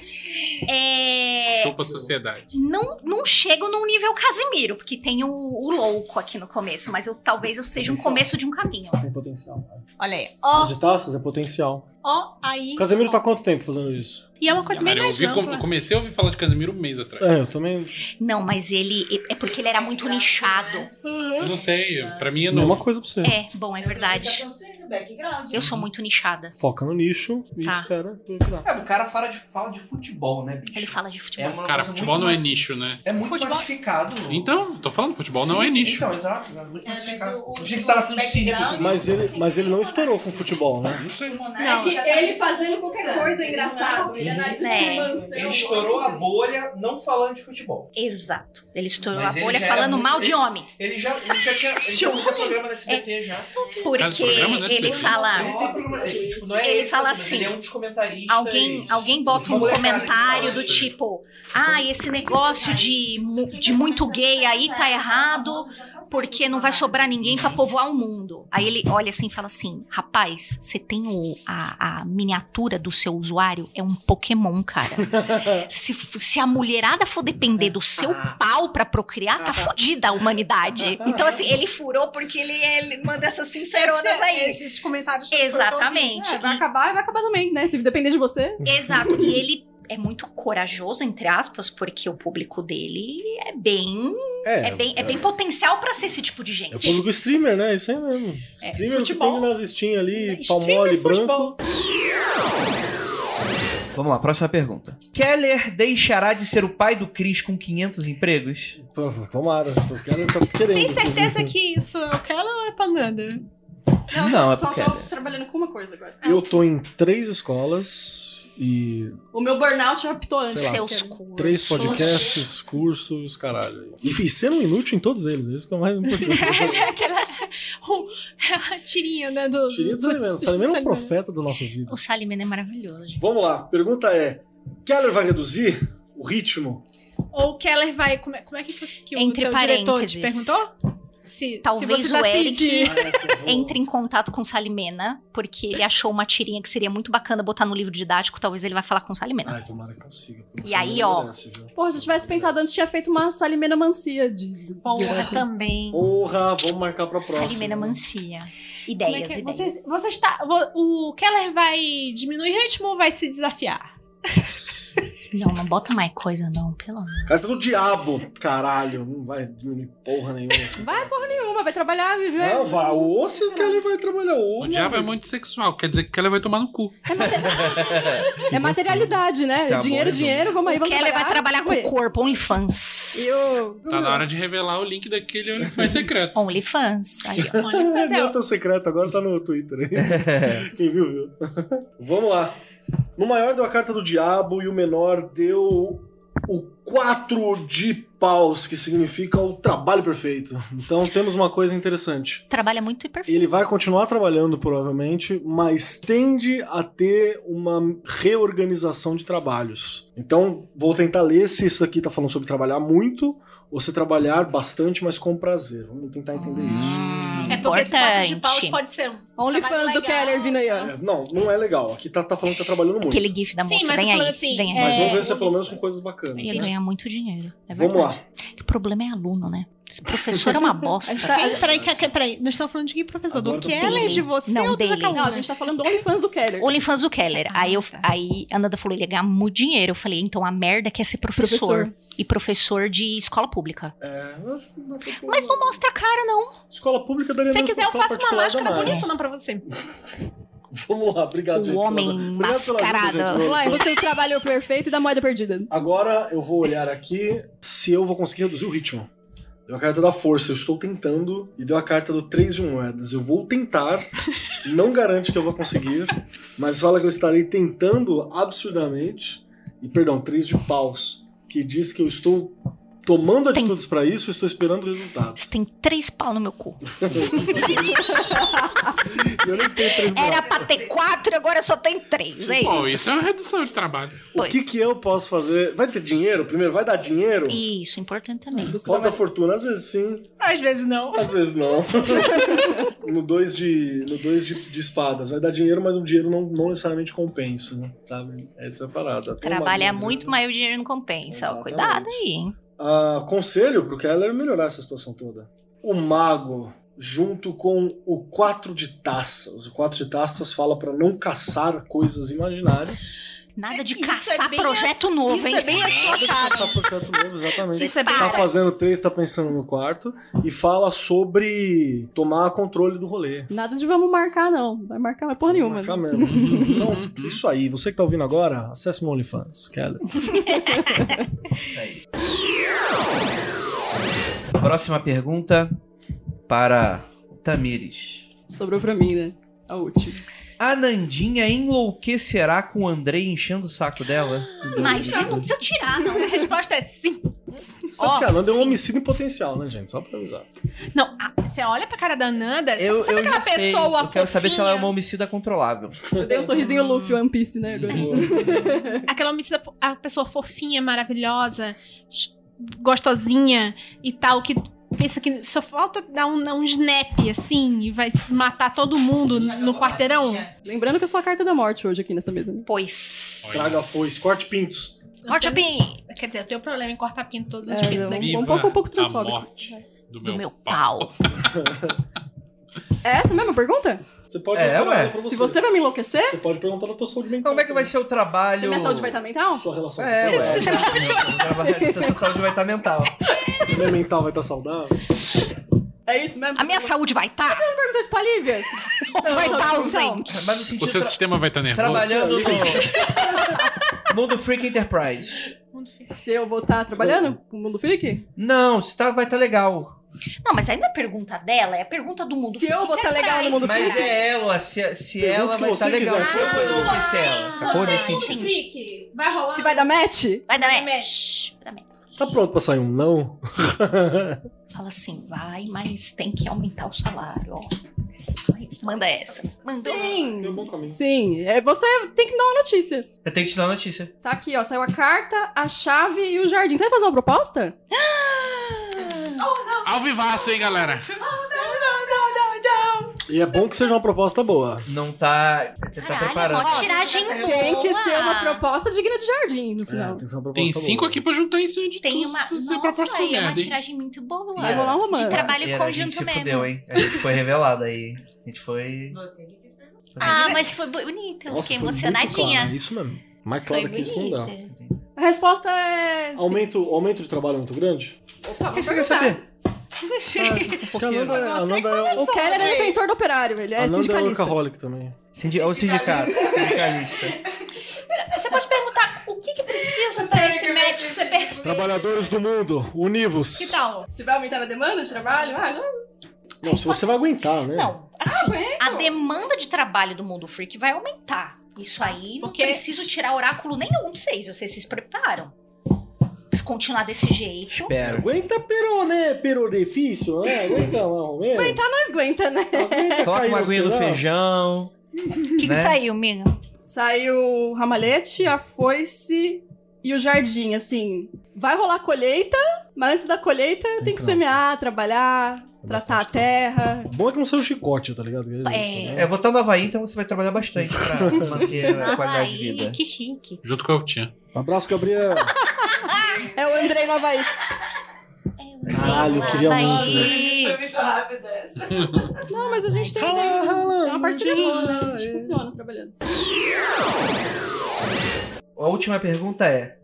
Speaker 2: É.
Speaker 4: Chupa a sociedade.
Speaker 2: Não, não chego num nível Casimiro, porque tem o, o louco aqui no começo, mas eu, talvez eu seja um
Speaker 5: Potencial.
Speaker 2: começo de um caminho.
Speaker 5: Tem potencial.
Speaker 7: Olha aí.
Speaker 5: As
Speaker 7: Ó,
Speaker 5: de taças é potencial.
Speaker 7: ó, aí.
Speaker 2: Então.
Speaker 5: O Casemiro tá há quanto tempo fazendo isso?
Speaker 7: E é uma coisa meio
Speaker 4: Cara, eu,
Speaker 7: mais
Speaker 4: ouvi, com-
Speaker 7: ampla.
Speaker 4: comecei a ouvir falar de Casimiro um mês atrás.
Speaker 5: É, eu também.
Speaker 2: Não, mas ele. É porque ele era muito nichado.
Speaker 4: Eu não sei, pra mim é
Speaker 5: Mesma
Speaker 4: novo.
Speaker 5: coisa pra você.
Speaker 2: É, bom, é
Speaker 16: Porque a gente tá
Speaker 2: verdade.
Speaker 16: construindo no background.
Speaker 2: Eu sou muito nichada.
Speaker 10: Foca no nicho e
Speaker 2: Tá.
Speaker 10: espera ver o que dá.
Speaker 11: É, o cara fala de, fala de futebol, né, bicho?
Speaker 2: Ele fala de futebol.
Speaker 11: É uma
Speaker 4: Cara,
Speaker 11: coisa
Speaker 4: futebol
Speaker 11: muito
Speaker 4: não é
Speaker 11: maci-
Speaker 4: nicho, né?
Speaker 11: É muito
Speaker 2: Futebol-
Speaker 11: classificado.
Speaker 4: Então, tô falando, futebol não é nicho.
Speaker 11: Então, exato. É muito
Speaker 16: É, mas
Speaker 11: massificado.
Speaker 16: o- é o-
Speaker 11: Eu achei que você tava sendo
Speaker 16: background-
Speaker 11: cínico.
Speaker 5: Mas ele, mas ele não estourou com futebol, né?
Speaker 4: Não sei.
Speaker 16: O Monark
Speaker 6: Não,
Speaker 16: já tá
Speaker 6: É ele
Speaker 16: com
Speaker 6: fazendo
Speaker 16: 18
Speaker 6: qualquer
Speaker 16: anos,
Speaker 6: coisa é
Speaker 16: ele
Speaker 6: engraçado.
Speaker 16: não
Speaker 6: Ele analisa
Speaker 2: É.
Speaker 6: de mansão.
Speaker 11: Ele estourou a bolha não falando de futebol.
Speaker 2: Exato. Ele estourou
Speaker 11: É. Mas
Speaker 2: a
Speaker 11: ele
Speaker 2: bolha
Speaker 11: já era
Speaker 2: falando
Speaker 11: muito-
Speaker 2: mal de
Speaker 11: ele-
Speaker 2: homem.
Speaker 11: Ele já, ele já tinha. Ele já fazia programa da
Speaker 2: É,
Speaker 11: SBT já.
Speaker 4: Faz
Speaker 2: Porque
Speaker 4: programa no
Speaker 2: ele
Speaker 4: SBT?
Speaker 2: fala.
Speaker 11: Ele tem programa. Ele, tipo, não é
Speaker 2: Ele fala
Speaker 11: mas Ele é
Speaker 2: assim,
Speaker 11: um dos comentaristas.
Speaker 2: Alguém,
Speaker 11: e-
Speaker 2: alguém bota um
Speaker 11: Molecada,
Speaker 2: comentário
Speaker 11: eu
Speaker 2: do
Speaker 11: acho.
Speaker 2: tipo: Ah, esse negócio de, mu- de muito gay aí tá errado, porque não vai sobrar ninguém pra povoar o mundo. Aí ele olha assim e fala assim: Rapaz, você tem o, a, a miniatura do seu usuário? É um Pokémon, cara. Se, f- se a mulherada for depender do seu pau pra procriar, tá fodida a humanidade. Então, assim, ele furou porque ele, ele manda essas sinceronas
Speaker 7: é,
Speaker 2: aí.
Speaker 12: Esses comentários.
Speaker 2: Exatamente.
Speaker 6: É, vai acabar e vai acabar também, né? Se depender de você.
Speaker 2: Exato. E ele é muito corajoso, entre aspas, porque o público dele é bem. É, bem, é bem potencial pra ser esse tipo de
Speaker 5: É o
Speaker 2: gente.
Speaker 5: público streamer, né? Isso aí mesmo.
Speaker 2: É,
Speaker 5: Streamer é que
Speaker 12: futebol.
Speaker 5: tem na cestinha
Speaker 7: É,
Speaker 5: ali, pau
Speaker 11: Streamer
Speaker 5: mole, branco.
Speaker 11: futebol. Vamos lá, próxima pergunta. Keller deixará de ser o pai do Chris com 500 empregos?
Speaker 10: Pô,
Speaker 5: Tomara, tô, quero, tô querendo.
Speaker 12: Tem certeza
Speaker 5: inclusive.
Speaker 12: que isso é o que ela ou é pra Nanda?
Speaker 6: Não,
Speaker 11: Não,
Speaker 6: eu
Speaker 11: é
Speaker 6: só
Speaker 11: porque-
Speaker 6: tô trabalhando com uma coisa agora.
Speaker 10: Eu tô em três escolas e
Speaker 6: O meu burnout já apitou antes.
Speaker 10: Sei lá,
Speaker 2: Seus cursos.
Speaker 10: três podcasts, cursos, caralho. E, e sendo inútil em todos eles, isso que é o mais importante.
Speaker 2: <laughs>
Speaker 12: Aquela
Speaker 7: é.
Speaker 12: o- a tirinha, né? Do,
Speaker 10: Tirinha do
Speaker 12: do-
Speaker 10: Salimeno.
Speaker 12: do-
Speaker 10: Salimeno é um
Speaker 12: Salimeno.
Speaker 10: profeta das nossas vidas.
Speaker 2: O Salimena é maravilhoso. gente.
Speaker 5: Vamos lá, pergunta é: Keller vai reduzir o
Speaker 2: <laughs>
Speaker 5: ritmo?
Speaker 7: Ou o Keller vai. Como é, como é que, foi que
Speaker 2: Entre
Speaker 7: o teu diretor te
Speaker 2: parênteses.
Speaker 7: perguntou? Se,
Speaker 2: Talvez
Speaker 7: se você tá
Speaker 2: o Eric-
Speaker 7: decidir-
Speaker 5: Ah, essa eu vou-
Speaker 2: Entre em contato com o Salimena, porque ele achou uma tirinha que seria muito bacana botar no livro didático. Talvez ele vá falar com o Salimena.
Speaker 10: Ai, tomara que consiga. porque
Speaker 2: E
Speaker 10: você
Speaker 2: aí,
Speaker 10: não
Speaker 2: ó.
Speaker 10: merece, viu?
Speaker 6: Porra, se eu tivesse pensado antes, tinha feito uma salimena mancia de. de-
Speaker 12: Porra, também.
Speaker 5: Porra, vamos marcar pra próxima.
Speaker 2: Salimena mancia.
Speaker 7: Como é
Speaker 2: Ideias,
Speaker 7: que é? Você,
Speaker 2: ideias.
Speaker 7: você está, vo- o Keller vai diminuir o ritmo ou vai se desafiar?
Speaker 2: Não, não bota mais coisa, não, pelo amor.
Speaker 10: tá
Speaker 5: Carta do diabo, caralho. Não vai diminuir porra nenhuma. assim.
Speaker 6: Vai porra nenhuma, vai
Speaker 11: <laughs>
Speaker 6: trabalhar, viver.
Speaker 5: Não, vai. Ou se o Keller vai trabalhar, ou.
Speaker 4: O diabo é muito sexual, quer dizer que ela vai tomar no cu.
Speaker 6: É, mate- é materialidade, né?
Speaker 11: Isso é
Speaker 6: dinheiro,
Speaker 11: amor,
Speaker 6: dinheiro, vamos aí,
Speaker 2: O
Speaker 6: vamos
Speaker 2: Keller vai trabalhar com o
Speaker 6: vamos aí.
Speaker 2: corpo, OnlyFans.
Speaker 6: E o.
Speaker 4: Tá na hora de revelar o link daquele OnlyFans secreto.
Speaker 2: OnlyFans. Aí, ó.
Speaker 5: <laughs>
Speaker 7: Olha, mas é,
Speaker 5: Agora tá o secreto, agora tá no Twitter. Quem viu, viu. Vamos lá. No maior deu a carta do diabo e o menor deu o 4 de paus, que significa o trabalho perfeito. Então temos uma coisa interessante.
Speaker 2: Trabalha muito e perfeito.
Speaker 5: Ele vai continuar trabalhando, provavelmente, mas tende a ter uma reorganização de trabalhos. Então, vou tentar ler se isso aqui tá falando sobre trabalhar muito ou se trabalhar bastante, mas com prazer. Vamos tentar entender isso.
Speaker 7: é porque esse quatro de paus
Speaker 2: Hum, Importante.
Speaker 7: pode ser um.
Speaker 6: OnlyFans do
Speaker 7: trabalho legal.
Speaker 6: Keller vindo aí, ó.
Speaker 5: É, não, não é legal. Aqui tá, tá falando que tá trabalhando muito.
Speaker 2: Aquele gif da
Speaker 7: Sim,
Speaker 2: moça,
Speaker 7: mas
Speaker 2: vem
Speaker 7: tô
Speaker 2: aí,
Speaker 7: falando assim,
Speaker 2: vem aí.
Speaker 5: Mas vamos
Speaker 7: É.
Speaker 5: ver se é pelo menos com coisas bacanas.
Speaker 2: Ia
Speaker 5: né?
Speaker 2: ganhar muito dinheiro. É
Speaker 5: Vamos
Speaker 2: verdade.
Speaker 5: lá.
Speaker 2: Que o problema é aluno, né? Esse professor é
Speaker 5: <laughs>
Speaker 2: uma bosta.
Speaker 7: Tá
Speaker 12: Peraí, peraí, que- peraí. Nós estamos falando de quem, professor?
Speaker 5: Agora
Speaker 12: do
Speaker 5: do
Speaker 12: que ela é
Speaker 2: dele.
Speaker 12: de você
Speaker 2: Não,
Speaker 12: ou do
Speaker 2: dele.
Speaker 6: Não,
Speaker 12: Zacaúna?
Speaker 6: a gente tá falando do OnlyFans do Keller.
Speaker 2: OnlyFans do Keller. Aí, eu, aí a Nanda falou, ele ia ganhar muito dinheiro. Eu falei, então a merda que é ser professor. E professor de escola pública.
Speaker 5: É, eu acho que não tem problema.
Speaker 2: Mas não mostra a cara, não.
Speaker 5: Escola pública daria
Speaker 7: Se você
Speaker 5: menos
Speaker 7: quiser, eu
Speaker 5: pra escola
Speaker 7: faço uma
Speaker 5: particular,
Speaker 7: máscara
Speaker 5: dá mais.
Speaker 7: bonitona pra você.
Speaker 5: Vamos lá, obrigado,
Speaker 2: O
Speaker 5: gente.
Speaker 2: homem
Speaker 5: Obrigado pela
Speaker 2: mascarado.
Speaker 5: Ajuda, gente.
Speaker 6: Vai, é você trabalhou perfeito e dá moeda perdida.
Speaker 5: Agora eu vou olhar aqui se eu vou conseguir reduzir o ritmo. Deu a carta da força, eu estou tentando. E deu a carta do 3 de um moedas. Eu
Speaker 2: <laughs>
Speaker 5: vou tentar, não garante que eu vou conseguir, mas fala que eu estarei tentando absurdamente. E perdão, 3 de paus, que diz que eu estou tomando
Speaker 2: Tem-
Speaker 5: atitudes para isso, eu estou esperando resultados.
Speaker 2: Você tem três pau no meu cu.
Speaker 5: Eu nem tenho 3
Speaker 2: Era
Speaker 5: moedas.
Speaker 2: pra ter quatro, agora só tem três. <laughs> É
Speaker 4: Bom,
Speaker 2: isso.
Speaker 4: isso é uma redução de trabalho.
Speaker 5: O que que eu posso fazer? Vai ter dinheiro primeiro? Vai dar dinheiro?
Speaker 2: Isso, importante também.
Speaker 5: Conta a fortuna, às vezes sim,
Speaker 7: Às vezes não.
Speaker 5: Às vezes não. <laughs> no 2 de, no dois de, de espadas. Vai dar dinheiro, mas o dinheiro não, não necessariamente compensa, né? sabe? Essa é a parada. Tem uma
Speaker 2: Trabalhar
Speaker 5: grana,
Speaker 2: muito,
Speaker 5: né?
Speaker 2: mas o dinheiro não compensa. Ó,
Speaker 5: Exatamente.
Speaker 2: cuidado aí, hein?
Speaker 5: Ah, conselho pro Keller é melhorar essa situação toda. O mago, junto com o 4 de taças. O 4 de taças fala pra não caçar coisas imaginárias.
Speaker 2: Nada de
Speaker 7: Isso é
Speaker 2: caçar
Speaker 7: bem a-
Speaker 2: projeto novo,
Speaker 7: isso
Speaker 2: hein?
Speaker 7: é bem a sua
Speaker 5: Tá projeto novo, exatamente.
Speaker 7: Isso é bem-
Speaker 5: tá fazendo três, tá pensando no quarto. E fala sobre tomar controle do rolê.
Speaker 6: Nada de vamos marcar, não. Vai marcar mais porra nenhuma. né?
Speaker 5: Marcar mesmo.
Speaker 3: <laughs> Uhum.
Speaker 5: Então, isso aí. Você que tá ouvindo agora, acesse meu OnlyFans. Kelly.
Speaker 3: Próxima pergunta para Tamires.
Speaker 6: Sobrou pra mim, né? A última.
Speaker 3: A Nandinha enlouquecerá com o Andrei enchendo o saco dela?
Speaker 2: Mas vocês não precisam tirar, não.
Speaker 7: A resposta é sim.
Speaker 5: Você sabe
Speaker 2: Ó,
Speaker 5: que a Nanda é um
Speaker 2: sim.
Speaker 5: homicídio em potencial, né, gente? Só pra avisar.
Speaker 7: Não, a- você olha pra cara da Nanda,
Speaker 3: Eu,
Speaker 7: sabe
Speaker 3: eu
Speaker 7: aquela
Speaker 3: já sei.
Speaker 7: pessoa
Speaker 3: Eu quero saber se ela é
Speaker 7: fofinha?
Speaker 3: uma homicida controlável.
Speaker 6: Eu dei um sorrisinho Luffy One Piece, né? agora?
Speaker 7: aquela homicida, fo- a pessoa fofinha, maravilhosa, ch- gostosinha e tal, que pensa que só falta dar um, um snap assim e vai s- matar todo mundo n- no quarteirão.
Speaker 6: Lembrando que eu sou a carta da morte hoje aqui nessa mesa. Né?
Speaker 2: Pois.
Speaker 5: Traga a foice, corte pintos.
Speaker 7: Corta pin! Quer dizer, eu tenho problema em cortar pinto todos os
Speaker 6: É,
Speaker 7: pintos né? daqui.
Speaker 4: Viva
Speaker 6: um, um pouco, um pouco
Speaker 4: a
Speaker 6: transfóbico.
Speaker 4: morte. Do
Speaker 2: Do
Speaker 4: meu,
Speaker 2: meu pau.
Speaker 6: É essa mesma pergunta?
Speaker 5: Você pode
Speaker 3: É,
Speaker 5: alterar
Speaker 3: ué.
Speaker 5: ela pra
Speaker 6: Se você vai me enlouquecer,
Speaker 5: Você pode perguntar da tua saúde mental.
Speaker 3: Como é que vai ser o trabalho?
Speaker 6: se minha saúde vai tá- estar mental?
Speaker 5: Sua relação
Speaker 3: É,
Speaker 5: com
Speaker 3: ué.
Speaker 5: <laughs> ela.
Speaker 7: Você
Speaker 3: O trabalho- Se a sua saúde vai estar mental.
Speaker 5: Se minha mental vai estar saudável.
Speaker 6: É isso mesmo?
Speaker 2: A minha saúde vai estar?
Speaker 6: Você perguntou isso
Speaker 2: <laughs>
Speaker 6: pra Lívia? um
Speaker 2: Ou vai estar ausente?
Speaker 3: Mas no sentido
Speaker 4: O seu
Speaker 3: tra-
Speaker 4: sistema vai estar nervoso.
Speaker 3: trabalhando no Mundo Freak Enterprise.
Speaker 6: Se eu vou estar trabalhando com o mundo freak?
Speaker 3: Não, você tá, vai estar legal.
Speaker 2: Não, mas aí não é pergunta dela, é a pergunta do mundo.
Speaker 6: Se eu vou estar legal no mundo
Speaker 3: Mas
Speaker 6: freak?
Speaker 3: é ela, se, se
Speaker 5: Pergunta
Speaker 3: ela
Speaker 5: o que
Speaker 3: vai
Speaker 5: você
Speaker 3: estar legal.
Speaker 5: quiser.
Speaker 3: Se eu for
Speaker 5: Ah,
Speaker 3: enlouquecer ela, sacou? Nesse sentido.
Speaker 7: Fique, vai rolar.
Speaker 6: Se vai dar match?
Speaker 2: Vai dar merda.
Speaker 7: Mexe.
Speaker 5: Tá pronto pra sair
Speaker 3: <laughs>
Speaker 5: um não?
Speaker 2: Fala assim, vai, mas tem que aumentar o salário, ó. Mas Manda essa. Manda.
Speaker 5: Tem um
Speaker 6: Sim.
Speaker 5: bom caminho.
Speaker 6: Sim. É, você tem que dar uma notícia.
Speaker 3: Eu tenho que te dar uma notícia.
Speaker 6: Tá aqui, ó. Saiu a carta, a chave e o jardim. Você vai fazer uma proposta?
Speaker 4: Ao vivaço, hein, galera?
Speaker 5: E é bom que seja uma proposta boa.
Speaker 3: Não tá. tá
Speaker 2: Caralho,
Speaker 3: preparando.
Speaker 2: uma tiragem boa.
Speaker 6: Tem que ser uma proposta digna de jardim no
Speaker 5: É, tem
Speaker 6: final.
Speaker 5: que ser uma proposta
Speaker 4: Tem cinco
Speaker 5: boa.
Speaker 4: aqui pra juntar em cima de
Speaker 2: Tem
Speaker 4: tudo.
Speaker 2: uma.
Speaker 4: se você
Speaker 2: Nossa,
Speaker 4: proposta
Speaker 2: aí é uma
Speaker 4: merda, hein?
Speaker 2: tiragem muito boa.
Speaker 5: é
Speaker 6: Vai rolar um romance.
Speaker 2: De trabalho
Speaker 3: Era, a gente
Speaker 2: conjunto
Speaker 3: se
Speaker 2: mesmo.
Speaker 3: fudeu, hein? A gente foi revelado aí. A gente foi.
Speaker 16: Você que quis perguntar.
Speaker 2: Ah, mas foi bonito. Eu
Speaker 5: Nossa,
Speaker 2: fiquei
Speaker 5: foi muito
Speaker 2: emocionadinha.
Speaker 5: clara, é isso mesmo. Mais
Speaker 2: Foi
Speaker 5: claro que isso não dá.
Speaker 2: bonita.
Speaker 6: A resposta é. sim.
Speaker 5: Aumento, aumento de trabalho é muito grande?
Speaker 6: Opa,
Speaker 3: O que
Speaker 6: vamos
Speaker 3: você quer
Speaker 6: perguntar.
Speaker 3: saber? Ah,
Speaker 5: Porque a Nanda, é- a Nanda é,
Speaker 6: O Keller é defensor do operário, ele é
Speaker 5: a Nanda é
Speaker 6: sindicalista.
Speaker 5: workaholic também.
Speaker 3: Sindi... Ou sindicato. Sindicalista.
Speaker 7: Você pode perguntar o que, que precisa pra esse match ser perfeito.
Speaker 5: Trabalhadores do mundo, univos.
Speaker 7: Que
Speaker 3: Né?
Speaker 7: tal?
Speaker 6: Se vai aumentar a demanda de trabalho, ah, já
Speaker 5: Não, se você vai aguentar, né?
Speaker 2: Não, assim,
Speaker 6: aguento.
Speaker 2: a demanda de trabalho do mundo freak vai aumentar. Isso aí não
Speaker 7: Porque-
Speaker 2: preciso tirar oráculo nenhum de vocês. Vocês se preparam. Se continuar desse jeito.
Speaker 3: Pera.
Speaker 5: Aguenta peru, né? Perorefício, né? Aguenta lá, Romero. Aguenta,
Speaker 6: Mas aguenta, né?
Speaker 3: Coloca
Speaker 5: cair
Speaker 3: uma
Speaker 5: os
Speaker 3: aguinha do
Speaker 5: pedaços.
Speaker 3: feijão.
Speaker 2: O que, que
Speaker 3: Né?
Speaker 2: saiu, amiga?
Speaker 6: Saiu o ramalhete, a foice e o jardim, assim. Vai rolar colheita, mas antes da colheita tem, que
Speaker 5: que
Speaker 6: semear, trabalhar,
Speaker 5: Então. É
Speaker 6: tratar a
Speaker 5: bastante
Speaker 6: terra.
Speaker 5: Bom é que não saiu chicote, tá ligado?
Speaker 2: É.
Speaker 3: É, voltando ao Havaí, então você vai trabalhar bastante pra
Speaker 2: <laughs>
Speaker 3: manter a qualidade de vida.
Speaker 2: Ai, que chique.
Speaker 4: Junto com a Altinha.
Speaker 5: Um Abraço, Gabriel.
Speaker 6: É o Andrei no Havaí.
Speaker 5: Caralho, eu queria
Speaker 2: Vai.
Speaker 5: muito né? isso.
Speaker 16: Foi muito rápido essa.
Speaker 6: Não, mas a gente tem,
Speaker 3: Ah,
Speaker 5: Rala, rala,
Speaker 6: tem uma parceria boa, né? A gente
Speaker 5: é.
Speaker 6: funciona trabalhando.
Speaker 3: A última pergunta é.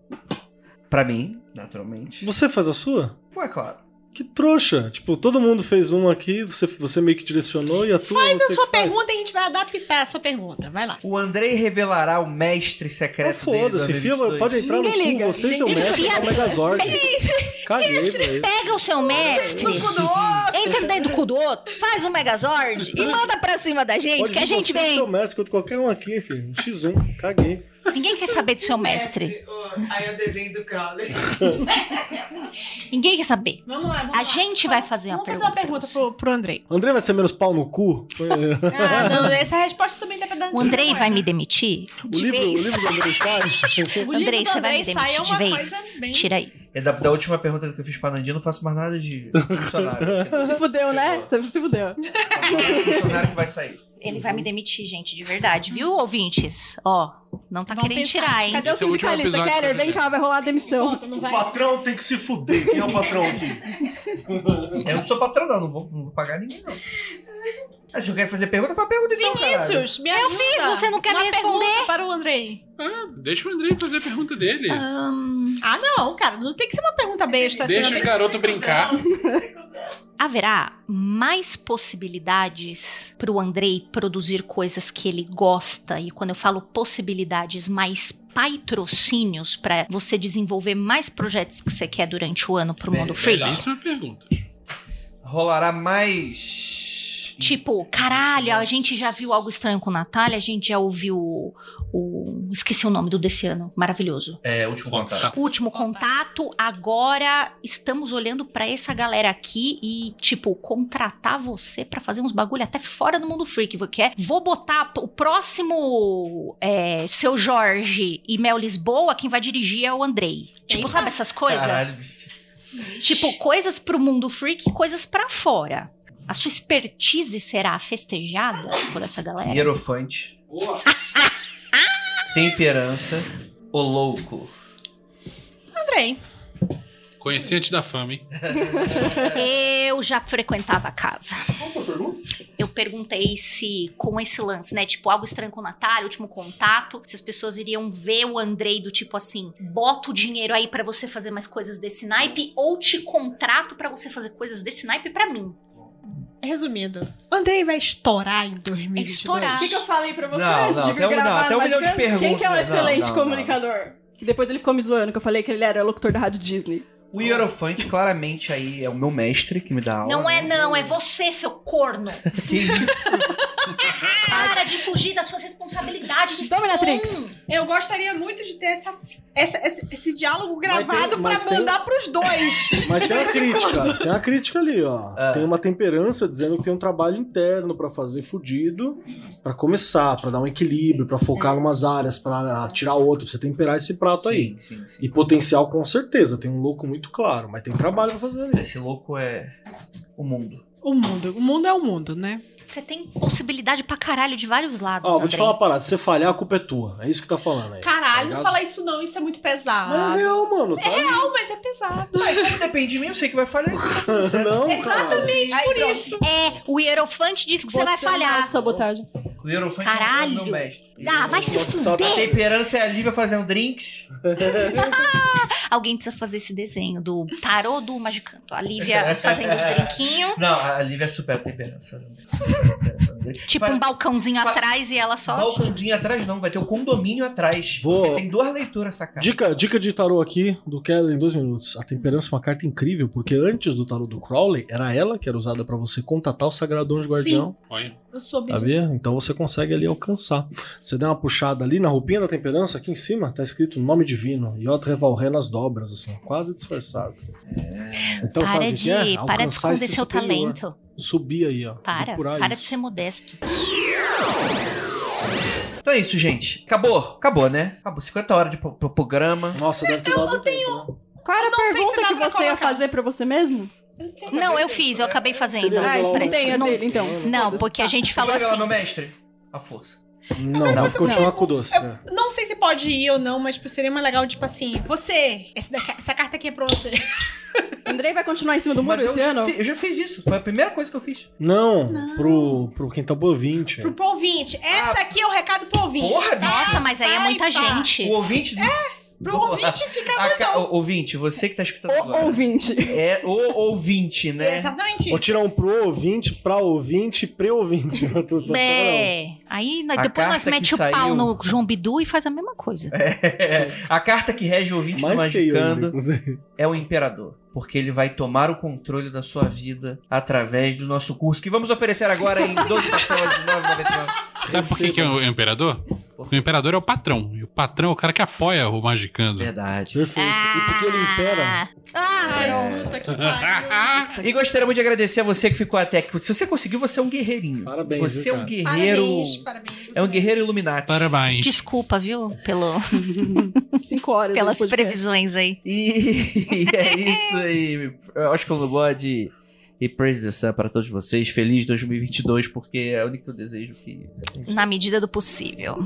Speaker 3: Pra mim, naturalmente.
Speaker 5: Você faz a sua?
Speaker 3: Ué, claro.
Speaker 5: Que trouxa. Tipo, todo mundo fez uma aqui, você, você meio que direcionou e a tua faz você
Speaker 7: Sua
Speaker 5: que faz.
Speaker 7: pergunta e a gente vai adaptar a sua pergunta. Vai lá.
Speaker 3: O Andrei revelará o mestre
Speaker 5: Ah,
Speaker 3: secreto dele.
Speaker 5: foda-se,
Speaker 3: do
Speaker 5: enfia,
Speaker 3: 2022.
Speaker 5: pode entrar
Speaker 6: Ninguém
Speaker 5: no cu,
Speaker 6: liga,
Speaker 5: vocês deu
Speaker 6: ninguém
Speaker 5: mestre,
Speaker 2: liga.
Speaker 5: é o Megazord. Caguei, velho.
Speaker 2: Pega o seu mestre, entra dentro do cu do outro, faz um megazord e manda pra cima da gente,
Speaker 5: Pode
Speaker 2: que a
Speaker 5: vir
Speaker 2: gente
Speaker 5: você e
Speaker 2: vem.
Speaker 5: seu mestre contra qualquer um aqui, filho. X1, caguei.
Speaker 2: Ninguém quer saber do seu <laughs> mestre.
Speaker 16: o- Aí o desenho do Crowley.
Speaker 2: Ninguém quer saber.
Speaker 7: Vamos lá, vamos
Speaker 2: A
Speaker 7: lá.
Speaker 2: gente vai
Speaker 7: Vamos-
Speaker 2: fazer uma
Speaker 7: Vamos fazer
Speaker 2: pergunta.
Speaker 7: uma pergunta
Speaker 2: pra você.
Speaker 7: pro, pro Andrei.
Speaker 5: André vai ser menos pau no cu? é.
Speaker 7: Ah, não, essa resposta também dá pra dar
Speaker 2: O Andrei vai me demitir?
Speaker 5: o,
Speaker 2: De
Speaker 5: livro, o
Speaker 2: vez.
Speaker 5: livro do André sai?
Speaker 2: Andrei,
Speaker 7: livro do
Speaker 2: você vai me
Speaker 7: Andrei sai
Speaker 2: demitir de
Speaker 7: é uma
Speaker 2: vez?
Speaker 7: coisa bem-
Speaker 2: Tira aí.
Speaker 3: É da, da última pergunta que eu fiz pra Nandinha, eu não faço mais nada de
Speaker 5: <laughs>
Speaker 3: funcionário.
Speaker 6: Se fudeu, né? Você se fudeu.
Speaker 3: É funcionário que vai sair.
Speaker 2: Ele vai me demitir, gente, de verdade. Viu, ouvintes? Ó, não tá
Speaker 7: Vamos
Speaker 2: querendo
Speaker 7: pensar.
Speaker 2: tirar, hein?
Speaker 6: Cadê o
Speaker 4: Esse é o último
Speaker 6: sindicalista?
Speaker 4: episódio
Speaker 6: Keller,
Speaker 4: pra
Speaker 6: vem
Speaker 4: fazer.
Speaker 6: cá, vai rolar a demissão.
Speaker 7: Conta, não vai.
Speaker 5: patrão tem que se fuder. Quem é o patrão aqui?
Speaker 3: Eu não sou patrão, não, não vou, não vou pagar ninguém, não. Ah, se eu quero fazer pergunta, faz pergunta então, cara.
Speaker 7: Vinícius, me ajuda. Eu
Speaker 2: fiz, você não quer
Speaker 7: Uma
Speaker 2: me responder?
Speaker 7: pergunta para o Andrei.
Speaker 4: Deixa o Andrei fazer a pergunta dele.
Speaker 7: Ah, não, cara, não tem que ser uma pergunta besta. assim,
Speaker 4: Deixa
Speaker 7: não
Speaker 4: os
Speaker 7: tem-
Speaker 4: garotos brincar.
Speaker 2: Haverá mais possibilidades pro Andrei produzir coisas que ele gosta? E quando eu falo possibilidades, mais patrocínios pra você desenvolver mais projetos que você quer durante o ano pro
Speaker 4: É
Speaker 2: mundo freak?
Speaker 4: Belíssima pergunta.
Speaker 3: Rolará mais.
Speaker 2: Tipo, caralho, a gente já viu algo estranho com Natália, a gente já ouviu o, o- Esqueci o nome do desse ano, maravilhoso.
Speaker 3: É, último contato.
Speaker 2: Último contato, agora estamos olhando pra essa galera aqui e, tipo, contratar você pra fazer uns bagulho até fora do mundo freak, que é, vou botar o próximo é, Seu Jorge e Mel Lisboa, quem vai dirigir é o Andrei. Tipo, sabe essas coisas?
Speaker 3: Caralho, bicho.
Speaker 2: Tipo, coisas pro mundo freak e coisas pra fora. A sua expertise será festejada por essa galera?
Speaker 3: Hierofante. <laughs> Temperança. O louco.
Speaker 7: Andrei.
Speaker 4: Conhecente da fama, hein?
Speaker 2: Eu já frequentava a casa.
Speaker 5: Qual foi a pergunta?
Speaker 2: Eu perguntei se, com esse lance, né? Tipo, algo estranho com o Natália, último contato, se as pessoas iriam ver o Andrei do tipo assim: bota o dinheiro aí pra você fazer mais coisas desse naipe, ou te contrato pra você fazer coisas desse naipe pra mim.
Speaker 17: Resumido, Andrei vai estourar em 2022.
Speaker 2: estourar.
Speaker 6: O que, que eu falei pra você
Speaker 3: Não,
Speaker 6: antes
Speaker 3: não,
Speaker 6: de vir
Speaker 3: tem um- não,
Speaker 6: gravar?
Speaker 3: tem um
Speaker 6: Mas
Speaker 3: milhão de
Speaker 6: quem- Quem que é o
Speaker 3: perguntas, né? Não,
Speaker 6: excelente
Speaker 3: não, não.
Speaker 6: comunicador? Que depois ele ficou me zoando, que eu falei que ele era locutor da Rádio Disney.
Speaker 3: O Hierofante, claramente, aí é o meu mestre que me dá aula.
Speaker 2: Não é,
Speaker 3: né?
Speaker 2: não, é você, seu
Speaker 5: <laughs>
Speaker 2: corno.
Speaker 3: Que isso?
Speaker 2: <laughs> Para de fugir das suas responsabilidades de ser
Speaker 17: Dominatrix.
Speaker 2: bom.
Speaker 7: Eu gostaria muito de ter essa, essa- esse, esse diálogo
Speaker 5: tem-
Speaker 7: gravado pra
Speaker 5: mas tem-
Speaker 7: mandar pros dois.
Speaker 5: <laughs> Mas tem uma crítica, tem uma crítica ali, ó.
Speaker 3: Ah.
Speaker 5: Tem uma temperança dizendo que tem um trabalho interno pra fazer fudido, pra começar, pra dar um equilíbrio, pra focar em umas áreas, pra tirar outra, pra você temperar esse prato aí.
Speaker 3: sim, sim, sim.
Speaker 5: E potencial com certeza, tem um louco muito claro, mas tem trabalho pra fazer ali.
Speaker 3: Esse louco é o mundo.
Speaker 17: O mundo. O mundo é o mundo, né?
Speaker 2: Você tem possibilidade pra caralho de vários lados.
Speaker 5: Ó, vou te
Speaker 2: Andrei.
Speaker 5: falar uma parada, se você falhar, a culpa é tua. É isso que tá falando aí. tá
Speaker 7: Caralho, não
Speaker 5: ligado?
Speaker 7: fala isso não, isso é muito pesado.
Speaker 5: Mas é real, mano. Tá real,
Speaker 7: Não, mas é pesado.
Speaker 3: Mas como depende de mim, eu sei que vai
Speaker 5: <laughs>
Speaker 3: falhar.
Speaker 5: Não, cara.
Speaker 7: Exatamente por isso.
Speaker 2: É, o Hierofante diz que você vai falhar.
Speaker 6: Sabotagem.
Speaker 3: O Hierofante
Speaker 2: Caralho.
Speaker 3: é o meu mestre.
Speaker 2: Ah, vai se
Speaker 5: Só-
Speaker 3: A
Speaker 2: fuder!
Speaker 3: temperança é a Lívia fazendo drinks.
Speaker 2: Alguém precisa fazer esse desenho do tarô do Magicanto. A Lívia fazendo os drinquinhos,
Speaker 3: Não, a Lívia supera a temperança fazendo drinks. Temperança fazendo drinks.
Speaker 2: tipo
Speaker 3: Vai-
Speaker 2: um balcãozinho
Speaker 3: fa-
Speaker 2: atrás e ela só.
Speaker 3: Balcãozinho atrás não, vai ter o condomínio atrás.
Speaker 5: Vou-
Speaker 3: Porque tem duas leituras essa carta.
Speaker 5: Dica, dica de tarô aqui do Keller em dois minutos. A temperança é uma carta incrível, porque antes do tarô do Crowley, era ela que era usada pra você contatar o Sagrado Anjo Guardião,
Speaker 4: Olha.
Speaker 7: Eu soube
Speaker 5: sabia? Então você consegue ali alcançar. Você dá uma puxada ali na roupinha da temperança, aqui em cima tá escrito nome divino, Yod Revalré nas dobras, assim, quase disfarçado. Então sabe
Speaker 2: Para
Speaker 5: o que é?
Speaker 2: de, para de
Speaker 5: Alcançar esse
Speaker 2: esconder seu
Speaker 5: superior.
Speaker 2: talento.
Speaker 5: Subir aí, ó.
Speaker 2: Para,
Speaker 5: Procurar
Speaker 2: para de
Speaker 5: isso.
Speaker 2: ser modesto.
Speaker 3: Então é isso, gente. Acabou, acabou, né? Acabou. 50 horas de pro- pro- programa.
Speaker 5: Nossa, deve ter dado tempo, né?
Speaker 6: Qual era a
Speaker 7: sei se
Speaker 6: pergunta
Speaker 7: dá
Speaker 6: que
Speaker 7: pra
Speaker 6: você ia
Speaker 7: colocar.
Speaker 6: fazer pra você mesmo?
Speaker 2: Não, eu fiz, eu acabei fazendo.
Speaker 5: Seria
Speaker 6: Ah,
Speaker 5: legal,
Speaker 6: então
Speaker 5: né?
Speaker 6: tem a
Speaker 2: não-
Speaker 6: dele, então.
Speaker 2: Não, porque a gente falou
Speaker 3: Vai lá, meu
Speaker 2: assim.
Speaker 3: mestre. A força.
Speaker 5: Não, vamos continuar com o doce. é.
Speaker 7: Não sei se pode ir ou não, mas tipo, seria mais legal, tipo assim, você, essa, daqui- essa carta aqui é pra você.
Speaker 6: Andrei vai continuar em cima do muro
Speaker 3: Mas eu
Speaker 6: esse
Speaker 3: já
Speaker 6: ano?
Speaker 3: fi- eu já fiz isso. Foi a primeira coisa que eu fiz.
Speaker 5: Não, Pro, pro quem tá ouvinte.
Speaker 7: Pro, pro ouvinte. Essa aqui é o recado pro ouvinte.
Speaker 3: Ah. Porra,
Speaker 2: Nossa, mas aí é muita
Speaker 7: Ai, pá.
Speaker 2: gente.
Speaker 3: O ouvinte. Do...
Speaker 7: Pro ouvinte ficar
Speaker 3: A ca-
Speaker 2: um-
Speaker 3: o- Ouvinte, você que tá escutando
Speaker 6: O
Speaker 3: agora.
Speaker 6: ouvinte.
Speaker 3: É
Speaker 6: <laughs>
Speaker 3: o ouvinte, né?
Speaker 7: Exatamente
Speaker 5: Vou
Speaker 7: isso.
Speaker 5: tirar um pro ouvinte, pra ouvinte, pre-ouvinte. <laughs> Eu tô- tô-
Speaker 2: É, aí nós-
Speaker 3: A
Speaker 2: depois nós
Speaker 3: carta que
Speaker 2: mete o
Speaker 3: saiu-
Speaker 2: pau no João Bidu e faz a mesma coisa.
Speaker 5: É.
Speaker 3: <laughs> a carta que rege o ouvinte do
Speaker 5: Mais feio ainda,
Speaker 3: Magicando
Speaker 5: inclusive.
Speaker 3: é o imperador. Porque ele vai tomar o controle da sua vida através do nosso curso, que vamos oferecer agora em 12 parcelas de 9,99.
Speaker 4: Sabe por que, que é o imperador? Porque o imperador é o patrão. E o patrão é o cara que apoia o Magicando.
Speaker 3: Verdade.
Speaker 5: Perfeito. E porque ele impera.
Speaker 2: Ah,
Speaker 3: <laughs>
Speaker 7: Puta que pariu.
Speaker 3: E gostaria muito de agradecer a você que ficou até aqui. Se você conseguiu, você é um guerreirinho.
Speaker 5: Parabéns,
Speaker 3: Você
Speaker 5: viu,
Speaker 3: é um
Speaker 5: cara?
Speaker 3: guerreiro.
Speaker 7: Parabéns, parabéns. você
Speaker 3: É um
Speaker 7: mesmo.
Speaker 3: guerreiro
Speaker 4: <laughs>
Speaker 3: iluminati.
Speaker 4: Parabéns.
Speaker 2: desculpa, viu? Pelo,
Speaker 6: Cinco
Speaker 5: um
Speaker 6: horas.
Speaker 2: pelas
Speaker 6: depois de-
Speaker 2: previsões aí.
Speaker 3: E <laughs> é isso aí. Eu acho que eu não gosto de. E praise the sun para todos vocês. Feliz 2022, porque é o único desejo que.
Speaker 2: na medida do possível.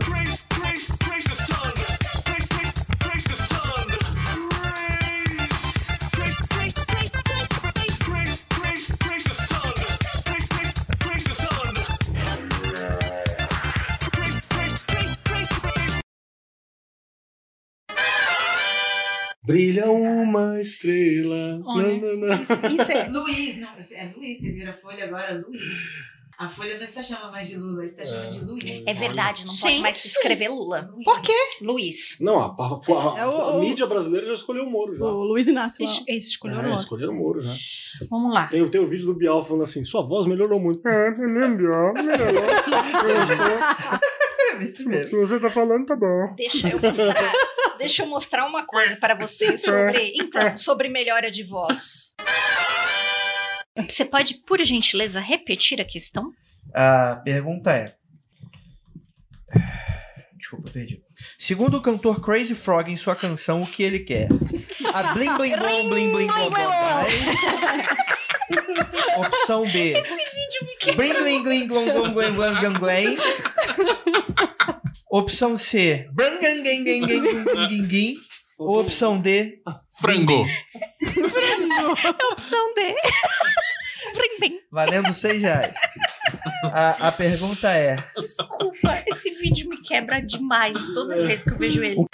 Speaker 18: Praise, praise, praise the sun.
Speaker 5: Brilha uma estrela.
Speaker 7: Olha.
Speaker 5: Não, não, não.
Speaker 7: Isso, isso
Speaker 8: <laughs>
Speaker 7: é...
Speaker 8: Luiz, não, é Luiz, vocês viram a Folha agora, Luiz. A Folha não está chamando mais de Lula, está chamando de Luiz.
Speaker 2: É verdade, não pode
Speaker 7: Gente.
Speaker 2: mais se escrever Lula.
Speaker 8: Luiz.
Speaker 7: Por quê?
Speaker 2: Luiz.
Speaker 5: Não, a, a- a-
Speaker 6: É o-
Speaker 5: a mídia brasileira já escolheu o Moro já.
Speaker 6: O Luiz Inácio.
Speaker 19: Esse esse escolheu
Speaker 5: É,
Speaker 19: o outro.
Speaker 5: escolheram o Moro já.
Speaker 19: Vamos lá.
Speaker 5: Tem, tem o vídeo do Bial falando assim: sua voz melhorou muito. É, melhorou, melhorou.
Speaker 3: É isso mesmo.
Speaker 5: Você tá falando, tá bom.
Speaker 2: Deixa <laughs> eu mostrar. Deixa eu mostrar uma coisa para vocês sobre, então, sobre melhora de voz. Você pode, por gentileza, repetir a questão?
Speaker 3: A pergunta é. Desculpa, eu perdi. Segundo o cantor Crazy Frog em sua canção O que ele quer? A blim blim bom, blim blim bom, bom, bom. Opção B. Esse vídeo me Blim blim blim glom glom glom glom glom glom. Opção C. Brum, gam, gam, gam, gam, gam, gam, gam, gam. Ou Opção D.
Speaker 4: Frango.
Speaker 2: Opção D. Blim, blim.
Speaker 3: Valendo seis reais. A, a pergunta é.
Speaker 2: Desculpa, esse vídeo me quebra demais toda vez que eu vejo ele.